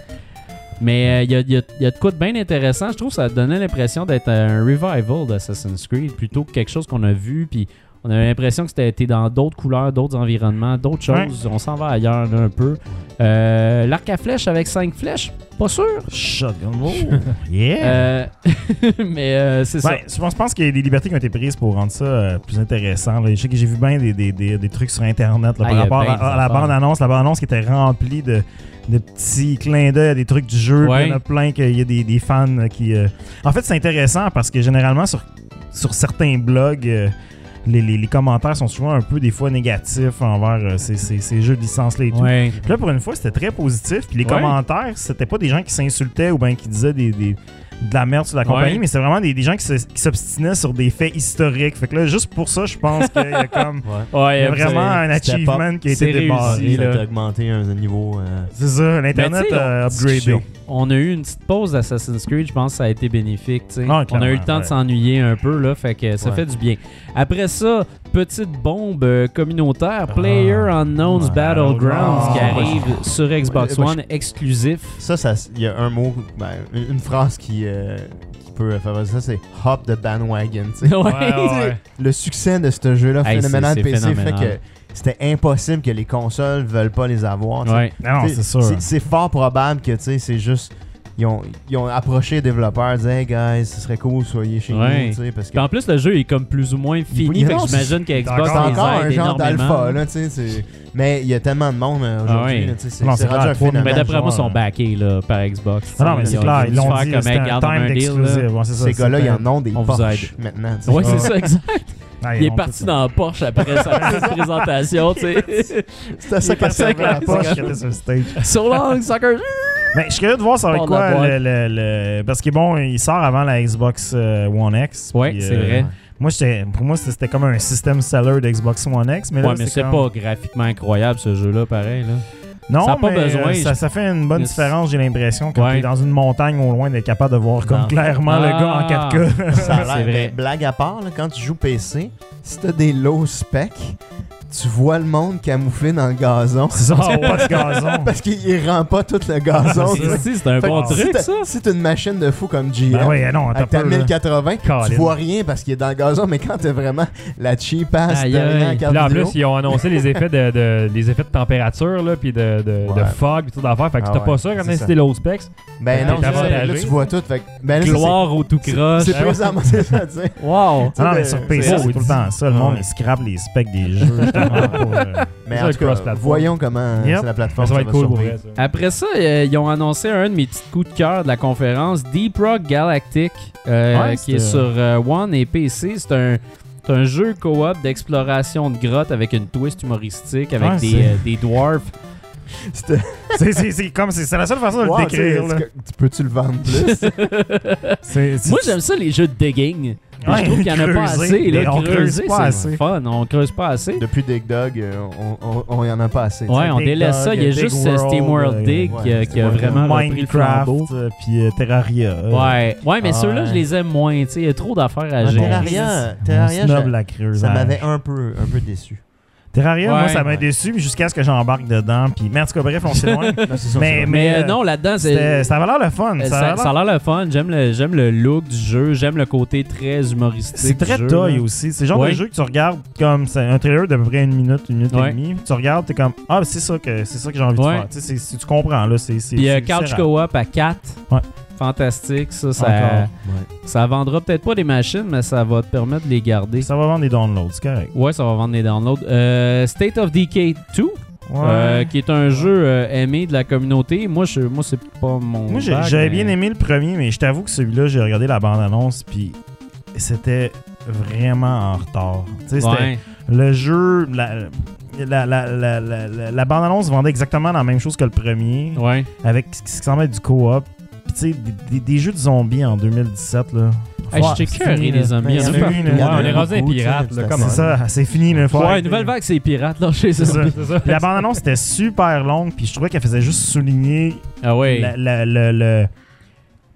Speaker 1: Mais euh, il y, a, y a de quoi de bien intéressant. Je trouve que ça donnait l'impression d'être un revival d'Assassin's Creed plutôt que quelque chose qu'on a vu. Puis on avait l'impression que c'était été dans d'autres couleurs, d'autres environnements, d'autres
Speaker 3: Ouais.
Speaker 1: choses. On s'en va ailleurs là, un peu. Euh, L'arc à flèche avec cinq flèches, pas sûr.
Speaker 3: Shotgun. Oh, yeah!
Speaker 1: Euh, mais euh, c'est ça.
Speaker 3: Ben, je pense, je pense qu'il y a des libertés qui ont été prises pour rendre ça euh, plus intéressant. là. Je sais que j'ai vu bien des, des- des- des trucs sur Internet
Speaker 1: Ah,
Speaker 3: là, par
Speaker 1: il y a
Speaker 3: rapport
Speaker 1: bien
Speaker 3: à,
Speaker 1: des
Speaker 3: à la
Speaker 1: affaires.
Speaker 3: bande-annonce. La bande-annonce qui était remplie de, de petits clins d'œil à des trucs du jeu.
Speaker 1: Ouais.
Speaker 3: puis Il y en a plein qu'il y a des, des fans euh, qui... euh, En fait, c'est intéressant parce que généralement, sur, sur certains blogs... euh, les, les- les commentaires sont souvent un peu des fois négatifs envers euh, ces, ces- ces jeux de licence-là et tout.
Speaker 1: Ouais.
Speaker 3: Puis là, pour une fois, c'était très positif. Puis les
Speaker 1: Ouais.
Speaker 3: commentaires, c'était pas des gens qui s'insultaient ou bien qui disaient des, des- de la merde sur la compagnie,
Speaker 1: Ouais.
Speaker 3: mais c'était vraiment des, des gens qui se- qui s'obstinaient sur des faits historiques. Fait que là, juste pour ça, je pense qu'il y a comme il
Speaker 1: Eh,
Speaker 3: y a vraiment un
Speaker 5: c'est- c'était
Speaker 3: achievement qui a
Speaker 1: c'est
Speaker 3: été
Speaker 1: réussi,
Speaker 3: débarré.
Speaker 1: là.
Speaker 5: Ça t'a Ah, augmenté un niveau. euh,
Speaker 3: C'est ça, l'Internet
Speaker 1: Mais tu sais,
Speaker 3: a upgradé.
Speaker 5: discussion.
Speaker 1: on a eu une petite pause d'Assassin's Creed, je pense que ça a été bénéfique. tu sais.
Speaker 3: Ah,
Speaker 1: on a eu le
Speaker 3: clairement,
Speaker 1: temps de
Speaker 3: ouais.
Speaker 1: s'ennuyer un peu, là, fait que ça
Speaker 5: Ouais.
Speaker 1: fait du bien. Après ça, petite bombe euh, communautaire, Player Unknown's
Speaker 5: Ouais,
Speaker 1: Battlegrounds qui
Speaker 3: Ah.
Speaker 1: arrive sur Xbox
Speaker 5: Ouais, bah,
Speaker 1: One exclusif.
Speaker 5: Ça, ça, il y a un mot, ben, une une phrase qui, euh, qui peut favoriser ça, c'est hop the bandwagon. tu sais.
Speaker 1: Ouais.
Speaker 5: Le succès de ce jeu-là,
Speaker 1: Hey,
Speaker 5: phénoménal
Speaker 1: c'est- c'est
Speaker 5: PC, fait
Speaker 1: phénoménal.
Speaker 5: que c'était impossible que les consoles veulent pas les avoir. tu sais.
Speaker 1: Ouais.
Speaker 3: Ah Non,
Speaker 5: Tu sais,
Speaker 3: c'est sûr.
Speaker 5: c'est- C'est fort probable que tu sais, c'est juste. Ils ont, ils ont approché les développeurs, disent Hey guys, ce serait cool, soyez chez
Speaker 1: Ouais.
Speaker 5: nous. tu sais, Parce que
Speaker 1: Puis en plus, le jeu est comme plus ou moins fini,
Speaker 5: Oui,
Speaker 1: fait que
Speaker 5: non,
Speaker 1: j'imagine que Xbox
Speaker 5: c'est
Speaker 3: encore-
Speaker 1: les
Speaker 5: encore
Speaker 1: aide
Speaker 5: un genre
Speaker 1: énormément.
Speaker 5: d'alpha. là, tu sais, c'est- Mais il y a tellement de monde euh, aujourd'hui.
Speaker 1: Ah ouais.
Speaker 5: là, tu sais, c'est-
Speaker 3: Non,
Speaker 5: C'est
Speaker 3: c'est
Speaker 5: rendu
Speaker 3: clair,
Speaker 5: un
Speaker 3: trois
Speaker 5: phénomène.
Speaker 1: Mais d'après moi, ils
Speaker 3: genre,
Speaker 1: sont
Speaker 3: euh,
Speaker 1: baqués là, par Xbox.
Speaker 3: Ah non, mais c'est
Speaker 1: ont
Speaker 3: clair,
Speaker 1: dû
Speaker 3: ils
Speaker 1: se
Speaker 3: l'ont
Speaker 1: faire
Speaker 3: dit,
Speaker 1: comme,
Speaker 3: c'était
Speaker 1: Hey,
Speaker 3: un
Speaker 1: garde, on a
Speaker 3: time
Speaker 1: un deal, là.
Speaker 3: d'exclusif. Ouais, c'est ça,
Speaker 5: Ces gars-là,
Speaker 3: c'était-
Speaker 5: ils en ont des
Speaker 1: Ben, On vous
Speaker 5: Porsche maintenant. tu sais.
Speaker 1: Ouais,
Speaker 3: Ouais.
Speaker 1: c'est ça, exact.
Speaker 3: Ah, ils
Speaker 1: Il est
Speaker 3: ont
Speaker 1: parti
Speaker 3: tout-
Speaker 1: dans la Porsche après sa petite présentation, tu sais. Il est
Speaker 5: C'était ça qu'elle
Speaker 1: parti
Speaker 5: servait
Speaker 1: avec
Speaker 5: la
Speaker 1: la
Speaker 5: poche.
Speaker 3: Poche qui était sur le stage.
Speaker 1: So long, soccer!
Speaker 3: Mais je suis curieux de voir ça va être
Speaker 1: Bon, la
Speaker 3: quoi le,
Speaker 1: boîte.
Speaker 3: le- le- Parce que bon, il sort avant la Xbox euh, One X.
Speaker 1: Ouais,
Speaker 3: puis,
Speaker 1: c'est
Speaker 3: euh,
Speaker 1: vrai.
Speaker 3: Moi, j'étais- pour moi, c'était c'était comme un système seller d'Xbox One X. Mais là,
Speaker 1: Ouais, mais c'est
Speaker 3: comme-
Speaker 1: pas graphiquement incroyable ce jeu-là, pareil. Là.
Speaker 3: Non,
Speaker 1: ça a pas
Speaker 3: mais, euh,
Speaker 1: besoin,
Speaker 3: Ça, ça fait une bonne
Speaker 1: Mais-
Speaker 3: différence, j'ai l'impression, quand
Speaker 1: Ouais.
Speaker 3: t'es dans une montagne au loin d'être capable de voir comme
Speaker 1: Non.
Speaker 3: clairement le
Speaker 1: Ah.
Speaker 3: gars en 4K.
Speaker 5: Ça a
Speaker 1: C'est
Speaker 5: l'air-
Speaker 1: vrai.
Speaker 5: ben, Blague à part, là, quand tu joues PC, si t'as des low specs, tu vois le monde camouflé dans le gazon.
Speaker 1: Ah
Speaker 3: c'est ça, c'est pas de gazon. Ben
Speaker 5: Parce qu'il rend pas tout le gazon.
Speaker 3: C'est
Speaker 5: tu sais.
Speaker 1: Si, c'est un
Speaker 5: Fait que
Speaker 1: bon
Speaker 3: que
Speaker 5: si
Speaker 1: truc,
Speaker 5: t'as-
Speaker 1: ça.
Speaker 5: Si t'es une machine de fou comme GM,
Speaker 3: Ben ouais, non, t'as
Speaker 5: avec ta
Speaker 3: peur. là.
Speaker 5: 1080,
Speaker 3: Colin.
Speaker 5: tu vois rien parce qu'il est dans le gazon, mais quand t'as vraiment la cheap ass
Speaker 1: Aïe,
Speaker 5: derrière la
Speaker 1: aïe.
Speaker 5: carte
Speaker 4: Là, en
Speaker 5: vidéo,
Speaker 4: plus, ils ont annoncé les effets de, de- les effets de température, là, puis de, de, de
Speaker 5: Ouais.
Speaker 4: fog, puis tout d'affaires. Fait que
Speaker 5: Ah
Speaker 4: t'as
Speaker 5: ouais,
Speaker 4: pas ça quand
Speaker 5: c'est
Speaker 4: même
Speaker 5: ça.
Speaker 4: si t'es low specs.
Speaker 5: ben non,
Speaker 1: t'es
Speaker 5: c'est ça,
Speaker 1: avantagé.
Speaker 5: là tu vois tout. Fait, que- ben, là, ça, c'est-
Speaker 1: Gloire au tout croche.
Speaker 5: C'est présentement c'est ça, tu sais.
Speaker 1: Wow!
Speaker 3: Ah non, mais
Speaker 5: le-
Speaker 3: sur PC,
Speaker 1: c'est- Ah
Speaker 3: c'est tout le temps ça. Le monde,
Speaker 5: Ouais.
Speaker 3: il scrape les specs des jeux. justement, pour, euh,
Speaker 5: Mais
Speaker 4: C'est
Speaker 5: en
Speaker 4: un
Speaker 5: tout cas,
Speaker 4: cross-platform.
Speaker 5: voyons comment
Speaker 3: Yep.
Speaker 5: c'est la
Speaker 4: Ça
Speaker 5: plateforme.
Speaker 4: va être cool pour
Speaker 5: survivre.
Speaker 4: vrai, ça.
Speaker 1: Après ça, euh, ils ont annoncé un de mes petits coups de cœur de la conférence, Deep Rock Galactic, euh,
Speaker 3: Ouais,
Speaker 1: qui est
Speaker 3: c'était-
Speaker 1: sur euh, One et PC. C'est un, c'est un jeu co-op d'exploration de grottes avec une twist humoristique, avec
Speaker 3: Ouais,
Speaker 1: des,
Speaker 3: c'est-
Speaker 1: euh, des dwarfs.
Speaker 5: C'était-
Speaker 3: c'est- c'est- C'est comme, c'est c'est la seule façon de
Speaker 5: Wow,
Speaker 3: le
Speaker 5: tu sais,
Speaker 3: décrire. là.
Speaker 5: tu- Tu peux-tu le vendre plus?
Speaker 3: C'est- c'est-
Speaker 1: Moi, j'aime ça, les jeux de digging.
Speaker 3: Ouais,
Speaker 1: je trouve qu'il n'y en a pas
Speaker 3: creuser.
Speaker 1: assez.
Speaker 3: Mais
Speaker 1: Là,
Speaker 3: on creuse
Speaker 1: creuser,
Speaker 3: pas
Speaker 1: c'est
Speaker 3: assez.
Speaker 1: le fun. On creuse pas assez.
Speaker 5: Depuis Dig Dog, euh, on- on on y en a pas assez. tu sais.
Speaker 1: Ouais, on
Speaker 3: Dig
Speaker 1: délaisse
Speaker 3: Dog,
Speaker 1: ça. Il y a
Speaker 3: Dig
Speaker 1: juste
Speaker 3: World,
Speaker 1: Steam
Speaker 3: euh,
Speaker 1: World Dig
Speaker 5: ouais,
Speaker 1: qui a- qui a
Speaker 5: Steam World.
Speaker 1: vraiment repris le
Speaker 3: Minecraft,
Speaker 1: flambeau.
Speaker 3: euh, puis euh, Terraria. euh,
Speaker 1: Ouais, ouais mais
Speaker 5: Ah
Speaker 1: ceux-là,
Speaker 5: ouais.
Speaker 1: je les aime moins. tu sais, Il y a trop d'affaires à
Speaker 5: Ah,
Speaker 1: gérer.
Speaker 5: Terraria,
Speaker 3: On
Speaker 5: Terraria,
Speaker 3: snob
Speaker 5: je-
Speaker 3: la creuse. hein.
Speaker 5: ça m'avait un peu, un peu déçu.
Speaker 3: Terraria, moi,
Speaker 1: Ouais.
Speaker 3: ça m'a
Speaker 5: Ouais.
Speaker 3: déçu mais jusqu'à ce que j'embarque dedans. Puis, mais en tout cas, bref, on s'éloigne. mais,
Speaker 1: Mais
Speaker 3: mais,
Speaker 1: euh,
Speaker 3: euh,
Speaker 1: non, là-dedans, c'est.
Speaker 3: c'était- ça avait l'air le fun.
Speaker 1: euh,
Speaker 3: ça
Speaker 1: Ça,
Speaker 3: avait
Speaker 1: ça
Speaker 3: l'air-
Speaker 1: a l'air le fun, j'aime le, j'aime le look du jeu, j'aime le côté très humoristique.
Speaker 3: C'est
Speaker 1: du
Speaker 3: très
Speaker 1: jeu,
Speaker 3: toy
Speaker 1: là.
Speaker 3: aussi. C'est le genre
Speaker 1: Ouais.
Speaker 3: de jeu que tu regardes comme c'est un trailer d'à peu près une minute, une minute
Speaker 1: Ouais.
Speaker 3: et demie. Tu regardes, t'es comme Ah, c'est ça que c'est ça que j'ai envie
Speaker 1: Ouais.
Speaker 3: de faire. Tu, sais, c'est- c'est- tu comprends là. C'est c'est.
Speaker 1: Puis euh,
Speaker 3: c'est
Speaker 1: Couch
Speaker 3: viscéral.
Speaker 1: Co-op à 4.
Speaker 3: Ouais.
Speaker 1: Fantastique, ça.
Speaker 3: Encore.
Speaker 1: Ça, ça vendra peut-être pas des machines, mais ça va te permettre de les garder.
Speaker 3: Ça va vendre des downloads, c'est correct.
Speaker 1: Ouais, ça va vendre des downloads. Euh, State of Decay 2,
Speaker 3: Ouais.
Speaker 1: euh, qui est un jeu euh, aimé de la communauté. Moi, je, moi c'est pas mon.
Speaker 3: Moi, j'ai-
Speaker 1: bac,
Speaker 3: j'avais
Speaker 1: mais-
Speaker 3: bien aimé le premier, mais je t'avoue que celui-là, j'ai regardé la bande-annonce, puis c'était vraiment en retard. Tu sais, c'était-
Speaker 1: Ouais.
Speaker 3: Le jeu, la, la, la, la, la- la- la bande-annonce vendait exactement la même chose que le premier,
Speaker 1: Ouais.
Speaker 3: avec ce qui semble être du co-op. Puis, tu sais, des, des- des jeux de zombies en 2017, là.
Speaker 1: Hey,
Speaker 3: Faut-
Speaker 1: J'étais
Speaker 3: c'est
Speaker 1: curieux
Speaker 3: fini,
Speaker 1: des
Speaker 3: là. Ben,
Speaker 1: amis.
Speaker 5: Mais il y en
Speaker 3: c'est
Speaker 5: a
Speaker 3: partout.
Speaker 5: beaucoup, il y en a
Speaker 4: Ouais, on est rendu des
Speaker 5: beaucoup, tu sais,
Speaker 4: pirates, là,
Speaker 5: c'est
Speaker 4: come
Speaker 5: assez-
Speaker 3: C'est ça, c'est fini, là. Faut
Speaker 1: Ouais,
Speaker 3: arrêter.
Speaker 1: nouvelle vague, c'est les pirates, là, chez
Speaker 3: C'est ça.
Speaker 1: eux.
Speaker 4: C'est ça.
Speaker 3: Puis La bande-annonce était super longue, puis je trouvais qu'elle faisait juste souligner
Speaker 1: Ah ouais.
Speaker 3: la- la- le- le-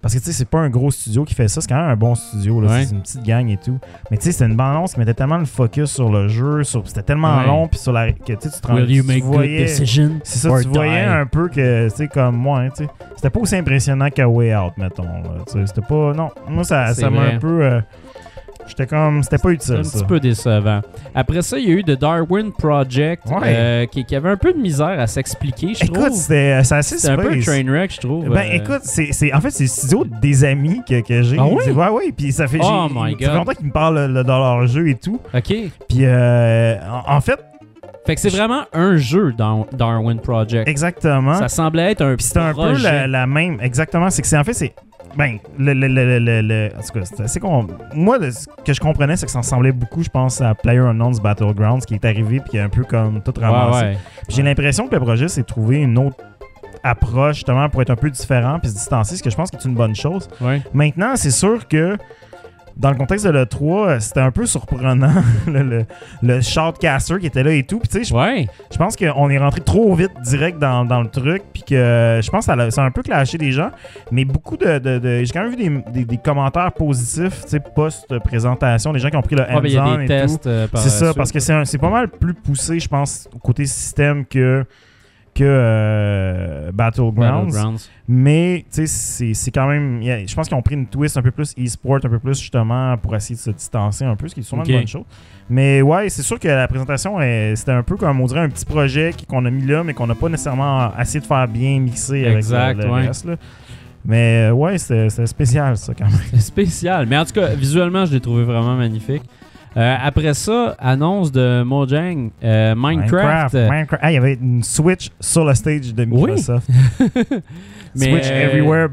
Speaker 3: Parce que tu sais, c'est pas un gros studio qui fait ça, c'est quand même un bon studio, là.
Speaker 1: Ouais.
Speaker 3: c'est une petite gang et tout. Mais tu sais, c'était une bande-annonce qui mettait tellement le focus sur le jeu, sur... c'était tellement
Speaker 1: Ouais.
Speaker 3: long, puis sur la. que tu sais, tu te rends-
Speaker 1: Will you
Speaker 3: tu
Speaker 1: make good
Speaker 3: voyais-
Speaker 1: decisions?
Speaker 3: C'est ça,
Speaker 1: or
Speaker 3: tu voyais
Speaker 1: die?
Speaker 3: un peu que, tu sais, comme moi, hein, tu sais. C'était pas aussi impressionnant qu'à Way Out, mettons. là. Tu sais, C'était pas. Non, moi, ça
Speaker 1: C'est
Speaker 3: ça m'a
Speaker 1: vrai.
Speaker 3: un peu. euh, J'étais comme. C'était pas utile,
Speaker 1: un
Speaker 3: ça.
Speaker 1: petit peu décevant. Après ça, il y a eu The Darwin Project
Speaker 3: Ouais.
Speaker 1: euh, qui, qui avait un peu de misère à s'expliquer, je
Speaker 3: Écoute,
Speaker 1: trouve.
Speaker 3: c'était euh, c'est assez
Speaker 1: C'est un peu
Speaker 3: space.
Speaker 1: trainwreck, je trouve.
Speaker 3: Ben
Speaker 1: euh,
Speaker 3: écoute, c'est, c'est- en fait, c'est le studio des amis que, que j'ai.
Speaker 1: Ah oui?
Speaker 3: C'est- Ouais, ouais. Puis ça fait.
Speaker 1: Oh
Speaker 3: j'ai-
Speaker 1: my
Speaker 3: Ça fait
Speaker 1: God.
Speaker 3: longtemps qu'ils me parlent le- dans leur jeu et tout.
Speaker 1: OK.
Speaker 3: Puis euh, en, en fait,
Speaker 1: Fait que c'est vraiment un jeu dans Darwin Project.
Speaker 3: exactement.
Speaker 1: Ça semblait être un
Speaker 3: Puis c'est un peu
Speaker 1: projet.
Speaker 3: la, la même. Exactement. C'est que c'est en fait, c'est. Ben, le. le, le, le, le- le- en tout cas, c'est assez con- Moi, le- ce que je comprenais, c'est que ça ressemblait beaucoup, je pense, à Player Unknown's Battlegrounds qui est arrivé, puis qui a un peu comme tout
Speaker 1: Ouais,
Speaker 3: ramassé.
Speaker 1: ouais.
Speaker 3: Puis J'ai l'impression que le projet s'est trouvé une autre approche, justement, pour être un peu différent, puis se distancer, ce que je pense que c'est une bonne chose.
Speaker 1: Ouais.
Speaker 3: Maintenant, c'est sûr que dans le contexte de l'E3, euh, c'était un peu surprenant le, le, le shoutcaster qui était là et tout. Puis tu sais, je-
Speaker 1: Ouais.
Speaker 3: je pense qu'on est rentré trop vite direct dans, dans le truc. Puis que euh, je pense que ça a- ça a un peu clashé des gens. Mais beaucoup de. de- de- J'ai quand même vu des, des- des commentaires positifs, tu sais, post-présentation, des gens qui ont pris le
Speaker 1: Ah, ben, il y a
Speaker 3: hands-on
Speaker 1: des
Speaker 3: et tout.
Speaker 1: tests euh, par
Speaker 3: C'est
Speaker 1: la
Speaker 3: ça,
Speaker 1: suite.
Speaker 3: parce que c'est un- c'est pas mal plus poussé, je pense, au côté système que, que euh, Battlegrounds.
Speaker 1: Battlegrounds.
Speaker 3: Mais, tu sais, c'est- c'est quand même. y a- Je pense qu'ils ont pris une twist un peu plus e-sport, un peu plus justement pour essayer de se distancer un peu, ce qui est sûrement
Speaker 1: Ok.
Speaker 3: une bonne chose. Mais ouais, c'est sûr que la présentation, elle, c'était un peu comme on dirait un petit projet qui- qu'on a mis là, mais qu'on n'a pas nécessairement assez de faire bien mixer avec
Speaker 1: Exact,
Speaker 3: le, le
Speaker 1: ouais.
Speaker 3: reste. là. Mais euh, ouais, c'était c'était spécial ça quand même.
Speaker 1: C'est spécial. Mais en tout cas, visuellement, je l'ai trouvé vraiment magnifique. Euh, après ça, annonce de Mojang, euh, Minecraft.
Speaker 3: Minecraft. Ah, il y avait une Switch sur le stage de
Speaker 1: Oui.
Speaker 3: Microsoft.
Speaker 1: Mais,
Speaker 3: Switch
Speaker 1: euh,
Speaker 3: Everywhere.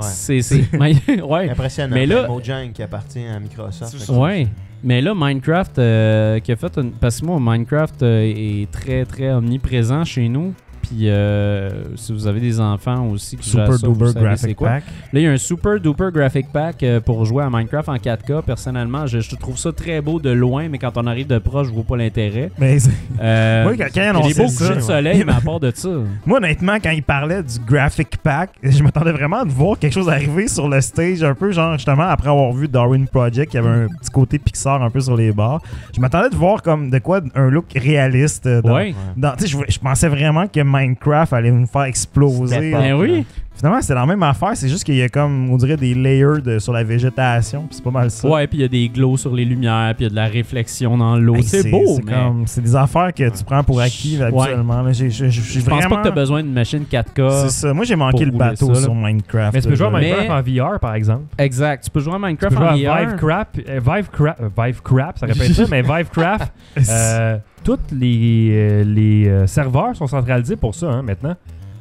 Speaker 1: C'est, c'est- Mais- ouais.
Speaker 5: Impressionnant.
Speaker 1: Mais là-
Speaker 5: Mojang qui appartient à Microsoft. Fait que-
Speaker 1: Ouais. Mais là, Minecraft, euh, qui a fait une... Parce que moi, Minecraft euh, est très, très omniprésent chez nous. Puis, euh, si vous avez des enfants aussi qui jouent à
Speaker 3: Super
Speaker 1: ça, vous
Speaker 3: Duper
Speaker 1: savez c'est
Speaker 3: Graphic
Speaker 1: quoi.
Speaker 3: Pack.
Speaker 1: Là, il y a un super duper graphic pack euh, pour jouer à Minecraft en 4K. Personnellement, je, je trouve ça très beau de loin, mais quand on arrive de proche, je vois pas l'intérêt.
Speaker 3: Mais c'est-
Speaker 1: Euh,
Speaker 3: Oui, quand- quand
Speaker 1: il
Speaker 3: ils
Speaker 1: y a des
Speaker 3: annonçaient
Speaker 1: beaux
Speaker 3: ça,
Speaker 1: couchers de
Speaker 3: ouais.
Speaker 1: soleil, mais à part de ça.
Speaker 3: Moi, honnêtement, quand il parlait du graphic pack, je m'attendais vraiment à voir quelque chose arriver sur le stage, un peu genre justement après avoir vu Darwin Project, il y avait un petit côté Pixar un peu sur les bords. Je m'attendais de voir comme de quoi un look réaliste. euh, Dans,
Speaker 1: Ouais.
Speaker 3: dans- tu sais, je, je pensais vraiment que Minecraft allait nous faire exploser.
Speaker 5: C'était
Speaker 1: Ben oui.
Speaker 3: Finalement, c'est la même affaire, c'est juste qu'il y a comme, on dirait, des layers de- sur la végétation, puis c'est pas mal ça.
Speaker 1: Ouais, puis il y a des glows sur les lumières, puis il y a de la réflexion dans l'eau.
Speaker 3: Hey,
Speaker 1: c'est beau,
Speaker 3: c'est
Speaker 1: mais
Speaker 3: comme- C'est des affaires que tu prends pour acquis habituellement. là. J'ai- j'ai- j'ai
Speaker 1: je pense
Speaker 3: vraiment-
Speaker 1: pas que t'as besoin d'une machine 4K.
Speaker 3: C'est ça. Moi, j'ai
Speaker 1: pour
Speaker 3: manqué le
Speaker 1: rouler ça,
Speaker 3: bateau
Speaker 1: là.
Speaker 3: sur Minecraft.
Speaker 4: Mais tu peux jouer à
Speaker 3: là.
Speaker 4: Minecraft
Speaker 1: Mais-
Speaker 4: en VR, par exemple.
Speaker 1: Exact. Tu peux jouer à
Speaker 4: Tu peux
Speaker 1: Minecraft
Speaker 4: jouer à
Speaker 1: en
Speaker 4: Vive
Speaker 1: VR.
Speaker 4: Crap, euh, Vive Crap, euh, Vive Crap, ça répète ça, mais Vive Crap, euh, tous les, euh, les euh, serveurs sont centralisés pour ça hein, maintenant.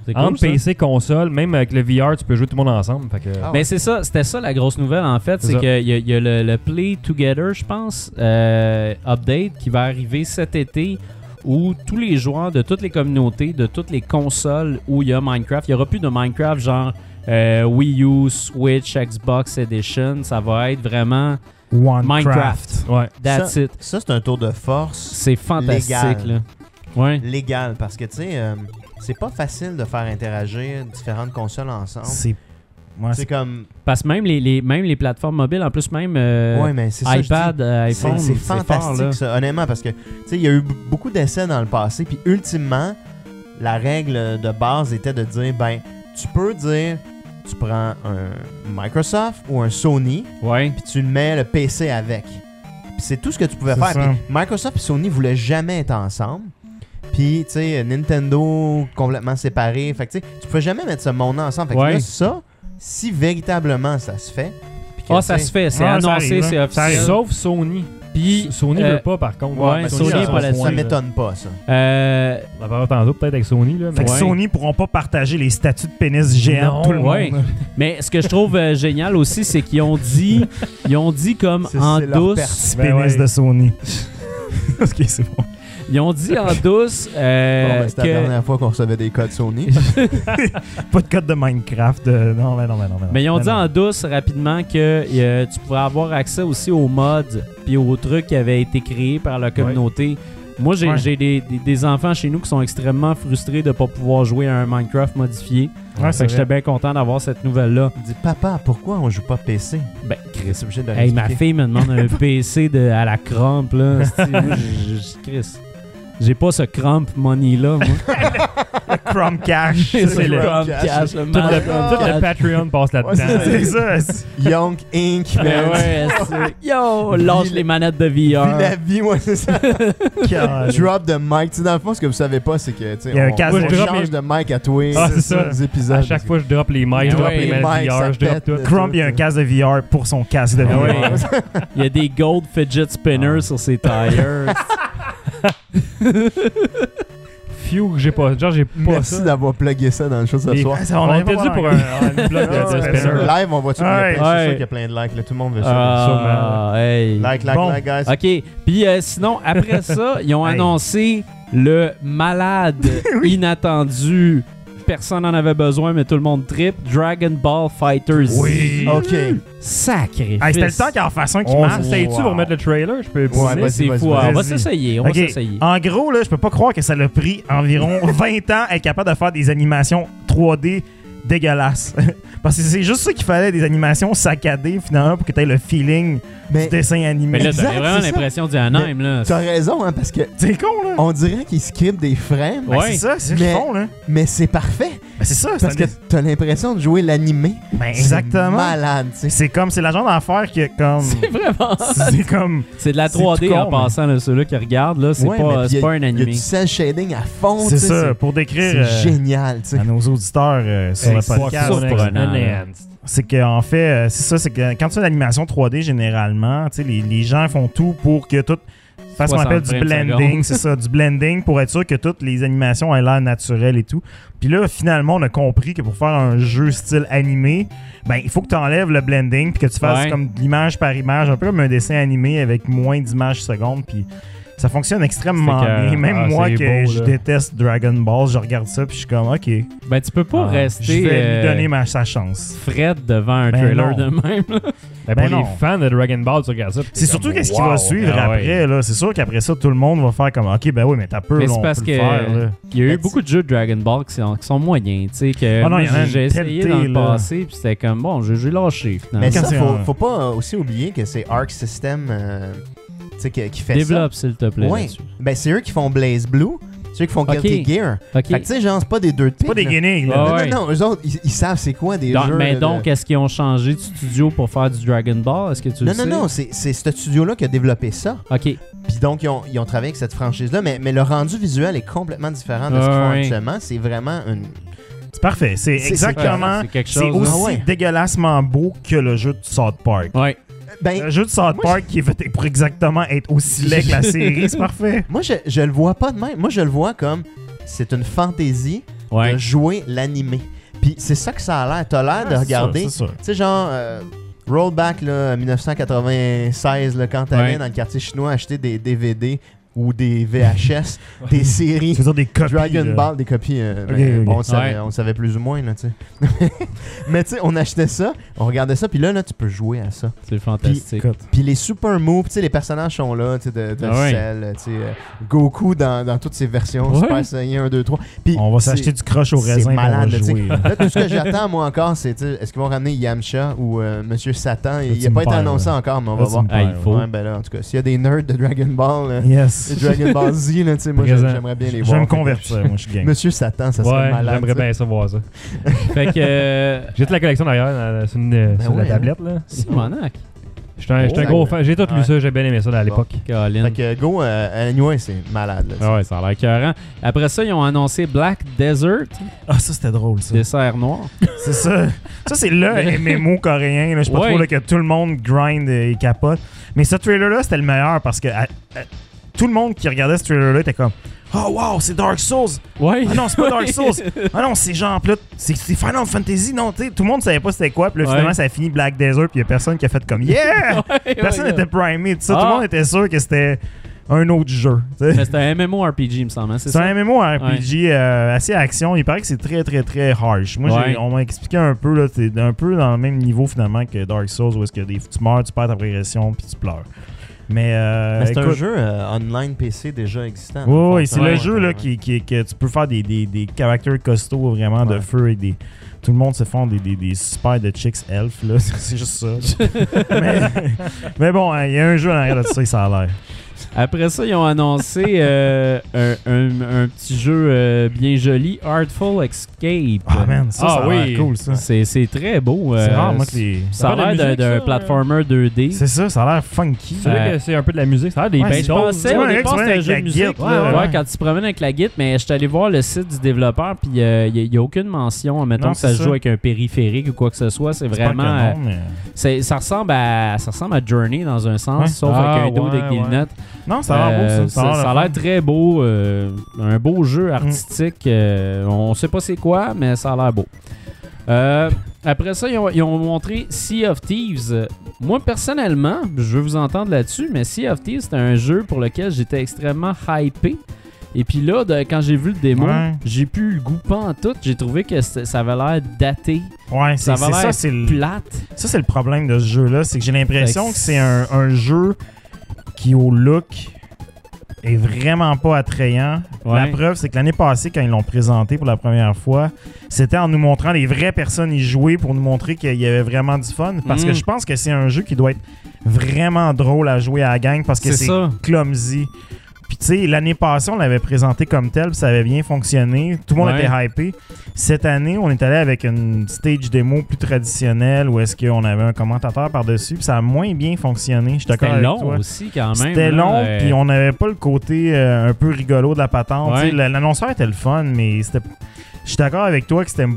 Speaker 1: C'est cool,
Speaker 4: Entre
Speaker 1: ça.
Speaker 4: PC, console, même avec le VR, tu peux jouer tout le monde ensemble. Fait que,
Speaker 5: Ah ouais.
Speaker 1: Mais c'est ça, c'était ça la grosse nouvelle en fait,
Speaker 4: C'est
Speaker 1: c'est
Speaker 4: ça.
Speaker 1: qu'il y a, il y a le, le Play Together, je pense, euh, update qui va arriver cet été où tous les joueurs de toutes les communautés, de toutes les consoles où il y a Minecraft, il n'y aura plus de Minecraft genre euh, Wii U, Switch, Xbox Edition, ça va être vraiment
Speaker 3: Minecraft.
Speaker 1: Minecraft.
Speaker 4: ouais.
Speaker 1: That's it.
Speaker 5: Ça, c'est un tour de force
Speaker 1: C'est fantastique
Speaker 5: Légal.
Speaker 1: là. Ouais.
Speaker 5: légal parce que, tu sais, euh, c'est pas facile de faire interagir différentes consoles ensemble. C'est
Speaker 3: C'est. Ouais, c'est-
Speaker 5: comme.
Speaker 1: Parce que même les, les- même les plateformes mobiles, en plus même euh,
Speaker 5: ouais, mais c'est ça. je dis.
Speaker 1: iPad, euh,
Speaker 5: C'est-
Speaker 1: iPhone,
Speaker 5: C'est
Speaker 1: fort,
Speaker 5: fantastique,
Speaker 1: là.
Speaker 5: ça, honnêtement, parce que, tu sais, il y a eu b- beaucoup d'essais dans le passé, puis ultimement, la règle de base était de dire, ben, tu peux dire, tu prends un Microsoft ou un Sony,
Speaker 1: Ouais.
Speaker 5: puis tu le mets le PC avec. Puis c'est tout ce que tu pouvais
Speaker 3: C'est
Speaker 5: faire.
Speaker 3: ça.
Speaker 5: Puis Microsoft et Sony voulaient jamais être ensemble. Puis, tu sais, Nintendo complètement séparé. Fait que, tu sais, tu pouvais jamais mettre ce monde ensemble. Fait que
Speaker 1: Ouais.
Speaker 5: là, ça, si véritablement ça se fait. puis que,
Speaker 1: Ah,
Speaker 5: tu
Speaker 1: ça
Speaker 5: sais,
Speaker 1: se fait, c'est
Speaker 3: Ouais, ça
Speaker 1: annoncé,
Speaker 3: arrive, hein.
Speaker 1: c'est
Speaker 3: Ça
Speaker 1: officiel.
Speaker 3: arrive.
Speaker 4: Sauf Sony.
Speaker 1: Puis,
Speaker 4: Sony
Speaker 1: euh,
Speaker 4: veut pas, par contre.
Speaker 1: ouais,
Speaker 4: mais
Speaker 1: Sony
Speaker 4: a
Speaker 1: est
Speaker 4: son
Speaker 1: pas là-dessus.
Speaker 4: point,
Speaker 5: Ça
Speaker 4: là.
Speaker 5: m'étonne pas, ça.
Speaker 1: euh,
Speaker 4: On en parlera tantôt, peut-être, avec Sony. Là,
Speaker 3: Fait que
Speaker 4: mais-
Speaker 3: Sony pourront pas partager les statuts de pénis géants
Speaker 4: Non,
Speaker 3: de tout le
Speaker 1: ouais.
Speaker 3: monde.
Speaker 1: mais ce que je trouve euh, génial aussi, c'est qu'ils ont dit, ils ont dit comme
Speaker 5: C'est-
Speaker 1: en
Speaker 5: c'est leur
Speaker 1: douce,
Speaker 5: perte.
Speaker 3: Petit
Speaker 4: Ben
Speaker 3: pénis
Speaker 4: ouais.
Speaker 3: de Sony. ok, c'est bon.
Speaker 1: ils ont dit en douce euh,
Speaker 5: Bon, ben, C'était la
Speaker 1: que
Speaker 5: dernière fois qu'on recevait des codes Sony.
Speaker 3: Pas de code de Minecraft. euh, non, mais non, mais non, Ben mais non.
Speaker 1: Mais ils ont
Speaker 3: Mais
Speaker 1: dit
Speaker 3: non.
Speaker 1: en douce rapidement que euh, tu pourrais avoir accès aussi aux mods puis aux trucs qui avaient été créés par la communauté. Moi, j'ai
Speaker 3: Ouais.
Speaker 1: j'ai des, des- des enfants chez nous qui sont extrêmement frustrés de ne pas pouvoir jouer à un Minecraft modifié.
Speaker 3: Ouais,
Speaker 1: fait
Speaker 3: c'est
Speaker 1: que j'étais bien content d'avoir cette nouvelle-là.
Speaker 5: Il dit Papa, pourquoi on joue pas PC
Speaker 1: Ben,
Speaker 5: Chris, c'est obligé de
Speaker 1: hey, ma
Speaker 5: réexpliquer.
Speaker 1: fille me demande un PC de, à la crampe, là. Esti, moi, j'ai- j'ai- Chris, j'ai pas ce cramp money-là, moi.
Speaker 3: Chrome Cash.
Speaker 1: C'est le
Speaker 5: le
Speaker 1: cramp
Speaker 5: cash.
Speaker 1: cash, le
Speaker 4: Tout le,
Speaker 1: mal-
Speaker 4: tout le
Speaker 1: cash.
Speaker 4: Patreon passe
Speaker 5: Ouais, c'est
Speaker 4: là-dedans.
Speaker 5: ça.
Speaker 3: C'est ça. c'est-
Speaker 5: Yonk Inc.
Speaker 1: Ben
Speaker 5: man.
Speaker 1: ouais, esti. Yo, lâche les manettes de VR.
Speaker 5: Puis la vie, moi, c'est ça.
Speaker 3: Calme.
Speaker 5: drop de mic. Tu sais, dans le fond, ce que vous savez pas, c'est que, tu sais,
Speaker 3: Ah, Il y a un
Speaker 5: on,
Speaker 3: casque.
Speaker 5: on
Speaker 4: Moi, je drop
Speaker 5: change de mic à tous les-
Speaker 4: Ah, c'est
Speaker 5: tous les épisodes.
Speaker 4: à chaque fois, je drop les mics,
Speaker 1: Ouais,
Speaker 4: je drop
Speaker 1: les
Speaker 4: les
Speaker 5: mics,
Speaker 4: manettes
Speaker 5: ça
Speaker 4: VR, je drop
Speaker 5: pète.
Speaker 4: tout.
Speaker 3: Crump, il y a un casque de VR pour son casque de
Speaker 1: Ah
Speaker 3: VR.
Speaker 1: ouais. Il y a des gold fidget spinners
Speaker 3: Ah.
Speaker 1: sur ses tires.
Speaker 4: Phew, j'ai pas. Genre, j'ai pas
Speaker 5: Merci
Speaker 4: ça.
Speaker 5: d'avoir plugué ça dans le show ce
Speaker 4: Les-
Speaker 5: soir.
Speaker 3: Ça,
Speaker 4: On,
Speaker 3: avait
Speaker 4: était
Speaker 3: pas
Speaker 4: dû pour un,
Speaker 3: parlé.
Speaker 4: un bloc
Speaker 5: Ah,
Speaker 4: de, de
Speaker 5: ouais,
Speaker 3: spinner.
Speaker 5: sur
Speaker 4: spinner.
Speaker 5: Live, on voit-tu? qu'il y a
Speaker 3: Ouais.
Speaker 5: plein- Je suis
Speaker 1: Ouais.
Speaker 5: sûr qu'il y a plein de likes. là. Tout le monde veut ça.
Speaker 1: ah, hey.
Speaker 5: Like, like,
Speaker 3: Bon.
Speaker 5: like, guys.
Speaker 1: OK. Puis euh, sinon, après ça, ils ont
Speaker 3: Hey.
Speaker 1: annoncé le malade inattendu. Personne n'en avait besoin, mais tout le monde trip. Dragon Ball Fighters.
Speaker 3: Oui.
Speaker 5: OK.
Speaker 1: Sacré.
Speaker 3: Hey, C'était le
Speaker 1: fils.
Speaker 3: temps qu'il en fasse un
Speaker 5: Oh,
Speaker 3: qui
Speaker 4: On
Speaker 3: marche.
Speaker 4: s'essaye-tu
Speaker 1: Wow.
Speaker 4: pour mettre le trailer? Je peux
Speaker 5: Ouais,
Speaker 4: ouais,
Speaker 5: vas-y,
Speaker 1: C'est
Speaker 5: vas-y,
Speaker 1: fou. On va
Speaker 3: vas-y.
Speaker 1: s'essayer. On
Speaker 3: Ok.
Speaker 1: va s'essayer.
Speaker 5: Ah,
Speaker 3: En gros, là, je peux pas croire que ça l'a pris environ 20 ans à être capable de faire des animations 3D dégueulasses. Parce que c'est juste ça qu'il fallait, des animations saccadées, finalement, pour que tu aies le feeling
Speaker 5: Mais
Speaker 3: du dessin animé.
Speaker 1: Mais là,
Speaker 5: Exact,
Speaker 1: t'avais vraiment
Speaker 5: c'est ça.
Speaker 1: l'impression du anime, là.
Speaker 5: t'as raison, hein, parce que
Speaker 3: C'est con, là.
Speaker 5: on dirait qu'ils skippent des frames,
Speaker 3: Ben,
Speaker 1: Ouais.
Speaker 3: C'est ça, c'est
Speaker 5: Mais-
Speaker 3: fond, là.
Speaker 5: mais c'est parfait.
Speaker 3: Ben, c'est ça,
Speaker 5: Parce que
Speaker 3: c'est
Speaker 5: t'as l'impression de jouer l'animé.
Speaker 3: Ben,
Speaker 5: C'est
Speaker 3: exactement.
Speaker 5: Malade, tu sais.
Speaker 3: C'est comme, c'est la genre d'affaire qui est comme.
Speaker 1: C'est vraiment.
Speaker 3: C'est comme.
Speaker 1: C'est de la
Speaker 3: C'est
Speaker 1: 3D
Speaker 3: tout con,
Speaker 1: en
Speaker 3: mais-
Speaker 1: passant, là, ceux-là qui regardent, là. C'est
Speaker 5: Ouais, mais
Speaker 1: pas,
Speaker 5: puis
Speaker 1: c'est
Speaker 5: y a-
Speaker 1: pas un
Speaker 5: Il y a
Speaker 1: anime.
Speaker 5: du cell shading à fond, tu
Speaker 3: C'est
Speaker 5: sais,
Speaker 3: ça, pour
Speaker 5: C'est
Speaker 3: décrire
Speaker 5: c'est
Speaker 3: euh,
Speaker 5: génial, tu sais.
Speaker 3: à nos auditeurs euh, sur le
Speaker 4: Xbox
Speaker 3: podcast.
Speaker 1: One surprenant, là.
Speaker 4: Enhanced.
Speaker 3: c'est que en fait, euh, c'est ça, c'est que quand tu fais de l'animation 3D, généralement, tu sais, les, les gens font tout pour que tout fasse ce qu'on
Speaker 1: 60
Speaker 3: appelle du
Speaker 1: frames
Speaker 3: blending,
Speaker 1: secondes.
Speaker 3: c'est ça, du blending pour être sûr que toutes les animations aient l'air naturelles et tout. Puis là, finalement, on a compris que pour faire un jeu style animé, ben il faut que tu enlèves le blending puis que tu fasses
Speaker 1: Ouais.
Speaker 3: comme de l'image par image, un peu comme un dessin animé avec moins d'images secondes puis ça fonctionne extrêmement
Speaker 1: C'est que-
Speaker 3: bien. Même
Speaker 4: ah,
Speaker 3: moi
Speaker 4: c'est
Speaker 3: que
Speaker 4: beau,
Speaker 3: je
Speaker 4: là.
Speaker 3: déteste Dragon Ball, je regarde ça puis je suis comme OK,
Speaker 1: Ben, tu peux pas
Speaker 3: ah, je
Speaker 1: rester.
Speaker 3: vais
Speaker 1: euh,
Speaker 3: lui donner ma, sa chance.
Speaker 1: Fred devant un
Speaker 3: Ben
Speaker 1: trailer
Speaker 3: non.
Speaker 1: de même. là.
Speaker 4: Ben,
Speaker 3: Ben
Speaker 4: pour
Speaker 3: non.
Speaker 4: les fans de Dragon Ball, tu regardes ça. puis
Speaker 3: C'est
Speaker 4: t'es
Speaker 3: surtout
Speaker 4: comme,
Speaker 3: qu'est-ce qui
Speaker 4: wow.
Speaker 3: va suivre
Speaker 4: Ah ouais.
Speaker 3: après. là. C'est sûr qu'après ça, tout le monde va faire comme OK, ben oui, mais t'as peu,
Speaker 1: Mais
Speaker 3: là,
Speaker 1: c'est
Speaker 3: on
Speaker 1: parce
Speaker 3: peut
Speaker 1: que
Speaker 3: le faire. là.
Speaker 1: il y a eu
Speaker 3: Ben,
Speaker 1: beaucoup de jeux de Dragon Ball qui sont, qui sont moyens. Tu sais, que
Speaker 3: Ah non,
Speaker 1: moi,
Speaker 3: il y en
Speaker 1: j'ai-
Speaker 3: a une
Speaker 1: j'ai essayé
Speaker 3: pelletée,
Speaker 1: dans le
Speaker 3: là.
Speaker 1: passé, puis c'était comme bon, j'ai j'ai lâché finalement.
Speaker 5: Mais
Speaker 3: Ah, Quand
Speaker 5: ça,
Speaker 3: c'est
Speaker 5: faut,
Speaker 3: un-
Speaker 5: faut pas euh, aussi oublier que c'est Arc System euh, tu sais, que- qui fait
Speaker 1: Développe, s'il te
Speaker 5: ça.
Speaker 1: plaît.
Speaker 5: Ouais.
Speaker 1: là-dessus.
Speaker 5: Ben, c'est eux qui font Blaze Blue, c'est eux qui font
Speaker 1: Ok.
Speaker 5: Guilty Gear.
Speaker 1: Ok.
Speaker 5: Fait que, tu sais, genre, c'est pas des deux de
Speaker 3: C'est pas des
Speaker 5: pique, là.
Speaker 3: guenilles.
Speaker 1: Ah
Speaker 3: là.
Speaker 1: ouais.
Speaker 5: Non, non, eux autres, ils, ils savent c'est quoi des
Speaker 1: Donc-
Speaker 5: jeux.
Speaker 1: mais
Speaker 5: là,
Speaker 1: donc,
Speaker 5: de-
Speaker 1: est-ce qu'ils ont changé de studio pour faire du Dragon Ball Est-ce que tu le
Speaker 5: Non,
Speaker 1: sais
Speaker 5: non, non, c'est c'est ce studio-là qui a développé ça.
Speaker 1: Ok.
Speaker 5: Puis donc, ils ont, ils ont travaillé avec cette franchise-là, mais, mais le rendu visuel est complètement différent de ce qu'ils
Speaker 1: Ah,
Speaker 5: font
Speaker 1: ouais.
Speaker 5: actuellement. C'est vraiment une.
Speaker 3: C'est parfait. C'est
Speaker 5: C'est-
Speaker 3: exactement.
Speaker 1: C'est quelque
Speaker 3: C'est
Speaker 1: chose.
Speaker 3: aussi
Speaker 1: hein.
Speaker 5: ouais.
Speaker 3: dégueulassement beau que le jeu de South Park.
Speaker 1: Ouais.
Speaker 5: Ben,
Speaker 3: Le jeu de South Park qui est voté pour exactement être aussi laid que la série, c'est parfait.
Speaker 5: moi, je, je le vois pas de même. Moi, je le vois comme c'est une fantaisie
Speaker 1: Ouais.
Speaker 5: de jouer l'animé. Puis c'est ça que ça a l'air. T'as l'air
Speaker 3: Ah,
Speaker 5: de
Speaker 3: c'est
Speaker 5: regarder.
Speaker 3: sûr, c'est sûr.
Speaker 5: Tu sais, genre, euh, Rollback, là, 1996, là, quand t'allais
Speaker 1: Ouais.
Speaker 5: dans le quartier chinois acheter des DVD ou des VHS, des séries.
Speaker 3: Tu veux dire des copies.
Speaker 5: Dragon
Speaker 3: là.
Speaker 5: Ball, des copies. euh,
Speaker 3: Ok,
Speaker 5: ben,
Speaker 3: ok.
Speaker 5: On, le savait,
Speaker 1: Ouais.
Speaker 5: on le savait plus ou moins, là, tu sais. Mais tu sais, on achetait ça, on regardait ça, puis là, là, tu peux jouer à ça.
Speaker 1: C'est fantastique.
Speaker 3: Écoute,
Speaker 5: Puis les super moves, tu sais, les personnages sont là, tu sais, de, de
Speaker 1: Ah ouais.
Speaker 5: Cell, tu sais, euh, Goku dans, dans toutes ses versions,
Speaker 1: Ouais.
Speaker 5: Super Saiyan 1, 2, 3. Puis
Speaker 3: On va
Speaker 5: c'est-
Speaker 3: s'acheter du crush au
Speaker 5: c'est
Speaker 3: raisin pour
Speaker 5: malade, là, tu sais.
Speaker 3: jouer. là.
Speaker 5: Là, tout ce que j'attends, moi, encore, c'est tu sais, est-ce qu'ils vont ramener Yamcha ou euh, Monsieur Satan Il
Speaker 3: Là,
Speaker 5: n'a
Speaker 3: tu
Speaker 5: pas
Speaker 3: me
Speaker 5: été
Speaker 3: perds,
Speaker 5: annoncé
Speaker 3: là.
Speaker 5: encore, mais on
Speaker 3: Là,
Speaker 5: va
Speaker 3: tu
Speaker 5: voir.
Speaker 3: me perds,
Speaker 1: Ah, il faut.
Speaker 5: Ouais, ben là, en tout cas, s'il y a des nerds de Dragon Ball, là, et
Speaker 3: Yes.
Speaker 5: Dragon Ball Z, là, tu sais, moi,
Speaker 4: Présent.
Speaker 5: j'aimerais bien les
Speaker 3: Je
Speaker 5: voir.
Speaker 3: vais me
Speaker 5: Fait que-
Speaker 3: convertir, moi, je suis gang.
Speaker 5: Monsieur Satan, ça serait
Speaker 4: Ouais,
Speaker 5: malade.
Speaker 4: j'aimerais
Speaker 5: tu sais.
Speaker 4: bien ça voir ça.
Speaker 1: fait que. euh,
Speaker 4: J'ai toute la collection derrière euh, sur, une, euh,
Speaker 5: Ben
Speaker 3: hein.
Speaker 4: sur
Speaker 5: ouais,
Speaker 1: euh,
Speaker 4: la tablette. là.
Speaker 1: Simonac.
Speaker 4: J'étais un, j'étais un
Speaker 5: Oh.
Speaker 4: gros fan. J'ai tout lu
Speaker 5: Ouais.
Speaker 4: ça, j'ai bien aimé ça à l'époque.
Speaker 1: Colin.
Speaker 5: Fait que Go, euh, Anyway, c'est malade. là, tu sais.
Speaker 1: Ah ouais, ça a l'air cohérent. Après ça, ils ont annoncé Black Desert,
Speaker 3: Ah, ça, c'était drôle, ça.
Speaker 1: dessert noir.
Speaker 3: C'est ça. Ça, c'est le MMO coréen. là. Je sais pas
Speaker 1: Ouais.
Speaker 3: trop là, que tout le monde grind et capote. Mais ce trailer-là, c'était le meilleur parce que à- à- tout le monde qui regardait ce trailer-là était comme Oh, wow, c'est Dark Souls.
Speaker 1: Ouais.
Speaker 3: Ah non, c'est pas Dark Souls. Ah non, c'est genre, pis là, c'est c'est Final Fantasy. Non, tu sais, tout le monde savait pas c'était quoi. Puis là,
Speaker 1: Ouais.
Speaker 3: finalement, ça a fini Black Desert. Puis y a personne qui a fait comme Yeah! personne n'était primé. tout ça. Tout
Speaker 1: Ah.
Speaker 3: le monde était sûr que c'était un autre jeu. tu sais.
Speaker 1: Mais c'était un MMORPG, il me semble, hein, c'est
Speaker 3: C'est
Speaker 1: ça?
Speaker 3: un MMORPG euh, assez action. Il paraît que c'est très, très, très harsh. Moi, j'ai-
Speaker 1: Ouais.
Speaker 3: on m'a expliqué un peu, là, c'est un peu dans le même niveau finalement que Dark Souls, où est-ce que des, tu meurs, tu perds ta progression, puis tu pleures. Mais, euh,
Speaker 5: Mais c'est un
Speaker 3: écoute-
Speaker 5: jeu euh, online PC déjà existant.
Speaker 3: Oui,
Speaker 5: dans
Speaker 3: oui,
Speaker 5: fond,
Speaker 3: c'est
Speaker 5: ça.
Speaker 3: le
Speaker 5: Ouais,
Speaker 3: jeu
Speaker 5: ouais,
Speaker 3: là,
Speaker 5: ouais.
Speaker 3: qui, qui- que tu peux faire des, des, des caractères costauds vraiment de
Speaker 5: Ouais.
Speaker 3: feu et des. Tout le monde se font des, des, des super de chicks elf, là. C'est juste ça. mais, mais bon, hein, il y a un jeu en arrière de ça, et ça a l'air.
Speaker 1: Après ça, ils ont annoncé euh, un, un- un petit jeu euh, bien joli, Artful Escape.
Speaker 3: Ah, man, ça,
Speaker 4: Ah
Speaker 3: ça a
Speaker 4: oui.
Speaker 3: l'air cool, ça.
Speaker 1: C'est c'est très beau.
Speaker 3: C'est
Speaker 1: euh,
Speaker 3: rare, moi, que les.
Speaker 1: Ça
Speaker 4: Pas de
Speaker 1: a l'air
Speaker 4: musique,
Speaker 1: d'un- d'un
Speaker 4: ça,
Speaker 1: platformer 2D.
Speaker 3: C'est ça, ça a l'air funky.
Speaker 4: C'est vrai
Speaker 1: Euh,
Speaker 4: que c'est un peu de la musique. Ça a l'air des
Speaker 3: Ouais,
Speaker 4: belles
Speaker 1: Ben, je
Speaker 3: c'est bon.
Speaker 4: choses.
Speaker 1: pensais
Speaker 3: Ouais,
Speaker 1: au
Speaker 3: ouais,
Speaker 1: départ
Speaker 3: tu
Speaker 1: c'était un
Speaker 3: vois,
Speaker 1: jeu de
Speaker 3: avec la
Speaker 1: musique.
Speaker 3: guitare,
Speaker 1: ouais,
Speaker 3: là,
Speaker 1: ouais,
Speaker 3: ouais.
Speaker 1: quand tu te promènes avec la guide, mais je suis allé voir le site du développeur, puis euh, il n'y a, aucune mention, euh, mettons
Speaker 3: Non,
Speaker 1: que ça
Speaker 3: c'est
Speaker 1: se joue
Speaker 3: ça.
Speaker 1: avec un périphérique ou quoi que ce soit. C'est
Speaker 3: J'espère que
Speaker 1: vraiment. euh,
Speaker 3: non, mais-
Speaker 1: c'est- ça, ressemble à, ça ressemble à Journey dans un sens,
Speaker 3: Ouais.
Speaker 1: sauf
Speaker 4: Ah,
Speaker 1: avec un dos
Speaker 4: ouais,
Speaker 1: de guillemette.
Speaker 3: Non, ça a l'air
Speaker 1: Euh,
Speaker 3: beau, ça.
Speaker 1: ça-
Speaker 3: Ça
Speaker 1: ça
Speaker 3: a
Speaker 1: a
Speaker 3: l'air Mm.
Speaker 1: l'air très beau. euh, un beau jeu artistique. euh, on sait pas c'est quoi, mais ça a l'air beau. Euh, après ça, ils ont, ils ont montré Sea of Thieves. Euh, Moi, personnellement, je veux vous entendre là-dessus, mais Sea of Thieves, c'était un jeu pour lequel j'étais extrêmement hypé. Et puis là, de- quand j'ai vu le démo,
Speaker 3: Ouais.
Speaker 1: j'ai pu le goût pas en tout. J'ai trouvé que c'est- ça avait l'air daté,
Speaker 3: fun. Ouais,
Speaker 1: ça
Speaker 3: c'est
Speaker 1: va
Speaker 3: c'est ça,
Speaker 1: l'air
Speaker 3: c'est le-
Speaker 1: plate.
Speaker 3: ça, c'est le problème de ce jeu-là. C'est que j'ai l'impression
Speaker 1: Fait que
Speaker 3: que c'est un, un jeu qui, au look, est vraiment pas attrayant.
Speaker 1: Ouais.
Speaker 3: La preuve, c'est que l'année passée, quand ils l'ont présenté pour la première fois, c'était en nous montrant les vraies personnes y jouer pour nous montrer qu'il y avait vraiment du fun. Parce
Speaker 1: Mm.
Speaker 3: que je pense que c'est un jeu qui doit être vraiment drôle à jouer à la gang parce que
Speaker 1: C'est
Speaker 3: c'est
Speaker 1: ça.
Speaker 3: clumsy. Puis tu sais, l'année passée, on l'avait présenté comme tel, puis ça avait bien fonctionné. Tout le monde
Speaker 1: Ouais.
Speaker 3: était hypé. Cette année, on est allé avec une stage démo plus traditionnelle où est-ce qu'on avait un commentateur par-dessus, puis ça a moins bien fonctionné. Je suis d'accord
Speaker 1: C'était long
Speaker 3: avec toi.
Speaker 1: aussi, quand même.
Speaker 3: C'était
Speaker 1: là,
Speaker 3: long,
Speaker 1: euh,
Speaker 3: puis on n'avait pas le côté euh, un peu rigolo de la patente.
Speaker 1: Ouais.
Speaker 3: Tu sais, la- L'annonceur était le fun, mais c'était. Je suis d'accord avec toi que c'était.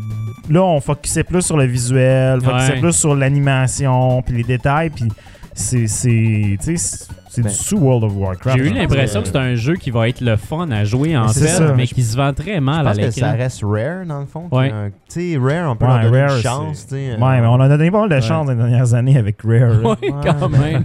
Speaker 3: Là, on focusait plus sur le visuel, focusait
Speaker 1: Ouais.
Speaker 3: plus sur l'animation, puis les détails, puis c'est. C'est tu sais, c'est- c'est
Speaker 5: Ben,
Speaker 3: du sous-World of Warcraft.
Speaker 1: J'ai eu
Speaker 3: je pense.
Speaker 1: l'impression que c'est un jeu qui va être le fun à jouer en
Speaker 3: Mais
Speaker 1: fait,
Speaker 3: c'est ça.
Speaker 1: mais qui se vend très
Speaker 5: Je
Speaker 3: Ah,
Speaker 1: mal à
Speaker 5: pense que ça
Speaker 1: l'écran.
Speaker 5: reste Rare, dans le fond.
Speaker 1: Ouais.
Speaker 5: qui a un- Tu sais, Rare, on peut
Speaker 3: Ouais,
Speaker 5: leur donner
Speaker 3: Rare,
Speaker 5: une chance. tu sais, euh,
Speaker 3: Ouais, mais on a donné pas mal de chance dans les dernières années avec Rare. là.
Speaker 1: Oui, quand
Speaker 5: Ouais.
Speaker 1: même.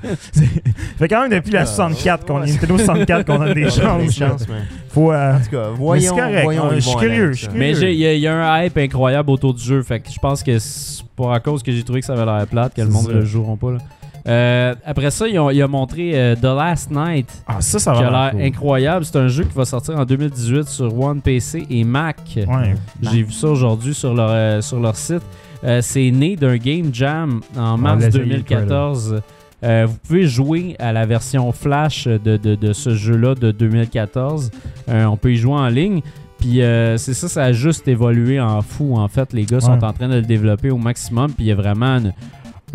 Speaker 3: Fait quand même depuis la
Speaker 5: Euh,
Speaker 3: 64 qu'on
Speaker 5: ouais.
Speaker 3: est au 64 qu'on a des
Speaker 5: on a des
Speaker 3: chances. là.
Speaker 5: chances, mais-
Speaker 3: Faut. euh,
Speaker 5: En tout cas,
Speaker 3: c'est
Speaker 5: voyons.
Speaker 3: correct.
Speaker 5: voyons,
Speaker 3: Ouais,
Speaker 5: ils
Speaker 3: je suis
Speaker 5: vont aller
Speaker 3: curieux,
Speaker 5: avec
Speaker 3: je suis
Speaker 5: ça.
Speaker 3: curieux.
Speaker 1: Mais j'ai- il y, a- il y a un hype incroyable autour du jeu, fait que je pense que c'est pas à cause que j'ai trouvé que ça avait l'air plate que le
Speaker 3: C'est
Speaker 1: monde
Speaker 3: ça.
Speaker 1: le joueront pas. là. Euh, après ça, ils ont, il a montré euh, The Last Night,
Speaker 3: Ah, ça, ça va.
Speaker 1: qui a
Speaker 3: l'air
Speaker 1: l'air
Speaker 3: cool.
Speaker 1: incroyable. C'est un jeu qui va sortir en 2018 sur One PC et Mac.
Speaker 3: Ouais.
Speaker 1: J'ai vu ça aujourd'hui sur leur, euh, sur leur site. Euh, c'est né d'un game jam
Speaker 3: Ah,
Speaker 1: en
Speaker 4: On
Speaker 1: mars
Speaker 4: l'a essayé, le
Speaker 1: 2014. Euh, vous pouvez jouer à la version flash de, de- de ce jeu-là de 2014. Euh, on peut y jouer en ligne. Puis euh, c'est ça, ça a juste évolué en fou. En fait, les gars sont
Speaker 3: Ouais.
Speaker 1: en train de le développer au maximum. Puis il y a vraiment une-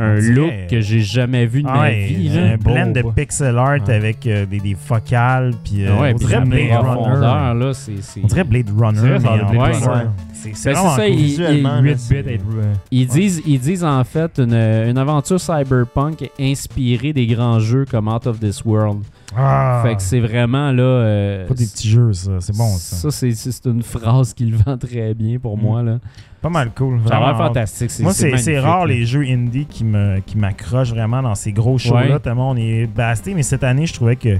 Speaker 1: un
Speaker 3: On dirait-
Speaker 1: look que j'ai jamais vu de
Speaker 3: Ah
Speaker 1: ma
Speaker 3: ouais,
Speaker 1: vie.
Speaker 3: c'est
Speaker 1: là.
Speaker 3: un blend de
Speaker 1: Beau.
Speaker 3: pixel art
Speaker 5: Ouais.
Speaker 3: avec euh, des, des focales, puis euh,
Speaker 1: Ouais,
Speaker 3: on
Speaker 1: puis
Speaker 3: dirait
Speaker 1: la
Speaker 3: Blade Runner.
Speaker 1: profondeur, là, c'est- c'est-
Speaker 3: On dirait Blade Runner,
Speaker 4: C'est vrai, ça a
Speaker 3: mais en
Speaker 4: l'air Blade
Speaker 3: plus,
Speaker 5: Runner.
Speaker 3: ouais. C'est c'est
Speaker 1: Ben, c'est
Speaker 3: vraiment
Speaker 1: ça,
Speaker 3: cool.
Speaker 1: il-
Speaker 5: Visuellement, là,
Speaker 4: 8
Speaker 5: c'est-
Speaker 4: bits, 8 euh,
Speaker 1: Ils disent, ils disent en fait une, une aventure cyberpunk inspirée des grands jeux comme Out of This World.
Speaker 3: Ah,
Speaker 1: Fait que c'est vraiment là. euh,
Speaker 3: pas des petits jeux, ça. C'est bon, ça.
Speaker 1: Ça, c'est- c'est une phrase qui le vend très bien pour
Speaker 3: Mm.
Speaker 1: moi. Là.
Speaker 3: Pas mal cool.
Speaker 1: Ça a l'air
Speaker 3: vraiment.
Speaker 1: fantastique.
Speaker 3: Moi, c'est c'est
Speaker 1: magnifique,
Speaker 3: rare
Speaker 1: là.
Speaker 3: les jeux indie qui me qui m'accrochent vraiment dans ces gros shows-là.
Speaker 1: Ouais.
Speaker 3: Tellement on est basté. Mais cette année, je trouvais que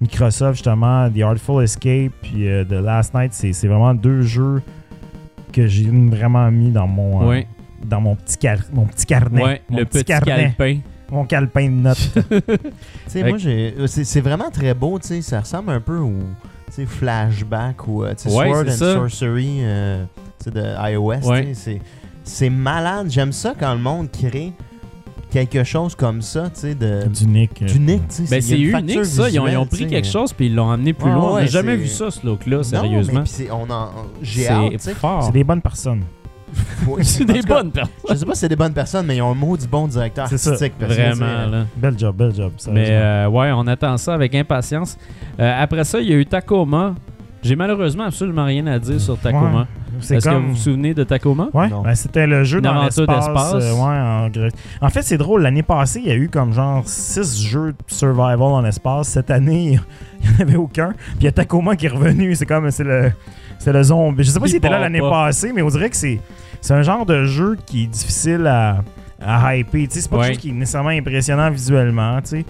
Speaker 3: Microsoft, justement, The Artful Escape puis euh, The Last Night, c'est c'est vraiment deux jeux que j'ai vraiment mis dans mon, euh,
Speaker 1: Ouais,
Speaker 3: dans mon, petit, car- mon petit carnet.
Speaker 1: ouais,
Speaker 3: mon
Speaker 1: le petit, calepin.
Speaker 3: Mon calepin de notes.
Speaker 5: Tu sais,
Speaker 1: Fait
Speaker 5: moi, j'ai- euh, c'est c'est vraiment très beau, tu sais. Ça ressemble un peu au tu sais, flashback ou euh, tu sais,
Speaker 1: Ouais,
Speaker 5: Sword
Speaker 1: c'est
Speaker 5: and
Speaker 1: ça.
Speaker 5: Sorcery euh, tu sais, de iOS. tu
Speaker 1: Ouais.
Speaker 5: sais, c'est- C'est malade. J'aime ça quand le monde crée quelque chose comme ça, tu sais, de-
Speaker 3: D'unique.
Speaker 5: d'unique. tu sais,
Speaker 1: Ben,
Speaker 5: il y a
Speaker 1: c'est
Speaker 5: une
Speaker 1: unique
Speaker 5: facture
Speaker 1: ça. Ils ont, ils ont
Speaker 5: visuelle,
Speaker 1: pris
Speaker 5: tu sais.
Speaker 1: quelque chose puis ils l'ont amené plus
Speaker 5: Ah Ouais,
Speaker 1: loin. On n'a
Speaker 5: ouais,
Speaker 1: jamais
Speaker 5: c'est-
Speaker 1: vu ça, ce look-là,
Speaker 5: Non, mais
Speaker 1: sérieusement.
Speaker 5: puis c'est- on en- J'ai hâte, tu
Speaker 1: C'est
Speaker 5: sais.
Speaker 1: fort.
Speaker 3: C'est des bonnes personnes.
Speaker 5: Ouais,
Speaker 1: C'est
Speaker 5: en
Speaker 1: des
Speaker 5: tout cas,
Speaker 1: bonnes personnes.
Speaker 5: Je sais pas si c'est des bonnes personnes, mais ils ont un mot du bon directeur
Speaker 3: C'est ça.
Speaker 5: artistique. parce que c'est-
Speaker 1: Vraiment, là.
Speaker 3: Bel job, bel job.
Speaker 1: Mais
Speaker 3: sérieusement.
Speaker 1: euh, ouais, on attend ça avec impatience. Euh, après ça, il y a eu Tacoma. J'ai malheureusement absolument rien à dire sur Tacoma.
Speaker 3: Ouais. C'est
Speaker 1: Est-ce que
Speaker 3: comme...
Speaker 1: vous vous souvenez de Tacoma?
Speaker 3: Ouais,
Speaker 5: Non.
Speaker 3: ben, c'était le jeu
Speaker 1: Une
Speaker 3: dans
Speaker 1: aventure
Speaker 3: l'espace.
Speaker 1: hein? d'espace.
Speaker 3: euh, ouais, en, gros. en fait, c'est drôle. L'année passée, il y a eu comme genre 6 jeux de survival en espace. Cette année, il n'y en avait aucun. Puis il y a Tacoma qui est revenu. C'est comme, c'est le, c'est le zombie. Je sais pas
Speaker 1: Il
Speaker 3: s'il était là
Speaker 1: part
Speaker 3: l'année
Speaker 1: pas.
Speaker 3: passée, mais on dirait que c'est, c'est un genre de jeu qui est difficile à, à hyper. Tu sais, c'est pas
Speaker 1: Ouais.
Speaker 3: quelque chose qui est nécessairement impressionnant visuellement. Tu sais.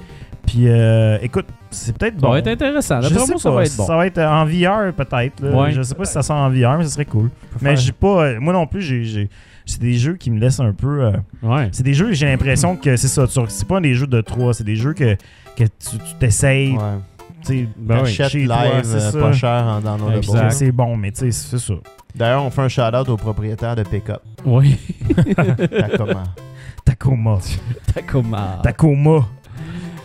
Speaker 3: Puis euh, écoute, c'est peut-être
Speaker 1: Ça
Speaker 3: bon.
Speaker 1: va être intéressant.
Speaker 3: Je
Speaker 1: Ah, D'après
Speaker 3: sais
Speaker 1: moi, ça
Speaker 3: pas,
Speaker 1: va être bon.
Speaker 3: Ça va être en VR peut-être. là.
Speaker 1: Ouais.
Speaker 3: Je sais pas si ça sort en VR, mais ce serait cool. Mais j'ai pas. euh, Moi non plus, j'ai. j'ai- C'est des jeux qui me laissent un peu. euh,
Speaker 1: Ouais.
Speaker 3: c'est des jeux, j'ai l'impression que c'est ça. tu- C'est pas des jeux de 3, c'est des jeux que, que tu tu t'essayes.
Speaker 5: Ouais.
Speaker 3: tu sais,
Speaker 1: Ben oui.
Speaker 5: Achète
Speaker 3: chez
Speaker 5: live,
Speaker 3: toi, c'est
Speaker 5: euh,
Speaker 3: ça.
Speaker 5: pas cher en downloadable.
Speaker 3: que
Speaker 1: Exact.
Speaker 3: C'est bon, mais tu sais, c'est ça.
Speaker 5: D'ailleurs, on fait un shout-out au propriétaire de Pickup,
Speaker 1: Oui.
Speaker 5: Tacoma.
Speaker 3: Tacoma.
Speaker 5: Ah.
Speaker 1: Tacoma.
Speaker 3: Tacoma.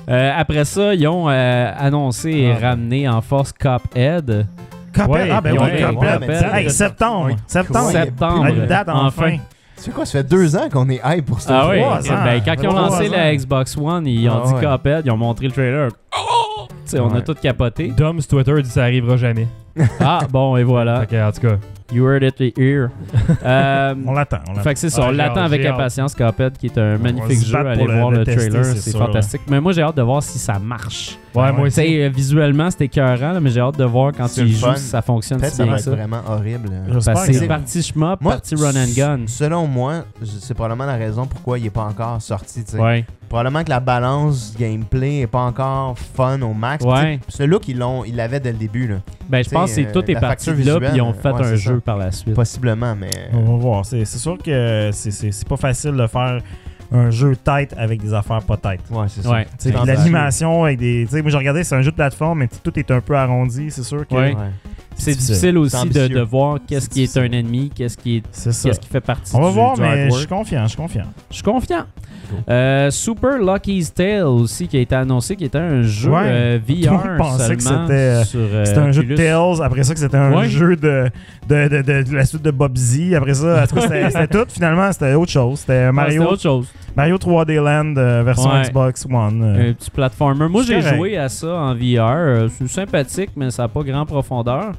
Speaker 1: Euh, après ça, ils ont euh, annoncé et
Speaker 4: Ah, ben.
Speaker 1: ramené en force Cuphead.
Speaker 3: Cuphead.
Speaker 4: Ouais,
Speaker 3: ah ben
Speaker 1: ils
Speaker 3: oui,
Speaker 1: ont
Speaker 5: ouais,
Speaker 3: Cuphead.
Speaker 5: ouais, mais
Speaker 1: Cuphead.
Speaker 5: ouais.
Speaker 3: Hey, septembre.
Speaker 5: Ouais.
Speaker 3: Septembre.
Speaker 5: Ouais.
Speaker 1: septembre.
Speaker 3: Ah, une date enfin.
Speaker 5: Tu sais quoi, ça fait deux ans qu'on est hype pour ce hein?
Speaker 1: Ah oui.
Speaker 5: jeu.
Speaker 3: trois ans.
Speaker 1: Ben, quand ils ont
Speaker 3: Trois
Speaker 1: lancé
Speaker 3: ans.
Speaker 1: la Xbox One, ils ont
Speaker 5: Ah
Speaker 1: dit
Speaker 5: ouais.
Speaker 1: Cuphead, ils ont montré le trailer. Oh! Tu sais, on a
Speaker 5: Ouais.
Speaker 1: tout capoté.
Speaker 4: Dom's Twitter dit ça arrivera jamais.
Speaker 1: Ah, bon, et voilà.
Speaker 4: Fait que, en tout cas,
Speaker 1: You heard it here. Euh,
Speaker 3: On l'attend. on l'attend.
Speaker 1: fait que c'est ça,
Speaker 4: Ouais,
Speaker 1: on
Speaker 4: j'ai
Speaker 1: l'attend
Speaker 4: hâte,
Speaker 1: avec
Speaker 4: j'ai hâte.
Speaker 1: impatience Cuphead, qui est un magnifique
Speaker 3: se
Speaker 1: jeu.
Speaker 3: battre
Speaker 1: Allez
Speaker 3: pour le-
Speaker 1: voir
Speaker 3: le
Speaker 1: le
Speaker 3: tester,
Speaker 1: trailer,
Speaker 3: c'est
Speaker 1: c'est
Speaker 3: sûr, hein. là.
Speaker 1: fantastique. Mais moi, j'ai hâte de voir si ça marche.
Speaker 4: ouais,
Speaker 3: Ouais.
Speaker 4: moi
Speaker 1: Tu
Speaker 4: aussi.
Speaker 1: sais, euh, visuellement, c'était écœurant, là, mais j'ai hâte de voir quand
Speaker 5: C'est
Speaker 1: il
Speaker 5: le
Speaker 1: joue
Speaker 5: fun.
Speaker 1: si ça fonctionne
Speaker 5: Peut-être
Speaker 1: si
Speaker 5: que ça
Speaker 1: bien
Speaker 5: va
Speaker 1: que
Speaker 5: être
Speaker 1: ça.
Speaker 5: vraiment horrible.
Speaker 3: J'espère
Speaker 1: Parce
Speaker 3: que
Speaker 1: que
Speaker 3: ça-
Speaker 1: c'est parti shmup,
Speaker 5: Moi,
Speaker 1: parti run and gun.
Speaker 5: Selon moi, je- c'est probablement la raison pourquoi il est pas encore sorti. tu sais.
Speaker 1: Ouais.
Speaker 5: Probablement que la balance gameplay est pas encore fun au max. Puis,
Speaker 1: Ouais.
Speaker 5: tu sais, Ce look, ils l'ont- ils l'avaient dès le début. Là.
Speaker 1: Ben, je
Speaker 5: T'sais,
Speaker 1: pense que c'est
Speaker 5: euh,
Speaker 1: tout est
Speaker 5: la
Speaker 1: parti
Speaker 5: facture
Speaker 1: de là, puis
Speaker 5: visuelle,
Speaker 1: ils ont fait
Speaker 5: ouais,
Speaker 1: un
Speaker 5: c'est
Speaker 1: jeu
Speaker 5: ça.
Speaker 1: par la suite.
Speaker 5: Possiblement, mais...
Speaker 3: On va voir. C'est c'est sûr que c'est- c'est c'est pas facile de faire un jeu tête avec des affaires pas tête.
Speaker 5: Ouais, c'est ça.
Speaker 1: Ouais.
Speaker 3: Tu sais,
Speaker 5: Dans
Speaker 3: L'animation avec des. tu sais, Moi, j'ai regardé, c'est un jeu de plateforme, mais tout est un peu arrondi, c'est sûr que.
Speaker 1: Ouais. C'est difficile aussi de,
Speaker 5: ambitieux.
Speaker 1: de voir qu'est-ce qui est
Speaker 3: C'est
Speaker 1: un ennemi, qu'est-ce qui est
Speaker 3: C'est ça.
Speaker 1: qu'est-ce qui fait partie
Speaker 3: On va
Speaker 1: du,
Speaker 3: voir,
Speaker 1: du
Speaker 3: mais je
Speaker 1: artwork.
Speaker 3: suis confiant, je suis confiant.
Speaker 1: Je suis confiant.
Speaker 5: Cool.
Speaker 1: Euh, Super Lucky's Tale aussi qui a été annoncé, qui était un jeu
Speaker 3: Ouais.
Speaker 1: euh,
Speaker 3: Tout le monde
Speaker 1: VR
Speaker 3: pensait que
Speaker 1: seulement
Speaker 3: c'était-
Speaker 1: sur euh,
Speaker 3: C'était un jeu de
Speaker 1: Oculus.
Speaker 3: Tales, après ça que c'était un
Speaker 1: Ouais.
Speaker 3: jeu de, de, de, de- de la suite de Bobsy, après ça, en tout cas, c'était- c'était tout, finalement, c'était autre chose. C'était
Speaker 1: Ah,
Speaker 3: Mario,
Speaker 1: c'était autre chose.
Speaker 3: Mario 3D Land euh, version
Speaker 1: Ouais.
Speaker 3: Xbox One. euh.
Speaker 1: Un petit platformer. Moi,
Speaker 3: C'est
Speaker 1: j'ai
Speaker 3: correct.
Speaker 1: joué à ça en VR. Euh, c'est sympathique, mais ça n'a pas grand profondeur.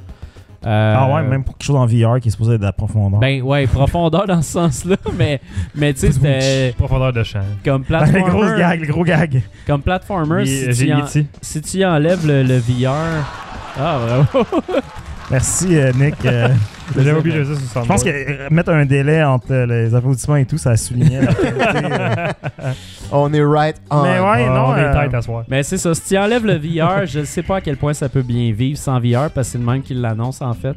Speaker 1: Euh,
Speaker 3: Ah ouais, même pour quelque chose en VR qui est supposé être de la profondeur.
Speaker 1: Ben ouais, profondeur dans ce sens-là, mais, mais tu sais, c'était
Speaker 4: Profondeur de champ.
Speaker 1: comme
Speaker 3: les grosses
Speaker 1: platformer.
Speaker 3: gags, les gros gags.
Speaker 1: Comme platformer,
Speaker 4: J'ai
Speaker 1: si,
Speaker 4: j'ai
Speaker 1: tu en-
Speaker 4: E.T.
Speaker 1: si tu y enlèves le, le VR. Ah, bravo!
Speaker 3: Merci, euh, Nick. euh,
Speaker 4: J'avais oublié de dire sur
Speaker 3: je pense que euh, mettre un délai entre euh, les applaudissements et tout, ça soulignait la qualité, euh.
Speaker 5: On est right on.
Speaker 3: Mais ouais, non.
Speaker 4: Ah, on est
Speaker 3: euh,
Speaker 4: tête à soir.
Speaker 1: Mais c'est ça, si tu enlèves le VR, je ne sais pas à quel point ça peut bien vivre sans VR, parce que c'est le même qui l'annonce en fait.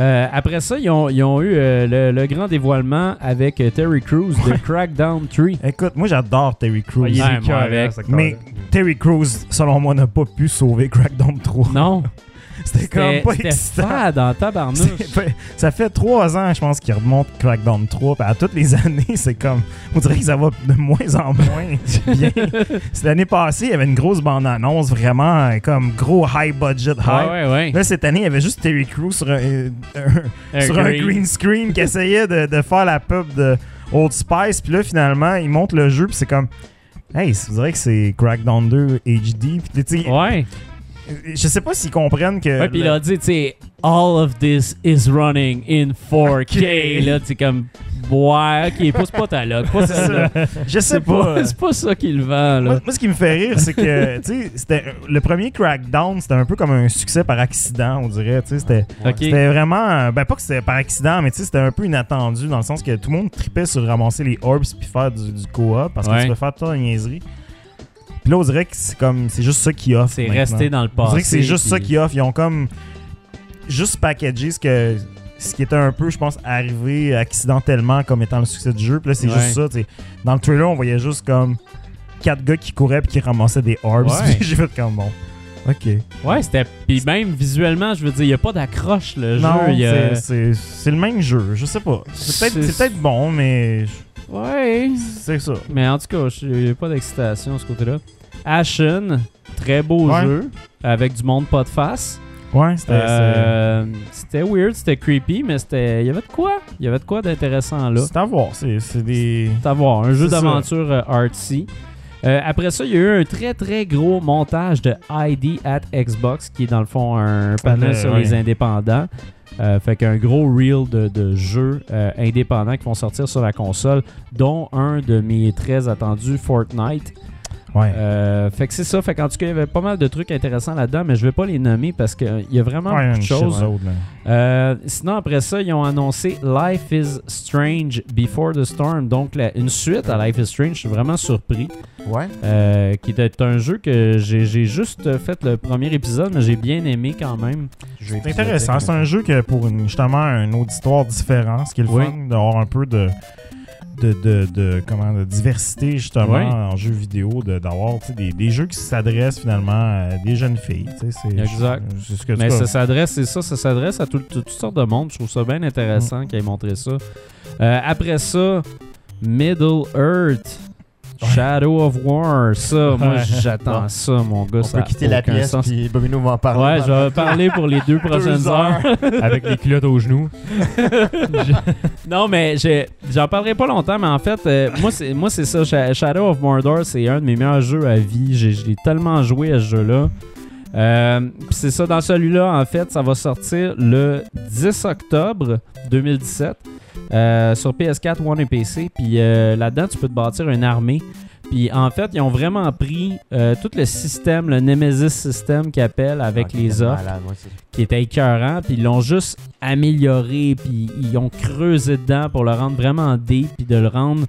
Speaker 1: Euh, après ça, ils ont, ils ont eu euh, le, le grand dévoilement avec euh, Terry Crews de Crackdown 3.
Speaker 3: Écoute, moi j'adore Terry Crews.
Speaker 4: Ah, il est
Speaker 1: Ouais, moi,
Speaker 4: écœurant,
Speaker 1: avec.
Speaker 4: cet acteur-là.
Speaker 3: mais Terry Crews, selon moi, n'a pas pu sauver Crackdown 3.
Speaker 1: Non,
Speaker 3: C'était comme
Speaker 1: c'était
Speaker 3: pas
Speaker 1: c'était
Speaker 3: excitant.
Speaker 1: fade en tabarnouche.
Speaker 3: C'est- fait- Ça fait trois ans, je pense, qu'il remonte Crackdown 3. Puis à toutes les années, c'est comme. On dirait que ça va de moins en moins bien. C'est L'année passée, il y avait une grosse bande-annonce, vraiment euh, comme gros high-budget hype.
Speaker 1: Ouais, ouais, ouais.
Speaker 3: Là, cette année, il y avait juste Terry Crews sur un, euh, un- sur un green screen qui essayait de, de faire la pub de Old Spice. Puis là, finalement, il monte le jeu, puis c'est comme. Hey, c'est- on dirait que c'est Crackdown 2 HD. Puis tu sais,
Speaker 1: Ouais.
Speaker 3: je sais pas s'ils comprennent que.
Speaker 1: Ouais, puis il
Speaker 3: le-
Speaker 1: a dit, tu sais, all of this is running in 4K.
Speaker 3: Ok.
Speaker 1: Là, tu sais, comme, ouais, ok, pousse pas ta loque, pousse
Speaker 3: C'est
Speaker 1: ça.
Speaker 3: ça. Je sais
Speaker 1: C'est
Speaker 3: pas. euh,
Speaker 1: pas, c'est pas ça qu'il vend,
Speaker 3: Moi,
Speaker 1: là.
Speaker 3: moi, ce qui me fait rire, c'est que, tu sais, c'était- le premier Crackdown, c'était un peu comme un succès par accident, on dirait. Tu sais, c'était
Speaker 1: Ok.
Speaker 3: c'était vraiment. euh, Ben, pas que c'était par accident, mais tu sais, c'était un peu inattendu dans le sens que tout le monde tripait sur ramasser les orbs puis faire du, du co-op parce que
Speaker 1: Ouais.
Speaker 3: tu peux faire tant de niaiseries. Puis là, on dirait que c'est comme. C'est juste ça qui offre.
Speaker 1: C'est
Speaker 3: maintenant.
Speaker 1: resté dans le passé.
Speaker 3: On dirait que c'est juste
Speaker 1: puis-
Speaker 3: ça qui offre. Ils ont comme. Juste packagé ce que. Ce qui était un peu, je pense, arrivé accidentellement comme étant le succès du jeu. Puis là, c'est
Speaker 1: Ouais.
Speaker 3: juste ça. tu sais. Dans le trailer, on voyait juste comme quatre gars qui couraient puis qui ramassaient des orbs.
Speaker 1: Ouais.
Speaker 3: J'ai fait comme bon. OK.
Speaker 1: Ouais, c'était. Puis même visuellement, je veux dire, il n'y a pas d'accroche, le
Speaker 3: non,
Speaker 1: jeu. il y a-
Speaker 3: c'est- c'est c'est le même jeu. Je sais pas. C'est peut-être
Speaker 1: C'est-
Speaker 3: c'est peut-être bon, mais
Speaker 1: Ouais.
Speaker 3: c'est ça.
Speaker 1: Mais en tout cas, je- il n'y a pas d'excitation de ce côté-là. Ashen, très beau
Speaker 3: Ouais.
Speaker 1: jeu, avec du monde pas de face.
Speaker 3: Ouais, c'était.
Speaker 1: Euh, C'était weird, c'était creepy, mais c'était. Il y avait de quoi? Il y avait de quoi d'intéressant
Speaker 3: c'est-
Speaker 1: là.
Speaker 3: C'est à voir. C'est c'est des.
Speaker 1: C'est à voir, un jeu
Speaker 3: C'est ça.
Speaker 1: d'aventure euh, artsy. Euh, après ça, il y a eu un très très gros montage de ID at Xbox, qui est dans le fond un panel
Speaker 3: Euh,
Speaker 1: sur
Speaker 3: ouais.
Speaker 1: les indépendants. Euh, fait qu'un gros reel de, de jeux euh, indépendants qui vont sortir sur la console, dont un de mes très attendus, Fortnite.
Speaker 3: Ouais.
Speaker 1: Euh, fait que c'est ça. Fait qu'en tout cas, il y avait pas mal de trucs intéressants là-dedans, mais je vais pas les nommer parce qu'il y a vraiment
Speaker 3: Ouais,
Speaker 1: beaucoup
Speaker 3: une
Speaker 1: de
Speaker 3: chose
Speaker 1: choses.
Speaker 3: autre, là.
Speaker 1: Euh, sinon, après ça, ils ont annoncé Life is Strange Before the Storm. Donc, la- une suite à Life is Strange. Je suis vraiment surpris.
Speaker 5: Ouais.
Speaker 1: Euh, qui est un jeu que j'ai j'ai juste fait le premier épisode, mais j'ai bien aimé quand même.
Speaker 5: J'ai
Speaker 3: C'est intéressant. C'est un jeu que pour une- justement un auditoire différent, ce qui est le
Speaker 1: Oui.
Speaker 3: fun, d'avoir un peu de, de, de, de- comment, de diversité justement
Speaker 1: Oui.
Speaker 3: en jeu vidéo, de- d'avoir tu sais, des, des jeux qui s'adressent finalement à des jeunes filles. tu sais, c'est-
Speaker 1: Exact.
Speaker 3: C'est ce que
Speaker 1: Mais
Speaker 3: tu
Speaker 1: ça s'adresse, c'est ça, ça s'adresse à tout- tout- toutes sortes de monde. Je trouve ça bien intéressant
Speaker 5: Mm.
Speaker 1: qu'ils aient montré ça. Euh, après ça, Middle Earth.
Speaker 3: Ouais.
Speaker 1: Shadow of War, ça, moi
Speaker 3: Ouais.
Speaker 1: j'attends
Speaker 5: Bon.
Speaker 1: ça, mon gars.
Speaker 5: On
Speaker 1: ça
Speaker 5: peut
Speaker 1: a
Speaker 5: quitter la
Speaker 1: aucun
Speaker 5: pièce,
Speaker 1: sens.
Speaker 5: puis Bobino va en parler.
Speaker 1: Ouais, je
Speaker 5: pendant-
Speaker 1: vais parler pour les deux prochaines
Speaker 5: Ah, Deux
Speaker 1: heures.
Speaker 4: avec les culottes aux genoux.
Speaker 1: Non, mais j'ai- j'en parlerai pas longtemps, mais en fait, euh, moi, c'est, moi, c'est ça. Sha- Shadow of Mordor, c'est un de mes meilleurs jeux à vie. J'ai, je l'ai tellement joué à ce jeu-là. Euh, pis c'est ça, dans celui-là, en fait, ça va sortir le 10 octobre 2017 euh, sur PS4, One et PC. Puis euh, là-dedans, tu peux te bâtir une armée. Puis en fait, ils ont vraiment pris euh, tout le système, le Nemesis système qu'ils appellent avec
Speaker 5: Ah,
Speaker 1: les
Speaker 5: c'est
Speaker 1: offres
Speaker 5: malade, ouais, c'est-
Speaker 1: qui était écœurant, puis ils l'ont juste amélioré, puis ils ont creusé dedans pour le rendre vraiment deep, puis de le rendre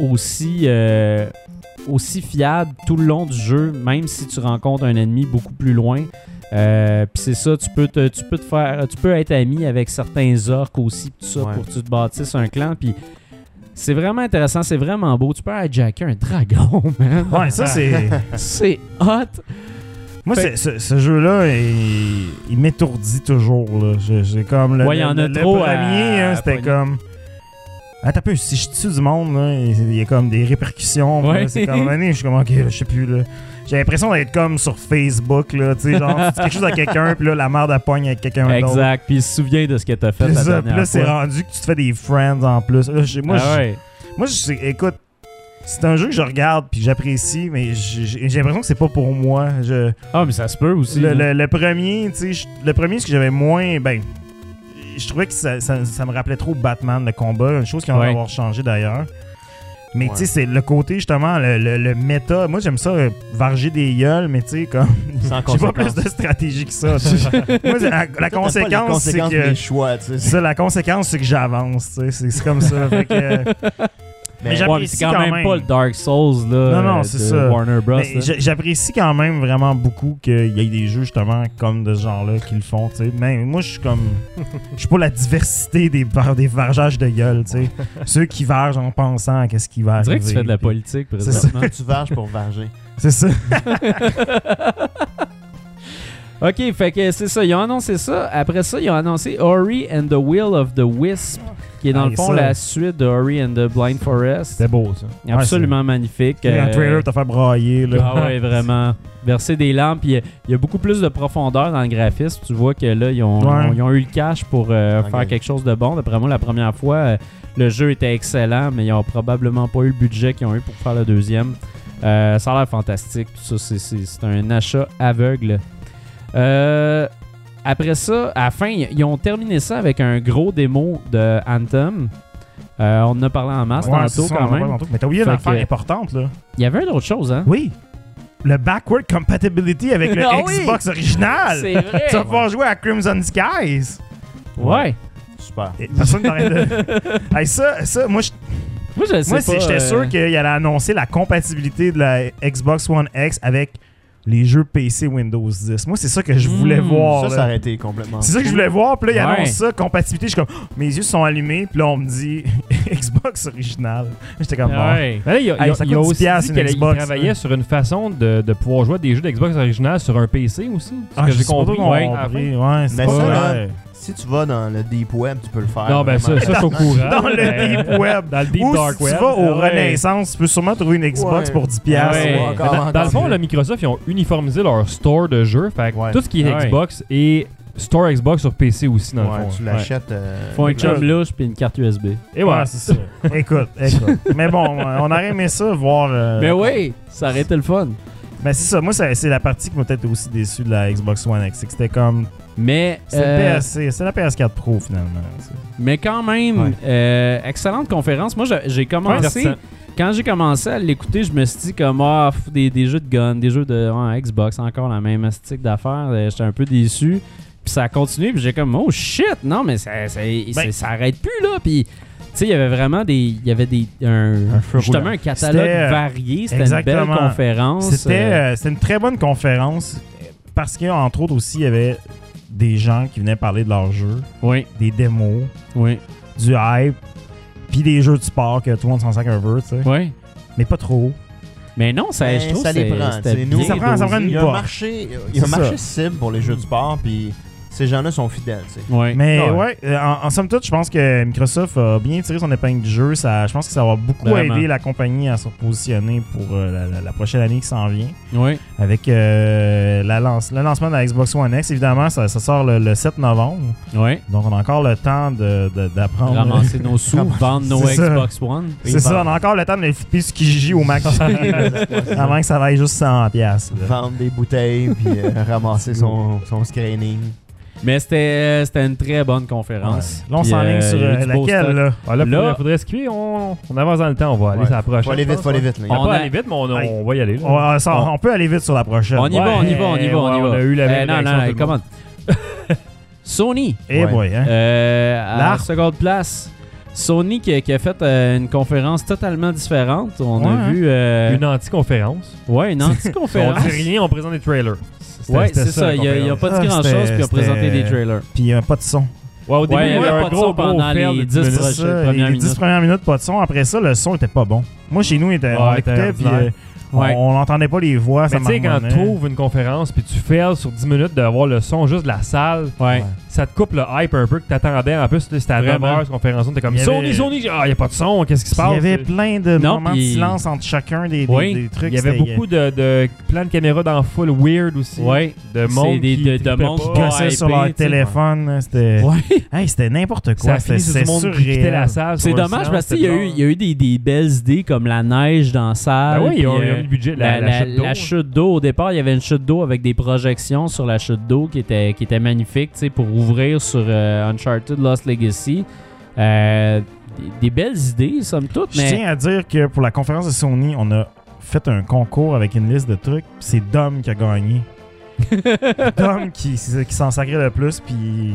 Speaker 1: aussi, euh, aussi fiable tout le long du jeu, même si tu rencontres un ennemi beaucoup plus loin. Euh, puis c'est ça, tu peux, te, tu peux te faire, tu peux être ami avec certains orques aussi, puis tout ça,
Speaker 5: Ouais.
Speaker 1: pour que tu te bâtisses un clan, puis c'est vraiment intéressant, c'est vraiment beau. Tu peux hijacker un dragon, man.
Speaker 3: Ouais, ça c'est.
Speaker 1: C'est hot.
Speaker 3: Moi,
Speaker 1: Fait-
Speaker 3: c'est- ce, ce jeu-là, il, il m'étourdit toujours. Là. Je- J'ai comme le,
Speaker 1: Ouais,
Speaker 3: le-
Speaker 1: y en a
Speaker 3: le- le
Speaker 1: trop à-
Speaker 3: premier, hein,
Speaker 1: à
Speaker 3: c'était
Speaker 1: pogner.
Speaker 3: comme. Ah, t'as peu, si je tue du monde, là, il il y a comme des répercussions.
Speaker 1: Ouais.
Speaker 3: là, C'est comme, année, je suis comme, ok, là, je sais plus. là. J'ai l'impression d'être comme sur Facebook, là, tu sais, genre, tu dis quelque chose à quelqu'un, puis là, la merde, elle pogne avec quelqu'un d'autre.
Speaker 1: Exact. Puis il se souvient de ce que t'as fait
Speaker 3: Puis
Speaker 1: la
Speaker 3: ça, puis
Speaker 1: dernière
Speaker 3: là, c'est
Speaker 1: fois.
Speaker 3: rendu que tu te fais des friends en plus. Là, j'ai- moi,
Speaker 1: Ah
Speaker 3: j'ai-
Speaker 1: ouais.
Speaker 3: moi, je sais- écoute, c'est un jeu que je regarde puis que j'apprécie, mais j'ai j'ai- j'ai l'impression que c'est pas pour moi. Je,
Speaker 1: Ah, mais ça se peut aussi.
Speaker 3: le,
Speaker 1: là.
Speaker 3: le- le premier, tu sais, je- le premier, ce que j'avais moins, ben, je trouvais que ça, ça- ça me rappelait trop Batman, le combat, une chose qui va
Speaker 1: Ouais.
Speaker 3: avoir changé d'ailleurs. Mais
Speaker 5: Ouais.
Speaker 3: tu sais, c'est le côté justement, le, le, le méta. Moi, j'aime ça, euh, varger des gueules, mais tu sais, comme.
Speaker 5: Sans
Speaker 3: J'ai pas
Speaker 5: conséquence.
Speaker 3: plus de stratégie que ça. tu sais. Moi, c'est- la, la
Speaker 5: Toi, t'aimes pas les
Speaker 3: conséquence, c'est
Speaker 5: conséquences
Speaker 3: que.
Speaker 5: des choix, tu sais.
Speaker 3: c'est ça, la conséquence, c'est que j'avance. tu sais, C'est c'est comme ça. Fait que, euh, mais
Speaker 1: Ouais, mais
Speaker 3: j'apprécie
Speaker 1: c'est quand, même, pas le Dark Souls là,
Speaker 3: Non, non,
Speaker 1: euh,
Speaker 3: c'est
Speaker 1: de
Speaker 3: ça. Ben,
Speaker 1: Warner Bros.
Speaker 3: Mais
Speaker 1: là.
Speaker 3: j'a- j'apprécie quand même vraiment beaucoup qu'il y ait des jeux justement comme de ce genre-là qui le font, tu sais. Mais moi, je suis comme. Je suis pour la diversité des, var- des vargeages de gueule, tu sais. Ceux qui vargent en pensant à qu'est-ce qui va
Speaker 1: On
Speaker 3: arriver.
Speaker 1: dirait que tu fais de la politique
Speaker 3: C'est ça.
Speaker 1: présentement.
Speaker 5: Tu varges pour varger.
Speaker 3: C'est ça.
Speaker 1: ok, fait que c'est ça. Ils ont annoncé ça. Après ça, ils ont annoncé Ori and the Will of the Wisp, qui est dans
Speaker 3: Ah,
Speaker 1: le fond
Speaker 3: ça.
Speaker 1: la suite de Ori and the Blind Forest.
Speaker 4: C'était beau, ça.
Speaker 1: Absolument magnifique.
Speaker 3: Puis Un
Speaker 1: Euh,
Speaker 3: trailer t'a fait brailler, là.
Speaker 1: Ah ouais, vraiment. Verser des lampes, puis il y a- il y a beaucoup plus de profondeur dans le graphisme. Tu vois que là, ils ont,
Speaker 3: Ouais.
Speaker 1: ils ont eu le cash pour euh,
Speaker 5: Ok.
Speaker 1: faire quelque chose de bon. D'après moi, la première fois, euh, le jeu était excellent, mais ils ont probablement pas eu le budget qu'ils ont eu pour faire le deuxième. Euh, ça a l'air fantastique. Tout ça, c'est- c'est c'est un achat aveugle. Euh, après ça, à la fin, ils ils ont terminé ça avec un gros démo de Anthem. Euh, on en a parlé en masse
Speaker 3: Ouais, c'est
Speaker 1: tantôt
Speaker 3: ça, on
Speaker 1: quand
Speaker 3: en parle
Speaker 1: même.
Speaker 3: tantôt. Mais t'as oublié
Speaker 1: Fait
Speaker 3: une affaire
Speaker 1: que-
Speaker 3: importante, là.
Speaker 1: Il y avait une autre chose, hein?
Speaker 3: Oui. Le backward compatibility avec le
Speaker 1: Ah oui!
Speaker 3: Xbox original.
Speaker 1: C'est vrai!
Speaker 3: Tu vas pouvoir jouer à Crimson Skies.
Speaker 1: Ouais!
Speaker 5: Super.
Speaker 3: Et Personne n'arrête de. Hey, ça, ça, moi, je
Speaker 1: Moi, je sais
Speaker 3: Moi,
Speaker 1: pas.
Speaker 3: c'est- j'étais
Speaker 1: euh,
Speaker 3: sûr qu'il allait annoncer la compatibilité de la Xbox One X avec les jeux PC Windows 10. Moi, c'est ça que je
Speaker 4: Hmm.
Speaker 3: voulais
Speaker 1: Mm,
Speaker 3: voir.
Speaker 5: Ça,
Speaker 3: là.
Speaker 5: ça aurait été complètement.
Speaker 3: c'est ça que je voulais voir. Puis là, il
Speaker 1: Ouais.
Speaker 3: annonce ça, compatibilité. Je suis comme, oh, mes yeux sont allumés. Puis là, on me dit Xbox original. J'étais comme, bon.
Speaker 1: Ouais.
Speaker 4: Ah, Mais là, il y a,
Speaker 3: Hey,
Speaker 4: il y a-
Speaker 3: ça
Speaker 4: il y a
Speaker 3: coûte
Speaker 4: aussi
Speaker 3: 10$
Speaker 4: dit
Speaker 3: une
Speaker 4: qu'elle il
Speaker 3: Xbox,
Speaker 4: travaillait
Speaker 3: hein.
Speaker 4: sur une façon de, de pouvoir jouer à des jeux d'Xbox original sur un PC aussi. ce
Speaker 3: Ah,
Speaker 4: que
Speaker 3: je
Speaker 4: j'ai
Speaker 3: sais pas
Speaker 4: compris.
Speaker 3: trop
Speaker 4: ouais.
Speaker 3: compris. Ouais, c'est
Speaker 5: Mais
Speaker 3: pas
Speaker 5: ça, là,
Speaker 3: vrai.
Speaker 5: Si tu vas dans le deep web, tu peux le faire.
Speaker 4: non, ben ça,
Speaker 5: vraiment.
Speaker 4: ça, je suis au courant.
Speaker 3: Dans le
Speaker 4: Mais-
Speaker 3: deep web.
Speaker 4: Dans le deep
Speaker 3: Ou
Speaker 4: dark
Speaker 3: si
Speaker 4: web.
Speaker 3: tu vas au
Speaker 4: Ah ouais. Ah
Speaker 3: Renaissance, tu peux sûrement trouver une Xbox
Speaker 5: Ouais.
Speaker 3: pour 10$. piastres.
Speaker 1: Ouais.
Speaker 5: Ouais,
Speaker 4: Mais
Speaker 5: encore,
Speaker 4: dans, dans le
Speaker 5: encore.
Speaker 4: fond, là, Microsoft, ils ont uniformisé leur store de jeux. Fait que
Speaker 5: Ouais.
Speaker 4: tout ce
Speaker 3: Ah
Speaker 4: qui est
Speaker 1: Ouais.
Speaker 4: Xbox et store Xbox sur PC aussi, dans
Speaker 5: Ouais,
Speaker 4: le fond.
Speaker 5: tu
Speaker 4: là. Ouais.
Speaker 5: l'achètes. euh,
Speaker 6: Faut un chum
Speaker 3: Ouais.
Speaker 6: louche puis une carte USB.
Speaker 4: Et voilà.
Speaker 3: Ouais, c'est ça. écoute, écoute. Mais bon, euh, on aurait aimé ça, voir. euh,
Speaker 6: Mais oui, ça aurait été le fun.
Speaker 3: Mais Ben, c'est ça, moi, ça- c'est la partie qui m'a peut-être aussi déçu de la Xbox One X. c'est que C'était comme.
Speaker 1: Mais,
Speaker 3: C'est
Speaker 1: euh,
Speaker 3: le PS, c'est la PS4 Pro, finalement. C'est-
Speaker 1: mais quand même,
Speaker 3: Ouais.
Speaker 1: euh, excellente conférence. Moi, j'ai- j'ai commencé.
Speaker 4: Divertissant.
Speaker 1: quand j'ai commencé à l'écouter, je me suis dit comme ah, pff, des, des jeux de gun, des jeux de ouais, Xbox, encore la même stick d'affaires. Euh, J'étais un peu déçu. Puis ça a continué, puis j'ai comme oh shit, non mais ça, ça,
Speaker 3: Ben
Speaker 1: c'est- ça arrête plus là. Puis tu sais, il y avait vraiment des, il y avait des un,
Speaker 3: Un feu
Speaker 1: justement
Speaker 3: roulant.
Speaker 1: un catalogue
Speaker 3: C'était, euh,
Speaker 1: varié. C'était une belle
Speaker 3: exactement.
Speaker 1: conférence.
Speaker 3: C'était
Speaker 1: Euh,
Speaker 3: euh, c'était une très bonne conférence euh, parce qu'entre autres aussi, il y avait des gens qui venaient parler de leurs jeux,
Speaker 1: oui,
Speaker 3: des démos,
Speaker 1: oui,
Speaker 3: du hype, puis des jeux de sport que tout le monde s'en sac un peu, tu sais.
Speaker 1: oui.
Speaker 3: Mais pas trop.
Speaker 1: Mais non, ça,
Speaker 5: Ben,
Speaker 1: je trouve
Speaker 5: ça les
Speaker 1: c'est-
Speaker 5: prend,
Speaker 1: c'était
Speaker 5: tu sais, nous,
Speaker 1: bien
Speaker 3: ça prend- ça
Speaker 1: dosé.
Speaker 3: prend une
Speaker 5: Il y a un
Speaker 3: boîte.
Speaker 5: marché, il y a un
Speaker 3: C'est
Speaker 5: marché
Speaker 3: ça.
Speaker 5: cible pour les jeux de sport, puis ces gens-là sont fidèles. tu sais.
Speaker 1: Ouais.
Speaker 3: Mais
Speaker 1: Ah Ouais.
Speaker 3: ouais, euh, en, en somme toute, je pense que Microsoft a bien tiré son épingle du jeu. Ça, je pense que ça va beaucoup
Speaker 1: Vraiment.
Speaker 3: aider la compagnie à se repositionner pour euh, la, la- la prochaine année qui s'en vient.
Speaker 1: Oui.
Speaker 3: Avec euh, la lance, le lancement de la Xbox One X, évidemment, ça, ça sort le, le 7 novembre.
Speaker 1: Oui.
Speaker 3: Donc, on a encore le temps de- de- d'apprendre.
Speaker 1: Ramasser nos sous, vendre nos
Speaker 3: C'est ça.
Speaker 1: Xbox One.
Speaker 3: C'est ça, on a encore le temps de les flipper ce qui gigit au max. avant que ça vaille juste 100$. piastres, là.
Speaker 5: Vendre des bouteilles, puis euh, ramasser son, son screening.
Speaker 1: Mais c'était euh, c'était une très bonne conférence.
Speaker 3: Là, on
Speaker 1: Puis,
Speaker 3: s'enligne
Speaker 1: euh,
Speaker 3: sur
Speaker 1: il y a
Speaker 3: euh,
Speaker 1: eu du beau
Speaker 3: laquelle,
Speaker 1: stock.
Speaker 3: là?
Speaker 4: Ah, là,
Speaker 1: Là-
Speaker 4: faudrait- faudrait esquiver. On, on avance dans le temps. On va aller
Speaker 5: Ouais.
Speaker 4: sur la prochaine.
Speaker 5: Faut aller
Speaker 4: je
Speaker 5: vite,
Speaker 4: pense,
Speaker 5: faut aller
Speaker 4: ouais.
Speaker 5: vite. là.
Speaker 4: On va
Speaker 1: On
Speaker 4: pas
Speaker 1: a-
Speaker 4: aller vite, mais on,
Speaker 3: Aïe.
Speaker 4: on va y aller. là.
Speaker 3: On, ça-
Speaker 1: On-
Speaker 3: on peut aller vite sur la prochaine.
Speaker 1: On y va, on y va, on y va, on y
Speaker 4: Ouais,
Speaker 1: va.
Speaker 4: on a eu la même
Speaker 1: Euh, Non,
Speaker 4: réaction,
Speaker 1: non,
Speaker 4: tout le
Speaker 1: comment
Speaker 4: monde.
Speaker 1: Sony,
Speaker 3: Eh
Speaker 5: Ouais.
Speaker 3: boy, hein?
Speaker 1: euh, à la
Speaker 3: L'arc.
Speaker 1: seconde place. Sony qui, qui a fait euh, une conférence totalement différente. On
Speaker 3: Ouais,
Speaker 1: a
Speaker 3: hein.
Speaker 1: vu. euh,
Speaker 4: Une anti-conférence.
Speaker 1: Ouais, une
Speaker 4: On
Speaker 1: anti-conférence.
Speaker 4: dit rien, on présente des trailers. C'était-
Speaker 1: ouais,
Speaker 4: c'était
Speaker 1: c'est ça.
Speaker 4: la Ah,
Speaker 1: Il n'y a,
Speaker 4: conférence.
Speaker 1: pas
Speaker 3: Ah,
Speaker 1: dit grand-chose,
Speaker 3: c'était-
Speaker 1: puis ils ont présenté
Speaker 3: c'était-
Speaker 1: des trailers.
Speaker 3: Puis euh, pas de son.
Speaker 4: Ouais, au début,
Speaker 1: Ouais,
Speaker 4: il y avait
Speaker 1: pas
Speaker 4: un
Speaker 1: de
Speaker 4: gros,
Speaker 1: son
Speaker 4: gros
Speaker 1: pendant
Speaker 4: fail
Speaker 1: les
Speaker 4: de
Speaker 1: 10
Speaker 4: minutes.
Speaker 1: prochaines
Speaker 3: Ça,
Speaker 1: premières
Speaker 3: les 10
Speaker 1: minutes.
Speaker 3: premières minutes, pas de son. Après ça, le son était pas bon. Moi, chez nous, on était- on
Speaker 4: Ouais,
Speaker 3: l'écoutait,
Speaker 4: c'était
Speaker 3: puis
Speaker 4: ordinaire.
Speaker 3: euh,
Speaker 1: Ouais.
Speaker 3: on n'entendait pas les voix. ça
Speaker 4: Mais tu sais, quand
Speaker 3: marmonnait.
Speaker 4: tu trouves une conférence puis tu fails sur 10 minutes d'avoir le son juste de la salle,
Speaker 1: Ouais.
Speaker 4: ça te coupe le hype un peu que t'attendais. En plus, là, c'était à 9
Speaker 1: Vraiment.
Speaker 4: heures, cette conférence. T'es comme
Speaker 3: Il y
Speaker 4: Sony,
Speaker 3: avait-
Speaker 4: Sony, ah, y a pas de son, qu'est-ce qui se
Speaker 3: Puis Il
Speaker 4: passe? euh,
Speaker 3: y avait plein de
Speaker 1: Non,
Speaker 3: moments de
Speaker 1: puis-
Speaker 3: silence entre chacun des, des-
Speaker 1: Oui.
Speaker 3: des trucs.
Speaker 4: Il y avait
Speaker 3: c'était-
Speaker 4: beaucoup de, de plans de caméra dans full weird aussi.
Speaker 1: Ouais.
Speaker 4: De
Speaker 1: C'est
Speaker 4: monde
Speaker 1: des-
Speaker 4: qui
Speaker 1: de- de
Speaker 4: trippait
Speaker 1: monde
Speaker 4: pas.
Speaker 1: qui
Speaker 3: Ils gossaient
Speaker 1: Ouais,
Speaker 3: sur
Speaker 1: épais,
Speaker 3: leur
Speaker 1: tu sais.
Speaker 3: téléphone. C'était
Speaker 1: Ouais.
Speaker 3: hey, c'était n'importe
Speaker 4: Ça
Speaker 3: quoi.
Speaker 4: a
Speaker 3: C'était
Speaker 4: fini sur
Speaker 3: c'était
Speaker 4: du monde qui quittait la
Speaker 3: surréel.
Speaker 4: salle.
Speaker 1: C'est
Speaker 4: sur le
Speaker 1: dommage
Speaker 4: silence,
Speaker 1: parce qu'il y, a
Speaker 4: c'était
Speaker 1: eu- il y a eu des, des belles idées comme la neige dans la
Speaker 4: Ah
Speaker 1: salle.
Speaker 4: oui, il y a
Speaker 1: puis,
Speaker 4: eu
Speaker 1: euh,
Speaker 4: le budget, la,
Speaker 1: La,
Speaker 4: la, chute d'eau.
Speaker 1: chute d'eau, au départ, il y avait une chute d'eau avec des projections sur la chute d'eau qui était, qui était magnifique, tu sais, pour ouvrir sur euh, Uncharted Lost Legacy. Euh, des, des belles idées, somme toute,
Speaker 3: Je
Speaker 1: mais
Speaker 3: tiens à dire que pour la conférence de Sony, on a fait un concours avec une liste de trucs. puis C'est Dom qui a gagné. Dom qui, qui s'en sacrait le plus. Puis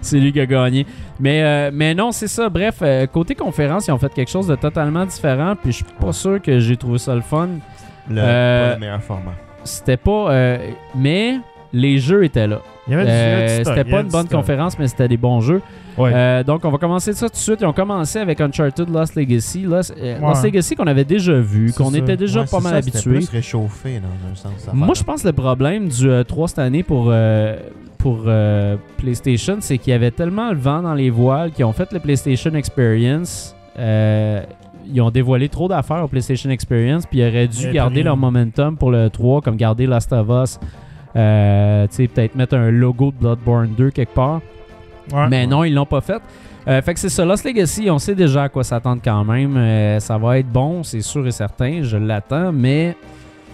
Speaker 1: c'est lui qui a gagné. Mais, euh, mais non, c'est ça. Bref, euh, côté conférence, ils ont fait quelque chose de totalement différent, puis je suis pas sûr que j'ai trouvé ça le fun.
Speaker 5: Le,
Speaker 1: Euh,
Speaker 5: pas le meilleur format.
Speaker 1: C'était pas. euh, mais les jeux étaient là.
Speaker 3: il y avait du- il y avait du
Speaker 1: Euh,
Speaker 3: stock,
Speaker 1: c'était
Speaker 3: il y avait
Speaker 1: pas une
Speaker 3: du
Speaker 1: bonne
Speaker 3: stock.
Speaker 1: conférence, mais c'était des bons jeux.
Speaker 4: Ouais.
Speaker 1: Euh, donc, on va commencer ça tout de suite. Ils ont commencé avec Uncharted Lost Legacy. Lost, euh,
Speaker 3: Ouais.
Speaker 1: Lost Legacy qu'on avait déjà vu,
Speaker 3: C'est
Speaker 1: qu'on
Speaker 3: ça.
Speaker 1: était déjà
Speaker 5: Ouais,
Speaker 1: pas
Speaker 5: c'est
Speaker 1: mal
Speaker 5: ça, c'était
Speaker 1: habitué.
Speaker 5: plus réchauffé dans un sens. cette
Speaker 1: Moi,
Speaker 5: affaire-là.
Speaker 1: je pense que le problème du euh, 3 cette année pour, euh, pour euh, PlayStation, c'est qu'il y avait tellement le vent dans les voiles qu'ils ont fait le PlayStation Experience. euh, ils ont dévoilé trop d'affaires au PlayStation Experience, puis ils auraient
Speaker 3: Il y
Speaker 1: dû
Speaker 3: avait
Speaker 1: garder
Speaker 3: rien.
Speaker 1: leur momentum pour le 3, comme garder Last of Us. euh, tu sais, peut-être mettre un logo de Bloodborne 2 quelque part.
Speaker 3: Ouais.
Speaker 1: Mais non, ils l'ont pas fait. Euh, fait que c'est ça, Lost Legacy, on sait déjà à quoi s'attendre quand même. Euh, ça va être bon, c'est sûr et certain, je l'attends, mais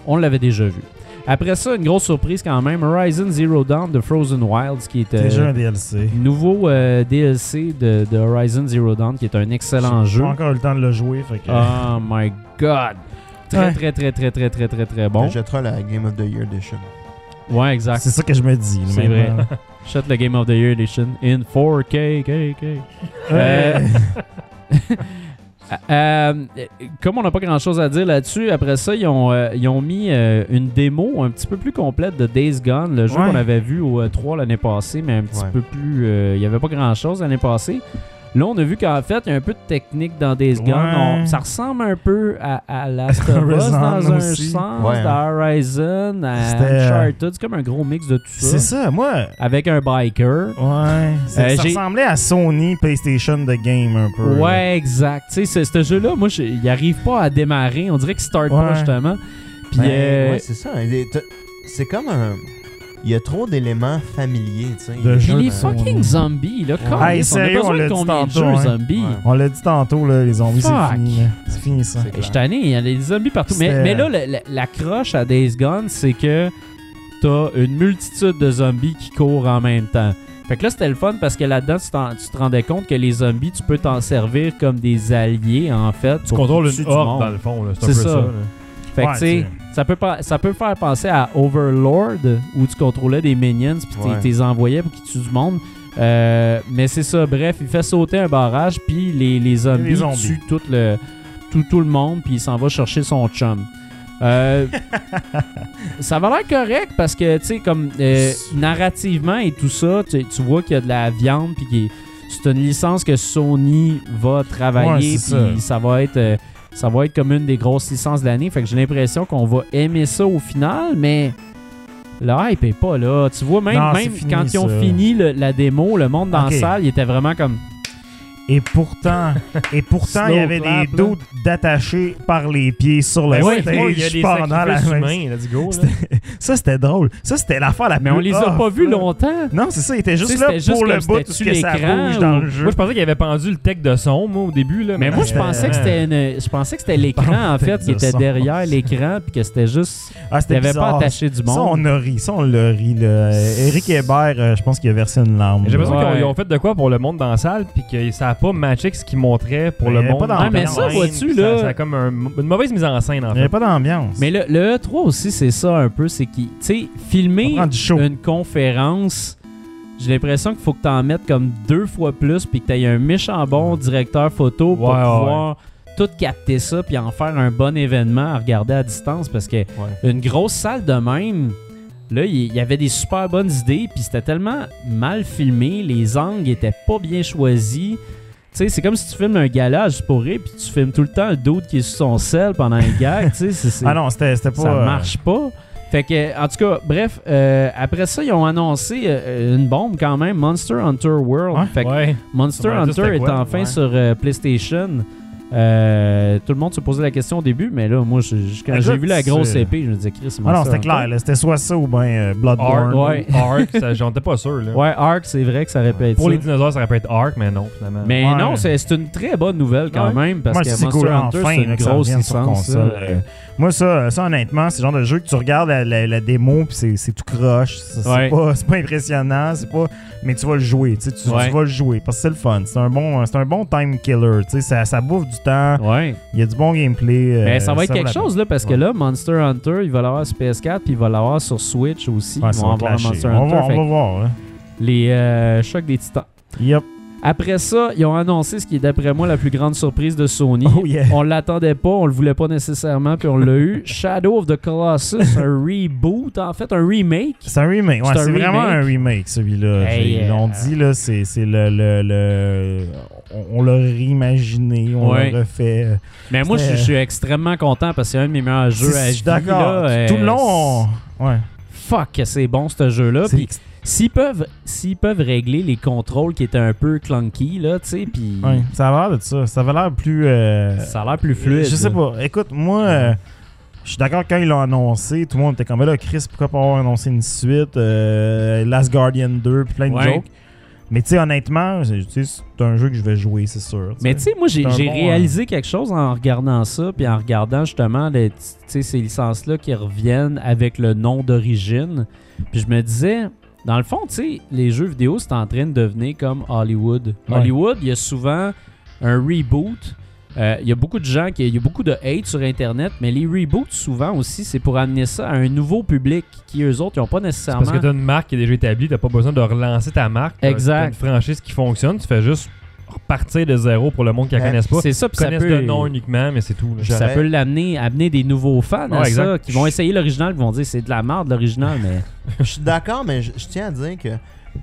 Speaker 1: on l'avait déjà vu. Après ça, une grosse surprise quand même, Horizon Zero Dawn de Frozen Wilds, qui est euh,
Speaker 3: Déjà un DLC.
Speaker 1: nouveau euh, DLC de, de Horizon Zero Dawn, qui est un excellent
Speaker 3: J'ai
Speaker 1: jeu.
Speaker 3: pas encore eu le temps de le jouer. Fait que...
Speaker 1: Oh my god! Très,
Speaker 3: Ouais.
Speaker 1: très, très, très, très, très, très, très bon.
Speaker 5: On jettera la Game of the Year Edition.
Speaker 1: Ouais, exact.
Speaker 3: C'est ça que je me dis. là,
Speaker 1: C'est
Speaker 3: maintenant, là.
Speaker 1: Shut le Game of the Year Edition in 4K, K, K. Euh, euh, comme on n'a pas grand chose à dire là-dessus, après ça, ils ont, euh, ils ont mis euh, une démo un petit peu plus complète de Days Gone, le jeu
Speaker 3: Ouais.
Speaker 1: qu'on avait vu au euh, 3 l'année passée, mais un petit
Speaker 5: Ouais.
Speaker 1: peu plus. euh, Il n'y avait pas grand chose l'année passée. Là, on a vu qu'en fait, il y a un peu de technique dans Days Gone.
Speaker 3: Ouais.
Speaker 1: On- ça ressemble un peu à, à Last of Us
Speaker 3: Horizon
Speaker 1: dans un
Speaker 3: aussi.
Speaker 1: sens,
Speaker 5: Ouais, hein.
Speaker 1: à Horizon, à
Speaker 3: C'était, euh,
Speaker 1: Uncharted. C'est comme un gros mix de tout ça.
Speaker 3: C'est ça, moi.
Speaker 1: Avec un biker.
Speaker 3: Ouais. c'est-
Speaker 1: Euh,
Speaker 3: ça
Speaker 1: j'ai-
Speaker 3: ressemblait à Sony PlayStation de game un peu. là.
Speaker 1: Ouais, exact. Tu sais, ce- ce jeu-là, moi, je- il arrive pas à démarrer. On dirait qu'il start pas,
Speaker 3: Ouais.
Speaker 1: justement. Puis,
Speaker 5: Ben,
Speaker 1: euh,
Speaker 5: ouais, c'est ça. Il est- t'as- C'est comme un. Il y a trop d'éléments familiers, tu sais.
Speaker 3: De
Speaker 1: puis
Speaker 3: jeu
Speaker 1: les
Speaker 3: de-
Speaker 1: fucking zombies, là, quand
Speaker 3: Hey, sérieux,
Speaker 1: on a
Speaker 3: on
Speaker 1: besoin
Speaker 3: l'a
Speaker 1: de
Speaker 3: dit
Speaker 1: combien de
Speaker 3: tantôt,
Speaker 1: jeux
Speaker 3: hein.
Speaker 1: zombies?
Speaker 5: Ouais.
Speaker 3: On l'a dit tantôt, là, les zombies, c'est
Speaker 1: Fuck.
Speaker 3: fini. là. C'est fini, ça.
Speaker 1: Je suis tanné, il y a des zombies partout. Mais,
Speaker 3: C'était-
Speaker 1: mais là, le- le- la croche à Days Gone, c'est que t'as une multitude de zombies qui courent en même temps. Fait que là, c'était le fun parce que là-dedans, tu, t'en- tu te rendais compte que les zombies, tu peux t'en servir comme des alliés, en fait.
Speaker 4: Tu contrôles
Speaker 1: tuer
Speaker 4: une
Speaker 1: du
Speaker 4: horde
Speaker 1: monde.
Speaker 4: dans le fond, là. C'est un peu
Speaker 1: C'est
Speaker 4: ça.
Speaker 1: ça.
Speaker 4: là.
Speaker 1: Fait que,
Speaker 3: Ouais,
Speaker 1: tu sais, ça peut, pas- ça peut faire penser à Overlord, où tu contrôlais des minions, puis tu
Speaker 5: Ouais.
Speaker 1: les envoyais pour qu'ils tuent du monde. Euh, mais c'est ça, bref, il fait sauter un barrage, puis les, les zombies,
Speaker 3: Les zombies.
Speaker 1: tuent tout le, tout, tout le monde, puis il s'en va chercher son chum. Euh, ça va l'air correct parce que, tu sais, comme euh, narrativement et tout ça, tu, tu vois qu'il y a de la viande, puis qu'il- c'est une licence que Sony va travailler,
Speaker 3: Ouais, c'est ça.
Speaker 1: puis ça va être. euh, ça va être comme une des grosses licences de l'année. Fait que j'ai l'impression qu'on va aimer ça au final, mais le hype est pas là. Tu vois, même,
Speaker 3: Non,
Speaker 1: même
Speaker 3: c'est fini,
Speaker 1: quand ils ont
Speaker 3: ça.
Speaker 1: fini le- la démo, le monde dans
Speaker 3: Ok.
Speaker 1: la salle, il était vraiment comme.
Speaker 3: Et pourtant, et pourtant, il y
Speaker 1: Slow
Speaker 3: avait
Speaker 1: clap, là.
Speaker 3: des doutes d'attachés par les pieds sur le
Speaker 4: Ben oui,
Speaker 3: stage
Speaker 4: moi, il y a des
Speaker 3: pendant la
Speaker 4: sacrifices
Speaker 3: même-
Speaker 4: humains, let's go. là.
Speaker 3: Ça, c'était drôle. Ça, c'était l'affaire la
Speaker 1: Mais
Speaker 3: plus
Speaker 1: on les a
Speaker 3: off,
Speaker 1: pas vus
Speaker 3: là.
Speaker 1: longtemps.
Speaker 3: Non, c'est ça, il était juste
Speaker 1: Tu sais,
Speaker 3: là
Speaker 1: c'était juste
Speaker 3: pour le
Speaker 1: comme
Speaker 3: bout
Speaker 1: c'était-tu
Speaker 3: ce que ça
Speaker 1: l'écran
Speaker 3: bouge dans
Speaker 1: ou-
Speaker 3: le jeu.
Speaker 4: Moi, je pensais qu'il avait pendu le tech de son, moi, au début. Là,
Speaker 1: Mais moi, je
Speaker 3: Euh,
Speaker 1: pensais que c'était une- je pensais que c'était l'écran en fait qui
Speaker 3: de
Speaker 1: était
Speaker 3: son.
Speaker 1: derrière l'écran puis que c'était juste
Speaker 3: Ah,
Speaker 1: il
Speaker 3: c'était
Speaker 1: n'y avait pas
Speaker 3: bizarre.
Speaker 1: attaché du
Speaker 3: Ça,
Speaker 1: monde.
Speaker 3: on a ri. Ça, on l'a ri. là. Euh, Eric Hébert, euh, je pense qu'il a versé une larme.
Speaker 4: Mais J'ai l'impression
Speaker 1: Ouais.
Speaker 4: qu'ils ont- ils ont fait de quoi pour le monde dans la salle, puis que ça a pas matché avec ce qu'ils montraient pour
Speaker 3: Mais il
Speaker 4: le
Speaker 3: y avait
Speaker 4: monde.
Speaker 3: pas
Speaker 4: dans
Speaker 1: Ouais, Ah, mais
Speaker 3: d'ambiance.
Speaker 1: ça vois-tu
Speaker 4: ça,
Speaker 1: là
Speaker 4: ça a comme un- une mauvaise mise en scène, en
Speaker 3: Il n'y avait
Speaker 4: fait.
Speaker 3: pas d'ambiance.
Speaker 1: Mais le, le E3 aussi, c'est ça un peu, c'est qui, tu sais,
Speaker 3: on
Speaker 1: filmer
Speaker 3: prend du show.
Speaker 1: une conférence, j'ai l'impression qu'il faut que tu en mettes comme deux fois plus, puis que tu aies un méchant bon directeur photo pour
Speaker 4: Ouais, ouais,
Speaker 1: pouvoir tout capter ça, puis en faire un bon événement à regarder à distance, parce que une grosse salle de même. Là, il il y avait des super bonnes idées, puis c'était tellement mal filmé, les angles étaient pas bien choisis. Tu sais, c'est comme si tu filmes un gala juste pour rire, puis tu filmes tout le temps le dude qui est sur son sel pendant un gag. tu sais, c'est- c'est-
Speaker 3: Ah non, c'était c'était pas.
Speaker 1: ça
Speaker 3: euh,
Speaker 1: marche pas. Fait que, en tout cas, bref, euh, après ça, ils ont annoncé euh, une bombe quand même, Monster Hunter World.
Speaker 3: Ouais.
Speaker 1: Fait que
Speaker 4: Ouais.
Speaker 1: Monster
Speaker 4: Ça m'a dit
Speaker 1: Hunter
Speaker 4: c'était
Speaker 1: est
Speaker 4: quoi,
Speaker 1: enfin
Speaker 4: ouais.
Speaker 1: sur euh, PlayStation. Euh, tout le monde se posait la question au début, mais là, moi, je- je- quand
Speaker 3: Écoute,
Speaker 1: j'ai vu la grosse
Speaker 3: c'est-
Speaker 1: épée, je me disais, Chris, c'est
Speaker 3: Ah non,
Speaker 1: Monster
Speaker 3: c'était
Speaker 1: Hunter.
Speaker 3: clair. là. C'était soit ça ou bien euh, Bloodborne.
Speaker 4: Arc,
Speaker 1: Ouais.
Speaker 4: Arc, ça- j'en étais pas sûr. Là.
Speaker 1: Ouais, Ark, c'est vrai que ça répète
Speaker 4: Pour
Speaker 1: ça.
Speaker 4: les dinosaures, ça aurait pu être Ark, mais non, finalement.
Speaker 1: Mais
Speaker 3: Ouais.
Speaker 1: non, c'est c'est une très bonne nouvelle quand
Speaker 4: Ouais.
Speaker 1: même, parce
Speaker 3: Moi,
Speaker 1: que
Speaker 3: c'est
Speaker 1: Monster
Speaker 3: cool.
Speaker 1: Hunter,
Speaker 3: Enfin,
Speaker 1: c'est une
Speaker 3: là, que ça
Speaker 1: grosse
Speaker 3: revienne sur
Speaker 1: licence.
Speaker 3: console,
Speaker 1: là.
Speaker 3: euh. Moi, ça, ça honnêtement, c'est le genre de jeu que tu regardes la, la- la démo puis c'est- c'est tout croche. Ça, C'est
Speaker 1: Ouais.
Speaker 3: pas, c'est pas impressionnant, c'est pas. Mais tu vas le jouer, tu, sais, tu, tu
Speaker 1: Ouais.
Speaker 3: vas le jouer parce que c'est le fun. C'est un bon, c'est un bon time killer. tu sais, Ça, ça bouffe du temps.
Speaker 1: Ouais.
Speaker 3: Il y a du bon gameplay.
Speaker 1: Mais
Speaker 3: euh,
Speaker 1: Ben, ça va être
Speaker 3: vaut
Speaker 1: quelque
Speaker 3: la peine.
Speaker 1: chose, là, parce que
Speaker 3: Ouais.
Speaker 1: là, Monster Hunter, il va l'avoir sur PS4, puis il va l'avoir sur Switch aussi.
Speaker 3: Ouais,
Speaker 1: Ils
Speaker 3: ça
Speaker 1: vont
Speaker 3: va
Speaker 1: avoir un
Speaker 3: clasher.
Speaker 1: Monster
Speaker 3: on,
Speaker 1: Hunter.
Speaker 3: va, on
Speaker 1: Fait
Speaker 3: va voir. hein.
Speaker 1: que Les euh, chocs des titans.
Speaker 3: Yep.
Speaker 1: Après ça, ils ont annoncé ce qui est d'après moi la plus grande surprise de Sony.
Speaker 3: Oh yeah.
Speaker 1: On l'attendait pas, on le voulait pas nécessairement, puis on l'a eu. Shadow of the Colossus, un reboot, en fait, un remake.
Speaker 3: C'est un remake. Ouais,
Speaker 1: C'est un
Speaker 3: c'est vraiment
Speaker 1: remake.
Speaker 3: un remake, celui-là.
Speaker 1: Hey,
Speaker 3: J'ai- ils l'ont
Speaker 1: euh,
Speaker 3: dit, là, c'est c'est le, le, le- On, on l'a réimaginé, on
Speaker 1: Ouais.
Speaker 3: l'a refait.
Speaker 1: Mais moi, je
Speaker 3: C'était-
Speaker 1: je suis extrêmement content parce que c'est un de mes meilleurs jeux
Speaker 3: Si,
Speaker 1: à
Speaker 3: si,
Speaker 1: vie.
Speaker 3: je suis d'accord.
Speaker 1: là, euh,
Speaker 3: Tout le long, on- ouais.
Speaker 1: Fuck, que c'est bon ce jeu-là.
Speaker 3: C'est-
Speaker 1: Puis s'ils peuvent, s'ils peuvent régler les contrôles qui étaient un peu clunky, là, tu sais, puis
Speaker 3: ouais, ça a l'air de ça. Ça avait l'air plus. euh,
Speaker 1: ça a l'air plus fluide.
Speaker 3: Je sais pas. Écoute, moi, euh, je suis d'accord que quand ils l'ont annoncé, tout le monde était comme, Mais là, Chris, pourquoi pas avoir annoncé une suite euh, Last Guardian 2, puis plein de
Speaker 1: Ouais.
Speaker 3: jokes. Mais tu sais, honnêtement, c'est tu sais, c'est un jeu que je vais jouer, c'est sûr.
Speaker 1: Mais tu sais, moi, j'ai
Speaker 3: C'est un
Speaker 1: j'ai
Speaker 3: bon, hein.
Speaker 1: réalisé quelque chose en regardant ça, puis en regardant justement les- tu sais, ces licences-là qui reviennent avec le nom d'origine. Puis je me disais, dans le fond, tu sais, les jeux vidéo, c'est en train de devenir comme Hollywood.
Speaker 3: Ouais.
Speaker 1: Hollywood, il y a souvent un reboot. Euh, Il y a beaucoup de gens qui. Il y a beaucoup de hate sur Internet, mais les reboots, souvent aussi, c'est pour amener ça à un nouveau public qui, eux autres, ils n'ont pas
Speaker 4: C'est
Speaker 1: nécessairement.
Speaker 4: parce que t'as une marque qui est déjà établie, t'as pas besoin de relancer ta marque. T'as-
Speaker 1: Exact.
Speaker 4: t'as une franchise qui fonctionne, tu fais juste repartir de zéro pour le monde qui la
Speaker 5: Ben,
Speaker 4: connaisse pas.
Speaker 1: C'est ça, puis
Speaker 4: Ils
Speaker 1: ça
Speaker 4: connaissent
Speaker 1: peut.
Speaker 4: le nom uniquement, mais c'est tout. là.
Speaker 5: Je-
Speaker 1: Ça
Speaker 5: J'aurais-
Speaker 1: peut l'amener, amener des nouveaux fans à
Speaker 4: Ouais, exact.
Speaker 1: ça, qui vont essayer l'original, qui vont dire c'est de la merde l'original, mais
Speaker 5: Je suis d'accord, mais je, je tiens à dire que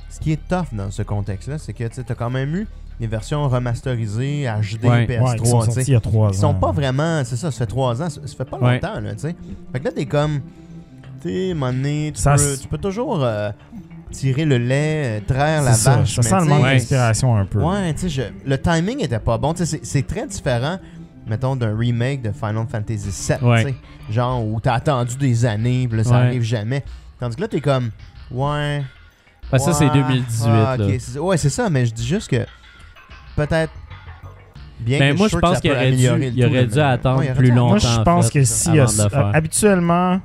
Speaker 5: ce qui est tough dans ce contexte-là, c'est que tu as quand même eu les versions remasterisées HD,
Speaker 1: Ouais.
Speaker 5: PS3.
Speaker 3: qui sont
Speaker 5: tu sais.
Speaker 3: sortis il y a 3 ans.
Speaker 5: Ils sont pas vraiment. C'est ça, ça fait trois ans, ça, ça fait pas
Speaker 1: Ouais.
Speaker 5: longtemps, là, tu sais. Fait que là, t'es comme. T'es, mané, tu,
Speaker 3: Ça
Speaker 5: peux,
Speaker 3: s-
Speaker 5: tu peux toujours euh, tirer le lait, euh, traire la
Speaker 3: C'est ça,
Speaker 5: vache.
Speaker 3: ça
Speaker 5: mais
Speaker 3: sent le
Speaker 5: tu
Speaker 3: manque
Speaker 5: sais,
Speaker 1: Ouais.
Speaker 3: d'inspiration un peu.
Speaker 5: Ouais, tu sais, je- le timing était pas bon. Tu sais, c'est- c'est très différent, mettons, d'un remake de Final Fantasy VII. tu
Speaker 1: Ouais.
Speaker 5: sais. Genre où t'as attendu des années, puis là, ça
Speaker 1: Ouais.
Speaker 5: arrive jamais. Tandis que là, t'es comme, ouais.
Speaker 1: Parce que ça, c'est
Speaker 5: ouais,
Speaker 1: 2018.
Speaker 5: ah,
Speaker 1: là.
Speaker 5: ok, c'est- Ouais, c'est ça, mais je dis juste que peut-être. Bien
Speaker 1: Ben,
Speaker 5: que
Speaker 1: moi, je
Speaker 5: je suis sûr que
Speaker 1: pense
Speaker 5: ça
Speaker 1: qu'il
Speaker 5: peut
Speaker 1: aurait dû-
Speaker 5: améliorer le
Speaker 1: il
Speaker 5: tout,
Speaker 1: aurait
Speaker 5: là,
Speaker 1: dû
Speaker 5: mais-
Speaker 1: attendre
Speaker 5: Ouais, il aurait
Speaker 1: plus
Speaker 5: dû-
Speaker 1: longtemps.
Speaker 3: Moi, je
Speaker 1: en
Speaker 3: pense
Speaker 1: fait,
Speaker 3: que si
Speaker 1: avant
Speaker 3: euh,
Speaker 1: de le faire.
Speaker 3: habituellement,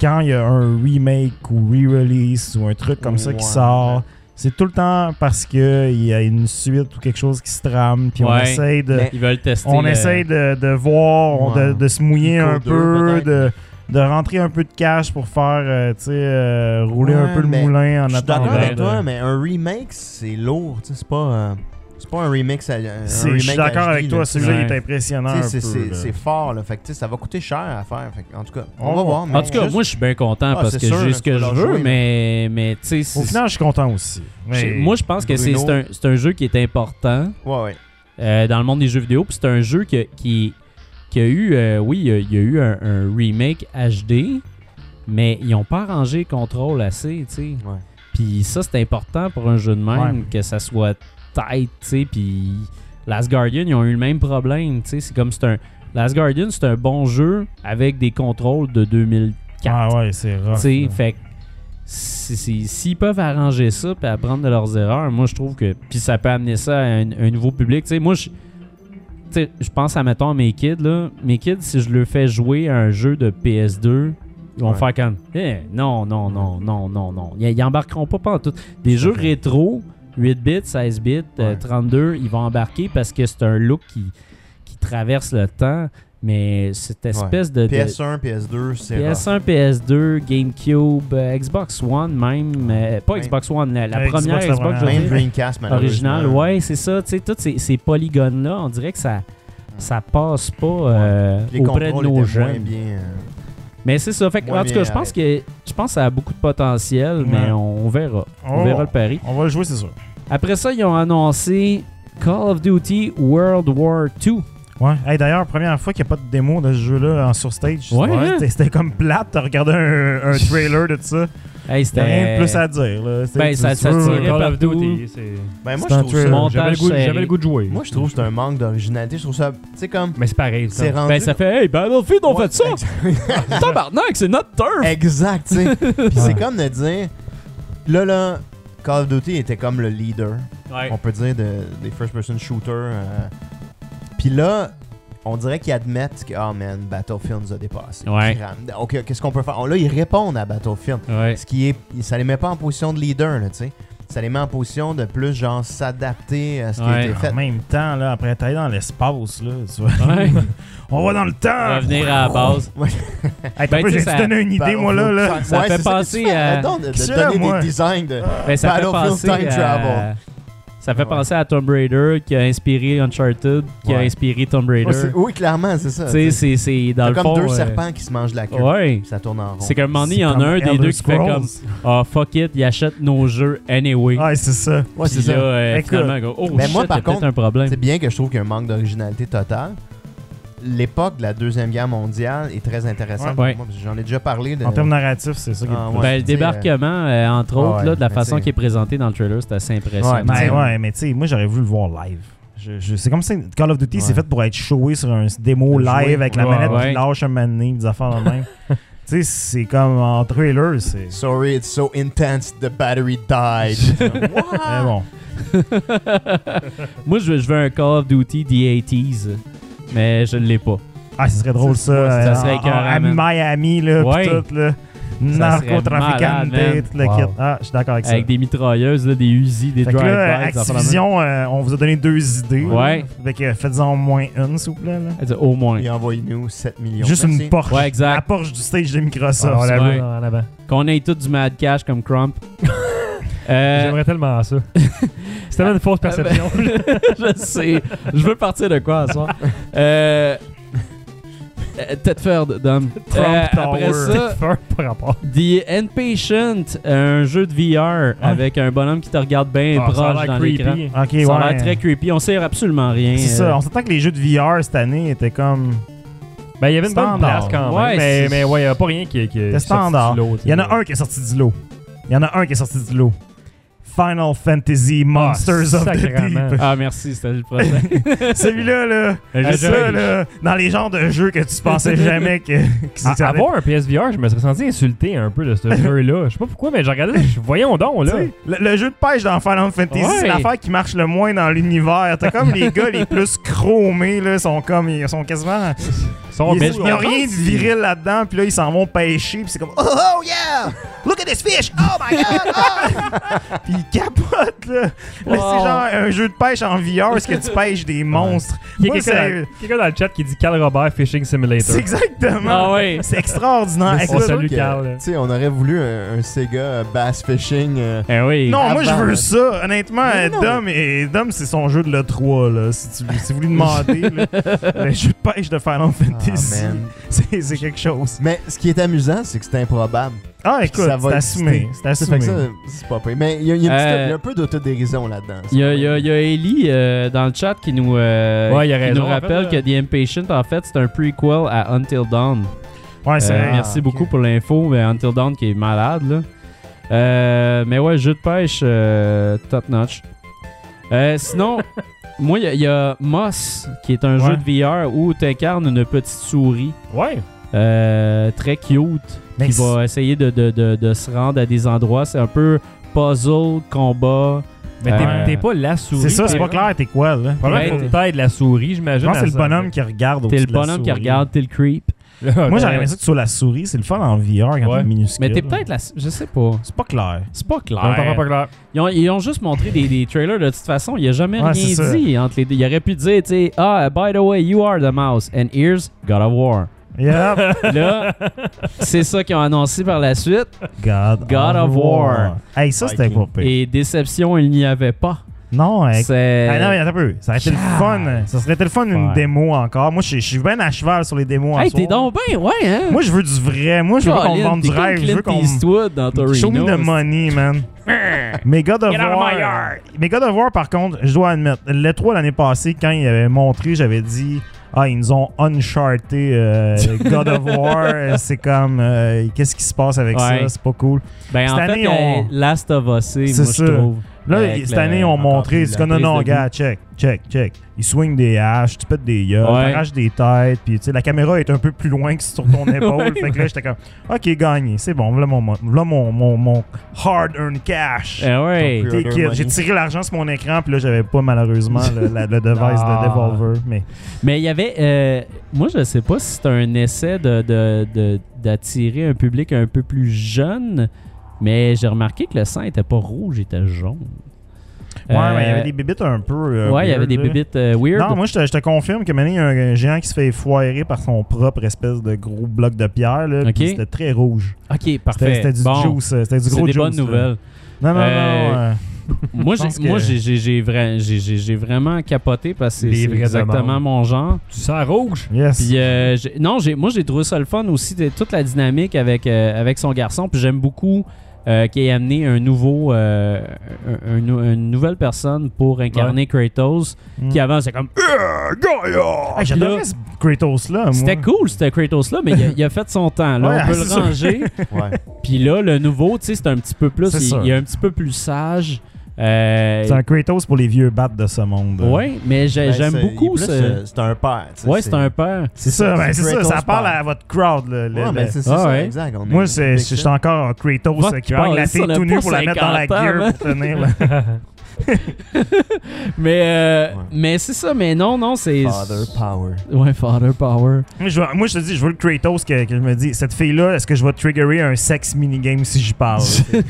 Speaker 3: quand il y a un remake ou re-release ou un truc comme ça qui
Speaker 5: Ouais.
Speaker 3: sort, c'est tout le temps parce que il y a une suite ou quelque chose qui se trame, puis on
Speaker 1: Ouais.
Speaker 3: essaye de,
Speaker 5: Mais
Speaker 1: Ils veulent tester. euh,
Speaker 3: on
Speaker 1: le-
Speaker 3: essaye de, de voir, on- de,
Speaker 5: Ouais.
Speaker 3: de se mouiller
Speaker 5: Nico
Speaker 3: un
Speaker 5: deux,
Speaker 3: peu,
Speaker 5: peut-être.
Speaker 3: de, de rentrer un peu de cash pour faire, euh, tu sais, euh, rouler un
Speaker 5: Ouais,
Speaker 3: peu le
Speaker 5: mais
Speaker 3: moulin en
Speaker 5: Je suis d'accord
Speaker 3: attendant.
Speaker 5: avec
Speaker 3: de-
Speaker 5: toi, mais un remake, c'est lourd. tu sais, C'est pas, euh, c'est pas un remix. à- un
Speaker 3: C'est- Je suis
Speaker 5: remake
Speaker 3: d'accord
Speaker 5: HD,
Speaker 3: avec toi,
Speaker 5: là,
Speaker 3: celui-là il
Speaker 1: Ouais.
Speaker 3: est impressionnant.
Speaker 5: Tu
Speaker 3: un
Speaker 5: sais, C'est
Speaker 3: peu,
Speaker 5: c'est-
Speaker 3: là.
Speaker 5: c'est fort, là. Fait que, tu sais, ça va coûter cher à faire. Fait que, en tout cas, on,
Speaker 3: On
Speaker 5: va
Speaker 3: va-
Speaker 5: voir. mais
Speaker 1: En tout cas,
Speaker 5: juste-
Speaker 1: moi, je suis bien content
Speaker 5: Ah,
Speaker 1: parce
Speaker 5: c'est
Speaker 1: que
Speaker 5: sûr,
Speaker 1: j'ai ce
Speaker 5: tu
Speaker 1: que
Speaker 5: vas
Speaker 1: je
Speaker 5: leur
Speaker 1: veux,
Speaker 5: jouer,
Speaker 1: mais, mais tu sais,
Speaker 3: Au
Speaker 1: c'est-
Speaker 3: final, je suis content aussi. Mais-
Speaker 1: moi, je pense que c'est
Speaker 5: Bruno-
Speaker 1: c'est un, c'est un jeu qui est important.
Speaker 5: Ouais, ouais.
Speaker 1: euh, dans le monde des jeux vidéo. Puis c'est un jeu que- qui, qui a eu, euh, oui, il y a, il y a eu un, un remake HD, mais ils n'ont pas arrangé le contrôle assez, tu sais.
Speaker 5: Ouais.
Speaker 1: Puis ça, c'est important pour un jeu de même,
Speaker 3: Ouais.
Speaker 1: que ça soit tight, tu sais. Puis Last Guardian, ils ont eu le même problème, tu sais. C'est comme c'est un. Last Guardian, c'est un bon jeu avec des contrôles de 2004.
Speaker 3: Ah ouais, c'est rough.
Speaker 1: Tu sais,
Speaker 3: là.
Speaker 1: fait que si- si- s'ils peuvent arranger ça puis apprendre de leurs erreurs, moi je trouve que puis ça peut amener ça à un, un nouveau public. Tu sais, moi je tu sais, je pense à mettons à mes kids là, mes kids si je leur fais jouer à un jeu de PS2, ils vont
Speaker 5: Ouais.
Speaker 1: faire comme eh, non non non non non non, ils, ils embarqueront pas pas tout. Des jeux
Speaker 5: fait.
Speaker 1: rétro 8 bits, 16 bits, euh,
Speaker 5: Ouais.
Speaker 1: 32, ils vont embarquer parce que c'est un look qui qui traverse le temps, mais cette espèce de- de
Speaker 5: PS1, PS2, c'est. rough.
Speaker 1: PS1, PS2, GameCube, euh, Xbox One même, euh, pas
Speaker 5: Ouais.
Speaker 1: Xbox One, la, la
Speaker 5: Euh,
Speaker 3: Ouais,
Speaker 1: première
Speaker 3: Xbox, la
Speaker 1: Xbox,
Speaker 3: première.
Speaker 1: je veux
Speaker 5: Même
Speaker 1: dire,
Speaker 5: Dreamcast, malheureusement.
Speaker 1: originale, ouais, c'est ça, tu sais, tous ces, ces polygones-là, on dirait que ça, ça passe pas euh,
Speaker 5: Hmm. Les
Speaker 1: auprès de
Speaker 5: contrôles
Speaker 1: nos
Speaker 5: étaient moins
Speaker 1: jeunes.
Speaker 5: bien. euh,
Speaker 1: Mais c'est ça, fait que,
Speaker 5: moins
Speaker 1: en tout
Speaker 5: bien
Speaker 1: cas, je pense que je pense que ça a beaucoup de potentiel, mais
Speaker 3: Ouais.
Speaker 1: on, on verra.
Speaker 3: Oh.
Speaker 1: On verra le pari.
Speaker 3: On va le jouer, c'est sûr.
Speaker 1: Après ça, ils ont annoncé Call of Duty World War II.
Speaker 3: Ouais. Hey, D'ailleurs, première fois qu'il n'y a pas de démo de ce jeu-là en sur stage.
Speaker 1: Ouais,
Speaker 3: C'était-
Speaker 1: hein?
Speaker 3: C'était c'était comme plate. T'as regardé un, un trailer de tout ça.
Speaker 1: Hey,
Speaker 3: T'as
Speaker 1: c'était
Speaker 3: rien de plus à dire. Là. C'est-
Speaker 1: Ben,
Speaker 3: tu-
Speaker 1: ça-
Speaker 3: tu
Speaker 1: ça
Speaker 3: veux-
Speaker 1: tirait
Speaker 4: Call of
Speaker 1: partout.
Speaker 4: Duty, c'est-
Speaker 5: Ben, moi,
Speaker 3: C'est
Speaker 5: je
Speaker 3: un
Speaker 5: trouve
Speaker 3: trailer.
Speaker 5: ça.
Speaker 1: Montage
Speaker 4: J'avais le, goût-
Speaker 1: serré.
Speaker 4: j'avais le goût de jouer.
Speaker 5: Moi, je trouve que c'est un manque d'originalité. Je trouve ça. Tu sais, comme.
Speaker 4: Mais c'est pareil. ça.
Speaker 5: C'est rendu.
Speaker 1: Ben, ça fait Hey, Battlefield, on
Speaker 5: Ouais,
Speaker 1: fait ça! Tabarnak, c'est notre turf!
Speaker 5: Exact, tu sais. Puis
Speaker 3: Ouais.
Speaker 5: c'est comme de dire. Là, là, Call of Duty était comme le leader. on peut dire, de- des first-person shooters. euh. Puis là, on dirait qu'ils admettent que, oh man, Battlefield nous a dépassé.
Speaker 1: Ouais.
Speaker 5: Ok, qu'est-ce qu'on peut faire? Oh, là, ils répondent à Battlefield.
Speaker 1: Ouais.
Speaker 5: Ce qui est, ça les met pas en position de leader, là, tu sais. Ça les met en position de plus, genre, s'adapter à ce qui a
Speaker 1: Ouais.
Speaker 5: été fait.
Speaker 3: En même temps, là, après, t'es allé dans l'espace. là. tu vois.
Speaker 1: Ouais.
Speaker 3: On va dans le temps.
Speaker 1: Revenir à la base. Ben,
Speaker 3: Hey, t'as pas-
Speaker 1: tu sais,
Speaker 3: j'ai
Speaker 1: ça-
Speaker 3: donné une idée, moi, là. là.
Speaker 1: Ça fait
Speaker 5: c'est
Speaker 1: penser
Speaker 5: Tu fais,
Speaker 1: à-
Speaker 5: Attends, de, de
Speaker 3: Qu'est-ce que
Speaker 5: donner
Speaker 3: moi?
Speaker 5: des designs de.
Speaker 1: Ben, ça fait
Speaker 5: Battlefield
Speaker 1: penser
Speaker 5: Time
Speaker 1: à-
Speaker 5: Travel.
Speaker 1: Ça fait
Speaker 5: Ouais.
Speaker 1: penser à Tomb Raider qui a inspiré Uncharted, qui a
Speaker 5: Ouais.
Speaker 1: inspiré Tomb
Speaker 5: Ouais, Oh, c'est-
Speaker 1: Raider.
Speaker 5: oui, clairement, c'est ça.
Speaker 1: tu sais, c'est- c'est dans
Speaker 5: T'as
Speaker 1: le
Speaker 5: comme
Speaker 1: fond.
Speaker 5: deux
Speaker 1: euh,
Speaker 5: serpents qui se mangent la queue.
Speaker 1: Ouais.
Speaker 5: puis Ça tourne en rond.
Speaker 1: C'est qu'à un moment donné, il y en
Speaker 3: C'est
Speaker 1: a un
Speaker 3: comme
Speaker 1: des deux
Speaker 3: Elder
Speaker 1: qui fait comme
Speaker 3: Scrolls.
Speaker 1: Ah fuck it, il achète nos jeux anyway.
Speaker 3: Ouais, c'est ça.
Speaker 5: Ah, Ouais,
Speaker 1: Puis
Speaker 5: c'est ça.
Speaker 1: Là, euh,
Speaker 3: Écoute.
Speaker 1: finalement, go, oh
Speaker 5: Mais
Speaker 1: shit,
Speaker 5: moi, par
Speaker 1: il y a peut-être
Speaker 5: contre,
Speaker 1: un problème. Ben,
Speaker 5: C'est bien que je trouve qu'il y a un manque d'originalité totale. L'époque de la Deuxième Guerre mondiale est très intéressante
Speaker 1: Ouais.
Speaker 5: pour
Speaker 1: Ouais.
Speaker 5: moi, parce que J'en ai déjà parlé. De...
Speaker 3: En termes narratifs, c'est ça qui est
Speaker 5: Ah,
Speaker 3: le plus-
Speaker 5: ouais,
Speaker 1: ben, le
Speaker 5: tu sais,
Speaker 1: débarquement, euh, entre
Speaker 5: Ah ouais,
Speaker 1: autres, là, de la
Speaker 5: mais
Speaker 1: façon
Speaker 5: c'est-
Speaker 1: qui est présentée dans le trailer, c'est assez
Speaker 5: Ouais,
Speaker 1: impressionnant.
Speaker 3: Ben,
Speaker 5: Ouais.
Speaker 3: ouais, mais tu sais, moi, j'aurais voulu le voir live. Je, je- c'est comme ça. Call of Duty, c'est
Speaker 5: Ouais.
Speaker 3: fait pour être showé sur un démo
Speaker 5: Jouer.
Speaker 3: live avec la
Speaker 4: Ouais,
Speaker 3: manette
Speaker 1: ouais.
Speaker 3: qui lâche un mané, des affaires de même. tu sais, c'est comme en trailer, c'est.
Speaker 5: Sorry, it's so intense, the battery died.
Speaker 3: Mais
Speaker 5: Ah.
Speaker 3: bon.
Speaker 1: Moi, je veux, je veux un Call of Duty The 80s, mais je ne l'ai pas.
Speaker 3: Ah, ce serait drôle, ça.
Speaker 1: ça
Speaker 3: euh,
Speaker 1: serait
Speaker 3: en-
Speaker 1: écœurant,
Speaker 3: en-
Speaker 1: man.
Speaker 3: Miami, là, pis
Speaker 1: Ouais.
Speaker 3: tout, là.
Speaker 1: Ça serait
Speaker 3: Narcotrafiquant,
Speaker 1: malade, man.
Speaker 3: tout le
Speaker 5: Wow.
Speaker 3: kit. Ah, je suis d'accord avec ça.
Speaker 1: Avec des mitrailleuses, là, des Uzi, des
Speaker 3: fait que là,
Speaker 1: drive-by. des affaires de même.
Speaker 3: Activision, euh, on vous a donné deux idées.
Speaker 1: Ouais.
Speaker 3: Fait que euh, faites-en au moins une, s'il vous plaît. là.
Speaker 1: Elle dit, Au moins.
Speaker 5: Et envoyez-nous 7 millions.
Speaker 3: Juste
Speaker 5: Merci.
Speaker 3: une Porsche.
Speaker 1: Ouais,
Speaker 3: La
Speaker 1: exact.
Speaker 3: Porsche du stage de Microsoft.
Speaker 4: Ah, la
Speaker 1: Ouais.
Speaker 4: bleue en avant.
Speaker 1: Qu'on ait tous du mad cash comme Crump. Euh, Ah,
Speaker 4: J'aimerais tellement ça. C'est tellement une fausse perception.
Speaker 1: je sais. Je veux partir de quoi à soir. Euh, Euh, Tedford, Dom.
Speaker 4: Trump
Speaker 1: Euh,
Speaker 4: Tower.
Speaker 1: après ça,
Speaker 4: Faire par rapport.
Speaker 1: The Inpatient, un jeu de VR avec un bonhomme qui te regarde bien
Speaker 4: Ah, ça a
Speaker 1: proche
Speaker 4: l'air
Speaker 1: ben, dans l'écran.
Speaker 4: creepy.
Speaker 3: Ok,
Speaker 1: Ça a
Speaker 3: ouais.
Speaker 1: l'air très creepy. On sait absolument rien.
Speaker 3: C'est
Speaker 1: euh,
Speaker 3: ça, on s'entend que les jeux de VR cette année étaient comme.
Speaker 4: Ben, il y avait une bonne
Speaker 3: Standard.
Speaker 4: place quand
Speaker 1: Ouais,
Speaker 4: même. Mais,
Speaker 1: c'est-
Speaker 4: mais ouais, il n'y a pas rien qui, qui
Speaker 3: C'est standard. Il y en a un qui est sorti du lot. Il y en a un qui est sorti du lot. Final Fantasy Monsters of the
Speaker 4: Ah, sacrément.
Speaker 3: Deep.
Speaker 1: Ah, merci, c'était le prochain.
Speaker 3: Celui-là, là,
Speaker 1: J'ai
Speaker 3: ça,
Speaker 1: jamais-
Speaker 3: là, dans les genres de jeux que tu pensais jamais que. que
Speaker 4: À,
Speaker 3: c'était-
Speaker 4: avoir un PSVR, je me serais senti insulté un peu de ce jeu-là. Je sais pas pourquoi, mais j'ai regardé, je- voyons donc,
Speaker 3: Tu
Speaker 4: là.
Speaker 3: sais, Le, le jeu de pêche dans Final Fantasy,
Speaker 4: Ouais.
Speaker 3: c'est l'affaire qui marche le moins dans l'univers. T'as comme les gars les plus chromés, là, sont comme, ils sont quasiment.
Speaker 4: Son-
Speaker 5: Oh,
Speaker 3: ils
Speaker 4: mais-
Speaker 3: ils ont rien de viril là-dedans, puis là, ils s'en vont pêcher, puis c'est comme, oh, oh, yeah! Look at this fish! Oh my god! oh! puis ils capotent, là. Là,
Speaker 1: Wow.
Speaker 3: c'est genre un jeu de pêche en VR, est-ce que tu pêches des monstres?
Speaker 4: Il y a
Speaker 3: Moi,
Speaker 4: quelqu'un
Speaker 3: c'est-
Speaker 4: dans, quelqu'un dans le chat qui dit Cal Robert Fishing Simulator.
Speaker 3: C'est exactement.
Speaker 1: Ah ouais.
Speaker 3: C'est extraordinaire.
Speaker 5: Mais
Speaker 4: On
Speaker 3: Écoute,
Speaker 5: sûr
Speaker 4: salue
Speaker 5: que,
Speaker 4: Carl.
Speaker 5: Tu sais, on aurait voulu un, un Sega Bass Fishing. euh,
Speaker 1: Eh oui.
Speaker 3: Non, moi je
Speaker 5: Avant,
Speaker 3: veux
Speaker 5: là.
Speaker 3: ça. Honnêtement,
Speaker 5: Mais non.
Speaker 3: Dom, et Dom, c'est son jeu de l'E3. Là. Si, tu- si vous lui demandez, là, le jeu de pêche de Final Fantasy,
Speaker 5: ah, man.
Speaker 3: c'est, c'est quelque chose.
Speaker 5: Mais ce qui est amusant, c'est que c'est improbable.
Speaker 3: Ah,
Speaker 5: Puis
Speaker 3: écoute,
Speaker 5: ça va
Speaker 3: c'est
Speaker 5: exister.
Speaker 3: assumé. C'est
Speaker 5: Ça fait
Speaker 3: assumé.
Speaker 5: que ça, c'est pas pire. Mais il y a, il y a une petite-
Speaker 1: Euh,
Speaker 5: il y a un peu d'autodérision là-dedans.
Speaker 1: Il y a, il y a- il y a Ellie euh, dans le chat qui nous, euh,
Speaker 4: Ouais, il a
Speaker 1: qui
Speaker 4: raison,
Speaker 1: nous
Speaker 4: en fait,
Speaker 1: rappelle
Speaker 4: là.
Speaker 1: que The Impatient, en fait, c'est un prequel à Until Dawn.
Speaker 3: Ouais, c'est
Speaker 1: Euh,
Speaker 3: vrai.
Speaker 1: merci
Speaker 5: Ah,
Speaker 1: beaucoup pour l'info, mais Until Dawn qui est malade. Là. Euh, mais ouais, jeu de pêche euh, top notch. Euh, sinon, moi, il y a- il y, a Moss qui est un
Speaker 3: Ouais.
Speaker 1: jeu de VR où tu incarnes une petite souris
Speaker 4: Ouais.
Speaker 1: euh, très cute
Speaker 3: Mais
Speaker 1: qui
Speaker 3: c'est-
Speaker 1: va essayer de, de- de- de se rendre à des endroits. C'est un peu puzzle, combat.
Speaker 4: Mais t'es-
Speaker 1: Euh,
Speaker 4: t'es pas la souris.
Speaker 3: c'est ça, c'est
Speaker 4: t'es-
Speaker 3: pas clair, t'es quoi, là?
Speaker 4: Probablement
Speaker 1: Ouais,
Speaker 4: faut
Speaker 1: t'es-
Speaker 4: que t'aides la souris,
Speaker 3: Je
Speaker 4: j'imagine.
Speaker 3: pense que
Speaker 4: à
Speaker 3: c'est le
Speaker 4: ça.
Speaker 3: bonhomme qui regarde
Speaker 1: T'es
Speaker 3: au-dessus
Speaker 1: le
Speaker 3: de la
Speaker 1: bonhomme qui
Speaker 3: souris.
Speaker 1: regarde, t'es le creep.
Speaker 3: Moi, j'aurais aimé ça que tu sois la souris. C'est le fun en VR quand
Speaker 4: Ouais.
Speaker 3: t'es minuscule.
Speaker 1: Mais t'es peut-être la. Je sais pas.
Speaker 3: C'est pas clair.
Speaker 1: C'est pas
Speaker 4: En même temps, pas
Speaker 1: clair.
Speaker 4: clair.
Speaker 1: Ils ont, ils ont juste montré des, des trailers de toute façon. Il a jamais
Speaker 3: Ouais,
Speaker 1: rien
Speaker 3: c'est ça.
Speaker 1: dit entre les deux. Il aurait pu dire, tu sais, ah, by the way, you are the mouse and here's God of War.
Speaker 3: Yep.
Speaker 1: Là, c'est ça qu'ils ont annoncé par la suite.
Speaker 3: God,
Speaker 1: God of War.
Speaker 3: Hey, ça, c'était pas
Speaker 5: Viking.
Speaker 3: pire.
Speaker 1: Et déception, il n'y avait pas.
Speaker 3: Non, hey,
Speaker 1: C'est.
Speaker 3: Ah non, mais attends un peu. Ça aurait été le fun. Ça serait été le fun une
Speaker 1: Ouais.
Speaker 3: démo encore. Moi, je je suis bien à cheval sur les démos en
Speaker 1: Hey,
Speaker 3: soi.
Speaker 1: t'es donc bien, ouais, hein?
Speaker 3: Moi, je veux du vrai. Moi, je veux qu'on me
Speaker 1: Colin,
Speaker 3: vende du
Speaker 1: t'es comme
Speaker 3: rêve. Je veux
Speaker 1: Clint
Speaker 3: qu'on me...
Speaker 1: Eastwood dans Torino.
Speaker 3: Show me the money, man. mais God of
Speaker 4: Get out of my
Speaker 3: War...
Speaker 4: yard.
Speaker 3: Mais God of War, par contre, je dois admettre, le 3 l'année passée, quand ils avaient montré, j'avais dit... Ah, ils nous ont uncharté euh, God of War. C'est comme... euh, Qu'est-ce qui se passe avec
Speaker 1: Ouais.
Speaker 3: ça? C'est pas cool.
Speaker 1: Ben, en
Speaker 3: Cette
Speaker 1: fait,
Speaker 3: année, on-
Speaker 1: euh, Last of Us, moi,
Speaker 3: C'est
Speaker 1: je
Speaker 3: ça.
Speaker 1: trouve.
Speaker 3: Là,
Speaker 1: Avec
Speaker 3: cette
Speaker 1: le-
Speaker 3: année, on
Speaker 5: encore
Speaker 3: montrait, c'est
Speaker 5: plus la
Speaker 3: comme
Speaker 1: prise
Speaker 3: non, non,
Speaker 1: de
Speaker 3: gars, check, check, check. Ils swingent des haches, tu pètes des gueules,
Speaker 1: Ouais.
Speaker 3: t'arraches des têtes, puis tu sais, la caméra est un peu plus loin que sur ton épaule.
Speaker 1: Ouais,
Speaker 3: fait que là, j'étais comme, ok, gagné, c'est bon, voilà mon, voilà mon, mon, mon hard-earned cash.
Speaker 1: Eh ouais.
Speaker 5: Ton
Speaker 3: T'es
Speaker 5: Hard-earned
Speaker 3: kid.
Speaker 5: money.
Speaker 3: J'ai tiré l'argent sur mon écran, puis là, j'avais pas malheureusement le, la- le device
Speaker 4: Ah.
Speaker 3: de Devolver. Mais
Speaker 1: Mais il y avait. euh, moi, je sais pas si c'est un essai de, de- de- d'attirer un public un peu plus jeune, mais j'ai remarqué que le sang était pas rouge, il était jaune.
Speaker 3: ouais,
Speaker 1: Euh,
Speaker 3: mais il y avait des bébites un peu. euh,
Speaker 1: ouais, il y avait
Speaker 3: weird,
Speaker 1: des
Speaker 3: là.
Speaker 1: bébites euh, weird.
Speaker 3: Non, moi je te, je te confirme que maintenant il y a un géant qui se fait foirer par son propre espèce de gros bloc de pierre. Là,
Speaker 1: Ok.
Speaker 3: puis C'était très rouge.
Speaker 1: ok,
Speaker 3: C'était
Speaker 1: parfait.
Speaker 3: c'était du
Speaker 1: Bon,
Speaker 3: juice, euh, c'était du
Speaker 1: c'est
Speaker 3: gros
Speaker 1: des
Speaker 3: juice.
Speaker 1: bonnes
Speaker 3: là.
Speaker 1: nouvelles.
Speaker 3: Non, non,
Speaker 1: Euh,
Speaker 3: non. euh,
Speaker 1: Moi, j'ai,
Speaker 3: pense que-
Speaker 1: moi j'ai, j'ai, j'ai vra- j'ai- j'ai- j'ai vraiment capoté parce que c'est,
Speaker 4: Les
Speaker 1: c'est
Speaker 4: vraies
Speaker 1: exactement
Speaker 4: demandes.
Speaker 1: mon genre.
Speaker 4: Tu sens rouge.
Speaker 3: yes.
Speaker 1: Puis, euh, j'ai- non, j'ai, moi, j'ai trouvé ça le fun aussi, de- toute la dynamique avec, euh, avec son garçon. Puis j'aime beaucoup euh, qu'il ait amené un nouveau, euh, un- un nou- une nouvelle personne pour incarner Kratos.
Speaker 3: Mm.
Speaker 1: Qui avant, c'est comme.
Speaker 3: Euh, Gaïa! Hey, J'adorais
Speaker 1: Là-
Speaker 3: ce Kratos-là. moi.
Speaker 1: C'était cool, ce Kratos-là, mais il a, il a fait son temps. Là,
Speaker 3: Ouais,
Speaker 1: on peut
Speaker 3: c'est
Speaker 1: le
Speaker 3: sûr.
Speaker 1: ranger.
Speaker 5: Ouais.
Speaker 1: Puis là, le nouveau, tu sais, c'est un petit peu plus.
Speaker 3: C'est
Speaker 1: Il,
Speaker 3: sûr.
Speaker 1: il est un petit peu plus sage. Euh,
Speaker 3: C'est un Kratos pour les vieux bats de ce monde.
Speaker 1: ouais, mais j'ai-
Speaker 5: Ben,
Speaker 1: j'aime
Speaker 5: c'est-
Speaker 1: beaucoup
Speaker 5: plus,
Speaker 1: ce.
Speaker 5: euh, C'est un père. tu sais,
Speaker 1: Ouais, c'est un père.
Speaker 3: C'est ça, ben, c'est ça.
Speaker 5: Kratos
Speaker 3: Ça parle
Speaker 5: père.
Speaker 3: à votre crowd. là, le-
Speaker 5: Ouais,
Speaker 3: le-
Speaker 5: ben, c'est c'est
Speaker 1: Ah
Speaker 5: ça,
Speaker 1: ouais.
Speaker 5: exact. on est-
Speaker 3: Moi,
Speaker 5: on est
Speaker 3: c'est- je suis
Speaker 5: ça.
Speaker 3: encore un Kratos
Speaker 1: Votre
Speaker 3: euh, qui parle la
Speaker 1: crowd,
Speaker 3: fille
Speaker 1: ça, on
Speaker 3: tout
Speaker 1: a
Speaker 3: nue
Speaker 1: pas
Speaker 3: pour la mettre
Speaker 1: 50
Speaker 3: dans la
Speaker 1: ans,
Speaker 3: gear
Speaker 1: man.
Speaker 3: pour tenir. là.
Speaker 1: Mais, euh,
Speaker 5: Ouais.
Speaker 1: mais c'est ça, mais non, non, c'est.
Speaker 5: Father Power.
Speaker 1: Ouais, Father Power.
Speaker 3: Moi, je veux- Moi, je te dis, je veux le Kratos que, que je me dis, cette fille-là, est-ce que je vais triggerer un sex minigame si j'y parle? C'est-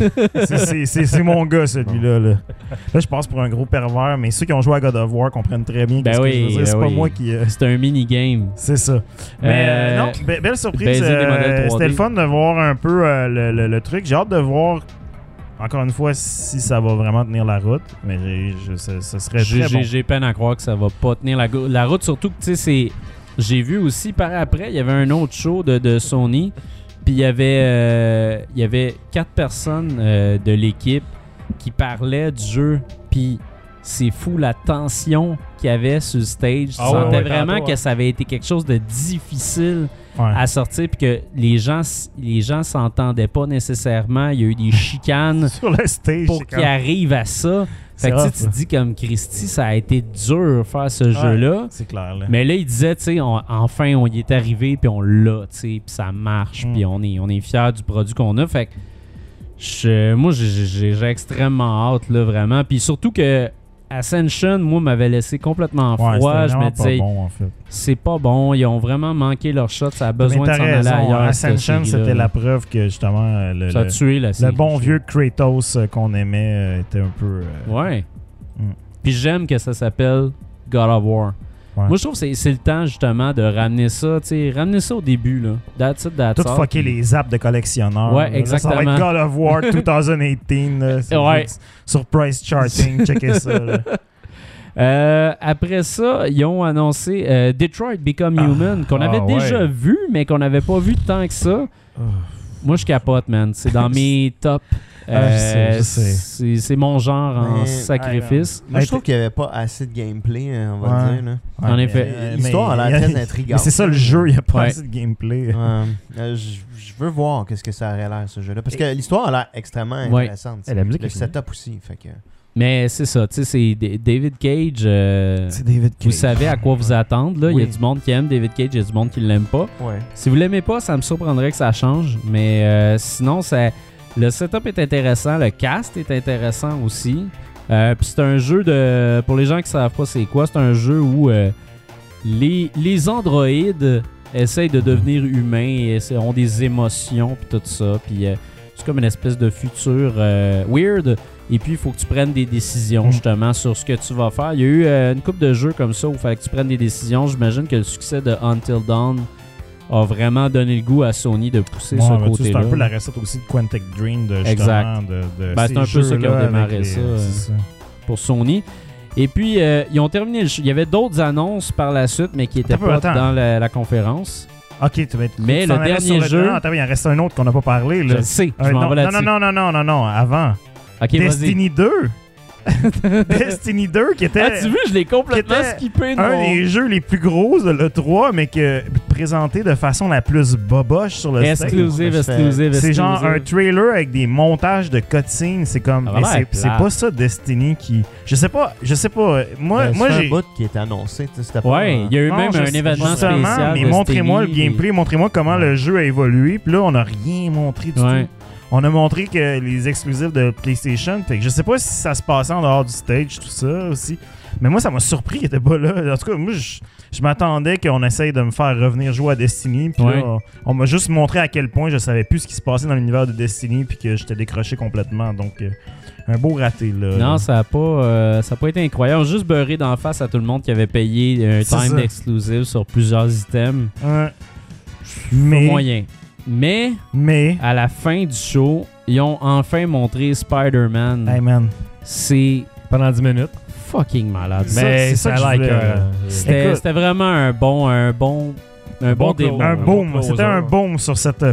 Speaker 3: c'est- C'est c'est mon gars, celui-là. Là. Là, je passe pour un gros pervers, mais ceux qui ont joué à God of War comprennent très bien
Speaker 1: Ben
Speaker 3: qu'est-ce que
Speaker 1: oui,
Speaker 3: je veux dire. C'est
Speaker 1: ben
Speaker 3: pas
Speaker 1: oui.
Speaker 3: moi qui... euh,
Speaker 1: C'est un mini-game.
Speaker 3: C'est ça. Mais euh, non, be- belle surprise.
Speaker 1: baiser des
Speaker 3: euh,
Speaker 1: modèles 3D.
Speaker 3: C'était le fun de voir un peu euh, le, le- le truc. J'ai hâte de voir, encore une fois, si ça va vraiment tenir la route. Mais j'ai- je- ce, ce serait
Speaker 1: J'ai
Speaker 3: très bon.
Speaker 1: j'ai- j'ai peine à croire que ça va pas tenir la, go- la route, surtout que tu sais, c'est. J'ai vu aussi par après, il y avait un autre show de, de Sony, puis il y avait euh, il y avait quatre personnes euh, de l'équipe qui parlaient du jeu, puis c'est fou la tension qu'il y avait sur le stage. Tu
Speaker 4: Ah ouais,
Speaker 1: sentais
Speaker 4: ouais,
Speaker 1: vraiment
Speaker 4: tantôt,
Speaker 1: que
Speaker 4: ouais.
Speaker 1: ça avait été quelque chose de difficile
Speaker 3: Ouais.
Speaker 1: à sortir, puis que les gens s- les gens s'entendaient pas nécessairement. Il y a eu des chicanes
Speaker 3: Sur le stage,
Speaker 1: pour
Speaker 3: c'est
Speaker 1: qu'il arrive à ça.
Speaker 3: c'est
Speaker 1: Fait que tu sais,
Speaker 3: rough,
Speaker 1: tu
Speaker 3: là.
Speaker 1: te dis comme Christy, ça a été dur faire ce jeu-là.
Speaker 3: C'est clair, là.
Speaker 1: Mais là, il disait, tu sais, on- enfin, on y est arrivé, puis on l'a, tu sais, puis ça marche,
Speaker 3: Mm.
Speaker 1: puis on est, on est fiers du produit qu'on a. Fait que je- moi, j'ai- j'ai j'ai- j'ai extrêmement hâte, là, vraiment. Puis surtout que Ascension, moi, m'avait laissé complètement froid.
Speaker 3: Ouais, c'était
Speaker 1: je
Speaker 3: vraiment
Speaker 1: me
Speaker 3: pas
Speaker 1: disais,
Speaker 3: bon, en fait.
Speaker 1: c'est pas bon, ils ont vraiment manqué leur shot, ça a besoin de
Speaker 3: Mais t'as
Speaker 1: s'en aller
Speaker 3: raison, hein,
Speaker 1: ailleurs. cette
Speaker 3: Ascension,
Speaker 1: série-là, là.
Speaker 3: c'était la preuve que, justement, euh, le,
Speaker 1: Ça a
Speaker 3: le-
Speaker 1: tué la
Speaker 3: le
Speaker 1: série,
Speaker 3: bon
Speaker 1: je
Speaker 3: vieux Kratos euh, qu'on aimait euh, était un peu... euh,
Speaker 1: Ouais.
Speaker 3: Mm.
Speaker 1: Puis j'aime que ça s'appelle God of War.
Speaker 3: Ouais.
Speaker 1: Moi, je trouve que c'est- c'est le temps justement de ramener ça, tu sais, ramener ça au début, là. That's it, that's
Speaker 3: Tout
Speaker 1: all.
Speaker 3: fucké les apps de collectionneurs.
Speaker 1: Ouais,
Speaker 3: là. Là, Ça va
Speaker 1: exactement.
Speaker 3: être God of War 2018. là. C'est
Speaker 1: Ouais.
Speaker 3: juste Sur Price Charting, checkez ça. là.
Speaker 1: Euh, après ça, ils ont annoncé euh, Detroit Become
Speaker 3: Ah,
Speaker 1: Human, qu'on
Speaker 3: ah
Speaker 1: avait
Speaker 3: ouais.
Speaker 1: déjà vu, mais qu'on n'avait pas vu tant que ça. Moi, je capote, man. C'est dans mes tops.
Speaker 3: Ah, je sais, je
Speaker 1: Euh,
Speaker 3: sais.
Speaker 1: c'est c'est mon genre en
Speaker 5: Mais-
Speaker 1: sacrifice.
Speaker 5: Moi, je trouve qu'il n'y avait pas assez de gameplay, euh, on va
Speaker 3: Ouais.
Speaker 5: dire. là.
Speaker 3: Ouais,
Speaker 1: En
Speaker 3: mais-
Speaker 1: effet.
Speaker 3: mais-
Speaker 5: L'histoire a l'air très
Speaker 3: Mais
Speaker 5: intrigante.
Speaker 3: c'est ça le jeu, il n'y a pas
Speaker 1: Ouais.
Speaker 3: assez de gameplay.
Speaker 5: Ouais. Euh, je je veux voir qu'est-ce que ça aurait l'air, ce jeu-là. Parce que l'histoire a l'air extrêmement
Speaker 1: Ouais.
Speaker 5: intéressante.
Speaker 4: Eh, la musique
Speaker 5: Le
Speaker 4: est finie.
Speaker 5: setup aussi. Fait que...
Speaker 1: Mais c'est ça, tu sais, c'est D- David Cage. euh,
Speaker 3: C'est David
Speaker 1: vous
Speaker 3: Cage.
Speaker 1: savez à quoi vous attendre, là. Il y a
Speaker 5: Oui.
Speaker 1: du monde qui aime David Cage, il y a du monde qui l'aime pas.
Speaker 5: Ouais.
Speaker 1: Si vous l'aimez pas, ça me surprendrait que ça change. Mais euh, sinon, ça, le setup est intéressant, le cast est intéressant aussi. Euh, Puis c'est un jeu de. Pour les gens qui savent pas c'est quoi, c'est un jeu où euh, les, les androïdes essayent de devenir humains et essa- ont des émotions puis tout ça. Puis euh, c'est comme une espèce de futur euh, weird. Et puis, il faut que tu prennes des décisions
Speaker 3: Mm.
Speaker 1: justement sur ce que tu vas faire. Il y a eu euh, une coupe de jeux comme ça où il fallait que tu prennes des décisions. J'imagine que le succès de Until Dawn a vraiment donné le goût à Sony de pousser
Speaker 3: Ouais,
Speaker 1: ce
Speaker 3: mais tu sais,
Speaker 1: côté-là.
Speaker 3: C'est un peu la recette aussi de Quantic Dream, de,
Speaker 1: Exact.
Speaker 3: justement, de, de
Speaker 1: Ben,
Speaker 3: ces
Speaker 1: c'est un peu ça qui a
Speaker 3: jeux-là
Speaker 1: démarré
Speaker 3: avec
Speaker 1: ça,
Speaker 3: les-
Speaker 1: euh,
Speaker 3: c'est ça.
Speaker 1: pour Sony. Et puis, euh, ils ont terminé le show. Il y avait d'autres annonces par la suite, mais qui n'étaient
Speaker 3: Attends,
Speaker 1: pas
Speaker 3: attends.
Speaker 1: dans la, la conférence.
Speaker 3: Ok, tu vas être.
Speaker 1: Mais
Speaker 3: tu
Speaker 1: le
Speaker 3: t'en allais sur
Speaker 1: dernier jeu-
Speaker 3: Non, attends, il en reste un autre qu'on n'a pas parlé.
Speaker 1: Je
Speaker 3: Là.
Speaker 1: le sais, je
Speaker 3: Euh,
Speaker 1: m'en
Speaker 3: non,
Speaker 1: vais
Speaker 3: non,
Speaker 1: là-dessus.
Speaker 3: non, non, non, non, non, non, avant.
Speaker 1: Ok, vas-y.
Speaker 3: Destiny 2. Destiny 2 qui était.
Speaker 1: Ah, tu vois, je l'ai complètement
Speaker 3: Qui était
Speaker 1: skippé. de
Speaker 3: un
Speaker 1: mon-
Speaker 3: des jeux les plus gros de l'E3, mais que présenté de façon la plus boboche sur le stage.
Speaker 1: Exclusive,
Speaker 5: Je fais-
Speaker 1: exclusive,
Speaker 3: C'est genre un
Speaker 1: exclusive.
Speaker 3: trailer avec des montages de cutscenes. C'est comme.
Speaker 1: Ah,
Speaker 3: mais
Speaker 1: ouais,
Speaker 3: c'est- c'est
Speaker 1: plate.
Speaker 3: pas ça, Destiny, qui. Je sais pas. Je sais pas. euh, Moi,
Speaker 5: Ben,
Speaker 3: moi
Speaker 5: c'est un
Speaker 3: j'ai.
Speaker 5: bout qui est annoncé. tu sais, C'était pas,
Speaker 1: Ouais,
Speaker 5: euh,
Speaker 1: il y a eu
Speaker 3: Non,
Speaker 1: même
Speaker 3: je
Speaker 1: un
Speaker 3: sais-
Speaker 1: événement
Speaker 3: justement,
Speaker 1: spécial.
Speaker 3: Mais
Speaker 1: de
Speaker 3: montrez-moi le
Speaker 1: Steamy,
Speaker 3: gameplay, montrez-moi comment
Speaker 1: Ouais.
Speaker 3: le jeu a évolué. Puis là, on n'a rien montré du
Speaker 1: Ouais.
Speaker 3: tout. On a montré que les exclusifs de PlayStation. Fait que je sais pas si ça se passait en dehors du stage, tout ça aussi. Mais moi, ça m'a surpris qu'il était pas là. En tout cas, moi, je, je m'attendais qu'on essaye de me faire revenir jouer à Destiny. Puis là,
Speaker 1: Ouais.
Speaker 3: on, on m'a juste montré à quel point je savais plus ce qui se passait dans l'univers de Destiny. Puis que j'étais décroché complètement. Donc, euh, un beau raté, là.
Speaker 1: Non, ça n'a pas, euh, ça a pas été incroyable. Juste beurré d'en face à tout le monde qui avait payé un
Speaker 3: C'est
Speaker 1: time
Speaker 3: ça.
Speaker 1: exclusive sur plusieurs items.
Speaker 3: Ouais.
Speaker 1: Pas
Speaker 3: mais,
Speaker 1: moyen. Mais
Speaker 3: mais,
Speaker 1: à la fin du show, ils ont enfin montré Spider-Man.
Speaker 3: hey man.
Speaker 1: C'est
Speaker 4: Pendant 10 minutes.
Speaker 1: fucking malade.
Speaker 3: Ça,
Speaker 4: Mais
Speaker 5: Ben,
Speaker 3: c'est ça
Speaker 4: ça,
Speaker 3: que je
Speaker 4: like.
Speaker 3: voulais,
Speaker 4: euh,
Speaker 1: C'était
Speaker 3: écoute.
Speaker 1: c'était vraiment un bon, un bon, un bon,
Speaker 4: bon
Speaker 1: début.
Speaker 4: close.
Speaker 3: un boom.
Speaker 4: closer.
Speaker 3: C'était un boom sur cette euh,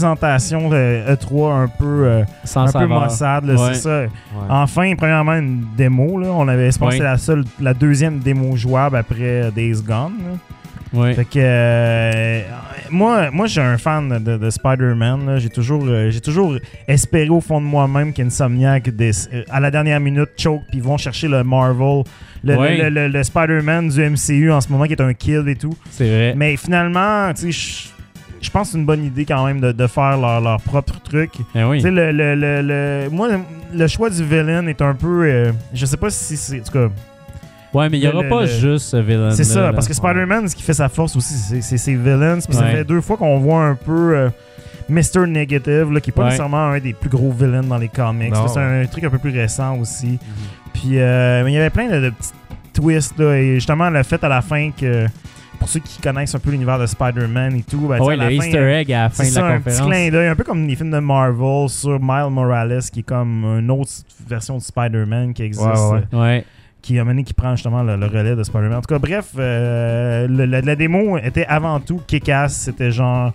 Speaker 3: présentation euh, E3 un peu, euh,
Speaker 1: Sans
Speaker 3: un peu
Speaker 1: saveur.
Speaker 3: maussade, là,
Speaker 1: Ouais.
Speaker 3: c'est ça. Ah.
Speaker 5: ouais.
Speaker 3: Enfin, premièrement, une démo. Là. On avait, je pense que
Speaker 1: Ouais.
Speaker 3: c'est la, seule, la deuxième démo jouable après euh, Days Gone. là.
Speaker 1: Ouais.
Speaker 3: Fait que euh, moi, moi, je suis un fan de, de Spider-Man. là. J'ai toujours, euh, j'ai toujours espéré au fond de moi-même qu'Insomniac, des- euh, à la dernière minute, choke puis ils vont chercher le Marvel, le, le-
Speaker 1: Ouais.
Speaker 3: le- le- le Spider-Man du MCU en ce moment qui est un kill et tout.
Speaker 1: C'est vrai.
Speaker 3: Mais finalement, tu sais, je- je pense que c'est une bonne idée quand même de, de faire leur, leur propre truc.
Speaker 1: Eh oui.
Speaker 3: Tu sais, le, le, le, le- moi, le choix du villain est un peu. euh, je sais pas si c'est. En tout cas,
Speaker 1: Ouais, mais il n'y
Speaker 3: le-
Speaker 1: aura
Speaker 3: le-
Speaker 1: pas
Speaker 3: le-
Speaker 1: juste ce villain.
Speaker 3: c'est ça, parce que Spider-Man, ce qui fait sa force aussi, c'est- c'est ses villains. Puis ça
Speaker 1: Ouais.
Speaker 3: fait deux fois qu'on voit un peu euh, Mr. Negative, là, qui est pas
Speaker 1: Ouais.
Speaker 3: nécessairement un des plus gros villains dans les comics.
Speaker 5: Non.
Speaker 3: là. C'est un, truc un peu plus récent aussi. Puis euh, mais il y avait plein de, de petits twists. Là, et justement, le fait à la fin que. Pour ceux qui connaissent un peu l'univers de Spider-Man et tout, ben, tu sais,
Speaker 1: Ah ouais,
Speaker 3: à la
Speaker 1: le
Speaker 3: fin,
Speaker 1: Easter egg à la fin
Speaker 3: C'est
Speaker 1: de
Speaker 3: ça,
Speaker 1: la
Speaker 3: un petit
Speaker 1: conférence.
Speaker 3: clin d'œil, un peu comme les films de Marvel sur Miles Morales, qui est comme une autre version de Spider-Man qui existe,
Speaker 4: Ouais, ouais, ouais.
Speaker 3: euh,
Speaker 1: Ouais.
Speaker 3: qui, à un moment donné, qui prend justement le, le relais de Spider-Man. En tout cas, bref, euh, le- la, la démo était avant tout kick-ass. C'était genre.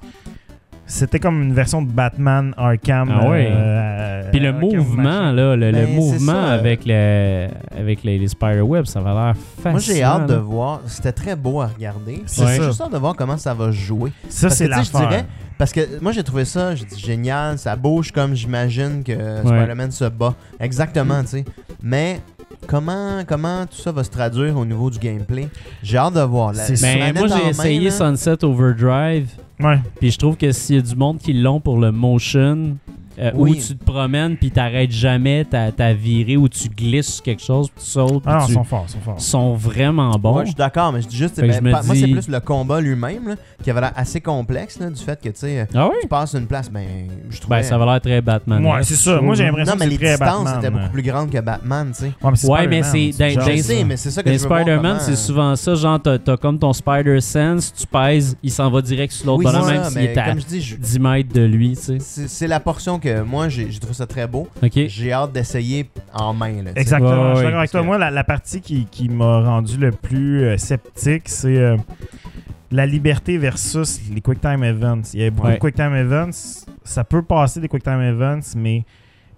Speaker 3: C'était comme une version de Batman Arkham.
Speaker 1: Ah ouais.
Speaker 3: euh,
Speaker 1: Puis le
Speaker 3: Arkham
Speaker 1: mouvement,
Speaker 3: machin.
Speaker 1: là, le, le
Speaker 5: Ben, c'est
Speaker 1: mouvement
Speaker 5: ça.
Speaker 1: avec, le, avec les, les spider-webs, ça va l'air fascinant.
Speaker 5: Moi, j'ai hâte de
Speaker 1: là.
Speaker 5: voir. C'était très beau à regarder.
Speaker 3: C'est
Speaker 5: J'ai
Speaker 3: ça.
Speaker 5: juste hâte de voir comment ça va se jouer.
Speaker 3: Ça,
Speaker 5: Parce que,
Speaker 3: c'est
Speaker 5: tu sais, je
Speaker 3: l'affaire.
Speaker 5: dirais- Parce que moi, j'ai trouvé ça, j'ai dit génial, ça bouge comme j'imagine que Spider-Man se bat. Exactement, tu sais. Mais comment, comment tout ça va se traduire au niveau du gameplay J'ai hâte de voir. La-
Speaker 3: C'est
Speaker 5: la
Speaker 3: sûr.
Speaker 1: Ben,
Speaker 5: manette
Speaker 1: moi,
Speaker 5: en
Speaker 1: j'ai
Speaker 5: main,
Speaker 1: essayé
Speaker 5: là,
Speaker 1: Sunset Overdrive.
Speaker 3: Ouais.
Speaker 1: Puis je trouve que s'il y a du monde qui l'ont pour le motion, euh,
Speaker 5: Oui.
Speaker 1: où tu te promènes puis t'arrêtes jamais, t'as t'as viré ou tu glisses sur quelque chose, puis tu sautes, puis
Speaker 3: Ah non,
Speaker 1: tu-
Speaker 3: ils sont forts, ils sont forts.
Speaker 1: sont vraiment bons.
Speaker 5: Ouais, je suis d'accord, mais je dis juste,
Speaker 1: Fait que
Speaker 5: ben,
Speaker 1: je me
Speaker 5: pa- moi, c'est
Speaker 1: dis-
Speaker 5: plus le combat lui-même là, qui avait l'air assez complexe là, du fait que tu sais, euh,
Speaker 1: ah oui?
Speaker 5: tu passes une place, ben, je trouvais.
Speaker 1: Ben, ça va l'air très Batman.
Speaker 3: Ouais, c'est ça. Moi, j'ai l'impression
Speaker 5: non,
Speaker 3: que
Speaker 5: mais
Speaker 3: c'est
Speaker 5: les
Speaker 3: très
Speaker 5: distances
Speaker 3: Batman.
Speaker 1: hein.
Speaker 5: étaient beaucoup plus grandes que Batman, tu sais.
Speaker 3: Ouais, mais c'est
Speaker 1: Ouais,
Speaker 3: Spider-Man,
Speaker 1: mais c'est- dans-
Speaker 3: genre
Speaker 1: dans-
Speaker 5: Je
Speaker 1: Jason.
Speaker 3: ça.
Speaker 5: sais, mais c'est ça que
Speaker 1: Les
Speaker 5: je veux voir
Speaker 1: Spider-Man,
Speaker 5: comment- euh,
Speaker 1: c'est souvent ça. Genre, t'as t'as comme ton Spider-Sense, tu pèses, il s'en va direct sur l'autre
Speaker 5: Oui,
Speaker 1: bonhomme,
Speaker 5: c'est
Speaker 1: même
Speaker 5: ça,
Speaker 1: s'il
Speaker 5: mais
Speaker 1: est à
Speaker 5: comme je dis, je-
Speaker 1: 10 mètres de lui, tu sais.
Speaker 5: c'est c'est la portion que moi, j'ai j'ai trouvé ça très beau.
Speaker 1: OK?
Speaker 5: J'ai hâte d'essayer en main. Là, tu sais.
Speaker 3: Exactement,
Speaker 1: Ouais,
Speaker 3: je suis
Speaker 1: ouais,
Speaker 3: d'accord avec
Speaker 1: parce
Speaker 3: toi.
Speaker 1: que-
Speaker 3: Moi, la, la partie qui, qui m'a rendu le plus euh, sceptique, c'est euh, la liberté versus les Quick Time Events. Il y a beaucoup
Speaker 1: Ouais.
Speaker 3: de Quick Time Events. Ça peut passer des Quick Time Events, mais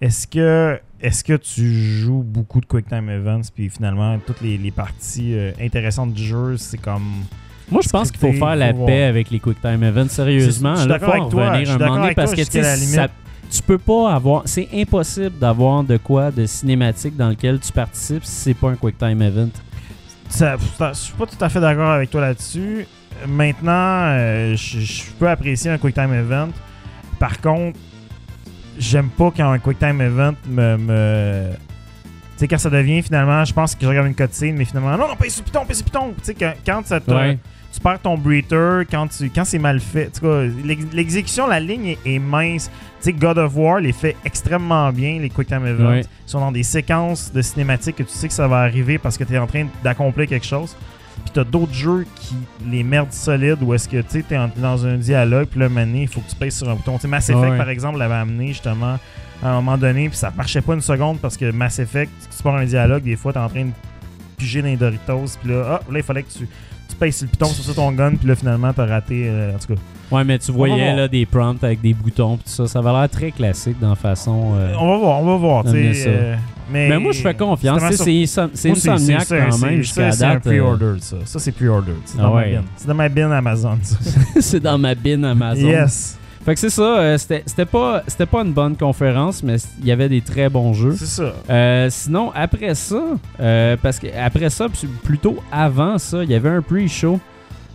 Speaker 3: est-ce que est-ce que tu joues beaucoup de Quick Time Events puis finalement toutes les, les parties euh, intéressantes du jeu, c'est comme
Speaker 1: Moi, je pense qu'il faut
Speaker 3: Scripté,
Speaker 1: faire la
Speaker 3: faut voir.
Speaker 1: paix avec les Quick Time Events. Sérieusement,
Speaker 3: C'est- je suis
Speaker 1: là,
Speaker 3: d'accord
Speaker 1: faut en
Speaker 3: avec toi, je
Speaker 1: revenir
Speaker 3: suis
Speaker 1: un moment
Speaker 3: d'accord
Speaker 1: donné
Speaker 3: avec toi
Speaker 1: parce que tu
Speaker 3: jusqu'à la
Speaker 1: sais, ça-
Speaker 3: limite.
Speaker 1: tu peux pas avoir, c'est impossible d'avoir de quoi de cinématique dans lequel tu participes si c'est pas un Quick Time Event.
Speaker 3: Ça- je suis pas tout à fait d'accord avec toi là-dessus. Maintenant, euh, je je peux apprécier un Quick Time Event. Par contre, j'aime pas quand un Quick Time Event me. me- Tu sais, quand ça devient finalement, je pense que je regarde une cutscene, mais finalement, non, non, pèse sur piton, pèse sur piton. Tu sais, quand, quand ça te-
Speaker 1: Ouais.
Speaker 3: tu perds ton breather, quand, tu- quand c'est mal fait. En tout cas, l'ex- l'exécution, la ligne est, est mince. Tu sais, God of War les fait extrêmement bien, les Quick Time Events.
Speaker 1: Ouais.
Speaker 3: Ils sont dans des séquences de cinématiques que tu sais que ça va arriver parce que tu es en train d'accomplir quelque chose. Puis t'as d'autres jeux qui les merdes solides où est-ce que tu sais, t'es en- dans un dialogue, puis là, mané, il faut que tu pèses sur un bouton. Tu sais, Mass Effect,
Speaker 1: Ouais.
Speaker 3: par exemple, l'avait amené justement à un moment donné, puis ça marchait pas une seconde parce que Mass Effect, tu pars un dialogue, des fois, t'es en train de piger dans les Doritos, puis là, ah, là, il fallait que tu, tu pèses sur le piton, sur ça ton gun, puis là, finalement, t'as raté. euh, en tout cas,
Speaker 1: Ouais, mais tu
Speaker 3: On va
Speaker 1: voyais
Speaker 3: voir.
Speaker 1: là, des prompts avec des boutons pis tout ça. Ça va l'air très classique dans la façon. euh,
Speaker 3: on va voir, on va voir, tu
Speaker 1: Amener
Speaker 3: sais.
Speaker 1: ça.
Speaker 3: euh, mais,
Speaker 1: Mais moi, je fais confiance.
Speaker 3: c'est
Speaker 1: Tu sais,
Speaker 3: vraiment
Speaker 1: C'est Insom- c'est
Speaker 3: Moi, c'est-
Speaker 1: Insomniac
Speaker 3: c'est-
Speaker 1: quand
Speaker 3: c'est-
Speaker 1: même jusqu'à
Speaker 3: ça, C'est un
Speaker 1: date. euh,
Speaker 3: pre-order, ça. Ça, c'est pre-order. C'est dans,
Speaker 1: Ah
Speaker 3: ma
Speaker 1: ouais.
Speaker 3: bin. C'est dans ma bin Amazon, ça.
Speaker 1: euh, c'est dans ma bin Amazon.
Speaker 3: Yes.
Speaker 1: Fait que c'est ça. euh, C'était c'était pas, c'était pas une bonne conférence, mais il y avait des très bons jeux.
Speaker 3: C'est ça.
Speaker 1: Euh, sinon, après ça, euh, parce que après ça, puis plutôt avant ça, il y avait un pre-show.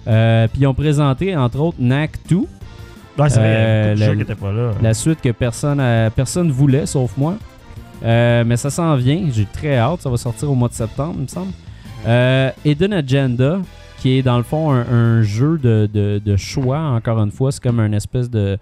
Speaker 1: Euh, puis ils ont présenté, entre autres, NAC 2,
Speaker 3: Ouais, c'est vrai,
Speaker 1: Euh,
Speaker 3: il y a beaucoup de
Speaker 1: la-
Speaker 3: jeux qui étaient pas là.
Speaker 1: la suite que personne euh, personne voulait, sauf moi. Euh, mais ça s'en vient, j'ai très hâte, ça va sortir au mois de septembre, il me semble. Euh, Eden Agenda, qui est dans le fond un, un jeu de, de- de choix, encore une fois, c'est comme un espèce de,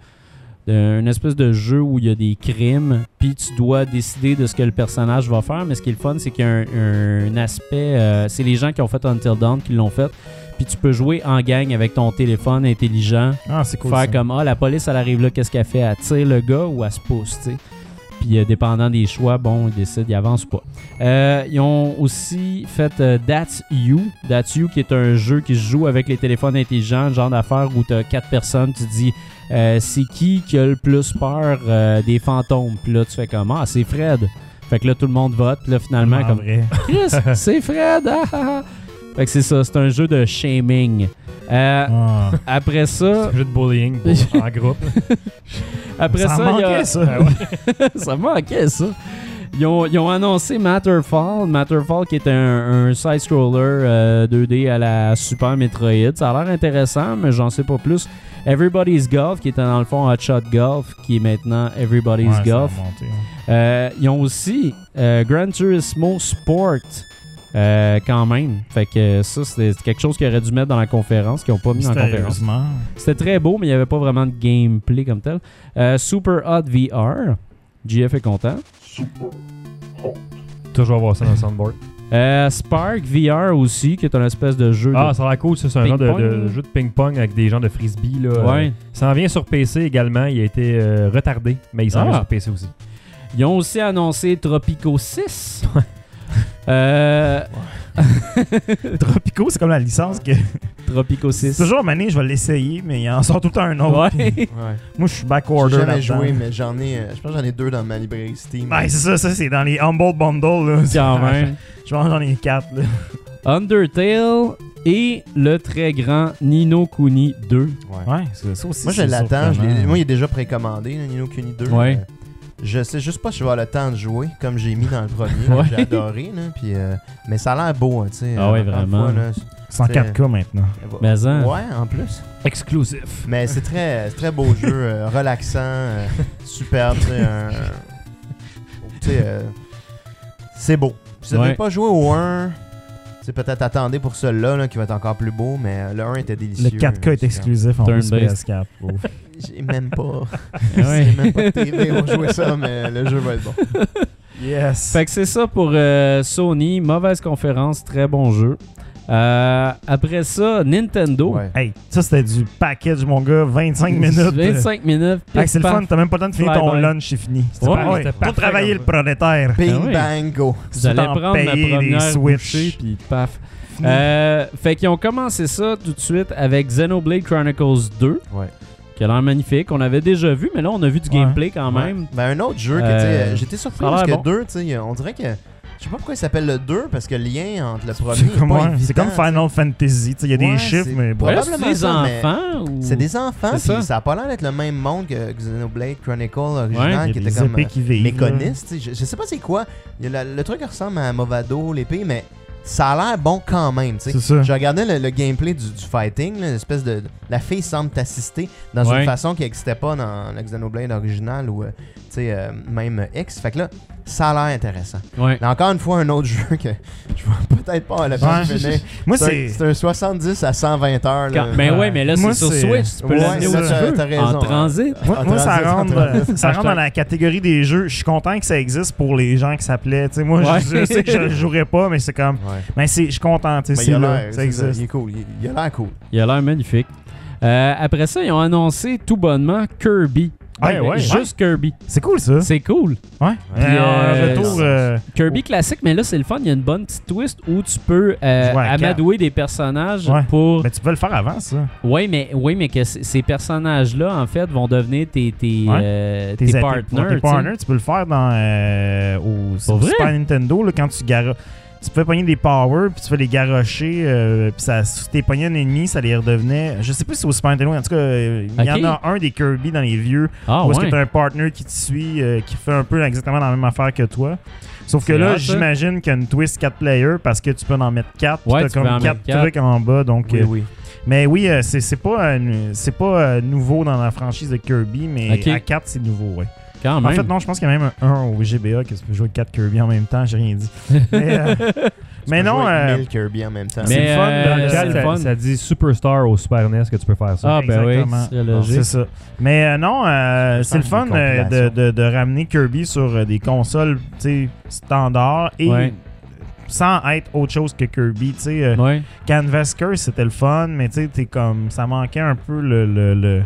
Speaker 1: de- une espèce de jeu où il y a des crimes, puis tu dois décider de ce que le personnage va faire. Mais ce qui est le fun, c'est qu'il y a un, un aspect. euh, c'est les gens qui ont fait Until Dawn qui l'ont fait. Puis tu peux jouer en gang avec ton téléphone intelligent
Speaker 3: Ah, c'est cool.
Speaker 1: faire
Speaker 3: ça.
Speaker 1: comme ah la police elle arrive là qu'est-ce qu'elle fait elle tire le gars ou elle se pousse tu sais puis euh, dépendant des choix bon ils décident ils avancent ou pas Euh, ils ont aussi fait euh, That's You That's You qui est un jeu qui se joue avec les téléphones intelligents le genre d'affaire où t'as quatre personnes tu dis euh, c'est qui qui a le plus peur euh, des fantômes puis là tu fais comme ah c'est Fred fait que là tout le monde vote puis là finalement
Speaker 3: Ah,
Speaker 1: comme
Speaker 3: vrai.
Speaker 1: Chris c'est Fred ah, ah, ah. fait que c'est ça c'est un jeu de shaming Euh,
Speaker 3: Ah.
Speaker 1: après
Speaker 4: C'est
Speaker 1: ça
Speaker 4: un jeu de bullying pour- en groupe.
Speaker 1: après ça,
Speaker 3: ça,
Speaker 1: il y a- Ben
Speaker 3: manquait, ça. Ah
Speaker 1: ça manquait, ça. Ils ont, ils ont annoncé Matterfall. Matterfall qui est un, un side-scroller euh, 2D à la Super Metroid. Ça a l'air intéressant, mais j'en sais pas plus. Everybody's Golf, qui était dans le fond Hot Shot Golf, qui est maintenant
Speaker 3: Ouais,
Speaker 1: Everybody's
Speaker 3: ça a
Speaker 1: Golf.
Speaker 3: monté, ouais.
Speaker 1: Euh, ils ont aussi euh, Gran Turismo Sport. euh, quand même. Fait que ça, c'est quelque chose qu'ils auraient dû mettre dans la conférence, qu'ils ont pas mis dans la conférence.
Speaker 3: Mystérieusement.
Speaker 1: C'était très beau, mais il n'y avait pas vraiment de gameplay comme tel. Euh, Super Hot VR. GF est content.
Speaker 4: Toujours voir ça dans le soundboard.
Speaker 1: Euh, Spark VR aussi, qui est un espèce de jeu.
Speaker 4: Ah,
Speaker 1: de...
Speaker 4: ça a l'air cool, ça, c'est un genre de,
Speaker 1: Ping-pong,
Speaker 4: de
Speaker 1: là.
Speaker 4: jeu de ping-pong avec des gens de frisbee. Là.
Speaker 1: Ouais.
Speaker 4: Euh, Ça en vient sur PC également. Il a été euh, retardé, mais il s'en
Speaker 1: Ah.
Speaker 4: vient sur PC aussi.
Speaker 1: Ils ont aussi annoncé Tropico 6. Euh,
Speaker 3: Tropico, c'est comme la licence que.
Speaker 1: Tropico
Speaker 3: C'est
Speaker 1: 6.
Speaker 3: toujours mané, je vais l'essayer, mais il en sort tout le temps un autre.
Speaker 1: Ouais.
Speaker 3: Moi, je suis
Speaker 5: J'ai
Speaker 3: backorder
Speaker 5: jamais
Speaker 3: là-dedans.
Speaker 5: joué, mais j'en ai. euh, Je pense que j'en ai deux dans ma librairie Steam.
Speaker 3: Ouais, c'est ça, ça, c'est dans les Humble Bundle. Là.
Speaker 1: Quand même.
Speaker 3: Je pense que j'en ai quatre. Là.
Speaker 1: Undertale et le très grand Nino Kuni 2.
Speaker 3: Ouais, c'est ça aussi.
Speaker 5: Moi, je
Speaker 3: c'est
Speaker 5: l'attends. je l'ai-
Speaker 3: surprenant.
Speaker 5: Moi, il est déjà précommandé, là, Nino Kuni 2.
Speaker 1: Ouais.
Speaker 5: Euh, Je sais juste pas si je vais avoir le temps de jouer, comme j'ai mis dans le premier.
Speaker 1: Ouais.
Speaker 5: J'ai adoré, là, puis, euh, mais ça a l'air beau, hein, tu sais.
Speaker 1: Ah ouais, vraiment.
Speaker 3: C'est en 4K maintenant.
Speaker 1: Mais hein. en-
Speaker 5: Ouais, en plus.
Speaker 4: Exclusif.
Speaker 5: Mais c'est très, c'est très beau jeu, euh, relaxant, euh, superbe. tu sais, un- tu sais, euh, c'est beau. Si vous n'avez
Speaker 1: Ouais.
Speaker 5: pas joué au 1, c'est peut-être attendez pour celui-là là, qui va être encore plus beau, mais euh, le 1 était
Speaker 3: Le
Speaker 5: délicieux.
Speaker 3: 4K est exclusif en
Speaker 1: Turn
Speaker 3: plus
Speaker 1: based.
Speaker 3: PS4. Ouf.
Speaker 5: J'ai même pas.
Speaker 1: Ouais.
Speaker 5: J'ai même pas de TV pour jouer ça, mais le jeu va être bon.
Speaker 3: Yes.
Speaker 1: Fait que c'est ça pour euh, Sony. Mauvaise conférence, très bon jeu. Euh, après ça, Nintendo.
Speaker 5: Ouais.
Speaker 3: Hey, ça c'était du package, mon gars. 25 minutes.
Speaker 1: 25 minutes.
Speaker 3: Hey, c'est le fun, t'as même pas le temps de finir
Speaker 1: Fly
Speaker 3: ton
Speaker 1: by.
Speaker 3: lunch, c'est fini. C'était
Speaker 1: Ouais,
Speaker 3: parfait.
Speaker 4: c'était
Speaker 3: Pour
Speaker 4: parfait
Speaker 3: travailler le
Speaker 4: comme
Speaker 3: prolétaire.
Speaker 5: Bing
Speaker 1: Ah oui.
Speaker 5: bang go.
Speaker 1: J'allais
Speaker 3: Tout en
Speaker 1: prendre ma
Speaker 3: payer les
Speaker 1: première
Speaker 3: Switch.
Speaker 1: bouchée, puis paf. Euh, fait qu'ils ont commencé ça tout de suite avec Xenoblade Chronicles 2.
Speaker 5: Ouais.
Speaker 1: Qui a l'air magnifique. On avait déjà vu, mais là, on a vu du
Speaker 3: Ouais.
Speaker 1: gameplay quand même.
Speaker 5: Ben, un autre jeu que
Speaker 1: Euh,
Speaker 5: tu sais, euh, j'étais surpris
Speaker 1: ça a
Speaker 5: parce que
Speaker 1: l'air bon.
Speaker 5: 2, tu sais, on dirait que. Je sais pas pourquoi il s'appelle le 2 parce que le lien entre le premier.
Speaker 3: C'est
Speaker 5: est
Speaker 3: comme,
Speaker 5: pas
Speaker 3: ouais, c'est
Speaker 5: évident,
Speaker 3: comme Final Fantasy. tu sais, Il y a
Speaker 5: Ouais,
Speaker 3: des chiffres,
Speaker 5: c'est
Speaker 3: mais bon.
Speaker 1: Ouais,
Speaker 5: probablement
Speaker 1: c'est des
Speaker 5: ça, mais
Speaker 1: enfants ou...
Speaker 5: C'est des enfants,
Speaker 1: C'est ça.
Speaker 5: puis ça n'a pas l'air d'être le même monde que Xenoblade Chronicle original
Speaker 3: Il
Speaker 5: qui
Speaker 3: y a des
Speaker 5: était comme euh,
Speaker 3: épées qui vivent. là.
Speaker 5: méconiste. Je, je sais pas c'est quoi. Il y a la- le truc qui ressemble à Movado, l'épée, mais ça a l'air bon quand même. tu sais.
Speaker 3: C'est ça.
Speaker 5: Je regardais le, le gameplay du, du fighting, là, l'espèce de. La fille semble t'assister dans
Speaker 1: Ouais.
Speaker 5: une façon qui n'existait pas dans le Xenoblade original ou euh, tu sais, euh, même euh, X. Fait que là, ça a l'air intéressant.
Speaker 1: Ouais.
Speaker 5: Mais encore une fois, un autre jeu que je vois peut-être pas à la fin
Speaker 3: Ouais. Moi,
Speaker 5: C'est
Speaker 3: c'est.
Speaker 5: un- c'est un 70 à 120 heures. là.
Speaker 1: Quand- Mais ouais, mais là, c'est
Speaker 3: Moi,
Speaker 1: sur
Speaker 3: c'est-
Speaker 1: Switch. Tu peux
Speaker 5: Ouais,
Speaker 1: l'amener où
Speaker 5: ça,
Speaker 1: tu
Speaker 5: t'as-
Speaker 1: veux.
Speaker 5: t'as raison, hein.
Speaker 1: en
Speaker 5: ouais.
Speaker 1: transit.
Speaker 3: Moi,
Speaker 5: En
Speaker 3: moi, ça
Speaker 5: transit, en
Speaker 3: rentre,
Speaker 5: transit.
Speaker 3: euh, ça rentre dans la catégorie des jeux. Je suis content que ça existe pour les gens qui s'appelaient. Tu sais, moi,
Speaker 1: Ouais.
Speaker 3: je, je sais que je le jouerais pas, mais c'est comme.
Speaker 5: Ouais.
Speaker 3: Ben, c'est, je suis content. tu sais,
Speaker 5: Mais il
Speaker 3: c'est
Speaker 5: a
Speaker 3: là,
Speaker 5: l'air,
Speaker 3: ça
Speaker 5: c'est ça,
Speaker 3: existe.
Speaker 5: il est cool. Il, il a l'air cool.
Speaker 1: Il a l'air magnifique. Euh, après ça, ils ont annoncé tout bonnement Kirby.
Speaker 3: Ah, Ouais,
Speaker 1: Ben,
Speaker 3: ouais.
Speaker 1: Juste Kirby.
Speaker 3: C'est cool, ça.
Speaker 1: C'est cool.
Speaker 3: Ouais.
Speaker 1: Puis,
Speaker 3: Euh,
Speaker 1: euh,
Speaker 3: retour.
Speaker 1: c'est-
Speaker 3: euh,
Speaker 1: Kirby classique, mais là, c'est le fun. Il y a une bonne petite twist où tu peux euh,
Speaker 3: Jouer à
Speaker 1: amadouer des personnages
Speaker 3: Ouais.
Speaker 1: pour.
Speaker 3: Mais ben, tu peux le faire avant, ça.
Speaker 1: Oui, mais, oui, mais que c- ces personnages-là, en fait, vont devenir tes, tes,
Speaker 3: Ouais.
Speaker 1: euh,
Speaker 3: Tes,
Speaker 1: tes
Speaker 3: atta-
Speaker 1: partners.
Speaker 3: tes partners, tu peux le faire dans euh, au sur
Speaker 1: vrai?
Speaker 3: Super Nintendo là, quand tu garoches. Tu pouvais pogner des powers, puis tu fais les garrocher, euh, puis ça, si t'es pogné un ennemi, ça les redevenait. Je sais pas si c'est au Super Nintendo, en tout cas, euh, il y
Speaker 1: Ok.
Speaker 3: en a un des Kirby dans les vieux,
Speaker 1: tu sais. Ah,
Speaker 3: où est-ce que
Speaker 1: ouais.
Speaker 3: t'as un partner qui te suit, euh, qui fait un peu exactement la même affaire que toi. Sauf que
Speaker 1: C'est
Speaker 3: là,
Speaker 1: hot, ça.
Speaker 3: j'imagine qu'il y a une twist 4 players parce que tu peux en mettre 4,
Speaker 1: Ouais,
Speaker 3: t'as
Speaker 1: tu peux en
Speaker 3: comme
Speaker 1: mettre
Speaker 3: 4
Speaker 1: quatre.
Speaker 3: trucs en bas, donc euh,
Speaker 5: oui.
Speaker 3: mais oui, euh, c'est c'est pas, euh, c'est pas euh, nouveau dans la franchise de Kirby, mais
Speaker 1: Ok.
Speaker 3: à 4, c'est nouveau, ouais.
Speaker 1: Quand
Speaker 3: En
Speaker 1: même.
Speaker 3: fait, non, je pense qu'il y a même un 1 au GBA que tu peux jouer 4 Kirby en même temps, j'ai rien dit. Mais, euh, mais non, euh,
Speaker 5: Kirby en même temps.
Speaker 1: Mais,
Speaker 4: C'est le fun. Dans
Speaker 1: euh,
Speaker 4: le
Speaker 1: c'est
Speaker 4: chat,
Speaker 1: le fun.
Speaker 4: ça, ça dit Superstar au Super NES que tu peux faire ça.
Speaker 1: Ah, ben oui,
Speaker 3: Exactement.
Speaker 1: ce serait
Speaker 3: non,
Speaker 1: logique.
Speaker 3: c'est ça. Mais euh, non, euh,
Speaker 5: Je
Speaker 3: c'est le
Speaker 5: pense
Speaker 3: fun
Speaker 5: que c'est une
Speaker 3: euh, de, de- de ramener Kirby sur euh, des consoles tu sais, standards et
Speaker 1: Ouais.
Speaker 3: sans être autre chose que Kirby. tu sais, euh,
Speaker 1: Ouais.
Speaker 3: Canvas Curse, c'était le fun, mais tu sais, t'es comme. Ça manquait un peu le. le- le-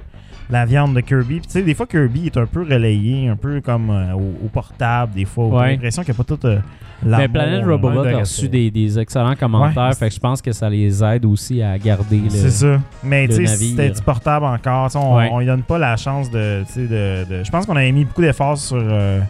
Speaker 3: la viande de Kirby. Puis, tu sais, des fois, Kirby est un peu relayé, un peu comme euh, au, au portable, des fois. T'as
Speaker 1: Ouais.
Speaker 3: l'impression qu'il n'y a pas tout euh, l'amour,
Speaker 1: Mais Planet
Speaker 3: euh,
Speaker 1: Robot
Speaker 4: de
Speaker 1: a
Speaker 4: rester.
Speaker 1: reçu des, des excellents commentaires,
Speaker 3: Ouais.
Speaker 1: fait que je pense que ça les aide aussi à garder le.
Speaker 3: C'est ça. Mais
Speaker 1: le
Speaker 3: tu sais,
Speaker 1: navire.
Speaker 3: c'était du portable encore. Tu sais, On,
Speaker 1: Ouais.
Speaker 3: on lui donne pas la chance de. tu sais, de, de- Je pense qu'on avait mis beaucoup d'efforts sur euh,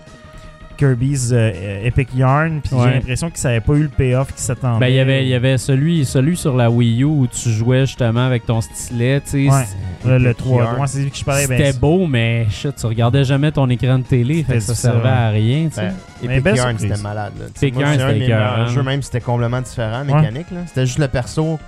Speaker 3: Kirby's euh, euh, Epic Yarn. Puis
Speaker 1: Ouais.
Speaker 3: j'ai l'impression que ça n'avait pas eu le payoff qui s'attendait.
Speaker 1: Ben, il y avait, il y avait celui, celui sur la Wii U où tu jouais justement avec ton stylet, tu sais.
Speaker 3: Ouais. Le, le
Speaker 5: Epic
Speaker 3: 3.
Speaker 5: Yarn.
Speaker 3: Moi, c'est lui que je parlais. ben,
Speaker 1: C'était
Speaker 3: c'est-
Speaker 1: beau, mais shit, tu regardais jamais ton écran de télé, fait que ça
Speaker 3: C'était ça,
Speaker 1: servait à rien, tu sais.
Speaker 5: Ben,
Speaker 3: Mais
Speaker 5: Epic
Speaker 3: belle
Speaker 5: Yarn,
Speaker 3: surprise.
Speaker 5: c'était malade. là.
Speaker 1: Epic
Speaker 5: Moi,
Speaker 1: Yarn,
Speaker 5: c'est un de
Speaker 1: c'était
Speaker 5: mes meilleurs
Speaker 1: écœurant.
Speaker 5: jeux, même si c'était complètement différent,
Speaker 3: Ouais.
Speaker 5: mécanique. là. C'était juste le perso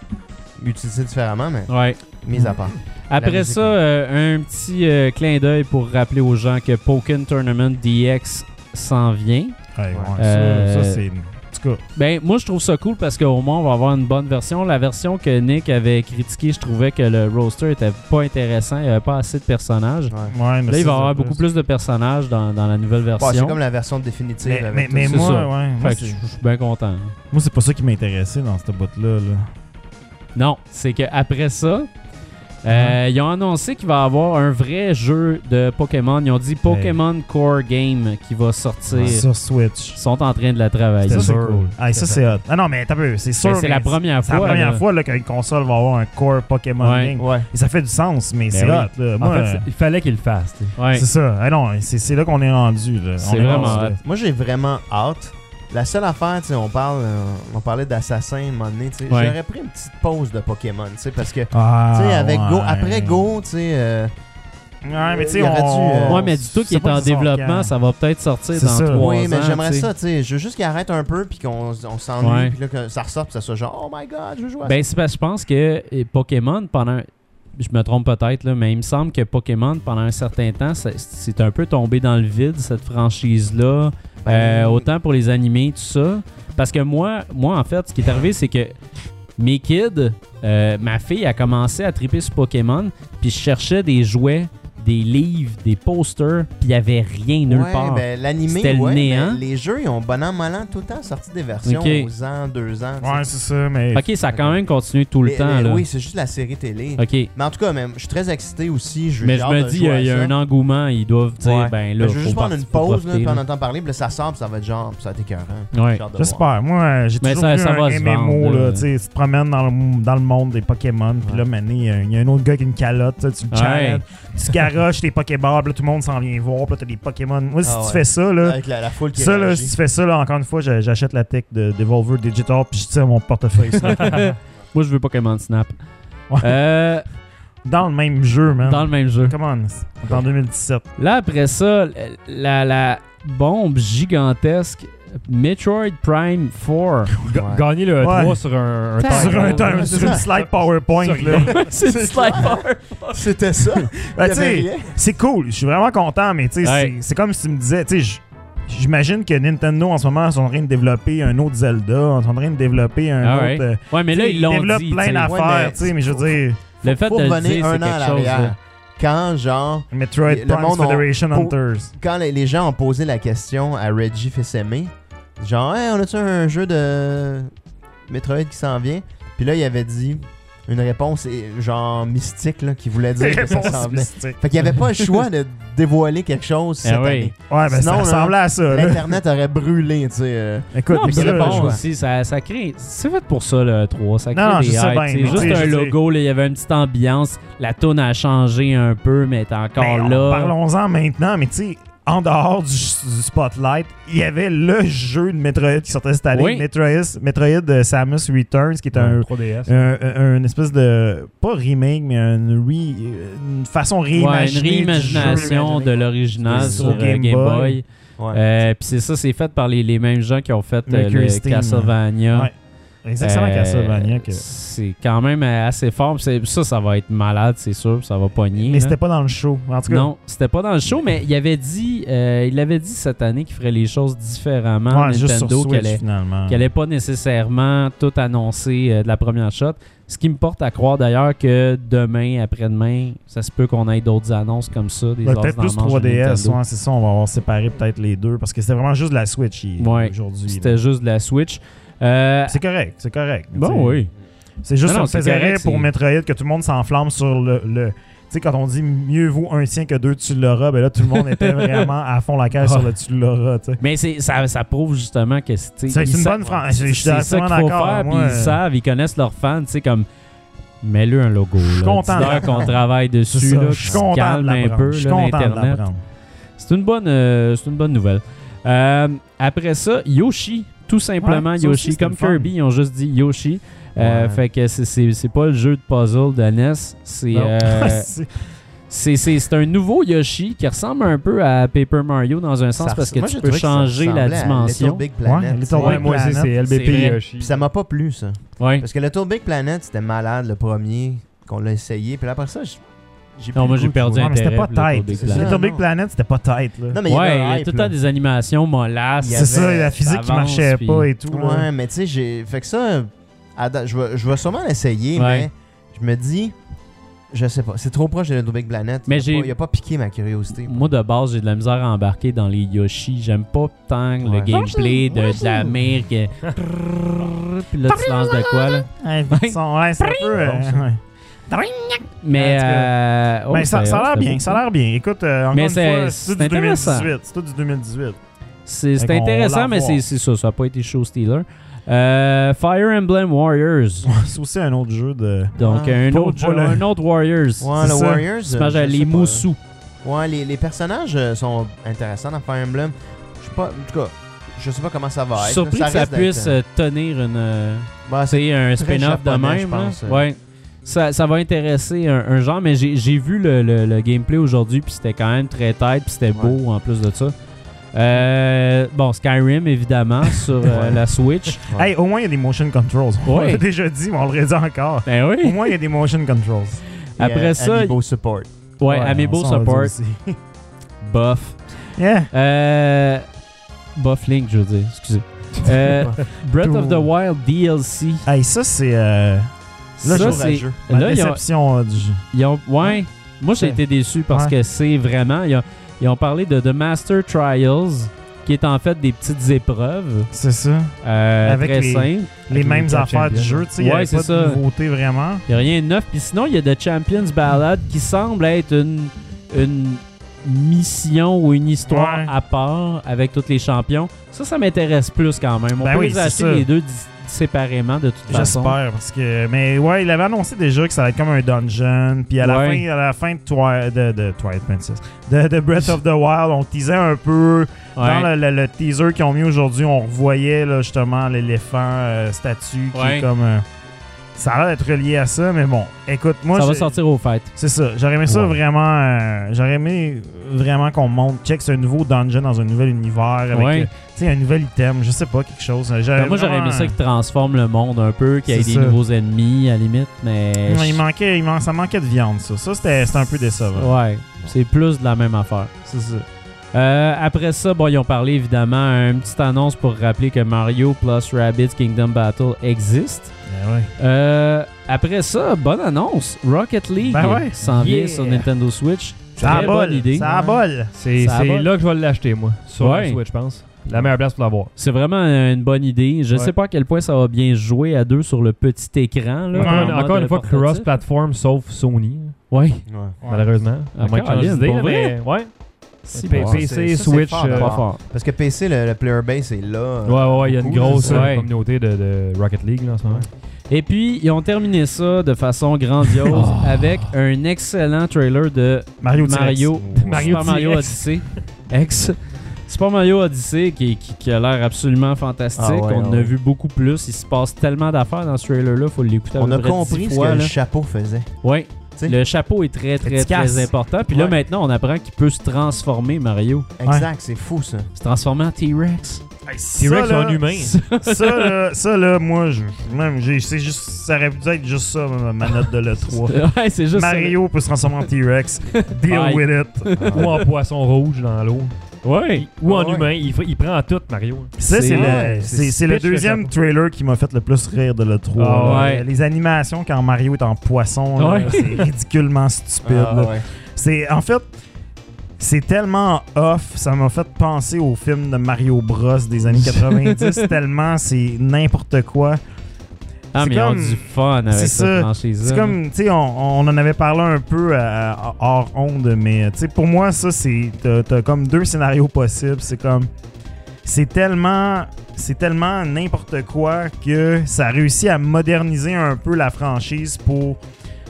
Speaker 5: utilisé différemment, mais
Speaker 3: Ben,
Speaker 1: Ouais.
Speaker 5: mis à part. La
Speaker 1: Après
Speaker 5: musique,
Speaker 1: ça,
Speaker 5: oui.
Speaker 1: euh, un petit euh, clin d'œil pour rappeler aux gens que Pokémon Tournament DX s'en vient.
Speaker 3: Ouais, ouais,
Speaker 1: Euh,
Speaker 3: ça, ça, c'est. En tout cas,
Speaker 1: Ben, moi, je trouve ça cool parce qu'au moins, on va avoir une bonne version. La version que Nick avait critiquée, je trouvais que le roster était pas intéressant. Il n'y avait pas assez de personnages.
Speaker 5: Ouais.
Speaker 3: ouais, mais
Speaker 1: Là, il
Speaker 3: ça,
Speaker 1: va y
Speaker 3: ça,
Speaker 1: avoir
Speaker 3: ça,
Speaker 1: beaucoup plus de personnages dans, dans la nouvelle
Speaker 5: Ouais, c'est
Speaker 1: version.
Speaker 5: comme la version définitive.
Speaker 3: Mais,
Speaker 5: avec
Speaker 3: mais,
Speaker 5: tout
Speaker 3: mais
Speaker 5: ça.
Speaker 1: c'est
Speaker 3: moi,
Speaker 1: ça.
Speaker 3: ouais, moi,
Speaker 1: Fait que
Speaker 3: c'est-
Speaker 1: je je suis bien content.
Speaker 3: moi, c'est pas ça qui m'intéressait dans cette boîte-là. là.
Speaker 1: Non, c'est que après ça, Euh, Ils ont annoncé qu'il va y avoir un vrai jeu de Pokémon. Ils ont dit Pokémon Core Game qui va sortir.
Speaker 3: Sur Switch.
Speaker 1: Ils sont en train de la travailler.
Speaker 3: Ça, c'est
Speaker 1: Mais
Speaker 3: cool. Ah, ça, c'est hot. Ah non, mais t'as peu, c'est sûr.
Speaker 1: Ben, C'est la
Speaker 3: mais
Speaker 1: première
Speaker 3: C'est la
Speaker 1: fois.
Speaker 3: première
Speaker 1: là.
Speaker 3: fois là, qu'une console va avoir un core Pokémon
Speaker 1: Ouais. Ben
Speaker 3: Game.
Speaker 5: Ouais.
Speaker 3: Et ça fait du sens, mais c'est
Speaker 1: oui.
Speaker 3: hot. là.
Speaker 4: En
Speaker 3: Moi, euh,
Speaker 4: fait, c'est- il fallait qu'il le fasse. tu sais.
Speaker 1: Ouais.
Speaker 3: c'est ça. Ah non, c'est, c'est là qu'on est rendu. là.
Speaker 1: C'est
Speaker 3: On est
Speaker 1: vraiment
Speaker 3: rendu là.
Speaker 5: Moi, j'ai vraiment hâte. La seule affaire, tu sais, on parle, euh, on parlait d'assassin un moment donné, tu sais.
Speaker 1: Ouais.
Speaker 5: J'aurais pris une petite pause de Pokémon, tu sais, parce que, tu
Speaker 3: Ah,
Speaker 5: sais, avec Go,
Speaker 3: ouais.
Speaker 5: après Go, tu sais, euh,
Speaker 3: Ouais, mais tu sais,
Speaker 5: il aurait dû, euh,
Speaker 3: on.
Speaker 1: Ouais, mais du tout qui
Speaker 3: c'est
Speaker 1: est
Speaker 3: pas
Speaker 1: en
Speaker 3: du sort
Speaker 1: développement,
Speaker 3: quand.
Speaker 1: ça va peut-être sortir
Speaker 3: C'est
Speaker 1: dans
Speaker 3: ça.
Speaker 1: trois ans.
Speaker 5: oui, mais j'aimerais
Speaker 1: tu sais.
Speaker 5: ça, tu sais. Je veux juste qu'il arrête un peu, puis qu'on on s'ennuie,
Speaker 1: Ouais.
Speaker 5: puis là, que ça ressorte, puis ça soit genre, oh my god, je veux jouer à ça.
Speaker 1: Ben, c'est parce que je pense que euh, Pokémon, pendant. Je me trompe peut-être, là, mais il me semble que Pokémon, pendant un certain temps, ça- c'est un peu tombé dans le vide, cette franchise-là.
Speaker 5: Ben,
Speaker 1: Euh, autant pour les animés, tout ça. Parce que moi, moi en fait, ce qui est arrivé, c'est que mes kids, euh, ma fille a commencé à triper sur Pokémon, puis je cherchais des jouets, des livres, des posters, puis il n'y avait rien nulle
Speaker 5: Ouais,
Speaker 1: part.
Speaker 5: ben, l'animé,
Speaker 1: C'était le
Speaker 5: ouais,
Speaker 1: néant.
Speaker 5: mais les jeux, ils ont bon an, mal an, tout le temps sorti des versions
Speaker 1: Ok.
Speaker 5: aux ans, deux ans. tu sais.
Speaker 3: Ouais, c'est ça, mais.
Speaker 1: ok, ça a quand même continué tout le
Speaker 5: Mais-
Speaker 1: temps.
Speaker 5: mais
Speaker 1: là.
Speaker 5: Oui, c'est juste la série télé.
Speaker 1: Ok.
Speaker 5: Mais en tout cas, même, je suis très excité aussi. Je
Speaker 1: Mais je me dis, euh, il y a un engouement, ils doivent dire,
Speaker 5: Ouais.
Speaker 1: ben là,
Speaker 5: je
Speaker 1: faut
Speaker 5: veux juste prendre
Speaker 1: partir,
Speaker 5: une
Speaker 1: faut
Speaker 5: pause, là,
Speaker 1: profiter,
Speaker 5: puis on
Speaker 1: là.
Speaker 5: entend parler, puis là, ça sort, puis ça va être genre, puis ça va être écœurant.
Speaker 1: Ouais.
Speaker 5: J'ai hâte de voir.
Speaker 3: J'espère. Moi, euh, j'ai
Speaker 1: Mais
Speaker 3: toujours
Speaker 1: ça-
Speaker 3: vu
Speaker 1: ça
Speaker 3: un
Speaker 1: va se
Speaker 3: MMO.
Speaker 1: vendre,
Speaker 3: là,
Speaker 1: là.
Speaker 3: tu sais, tu te promènes dans le, dans le monde des Pokémon. Puis
Speaker 5: Ouais.
Speaker 3: là, mané, il y a un- il y a un autre gars qui a une calotte. tu sais, Tu le
Speaker 1: Ouais.
Speaker 3: challenges, tu garoches tes Pokéballs. Puis là, tout le monde s'en vient voir. Puis là, t'as des Pokémon. Moi, si
Speaker 5: Ah
Speaker 3: tu
Speaker 5: ouais.
Speaker 3: fais ça, là.
Speaker 5: Avec la, la foule qui
Speaker 3: Ça, là,
Speaker 5: réagit.
Speaker 3: si tu fais ça, là, encore une fois, j'a- j'achète la tech de Devolver Digital puis je tire mon portefeuille sur la table.
Speaker 1: Moi, je veux Pokémon Snap.
Speaker 3: Ouais.
Speaker 1: Euh,
Speaker 3: Dans le même jeu, man.
Speaker 1: dans le même jeu.
Speaker 3: Come on. On est en 2017.
Speaker 1: Là, après ça, la, la bombe gigantesque Metroid Prime 4.
Speaker 4: Ga-
Speaker 5: Ouais.
Speaker 4: Gagner le
Speaker 3: Ouais.
Speaker 4: 3 sur un, un
Speaker 1: Tac.
Speaker 4: timer.
Speaker 3: Sur, un,
Speaker 1: ouais,
Speaker 3: un-
Speaker 5: c'est
Speaker 3: sur une
Speaker 5: ça.
Speaker 3: slide PowerPoint,
Speaker 4: Sur-
Speaker 3: là.
Speaker 1: c'est
Speaker 5: C'est
Speaker 1: du slider.
Speaker 5: C'était ça.
Speaker 3: Ben,
Speaker 5: Il y
Speaker 3: tu sais,
Speaker 5: avait rien.
Speaker 3: c'est cool, je suis vraiment content, mais tu sais,
Speaker 1: Ouais.
Speaker 3: c'est- c'est comme si tu me disais, tu sais, j- j'imagine que Nintendo en ce moment sont en train de développer un autre Zelda, sont en train de développer un
Speaker 1: Ah
Speaker 3: autre.
Speaker 1: ouais.
Speaker 3: euh,
Speaker 1: Ouais, mais
Speaker 3: tu
Speaker 1: là,
Speaker 3: sais,
Speaker 1: ils l'ont
Speaker 3: développent
Speaker 1: dit.
Speaker 3: plein
Speaker 1: tu sais.
Speaker 5: Ouais,
Speaker 3: d'affaires,
Speaker 5: mais
Speaker 3: tu sais, mais je veux dire,
Speaker 1: Le fait
Speaker 5: Faut
Speaker 1: de le
Speaker 5: revenir
Speaker 1: dire, c'est
Speaker 5: un
Speaker 1: quelque
Speaker 5: an à
Speaker 1: chose.
Speaker 5: l'arrière.
Speaker 1: là.
Speaker 5: Quand, genre,
Speaker 3: Metroid
Speaker 5: Le
Speaker 3: Prime
Speaker 5: monde ont-
Speaker 3: Federation
Speaker 5: pour-
Speaker 3: Hunters.
Speaker 5: quand les, les gens ont posé la question à Reggie Fils-Aimé, genre, Hey, on a-tu un jeu de Metroid qui s'en vient? Puis là, il avait dit une réponse eh, genre mystique, là, qui voulait dire que ça s'en
Speaker 3: Réponse
Speaker 5: venait.
Speaker 3: mystique.
Speaker 5: Fait qu'il n'y avait pas le choix de dévoiler quelque chose
Speaker 1: Eh
Speaker 5: cette
Speaker 1: oui.
Speaker 5: année.
Speaker 3: Ouais, ben ça
Speaker 5: Sinon, là,
Speaker 3: ressemblait à ça, là.
Speaker 5: L'Internet aurait brûlé, tu sais. euh.
Speaker 3: Écoute,
Speaker 1: Non, mais
Speaker 3: mais
Speaker 1: c'est
Speaker 3: là,
Speaker 5: pas
Speaker 1: bon
Speaker 5: choix.
Speaker 1: aussi, ça, ça crée. C'est fait pour ça le 3, ça crée
Speaker 3: Non, non,
Speaker 1: des
Speaker 3: je sais
Speaker 1: hypes,
Speaker 3: bien,
Speaker 1: tu sais.
Speaker 3: mais
Speaker 1: Juste
Speaker 3: tu sais,
Speaker 1: un
Speaker 3: je
Speaker 1: logo, là, il y avait une petite ambiance, la toune a changé un peu, mais elle est encore
Speaker 3: Ben, on-
Speaker 1: là.
Speaker 3: Parlons-en maintenant, mais tu sais, en dehors du, du spotlight, il y avait le jeu de Metroid qui sortait cette année,
Speaker 1: Oui.
Speaker 3: Metroid, Metroid euh, Samus Returns, qui est un,
Speaker 4: 3DS.
Speaker 3: un, un- une espèce de pas remake mais une, re- une façon
Speaker 1: Ouais, une
Speaker 3: réimaginée
Speaker 1: réimagination
Speaker 3: du
Speaker 1: de
Speaker 3: jeu.
Speaker 1: l'original
Speaker 3: Sur
Speaker 1: sur euh,
Speaker 3: Game
Speaker 1: Game,
Speaker 3: Boy.
Speaker 1: Boy.
Speaker 5: Ouais.
Speaker 1: Euh, Puis c'est ça, c'est fait par les, les mêmes gens qui ont fait euh,
Speaker 3: Mercury
Speaker 1: le
Speaker 3: Steam.
Speaker 1: Castlevania.
Speaker 3: Ouais. exactement
Speaker 1: Euh,
Speaker 3: Castlevania que-
Speaker 1: C'est quand même euh, assez fort. C'est- Ça, ça va être malade, c'est sûr. Ça va pogner.
Speaker 3: mais
Speaker 1: là.
Speaker 3: c'était pas dans le show en tout cas
Speaker 1: Non, c'était pas dans le show, mais il avait dit, euh, il avait dit cette année qu'il ferait les choses différemment.
Speaker 3: ouais, juste sur
Speaker 1: hein, Nintendo,
Speaker 3: Switch
Speaker 1: qu'elle allait,
Speaker 3: finalement
Speaker 1: qu'elle allait pas nécessairement tout annoncer euh, de la première shot. Ce qui me porte à croire d'ailleurs que demain, après-demain, ça se peut qu'on ait d'autres annonces comme ça. des
Speaker 3: Ouais,
Speaker 1: os
Speaker 3: peut-être
Speaker 1: dans la
Speaker 3: plus
Speaker 1: manche de
Speaker 3: 3DS
Speaker 1: Nintendo.
Speaker 3: ouais, c'est ça on va avoir séparé peut-être les deux parce que c'était vraiment juste la Switch il-
Speaker 1: Ouais.
Speaker 3: aujourd'hui là.
Speaker 1: C'était juste de la Switch. Euh,
Speaker 3: c'est correct c'est correct Tu sais,
Speaker 1: bon, oui.
Speaker 3: c'est juste
Speaker 1: Non,
Speaker 3: qu'on
Speaker 1: non,
Speaker 3: se
Speaker 1: c'est
Speaker 3: faisait
Speaker 1: correct,
Speaker 3: rire pour
Speaker 1: c'est-
Speaker 3: Metroid que tout le monde s'enflamme sur le, le- tu sais, quand on dit mieux vaut un sien que deux, tu l'auras, ben là, tout le monde était vraiment à fond la caisse sur le tu l'auras, tu sais.
Speaker 1: Mais c'est- ça, ça prouve justement que c'est tu sais,
Speaker 3: C'est
Speaker 1: ils
Speaker 3: c'est une
Speaker 1: sa-
Speaker 3: bonne phrase. Je suis
Speaker 1: C'est ça
Speaker 3: absolument
Speaker 1: qu'il faut
Speaker 3: d'accord.
Speaker 1: faire, puis
Speaker 3: Moi,
Speaker 1: ils savent, ils connaissent leurs fans, tu sais, comme. Mets-le un logo.
Speaker 3: Je suis
Speaker 1: là.
Speaker 3: content
Speaker 1: Dis-leur
Speaker 3: de l'apprendre.
Speaker 1: qu'on travaille
Speaker 3: c'est
Speaker 1: dessus.
Speaker 3: ça.
Speaker 1: là,
Speaker 3: je suis
Speaker 1: qu'ils se
Speaker 3: content de
Speaker 1: calment un
Speaker 3: l'apprendre.
Speaker 1: peu,
Speaker 3: Je suis
Speaker 1: là,
Speaker 3: content de
Speaker 1: l'Internet.
Speaker 3: l'apprendre.
Speaker 1: C'est une bonne, euh, c'est une bonne nouvelle. Euh, après ça, Yoshi, tout simplement
Speaker 3: Ouais, ça aussi,
Speaker 1: Yoshi,
Speaker 3: c'était
Speaker 1: comme
Speaker 3: le fun.
Speaker 1: Kirby, ils ont juste dit Yoshi. Euh,
Speaker 5: Ouais.
Speaker 1: Fait que c'est- c'est c'est pas le jeu de puzzle de NES, c'est
Speaker 4: Non.
Speaker 1: euh,
Speaker 3: ah, C'est-
Speaker 1: c'est- c'est c'est un nouveau Yoshi qui ressemble un peu à Paper Mario dans un sens
Speaker 5: Ça
Speaker 1: parce
Speaker 5: res-
Speaker 1: que
Speaker 5: moi,
Speaker 1: tu
Speaker 5: j'ai
Speaker 1: peux
Speaker 5: trouvé que ça
Speaker 1: changer la
Speaker 5: ressemblait à Little
Speaker 1: dimension.
Speaker 5: Big Planet,
Speaker 3: Ouais,
Speaker 5: tu sais.
Speaker 3: Little
Speaker 4: Ouais,
Speaker 3: Big
Speaker 4: moi aussi,
Speaker 3: Planet.
Speaker 4: euh, c'est LBP
Speaker 1: C'est vrai.
Speaker 4: Yoshi.
Speaker 5: Puis ça m'a pas plu, ça.
Speaker 1: Ouais.
Speaker 5: Parce que le Tour Big Planet, c'était malade le premier qu'on l'a essayé. Puis là, après ça, j- j'ai plus
Speaker 1: Non,
Speaker 5: le
Speaker 1: moi
Speaker 5: goût
Speaker 1: j'ai
Speaker 5: de
Speaker 1: perdu
Speaker 5: jouer.
Speaker 3: Ouais, mais c'était
Speaker 1: intérêt
Speaker 3: pas
Speaker 1: pour le
Speaker 3: tête.
Speaker 1: Tour Big
Speaker 5: C'est ça.
Speaker 1: Planet.
Speaker 3: Little Big
Speaker 5: non.
Speaker 3: Planet, c'était pas tête. là.
Speaker 5: Non,
Speaker 1: Ouais,
Speaker 5: mais il y avait
Speaker 1: il y a
Speaker 5: hype,
Speaker 1: tout le
Speaker 5: là.
Speaker 1: temps des animations molasses.
Speaker 5: il y
Speaker 3: C'est ça,
Speaker 5: avait-
Speaker 3: la physique qui
Speaker 1: ça avance,
Speaker 3: marchait
Speaker 1: puis-
Speaker 3: pas et tout. là.
Speaker 5: Ouais, mais tu sais, j'ai. Fait que ça, à da- je vais je vais sûrement l'essayer,
Speaker 1: Ouais.
Speaker 5: mais je me dis, je sais pas, c'est trop proche de Little Big Planet.
Speaker 1: Mais
Speaker 5: Il a
Speaker 1: j'ai-
Speaker 5: pas- Il a pas piqué ma curiosité.
Speaker 1: Moi, de base, j'ai de la misère à embarquer dans les Yoshi. J'aime pas tant le
Speaker 5: Ouais.
Speaker 1: gameplay de, de la mer que. Puis là, tu lances de quoi, là?
Speaker 3: Ouais, ils sont- ouais, c'est un peu. euh, ouais.
Speaker 1: Mais.
Speaker 4: En tout
Speaker 1: euh, oh,
Speaker 3: Ben, ça,
Speaker 1: c'était
Speaker 3: ça a
Speaker 1: hot,
Speaker 3: l'air
Speaker 1: c'était
Speaker 3: bien,
Speaker 1: beau.
Speaker 3: ça a l'air bien. Écoute, euh, encore
Speaker 1: Mais
Speaker 3: une
Speaker 1: c'est-
Speaker 3: fois, c'est tout
Speaker 1: c'est
Speaker 3: du
Speaker 1: intéressant.
Speaker 3: 2018. C'est tout du 2018.
Speaker 1: C'est c'est
Speaker 3: Fait qu'on va
Speaker 1: intéressant,
Speaker 3: la
Speaker 1: mais
Speaker 3: revoir.
Speaker 1: c'est c'est ça. Ça n'a pas été show stealer. Euh, Fire Emblem Warriors.
Speaker 3: C'est aussi un autre jeu de.
Speaker 1: Donc,
Speaker 5: Ah,
Speaker 1: un,
Speaker 3: pas-
Speaker 1: autre,
Speaker 3: pas le-
Speaker 1: un autre Warriors.
Speaker 5: Ouais,
Speaker 3: C'est
Speaker 5: le
Speaker 3: ça.
Speaker 5: Warriors.
Speaker 1: C'est pas-
Speaker 5: euh, je sais
Speaker 1: les
Speaker 5: pas.
Speaker 1: Moussous.
Speaker 5: Ouais, les, les personnages euh, sont intéressants dans Fire Emblem. Je sais pas. En tout cas, je sais pas comment ça va
Speaker 1: Je
Speaker 5: être.
Speaker 1: suis surpris
Speaker 5: là.
Speaker 1: que ça
Speaker 5: risque d'être,
Speaker 1: puisse
Speaker 5: euh,
Speaker 1: euh, tenir une. euh,
Speaker 5: bah, c'est-
Speaker 1: C'est un
Speaker 5: très
Speaker 1: spin-off de
Speaker 5: japonais, je
Speaker 1: même. là.
Speaker 5: pense. euh.
Speaker 1: Ouais. Ça, ça va intéresser un, un genre, mais j'ai j'ai vu le, le- le gameplay aujourd'hui, puis c'était quand même très tête, puis c'était beau en plus de ça. Euh, bon, Skyrim, évidemment, sur euh, la Switch.
Speaker 5: Ouais.
Speaker 3: Hey, au moins, il y a des motion controls. On
Speaker 1: Ouais.
Speaker 3: l'a déjà dit, mais on le redit encore.
Speaker 1: Ben
Speaker 3: Au
Speaker 1: oui.
Speaker 3: moins, il y a des motion controls.
Speaker 5: et,
Speaker 1: Après
Speaker 5: euh,
Speaker 1: ça,
Speaker 5: Amiibo support.
Speaker 1: ouais,
Speaker 3: on
Speaker 1: Amiibo
Speaker 3: s'en va
Speaker 1: Support,
Speaker 3: dire aussi.
Speaker 1: buff.
Speaker 3: Yeah.
Speaker 1: Euh, buff Link, je veux dire, excusez. Euh, Breath of the Wild DLC.
Speaker 3: Hey, ça, c'est euh,
Speaker 1: Ça,
Speaker 3: je vois
Speaker 1: c'est-
Speaker 5: le jeu.
Speaker 3: la
Speaker 1: Là, ils ont-
Speaker 3: déception euh, du jeu.
Speaker 1: Ils ont- ouais. Moi, j'ai
Speaker 3: Ouais.
Speaker 1: été déçu parce
Speaker 3: Ouais.
Speaker 1: que c'est vraiment. Ils ont, ils ont parlé de The Master Trials, qui est en fait des petites épreuves
Speaker 3: C'est ça.
Speaker 1: euh,
Speaker 3: Avec
Speaker 1: très
Speaker 3: les-
Speaker 1: simples.
Speaker 3: Les
Speaker 1: Avec
Speaker 3: mêmes
Speaker 1: les quatre
Speaker 3: affaires du
Speaker 1: champions.
Speaker 3: jeu, tu sais. il y
Speaker 1: Ouais,
Speaker 3: avait
Speaker 1: c'est
Speaker 3: pas
Speaker 1: ça.
Speaker 3: de nouveauté vraiment.
Speaker 1: Il n'y a rien de neuf. Puis sinon, il y a The Champions Ballad qui semble être une, une mission ou une histoire
Speaker 3: Ouais.
Speaker 1: à part avec tous les champions. Ça, ça m'intéresse plus quand même. On
Speaker 3: Ben
Speaker 1: peut
Speaker 3: oui,
Speaker 1: les
Speaker 3: c'est
Speaker 1: acheter
Speaker 3: ça.
Speaker 1: les deux dis- séparément de toute façon.
Speaker 3: J'espère parce que mais ouais, il avait annoncé déjà que ça allait être comme un dungeon, puis à la
Speaker 1: Ouais.
Speaker 3: fin à la fin de, Twi- de, de Twilight Princess, de, de Breath of the Wild, on teasait un peu
Speaker 1: Ouais.
Speaker 3: dans le, le- le teaser qu'ils ont mis aujourd'hui, on revoyait là, justement l'éléphant euh, statue qui
Speaker 1: Ouais.
Speaker 3: est comme euh, ça a l'air d'être relié à ça, mais bon, écoute, moi
Speaker 1: ça va
Speaker 3: j'ai-
Speaker 1: sortir aux fêtes.
Speaker 3: c'est ça. J'aurais aimé ça
Speaker 1: Ouais.
Speaker 3: vraiment. euh, J'aurais aimé vraiment qu'on monte. Check, c'est un nouveau dungeon dans un nouvel univers. Avec,
Speaker 1: Ouais.
Speaker 3: euh, tu sais, un nouvel item. Je sais pas, quelque chose.
Speaker 1: Ben, moi, j'aurais aimé ça qu'ils transforment le monde un peu, qu'il y ait
Speaker 3: C'est
Speaker 1: des
Speaker 3: ça.
Speaker 1: nouveaux ennemis à la limite, mais.
Speaker 3: Ouais, euh, il manquait, il man- ça manquait de viande, ça. Ça, c'était c'était un peu décevant.
Speaker 1: Ouais, c'est plus de la même affaire.
Speaker 3: C'est ça.
Speaker 1: Euh, après ça, bon, ils ont parlé évidemment une petite annonce pour rappeler que Mario plus Rabbids Kingdom Battle existe.
Speaker 3: Ben ouais.
Speaker 1: Euh, après ça, bonne annonce, Rocket League
Speaker 3: Ben ouais.
Speaker 1: s'en
Speaker 3: Yeah.
Speaker 1: vient sur Nintendo Switch.
Speaker 3: Ça a
Speaker 1: Très
Speaker 3: bol.
Speaker 1: bonne idée.
Speaker 3: Ça a bol.
Speaker 4: C'est
Speaker 1: Ça
Speaker 4: c'est
Speaker 1: va.
Speaker 4: là que je vais l'acheter, moi. Sur la
Speaker 1: Ouais.
Speaker 4: Switch, je pense. La meilleure place pour l'avoir.
Speaker 1: C'est vraiment euh, une bonne idée. Je
Speaker 4: Ouais.
Speaker 1: sais pas à quel point ça va bien se jouer à deux sur le petit écran. là,
Speaker 3: Ouais.
Speaker 1: en
Speaker 4: Encore,
Speaker 1: mode
Speaker 4: encore une fois,
Speaker 1: portatif.
Speaker 4: cross-platform sauf Sony,
Speaker 1: Ouais.
Speaker 5: Ouais.
Speaker 4: malheureusement.
Speaker 1: Ah,
Speaker 4: À moins que
Speaker 1: Colin,
Speaker 4: je change d'idée,
Speaker 1: pour
Speaker 4: là,
Speaker 1: vrai?
Speaker 4: mais ouais.
Speaker 1: Si,
Speaker 4: P-
Speaker 1: bon,
Speaker 4: PC,
Speaker 5: ça, c'est
Speaker 4: Switch.
Speaker 5: fort,
Speaker 4: euh,
Speaker 5: d'abord.
Speaker 1: pas fort.
Speaker 5: Parce que PC, le, le player base est là. euh,
Speaker 4: Ouais, ouais, ouais, il y a une
Speaker 5: beaucoup, là,
Speaker 4: grosse
Speaker 5: ça.
Speaker 4: euh,
Speaker 1: Ouais.
Speaker 4: communauté de, de Rocket League là, en ce moment.
Speaker 1: Et puis, ils ont terminé ça de façon grandiose
Speaker 4: Oh.
Speaker 1: avec un excellent trailer de
Speaker 3: Mario T-Rex.
Speaker 1: Mario,
Speaker 4: Mario
Speaker 1: Super Mario
Speaker 4: T-Rex.
Speaker 1: Odyssey. Ex. Super Mario Odyssey qui, qui- qui a l'air absolument fantastique.
Speaker 5: Ah ouais,
Speaker 1: on en
Speaker 5: ouais.
Speaker 1: a vu beaucoup plus. Il se passe tellement d'affaires dans ce trailer-là. faut l'écouter à
Speaker 5: On
Speaker 1: peu
Speaker 5: a
Speaker 1: près dix
Speaker 5: compris ce
Speaker 1: fois,
Speaker 5: que
Speaker 1: là.
Speaker 5: le chapeau faisait.
Speaker 1: Ouais.
Speaker 5: T'sais.
Speaker 1: Le chapeau est très, très,
Speaker 3: Efficace.
Speaker 1: très important. Puis là,
Speaker 5: Ouais.
Speaker 1: maintenant, on apprend qu'il peut se transformer, Mario.
Speaker 5: Exact, c'est fou ça.
Speaker 1: Se transformer en T-Rex.
Speaker 3: Hey, ça,
Speaker 4: T-Rex
Speaker 3: là,
Speaker 4: en humain.
Speaker 3: Ça, là, ça, là, moi, je, même, j'ai- c'est juste, ça aurait dû être juste ça, ma ma note de l'E3.
Speaker 1: ouais, c'est juste ça.
Speaker 3: Mario peut se transformer en T-Rex. Deal
Speaker 1: Bye.
Speaker 3: with it.
Speaker 4: Ou en poisson rouge dans l'eau.
Speaker 1: Ouais.
Speaker 4: Ou en
Speaker 5: Ouais.
Speaker 4: humain. Il, fr- il prend tout, Mario.
Speaker 3: Ça,
Speaker 1: C'est-
Speaker 3: c'est
Speaker 5: ouais,
Speaker 3: le, c'est- c'est le
Speaker 4: pitch le
Speaker 3: deuxième
Speaker 4: chapeau.
Speaker 3: trailer qui m'a fait le plus rire de l'E3.
Speaker 4: Ah
Speaker 3: là.
Speaker 1: ouais.
Speaker 3: Les animations quand Mario est en poisson, là,
Speaker 1: Ouais.
Speaker 3: c'est ridiculement stupide.
Speaker 5: Ah,
Speaker 3: là.
Speaker 5: ouais.
Speaker 3: C'est en fait c'est tellement off, ça m'a fait penser au film de Mario Bros des années 90 tellement c'est n'importe quoi.
Speaker 1: Ah,
Speaker 3: C'est
Speaker 1: mais ils ont
Speaker 3: comme-
Speaker 1: du fun avec
Speaker 3: c'est
Speaker 1: cette
Speaker 3: ça.
Speaker 1: franchise-là.
Speaker 3: C'est comme tu sais on, on en avait parlé un peu à- à- hors onde mais tu sais pour moi ça c'est t'as t'as comme deux scénarios possibles, c'est comme c'est tellement c'est tellement n'importe quoi que ça réussit à moderniser un peu la franchise pour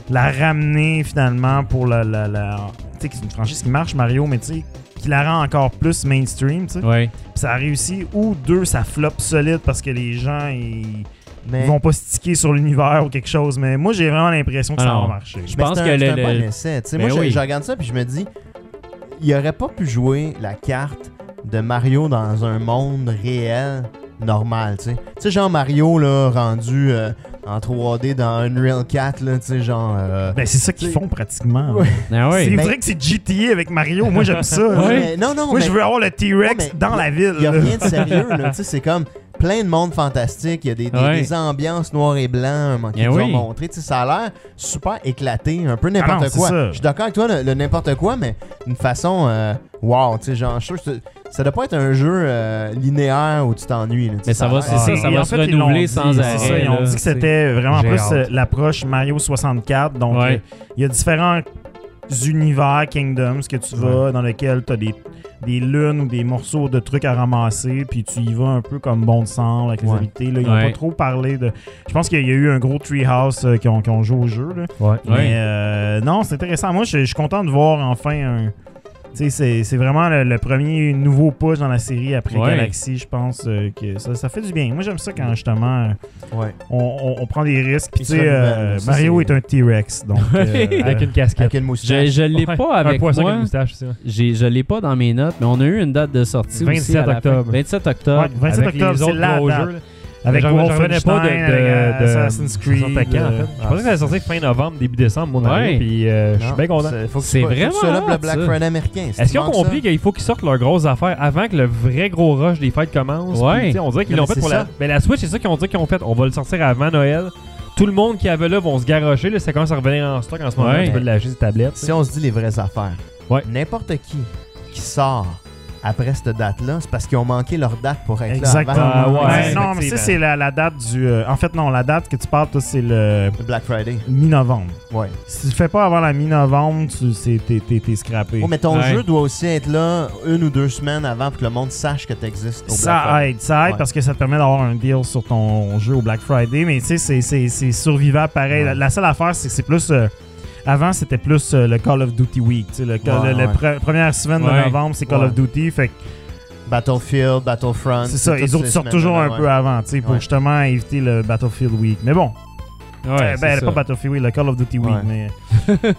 Speaker 3: la ramener finalement pour la, la, la- tu sais que c'est une franchise qui marche Mario mais tu sais qui la rend encore plus mainstream tu sais
Speaker 1: Ouais.
Speaker 3: Puis ça réussit ou deux ça floppe solide parce que les gens ils,
Speaker 5: Mais
Speaker 3: ils vont pas se tiquer sur l'univers ou quelque chose mais moi j'ai vraiment l'impression que ça
Speaker 1: Alors,
Speaker 3: va marcher
Speaker 1: Je
Speaker 5: mais
Speaker 1: pense
Speaker 5: c'est un-
Speaker 1: que le-
Speaker 5: c'est un
Speaker 1: le-
Speaker 5: bon essai. Tu sais,
Speaker 1: Ben
Speaker 5: moi, je-
Speaker 1: oui.
Speaker 5: je regarde ça puis je me dis, il aurait pas pu jouer la carte de Mario dans un monde réel normal, tu sais. Tu sais, genre Mario, là, rendu euh, en 3D dans Unreal 4, là, tu sais, genre... euh,
Speaker 3: ben c'est ça qu'ils font pratiquement
Speaker 5: Ouais.
Speaker 1: Ah ouais.
Speaker 3: c'est
Speaker 5: Mais-
Speaker 3: vrai que c'est GTA avec Mario moi j'aime ça
Speaker 5: mais-
Speaker 1: Ben, ouais.
Speaker 5: Non, non,
Speaker 3: moi
Speaker 5: mais
Speaker 3: je veux avoir le T-Rex
Speaker 5: Ouais, mais
Speaker 3: dans la ville
Speaker 5: il y a
Speaker 3: là.
Speaker 5: rien de sérieux, là. Tu sais, c'est comme plein de monde fantastique. Il y a des, des-
Speaker 1: Ouais.
Speaker 5: des ambiances noires et blancs qui
Speaker 1: Eh
Speaker 5: nous ont
Speaker 1: oui.
Speaker 5: montré. Tu sais, ça a l'air super éclaté, un peu
Speaker 3: Ah non,
Speaker 5: n'importe
Speaker 3: c'est
Speaker 5: quoi.
Speaker 3: ça.
Speaker 5: Je suis d'accord avec toi, le, le n'importe quoi, mais d'une façon... euh, wow, tu sais, genre, je suis sûr que c'est- Ça doit pas être un jeu euh, linéaire où tu t'ennuies. là, tu sais,
Speaker 1: Mais ça va,
Speaker 5: a
Speaker 1: c'est
Speaker 5: l'air-
Speaker 1: ça,
Speaker 3: Ah, Et
Speaker 1: ça
Speaker 3: en
Speaker 1: va se
Speaker 3: fait, ils l'ont
Speaker 1: renouveler
Speaker 3: dit,
Speaker 1: sans
Speaker 3: c'est
Speaker 1: arrêt.
Speaker 3: ça, ils ont
Speaker 1: là,
Speaker 3: dit que
Speaker 1: c'est-
Speaker 3: c'était vraiment
Speaker 4: J'ai
Speaker 3: plus
Speaker 4: hâte.
Speaker 3: euh, l'approche Mario 64. Donc,
Speaker 4: Ouais.
Speaker 3: euh, il y a différents univers, kingdoms que tu vas, dans lesquels tu as des, des lunes ou des morceaux de trucs à ramasser, puis tu y vas un peu comme bon de sang avec les
Speaker 5: Ouais.
Speaker 3: invités. Là, ils n'ont
Speaker 1: Ouais.
Speaker 3: pas trop parlé de. Je pense qu'il y a eu un gros treehouse euh, qui, ont, qui ont joué au jeu. Là.
Speaker 4: Ouais.
Speaker 3: Mais euh, non, c'est intéressant. Moi, je je suis content de voir enfin un. Tu sais, c'est- c'est vraiment le, le premier nouveau push dans la série après
Speaker 1: Ouais.
Speaker 3: Galaxy, je pense. euh, que ça, ça fait du bien. Moi, j'aime ça quand justement euh,
Speaker 5: Ouais.
Speaker 3: on, on- on prend des risques. Puis,
Speaker 5: Il
Speaker 3: tu
Speaker 5: se
Speaker 3: sais,
Speaker 5: renouvelle.
Speaker 3: euh,
Speaker 5: Ça,
Speaker 3: Mario est...
Speaker 5: c'est-
Speaker 3: un T-Rex. Donc, euh,
Speaker 4: Avec une casquette.
Speaker 5: Avec une moustache.
Speaker 1: Je, je l'ai
Speaker 4: Ouais.
Speaker 1: pas
Speaker 4: Un
Speaker 1: avec
Speaker 4: poisson avec
Speaker 1: moi.
Speaker 4: une moustache, c'est ça.
Speaker 1: J'ai- je l'ai pas dans mes notes, mais on a eu une date de sortie aussi
Speaker 4: 27
Speaker 1: à la fin.
Speaker 4: octobre.
Speaker 1: 27 octobre.
Speaker 3: Ouais, 27
Speaker 4: Avec
Speaker 3: octobre,
Speaker 4: les
Speaker 3: c'est
Speaker 4: autres
Speaker 3: la
Speaker 4: gros
Speaker 3: date.
Speaker 4: jeux, là.
Speaker 3: avec
Speaker 4: Mais j'en- j'en revenais
Speaker 3: Wolfenstein,
Speaker 4: pas de-
Speaker 3: avec,
Speaker 4: de- de-
Speaker 3: Assassin's
Speaker 4: Ça
Speaker 3: Creed.
Speaker 4: sortait quand, en
Speaker 3: euh,
Speaker 4: fait? Je pensais que ça allait sortir fin novembre, début décembre, mon
Speaker 1: Ouais.
Speaker 4: avis, puis euh, je suis
Speaker 5: Non,
Speaker 4: bien content.
Speaker 5: c'est- faut que
Speaker 1: C'est
Speaker 5: tu- faut que tu
Speaker 1: vraiment
Speaker 5: célèbres le
Speaker 1: hot,
Speaker 5: Black
Speaker 1: ça.
Speaker 5: Friday américain. si
Speaker 4: Est-ce
Speaker 5: tu
Speaker 4: qu'ils ont
Speaker 5: manques
Speaker 4: compris
Speaker 5: ça.
Speaker 4: qu'il faut qu'ils sortent leurs grosses affaires avant que le vrai gros rush des fêtes commence?
Speaker 1: Ouais.
Speaker 4: Puis, tu sais, on dirait qu'ils
Speaker 5: Non,
Speaker 4: l'ont
Speaker 5: mais
Speaker 4: fait pour
Speaker 5: c'est
Speaker 4: la.
Speaker 5: ça.
Speaker 4: Mais la Switch, c'est ça qu'ils ont dit qu'ils ont fait. On va le sortir avant Noël. Tout le monde qui avait là vont se garrocher. Là, ça commence à revenir en stock en ce moment.
Speaker 1: Ouais.
Speaker 4: Tu peux lâcher des tablettes.
Speaker 5: Si on se dit les vraies affaires,
Speaker 4: Ouais.
Speaker 5: n'importe qui qui sort après cette date-là, c'est parce qu'ils ont manqué leur date pour être
Speaker 3: Exactement.
Speaker 5: là avant
Speaker 4: Ah ouais.
Speaker 3: Ben non, mais ça, c'est la, la date du. euh, en fait, non, la date que tu parles, toi, c'est le
Speaker 5: le Black Friday.
Speaker 3: mi-novembre.
Speaker 5: Ouais.
Speaker 3: Si tu le fais pas avant la mi-novembre, tu- c'est- t'es- t'es t'es scrappé.
Speaker 5: Oh, mais ton
Speaker 1: Ouais.
Speaker 5: jeu doit aussi être là une ou deux semaines avant pour que le monde sache que tu existes.
Speaker 3: Ça aide, ça aide
Speaker 5: Ouais.
Speaker 3: parce que ça te permet d'avoir un deal sur ton jeu au Black Friday, mais tu sais, c'est- c'est c'est survivable pareil. La, la seule affaire, c'est que c'est plus. euh, avant, c'était plus euh, le Call of Duty Week. tu sais, Le,
Speaker 5: Ouais,
Speaker 3: le- le
Speaker 5: ouais.
Speaker 3: pre- première semaine de
Speaker 1: Ouais.
Speaker 3: novembre, c'est Call
Speaker 5: Ouais.
Speaker 3: of Duty. Fait que
Speaker 5: Battlefield, Battlefront.
Speaker 3: c'est ça,
Speaker 5: toutes
Speaker 3: les autres
Speaker 5: ces
Speaker 3: sortent
Speaker 5: semaines-là,
Speaker 3: toujours un
Speaker 5: ouais.
Speaker 3: peu avant tu sais, pour
Speaker 5: Ouais.
Speaker 3: justement éviter le Battlefield Week. Mais bon,
Speaker 1: Ouais,
Speaker 3: euh, ben,
Speaker 1: c'est
Speaker 3: pas
Speaker 1: ça.
Speaker 3: Battlefield Week, le Call of Duty Week.
Speaker 5: Ouais.
Speaker 3: Mais...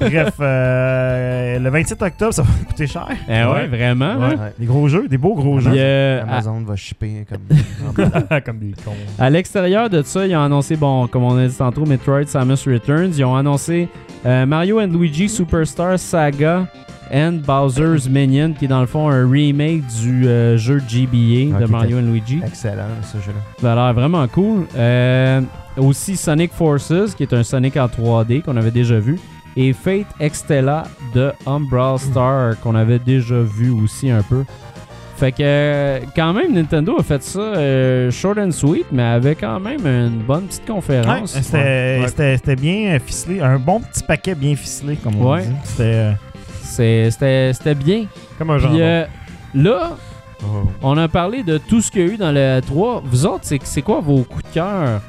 Speaker 3: Bref, euh, le 27 octobre, ça va coûter cher.
Speaker 1: Eh ouais,
Speaker 4: Ouais.
Speaker 1: vraiment. hein?
Speaker 5: Ouais.
Speaker 3: Des gros jeux, des beaux gros
Speaker 1: Puis,
Speaker 3: jeux.
Speaker 1: euh, à-
Speaker 5: Amazon va shipper comme.
Speaker 4: Comme des cons.
Speaker 1: À l'extérieur de ça, ils ont annoncé, bon, comme on a dit tantôt, Metroid Samus Returns. Ils ont annoncé euh, Mario and Luigi Superstar Saga and Bowser's Minion, qui est dans le fond un remake du euh, jeu GBA
Speaker 5: Ah,
Speaker 1: de
Speaker 5: qui
Speaker 1: Mario and Luigi.
Speaker 5: Excellent, ce jeu-là.
Speaker 1: Ça a l'air vraiment cool. Euh, aussi Sonic Forces, qui est un Sonic en 3D qu'on avait déjà vu. Et Fate Extella de Umbral Star, qu'on avait déjà vu aussi un peu. Fait que, euh, quand même, Nintendo a fait ça euh, short and sweet, mais avec quand même une bonne petite
Speaker 3: Ouais,
Speaker 1: conférence.
Speaker 3: c'était
Speaker 1: Ouais.
Speaker 3: c'était- c'était bien euh, ficelé. Un bon petit paquet bien ficelé, comme on
Speaker 1: Ouais.
Speaker 3: dit. C'était, euh,
Speaker 1: C'est- C'était c'était bien.
Speaker 4: Comme un
Speaker 1: Puis
Speaker 4: genre.
Speaker 1: euh, là, on a parlé de tout ce qu'il y a eu dans le 3. Vous autres, c'est c'est quoi vos coups de cœur?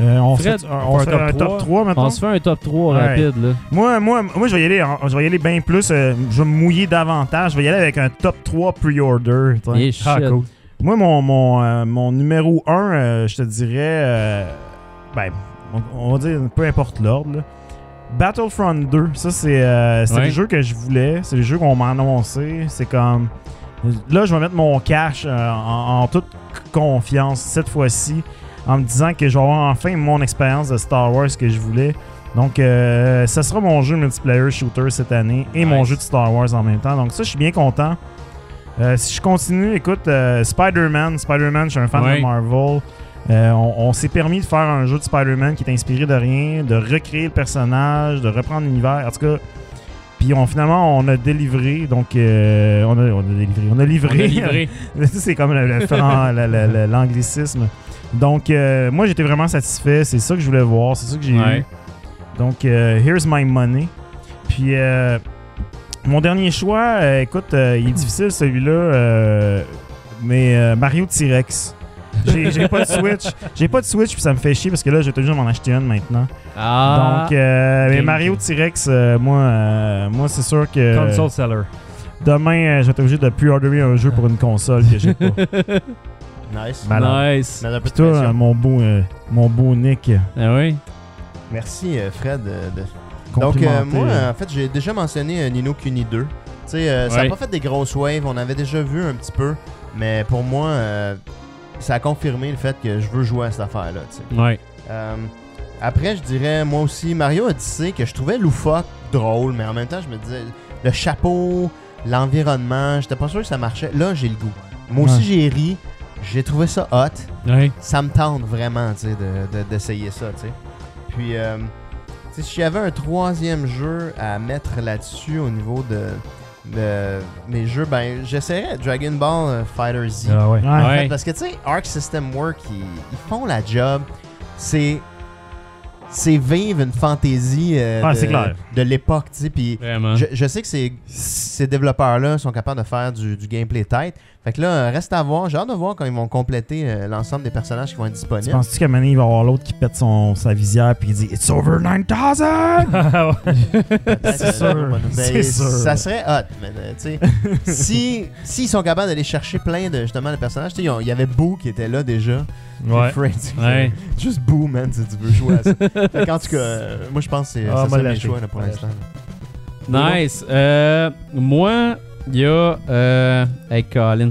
Speaker 3: euh, on
Speaker 1: Fred,
Speaker 3: fait, on
Speaker 4: on
Speaker 3: fait
Speaker 4: fait un
Speaker 3: un
Speaker 4: top
Speaker 3: top 3 maintenant.
Speaker 1: On se fait un top 3
Speaker 3: Ouais.
Speaker 1: rapide, là.
Speaker 3: Moi, moi, moi, je vais y aller, en- je vais y aller bien plus. euh, je vais me mouiller davantage. Je vais y aller avec un top 3 pre-order. tu sais.
Speaker 1: Et
Speaker 4: Ah,
Speaker 1: shit.
Speaker 4: cool.
Speaker 3: Moi, mon, mon, euh, mon numéro 1, je te dirais. euh, ben, on, on va dire peu importe l'ordre. là. Battlefront 2, ça, c'est euh, c'est
Speaker 1: Ouais.
Speaker 3: le jeu que je voulais. C'est le jeu qu'on m'a annoncé. C'est comme. Là, je vais mettre mon cash euh, en, en toute confiance cette fois-ci en me disant que je vais avoir enfin mon expérience de Star Wars que je voulais. Donc, euh, ça sera mon jeu multiplayer shooter cette année et mon
Speaker 1: Nice.
Speaker 3: jeu de Star Wars en même temps. Donc, ça, je suis bien content. Euh, si je continue, écoute, euh, Spider-Man, Spider-Man, je suis un fan
Speaker 1: Ouais.
Speaker 3: de Marvel. Euh, on on s'est permis de faire un jeu de Spider-Man qui est inspiré de rien, de recréer le personnage, de reprendre l'univers. En tout cas, puis on, finalement, on a délivré. Donc, euh, on, a, on a délivré. On a livré. c'est comme le- le fran- le- le- le- l'anglicisme. Donc, euh, moi, j'étais vraiment satisfait. C'est ça que je voulais voir. C'est ça que j'ai
Speaker 1: Ouais.
Speaker 3: eu. Donc, euh, here's my money. Puis, euh, mon dernier choix, euh, écoute, euh, il est difficile celui-là, euh, mais euh, Mario T-Rex. J'ai j'ai pas de Switch. J'ai pas de Switch, puis ça me fait chier parce que là, j'ai toujours m'en acheter une maintenant.
Speaker 1: Ah.
Speaker 3: Donc, euh, mais
Speaker 1: ok,
Speaker 3: Mario
Speaker 1: ok.
Speaker 3: T-Rex, euh, moi, euh, moi c'est sûr que
Speaker 4: Console seller.
Speaker 3: demain, euh, je vais être obligé de pre-orderer un jeu pour une console que j'ai pas.
Speaker 5: Nice.
Speaker 3: Malade.
Speaker 1: Nice.
Speaker 5: Mais un peu
Speaker 3: Puis
Speaker 5: de
Speaker 3: toi,
Speaker 5: pression.
Speaker 3: euh, mon beau, euh, mon beau Nick, euh,
Speaker 1: Ah oui.
Speaker 5: Merci, euh, Fred, euh, de Donc,
Speaker 3: complimenté.
Speaker 5: euh, moi, en fait, j'ai déjà mentionné euh, Nino Kuni 2. Tu sais, euh, ça n'a
Speaker 1: Ouais.
Speaker 5: pas fait des grosses waves, on avait déjà vu un petit peu, mais pour moi, euh, ça a confirmé le fait que je veux jouer à cette affaire-là. tu sais.
Speaker 1: Ouais.
Speaker 5: Euh, après, je dirais, moi aussi, Mario Odyssey, que je trouvais loufoque, drôle, mais en même temps, je me disais, le chapeau, l'environnement, j'étais pas sûr que ça marchait. Là, j'ai le goût. Moi aussi,
Speaker 3: Ouais.
Speaker 5: j'ai ri, j'ai trouvé ça hot
Speaker 1: Ouais.
Speaker 5: ça me tente vraiment tu sais, de- de- d'essayer ça. tu sais. Puis, euh, tu sais, si j'avais un troisième jeu à mettre là-dessus au niveau de, euh, mes jeux, ben, j'essaierais Dragon Ball euh, Fighter Z.
Speaker 4: Ah ouais.
Speaker 3: Ouais.
Speaker 5: En fait,
Speaker 1: Ouais.
Speaker 5: parce que tu sais, Arc System Work, ils, ils font la job. C'est. C'est vivre une fantaisie euh,
Speaker 3: Ah, c'est clair.
Speaker 5: de, de l'époque, tu sais. Puis
Speaker 1: Vraiment.
Speaker 5: je, je sais que ces, ces développeurs-là sont capables de faire du, du gameplay tête. Fait que là, reste à voir. J'ai hâte de voir quand ils vont compléter euh, l'ensemble des personnages qui vont être
Speaker 3: Tu
Speaker 5: disponibles.
Speaker 3: penses-tu qu'à un moment donné, il va y avoir l'autre qui pète son, sa visière puis il dit It's over 9000
Speaker 5: Peut-être,
Speaker 3: C'est
Speaker 5: euh,
Speaker 3: sûr.
Speaker 5: ben,
Speaker 3: C'est sûr.
Speaker 5: Ça serait hot. Mais, euh, tu sais, si s'ils sont capables d'aller chercher plein de justement de personnages, tu sais, ils ont- il y avait Boo qui était là déjà.
Speaker 4: Ouais.
Speaker 5: Friends.
Speaker 1: Ouais.
Speaker 5: Juste Boo, man, si tu veux jouer à ça. Fait qu'en tout cas, euh, moi je pense que c'est
Speaker 3: Ah,
Speaker 5: ça
Speaker 3: moi,
Speaker 5: serait mes
Speaker 3: lâché.
Speaker 5: choix là, pour
Speaker 3: Ouais.
Speaker 5: l'instant.
Speaker 1: Nice. Euh, moi, il y a. Euh, hey, Colin.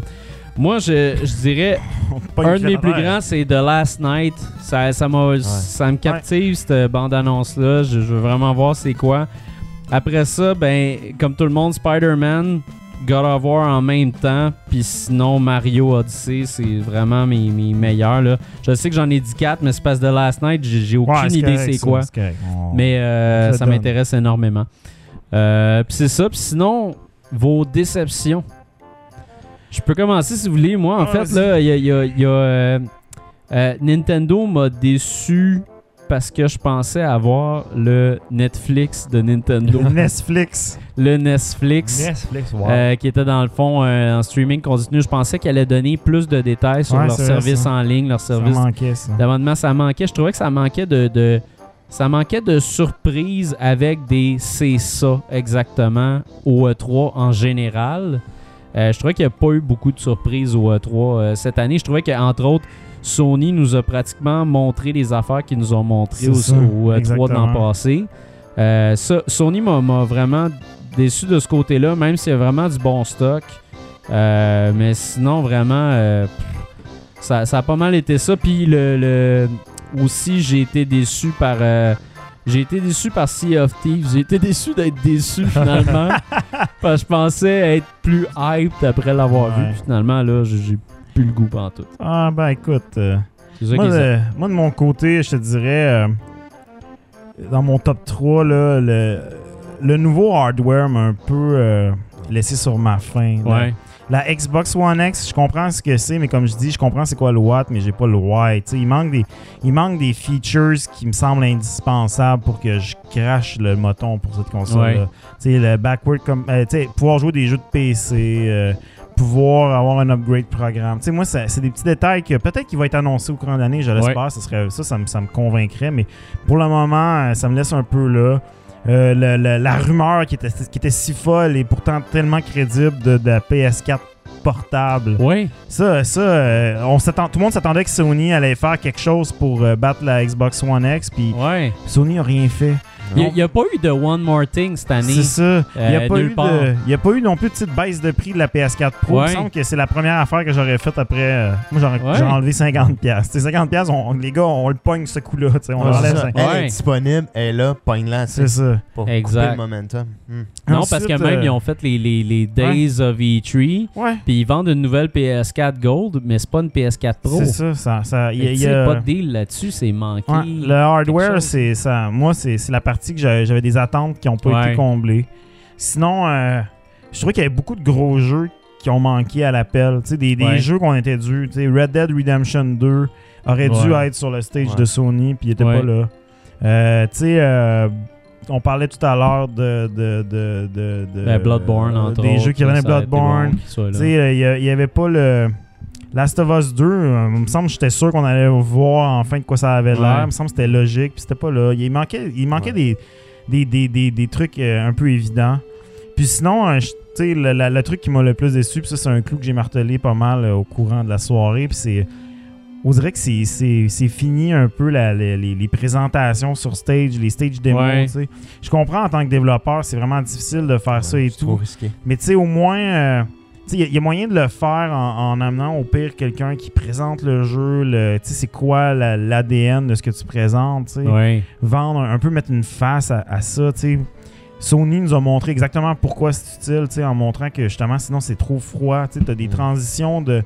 Speaker 1: Moi, je, je dirais, un de mes plus grands, c'est The Last Night. Ça, ça, m'a- ça me captive, cette bande-annonce-là. Je, je veux vraiment voir c'est quoi. Après ça, ben, comme tout le monde, Spider-Man, God of War en même temps. Puis sinon, Mario Odyssey, c'est vraiment mes, mes meilleurs. Là. Je sais que j'en ai dit quatre, mais c'est parce que The Last Night, j'ai j'ai aucune idée c'est quoi. Mais euh,
Speaker 3: Ça
Speaker 1: ça
Speaker 3: donne.
Speaker 1: m'intéresse énormément. Euh, Puis c'est ça. Puis sinon, vos déceptions. Je peux commencer si vous voulez. Moi, en
Speaker 3: Ah,
Speaker 1: fait,
Speaker 3: vas-y.
Speaker 1: là, il y a, il y a- il y a, euh, euh, Nintendo m'a déçu parce que je pensais avoir le Netflix de Nintendo.
Speaker 3: Netflix.
Speaker 1: le Netflix.
Speaker 4: Netflix, wow.
Speaker 1: euh, qui était dans le fond euh, en streaming continu. Je pensais qu'elle allait donner plus de détails sur
Speaker 3: Ouais,
Speaker 1: leur
Speaker 3: c'est vrai,
Speaker 1: service
Speaker 3: ça.
Speaker 1: en ligne, leur
Speaker 3: Ça
Speaker 1: service
Speaker 3: manquait ça.
Speaker 1: d'amendement, ça manquait. Je trouvais que ça manquait de, de- ça manquait de surprise avec des c'est ça exactement au E3 en général. Euh, je trouvais qu'il n'y a pas eu beaucoup de surprises au E3 euh, cette année. Je trouvais qu'entre autres, Sony nous a pratiquement montré les affaires qu'ils nous ont montrées
Speaker 3: C'est
Speaker 1: au,
Speaker 3: ça,
Speaker 1: au E3 de l'an
Speaker 3: exactement.
Speaker 1: passé. Euh, ça, Sony m'a m'a vraiment déçu de ce côté-là, même s'il y a vraiment du bon stock. Euh, mais sinon, vraiment, euh, pff, ça, ça a pas mal été ça. Puis le, le- aussi, j'ai été déçu par. euh, j'ai été déçu par Sea of Thieves. J'ai été déçu d'être déçu finalement. parce que je pensais être plus hyped après l'avoir
Speaker 3: Ouais.
Speaker 1: vu. Puis finalement, là, j'ai j'ai plus le goût en tout.
Speaker 3: Ah ben écoute. euh,
Speaker 1: C'est ça
Speaker 3: moi,
Speaker 1: qui est-
Speaker 3: de, moi, de mon côté, je te dirais, euh, dans mon top 3, là, le, le nouveau hardware m'a un peu euh, laissé sur ma faim. là.
Speaker 1: Ouais.
Speaker 3: La Xbox One X, je comprends ce que c'est, mais comme je dis, je comprends c'est quoi le watt, mais j'ai pas le white. Il manque, des, il manque des features qui me semblent indispensables pour que je crache le moton pour cette console-là.
Speaker 1: Ouais.
Speaker 3: Tu sais, Le backward, comme, euh, tu sais, pouvoir jouer des jeux de PC, euh, pouvoir avoir un upgrade programme. Tu sais, moi, ça- c'est des petits détails que peut-être qu'il va être annoncé au courant de l'année, je l'espère. Ça, serait, ça, ça, me, ça me convaincrait, mais pour le moment, euh, ça me laisse un peu là. Euh, le- le- la rumeur qui était, qui était si folle et pourtant tellement crédible de, de la PS4 portable.
Speaker 1: Ouais.
Speaker 3: Ça, ça euh, on s'attend, tout le monde s'attendait que Sony allait faire quelque chose pour euh, battre la Xbox One X, puis
Speaker 1: Ouais.
Speaker 3: Sony n'a rien fait.
Speaker 1: Il n'y a, pas eu de One More Thing cette année.
Speaker 3: C'est ça. Il n'y a,
Speaker 1: euh,
Speaker 3: pas
Speaker 1: nulle
Speaker 3: eu de-
Speaker 1: part.
Speaker 3: il y a pas eu non plus de petite baisse de prix de la PS4 Pro.
Speaker 1: Ouais.
Speaker 3: Il me semble que c'est la première affaire que j'aurais faite après. euh, moi, j'aurais,
Speaker 1: Ouais.
Speaker 3: j'aurais enlevé 50$. piastres. Tu sais, 50$, piastres, on, les gars, on le pogne ce coup-là. tu sais, On
Speaker 5: Ouais, Ah, c'est
Speaker 3: l'enlève
Speaker 5: ça.
Speaker 3: 50$.
Speaker 5: Elle
Speaker 1: Ouais.
Speaker 5: est disponible, elle est là, pogne-la, tu sais,
Speaker 3: C'est ça.
Speaker 5: pour couper
Speaker 1: Exact.
Speaker 5: le momentum. Hmm.
Speaker 1: Non, parce
Speaker 3: Ensuite,
Speaker 1: que même,
Speaker 3: euh,
Speaker 1: ils ont fait les, les, les Days of E3.
Speaker 3: Ouais.
Speaker 1: Puis ils vendent une nouvelle PS4 Gold, mais c'est pas une PS4 Pro.
Speaker 3: C'est ça, ça, ça- il y a-
Speaker 1: Fait que,
Speaker 3: il
Speaker 1: tu
Speaker 3: y
Speaker 1: sais,
Speaker 3: a-
Speaker 1: pas de deal là-dessus, c'est manqué.
Speaker 3: Ouais, le hardware,
Speaker 1: chose.
Speaker 3: c'est ça. Moi, c'est c'est la partie que j'avais j'avais des attentes qui n'ont pas été
Speaker 1: Ouais.
Speaker 3: comblées. Sinon, euh, je trouvais qu'il y avait beaucoup de gros jeux qui ont manqué à l'appel. Tu sais, des, des
Speaker 1: Ouais.
Speaker 3: jeux qu'on était dû. tu sais, Red Dead Redemption 2 aurait dû
Speaker 1: Ouais.
Speaker 3: être sur le stage
Speaker 5: Ouais.
Speaker 3: de Sony, puis il était
Speaker 1: Ouais.
Speaker 3: pas là. Euh, tu sais, euh, on parlait tout à l'heure de, de, de, de- de-
Speaker 1: Ben, Bloodborne,
Speaker 3: euh,
Speaker 1: entre
Speaker 3: Des
Speaker 1: autres,
Speaker 3: jeux qui
Speaker 1: là,
Speaker 3: venaient
Speaker 1: ça aurait été
Speaker 3: Bloodborne.
Speaker 1: bon qu'il soit là.
Speaker 3: Tu sais, euh, il y a- il y avait pas le. Last of Us 2, euh, il me semble que j'étais sûr qu'on allait voir enfin de quoi ça avait l'air.
Speaker 1: Ouais.
Speaker 3: Il me semble que c'était logique, puis c'était pas là. Il manquait, il manquait des, des, des, des, des trucs euh, un peu évidents. Puis sinon, euh, je- tu sais, le, la- le truc qui m'a le plus déçu, puis ça, c'est un clou que j'ai martelé pas mal euh, au courant de la soirée, puis c'est. On dirait que c'est- c'est c'est fini un peu la- les, les- les présentations sur stage, les stage démos.
Speaker 1: Ouais.
Speaker 3: tu sais. Je comprends en tant que développeur, c'est vraiment difficile de faire Ah, ça et
Speaker 5: C'est trop
Speaker 3: tout.
Speaker 5: risqué.
Speaker 3: Mais tu sais, au moins, euh, il y, a moyen de le faire en, en amenant au pire quelqu'un qui présente le jeu, le, tu sais, c'est quoi la- l'ADN de ce que tu présentes, tu sais.
Speaker 1: Ouais.
Speaker 3: Vendre, un, un peu mettre une face à, à ça, tu sais. Sony nous a montré exactement pourquoi c'est utile, tu sais, en montrant que justement, sinon c'est trop froid, tu sais, t'as des
Speaker 5: Mm.
Speaker 3: transitions de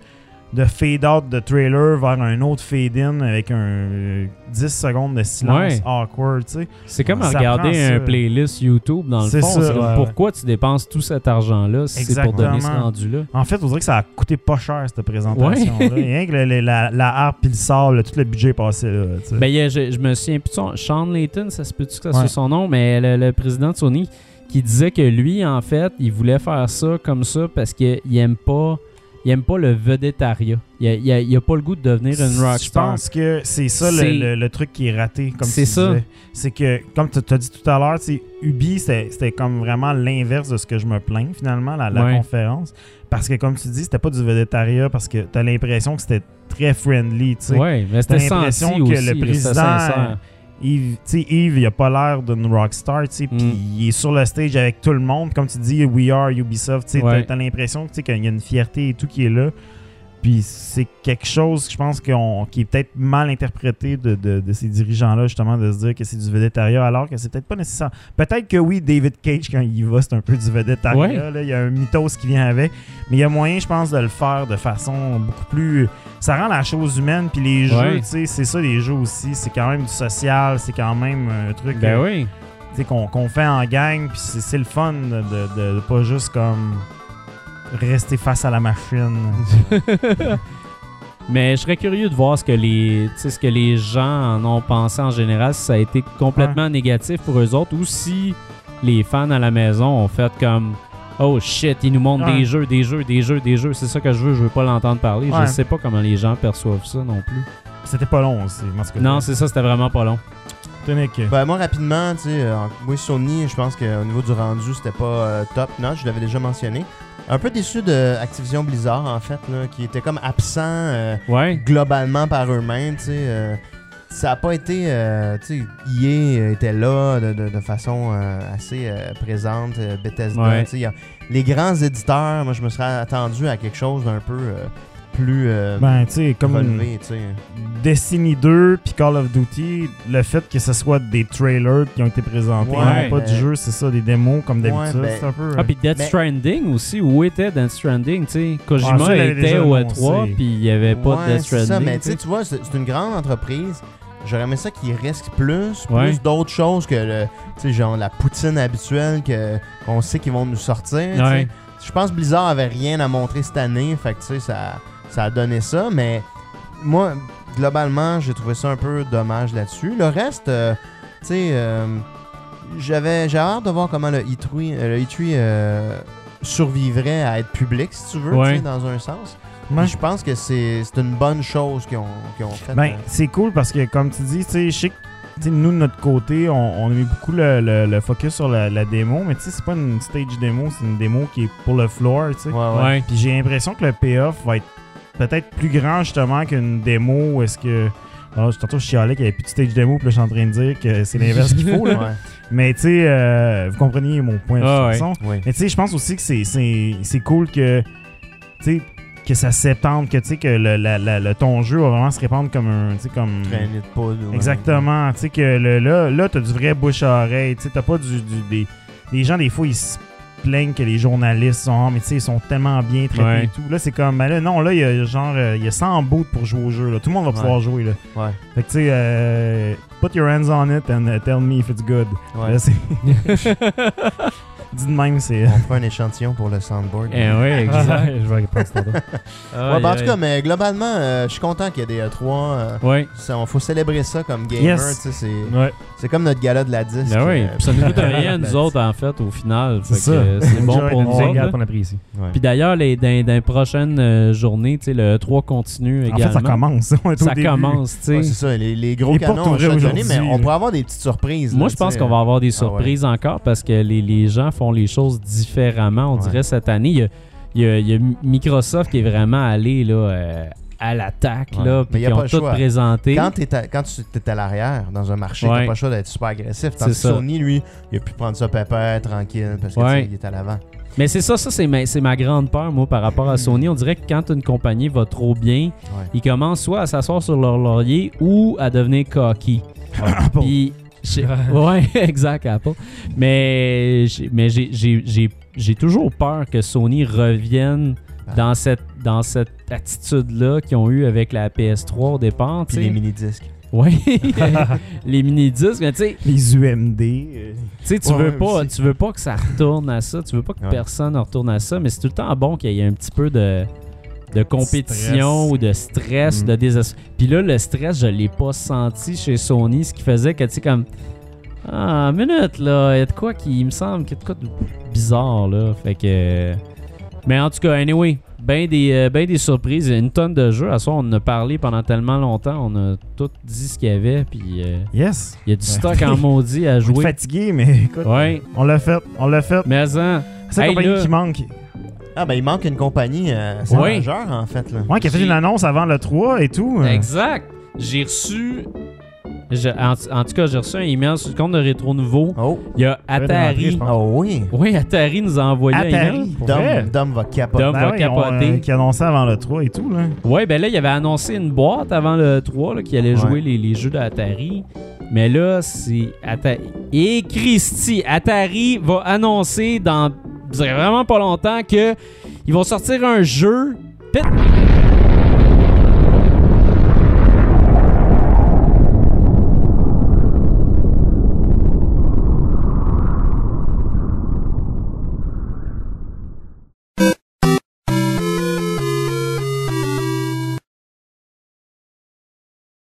Speaker 3: de fade-out de trailer vers un autre fade-in avec un euh, 10 secondes de silence
Speaker 1: Ouais.
Speaker 3: awkward, tu sais.
Speaker 1: C'est comme
Speaker 3: Ça
Speaker 1: regarder
Speaker 3: prend
Speaker 1: un
Speaker 3: ça.
Speaker 1: playlist YouTube dans le
Speaker 3: C'est
Speaker 1: fond.
Speaker 3: ça,
Speaker 1: C'est comme,
Speaker 3: ouais,
Speaker 1: pourquoi tu dépenses tout cet argent-là si c'est pour donner ce
Speaker 3: Exactement.
Speaker 1: rendu-là?
Speaker 3: En fait, on dirait que ça a coûté pas cher, cette présentation-là. Rien que le- le- la, la harpe puis le sable, là, tout le budget est passé là, tu sais.
Speaker 1: Ben, il y a- je, je me souviens plus de son. Sean Layton, ça se peut-tu que ça
Speaker 3: Ouais.
Speaker 1: soit son nom, mais le, le président de Sony qui disait que lui, en fait, il voulait faire ça comme ça parce qu'il aime pas. Il aime pas le vedettariat. Il a, il a- il a pas le goût de devenir une
Speaker 3: Je
Speaker 1: rockstar.
Speaker 3: pense que c'est ça le,
Speaker 1: C'est-
Speaker 3: le- le truc qui est raté, comme
Speaker 1: C'est
Speaker 3: tu
Speaker 1: ça.
Speaker 3: disais. C'est que, comme tu as dit tout à l'heure, tu sais, Ubi, c'était c'était comme vraiment l'inverse de ce que je me plains, finalement, la, la
Speaker 1: Ouais.
Speaker 3: conférence. Parce que, comme tu dis, c'était pas du végétariat, parce que tu as l'impression que c'était très friendly, tu sais.
Speaker 1: Ouais, mais
Speaker 3: t'as
Speaker 1: c'était
Speaker 3: l'impression
Speaker 1: senti
Speaker 3: que
Speaker 1: aussi,
Speaker 3: le
Speaker 1: là, c'était
Speaker 3: président,
Speaker 1: sincère.
Speaker 3: Yves, tu sais, Yves, il a pas l'air d'une rockstar, tu sais, puis
Speaker 1: Mm.
Speaker 3: il est sur le stage avec tout le monde, comme tu dis, We Are Ubisoft, tu sais,
Speaker 1: Ouais.
Speaker 3: t'as- t'as l'impression que, tu sais, qu'il y a une fierté et tout qui est là, puis c'est quelque chose, je pense, qu'on- qui est peut-être mal interprété de, de- de ces dirigeants-là, justement, de se dire que c'est du végétariat, alors que c'est peut-être pas nécessaire. Peut-être que oui, David Cage, quand il y va, c'est un peu du végétariat,
Speaker 1: Ouais.
Speaker 3: là, il y a un mythos qui vient avec, mais il y a moyen, je pense, de le faire de façon beaucoup plus ça rend la chose humaine. Puis les jeux,
Speaker 1: Ouais.
Speaker 3: tu sais, c'est ça les jeux aussi. C'est quand même du social, c'est quand même un truc
Speaker 1: Ben
Speaker 3: euh,
Speaker 1: oui.
Speaker 3: tu sais, qu'on qu'on fait en gang. Puis c'est c'est le fun de, de- de pas juste comme rester face à la machine.
Speaker 1: Mais je serais curieux de voir ce que les, tu sais, ce que les gens en ont pensé en général, si ça a été complètement négatif pour eux autres ou si les fans à la maison ont fait comme Oh shit, ils nous montrent
Speaker 3: Ouais.
Speaker 1: des jeux, des jeux, des jeux, des jeux, c'est ça que je veux, je veux pas l'entendre parler.
Speaker 3: Ouais.
Speaker 1: Je sais pas comment les gens perçoivent ça non plus.
Speaker 3: C'était pas long aussi. en tout cas.
Speaker 1: Non, c'est ça, c'était vraiment pas long.
Speaker 3: Tonic. euh,
Speaker 5: Ben, moi, rapidement, tu sais, euh, moi, Sony, je pense qu'au niveau du rendu, c'était pas euh, top notch, je l'avais déjà mentionné. Un peu déçu de Activision Blizzard, en fait, là, qui était comme absent euh,
Speaker 1: Ouais.
Speaker 5: globalement par eux-mêmes, tu sais. euh, ça a pas été, euh, tu sais, EA était là de, de- de façon euh, assez euh, présente, euh, Bethesda,
Speaker 1: Ouais.
Speaker 5: tu sais. y a- Les grands éditeurs, moi, je me serais attendu à quelque chose d'un peu euh, plus euh,
Speaker 3: Ben, tu sais, comme
Speaker 5: relevé, tu sais.
Speaker 3: Destiny 2 puis Call of Duty, le fait que ce soit des trailers qui ont été présentés,
Speaker 1: Ouais.
Speaker 3: non pas
Speaker 5: Ben-
Speaker 3: du jeu, c'est ça, des démos comme
Speaker 5: Ouais,
Speaker 3: d'habitude.
Speaker 5: ben-
Speaker 3: c'est un peu.
Speaker 1: Ah, puis Death
Speaker 5: Mais-
Speaker 1: Stranding aussi. Où était Death Stranding, tu sais?
Speaker 3: Ah,
Speaker 1: Kojima
Speaker 3: ça, il l'avait
Speaker 1: était
Speaker 3: déjà
Speaker 1: au
Speaker 3: annoncé.
Speaker 1: E3, puis il y avait pas
Speaker 5: Ouais,
Speaker 1: de Death
Speaker 5: c'est
Speaker 1: Stranding.
Speaker 5: ça, mais
Speaker 1: tu
Speaker 5: tu sais, tu vois, c'est c'est une grande entreprise. J'aurais aimé ça qu'ils risquent plus, plus
Speaker 1: Ouais.
Speaker 5: d'autres choses que le, tu sais, genre la poutine habituelle que qu'on sait qu'ils vont nous sortir. tu sais.
Speaker 1: Ouais.
Speaker 5: Je pense que Blizzard avait rien à montrer cette année, fait que tu sais, ça, ça a donné ça, mais moi, globalement, j'ai trouvé ça un peu dommage là-dessus. Le reste, euh, tu sais, euh, j'avais j'ai hâte de voir comment le E3, euh, le E3, euh, survivrait à être public, si tu veux, tu sais,
Speaker 1: Ouais.
Speaker 5: dans un sens.
Speaker 3: Ouais.
Speaker 5: Puis Je pense que c'est c'est une bonne chose qu'ils ont, qu'ils ont euh, faite.
Speaker 3: Ben, c'est cool parce que, comme tu dis, tu sais, je sais que tu sais, nous, de notre côté, on, on a mis beaucoup le, le- le focus sur la, la démo, mais tu sais, c'est pas une stage démo, c'est une démo qui est pour le floor, tu sais.
Speaker 5: Ouais, ouais.
Speaker 1: Ouais.
Speaker 3: Puis j'ai l'impression que le payoff va être peut-être plus grand, justement, qu'une démo où est-ce que. Alors, je tantôt, je chialais qu'il n'y avait plus de stage démo, puis là, je suis en train de dire que c'est l'inverse qu'il faut, là.
Speaker 5: Ouais,
Speaker 3: Mais tu sais, euh, vous comprenez mon point de
Speaker 1: Ah,
Speaker 3: façon.
Speaker 5: oui.
Speaker 3: Mais tu sais, je pense aussi que c'est- c'est c'est cool que, tu sais, que ça s'étende, que, tu sais, que le, la- la- le- ton jeu va vraiment se répandre comme un, tu sais, comme...
Speaker 5: Traînée de poudre. ouais.
Speaker 3: Exactement, tu sais, que le, là, là t'as du vrai bouche à oreille, tu sais, t'as pas du... du- des, des gens, des fois, ils se plaignent que les journalistes sont, Ah, mais tu sais, ils sont tellement bien traités
Speaker 1: Ouais.
Speaker 3: et tout. Là, c'est comme, ben là, non, là, il y a genre, euh, il y a 100 bouts pour jouer au jeu, là. Tout le monde va
Speaker 5: Ouais.
Speaker 3: pouvoir jouer, là.
Speaker 5: Ouais.
Speaker 3: Fait que, tu sais, euh, put your hands on it and uh, tell me if it's good.
Speaker 5: Ouais.
Speaker 3: Là, c'est... Dis de même, c'est... euh,
Speaker 5: On fera un échantillon pour le soundboard.
Speaker 1: Eh oui,
Speaker 3: bah,
Speaker 1: exact.
Speaker 4: je vais répondre tantôt.
Speaker 5: Ouais, ben, en tout cas, mais globalement, euh, je suis content qu'il y ait des E3. euh,
Speaker 1: Ouais.
Speaker 5: ça- on faut célébrer ça comme gamer.
Speaker 3: Yes.
Speaker 5: tu sais, C'est
Speaker 4: Ouais.
Speaker 5: c'est comme notre gala de la disque.
Speaker 1: Ben oui,
Speaker 5: euh,
Speaker 1: puis ça nous coûte rien,
Speaker 5: la
Speaker 1: nous
Speaker 5: disque.
Speaker 1: autres, en fait, au final.
Speaker 3: Ben, C'est
Speaker 1: Fait que,
Speaker 3: ça.
Speaker 1: euh, C'est bon
Speaker 3: Enjoy
Speaker 1: pour
Speaker 3: the
Speaker 1: nous
Speaker 4: On
Speaker 1: autres.
Speaker 4: regarde
Speaker 1: là.
Speaker 4: qu'on a pris ici.
Speaker 5: Ouais.
Speaker 1: Puis d'ailleurs, les, dans, dans les prochaines euh, journées, tu sais, le 3 continue
Speaker 3: En fait,
Speaker 1: également.
Speaker 3: ça commence. On est au
Speaker 1: Ça
Speaker 3: début.
Speaker 1: commence, tu sais.
Speaker 5: Ouais, c'est ça, les, les gros
Speaker 3: Les portes
Speaker 5: canons ont
Speaker 3: ouvrées
Speaker 5: chatonné, mais
Speaker 3: aujourd'hui,
Speaker 5: on
Speaker 3: là.
Speaker 5: pourrait avoir des petites surprises.
Speaker 1: Moi,
Speaker 5: là,
Speaker 1: je pense
Speaker 5: tu sais,
Speaker 1: qu'on va avoir des
Speaker 5: ah ouais.
Speaker 1: surprises encore parce que les, les gens font les choses différemment, on
Speaker 5: Ouais.
Speaker 1: dirait, cette année. Il y, a, il y a- il y a Microsoft qui est vraiment allé là, euh, à l'attaque,
Speaker 5: Ouais.
Speaker 1: là,
Speaker 5: Mais
Speaker 1: puis
Speaker 5: il y a
Speaker 1: qui
Speaker 5: pas
Speaker 1: ont
Speaker 5: le
Speaker 1: tout
Speaker 5: choix.
Speaker 1: présenté.
Speaker 5: Quand, t'es à- quand tu es à l'arrière dans un marché,
Speaker 1: Ouais.
Speaker 5: t'as pas le choix d'être super agressif. Tandis que
Speaker 1: C'est ça.
Speaker 5: Sony, lui, il a pu prendre ça pépère, tranquille, parce que
Speaker 1: Ouais.
Speaker 5: tu sais, il est à l'avant.
Speaker 1: Mais c'est ça, ça c'est ma, c'est ma grande peur, moi, par rapport à Sony. On dirait que quand une compagnie va trop bien,
Speaker 5: Ouais.
Speaker 1: ils commencent soit à s'asseoir sur leur laurier ou à devenir coquille. Puis, j'ai- ouais, exact, Apple. Mais, j'ai- mais j'ai- j'ai j'ai- j'ai toujours peur que Sony revienne
Speaker 5: capable.
Speaker 1: dans cette, dans cette attitude-là qu'ils ont eu avec la PS3 au départ.
Speaker 5: Puis les mini-disques.
Speaker 1: Oui, les mini-disques, mais tu sais,
Speaker 3: Les UMD. euh,
Speaker 1: tu sais, tu
Speaker 3: Ouais,
Speaker 1: veux
Speaker 3: ouais,
Speaker 1: pas,
Speaker 3: aussi.
Speaker 1: tu veux pas que ça retourne à ça, tu veux pas que
Speaker 5: Ouais.
Speaker 1: personne retourne à ça, mais c'est tout le temps bon qu'il y ait un petit peu de, de compétition
Speaker 3: Stress.
Speaker 1: ou de stress,
Speaker 3: Mm.
Speaker 1: de désespoir. Puis là, le stress, je l'ai pas senti chez Sony, ce qui faisait que tu sais comme ah minute là, il y a de quoi qui il me semble qu'il y a de quoi de bizarre là, fait que mais en tout cas, anyway, ben des, euh, ben des surprises, une tonne de jeux. À soi, on en a parlé pendant tellement longtemps, on a tout dit ce qu'il y avait, puis euh,
Speaker 3: Yes.
Speaker 1: il y a du
Speaker 3: Ouais.
Speaker 1: stock en maudit à
Speaker 3: Je suis
Speaker 1: jouer.
Speaker 3: fatigué, mais écoute,
Speaker 1: Ouais.
Speaker 3: on l'a fait. On l'a fait.
Speaker 1: Mais hein, ça,
Speaker 3: C'est la
Speaker 1: Oh. Hey,
Speaker 3: compagnie
Speaker 1: là.
Speaker 3: qui manque.
Speaker 5: Ah, ben il manque une compagnie euh, c'est
Speaker 1: Oui.
Speaker 5: majeure, en fait. Là.
Speaker 3: Ouais, qui a fait
Speaker 1: J'ai-
Speaker 3: une annonce avant le 3 et tout. euh,
Speaker 1: exact. J'ai reçu. je- en, en tout cas, j'ai reçu un email sur le compte de Rétro Nouveau.
Speaker 5: Oh,
Speaker 1: Il y a
Speaker 3: devrait rentrer, je
Speaker 1: Atari.
Speaker 3: pense.
Speaker 5: oh oui.
Speaker 1: Oui, Atari nous a envoyé un
Speaker 3: Atari.
Speaker 1: email.
Speaker 3: pour vrai.
Speaker 5: Dom, Dom va capoter. Ben
Speaker 1: Dom. va
Speaker 3: ils ont, euh,
Speaker 1: capoter.
Speaker 3: qui annonçait avant le 3 et tout. Là.
Speaker 1: Ouais, ben là, il avait annoncé une boîte avant le 3 là, qui allait
Speaker 5: Ouais.
Speaker 1: jouer les, les jeux de Atari. Mais là, c'est Atari. Et Christy, Atari va annoncer dans je dirais vraiment pas longtemps que ils vont sortir un jeu. Pit-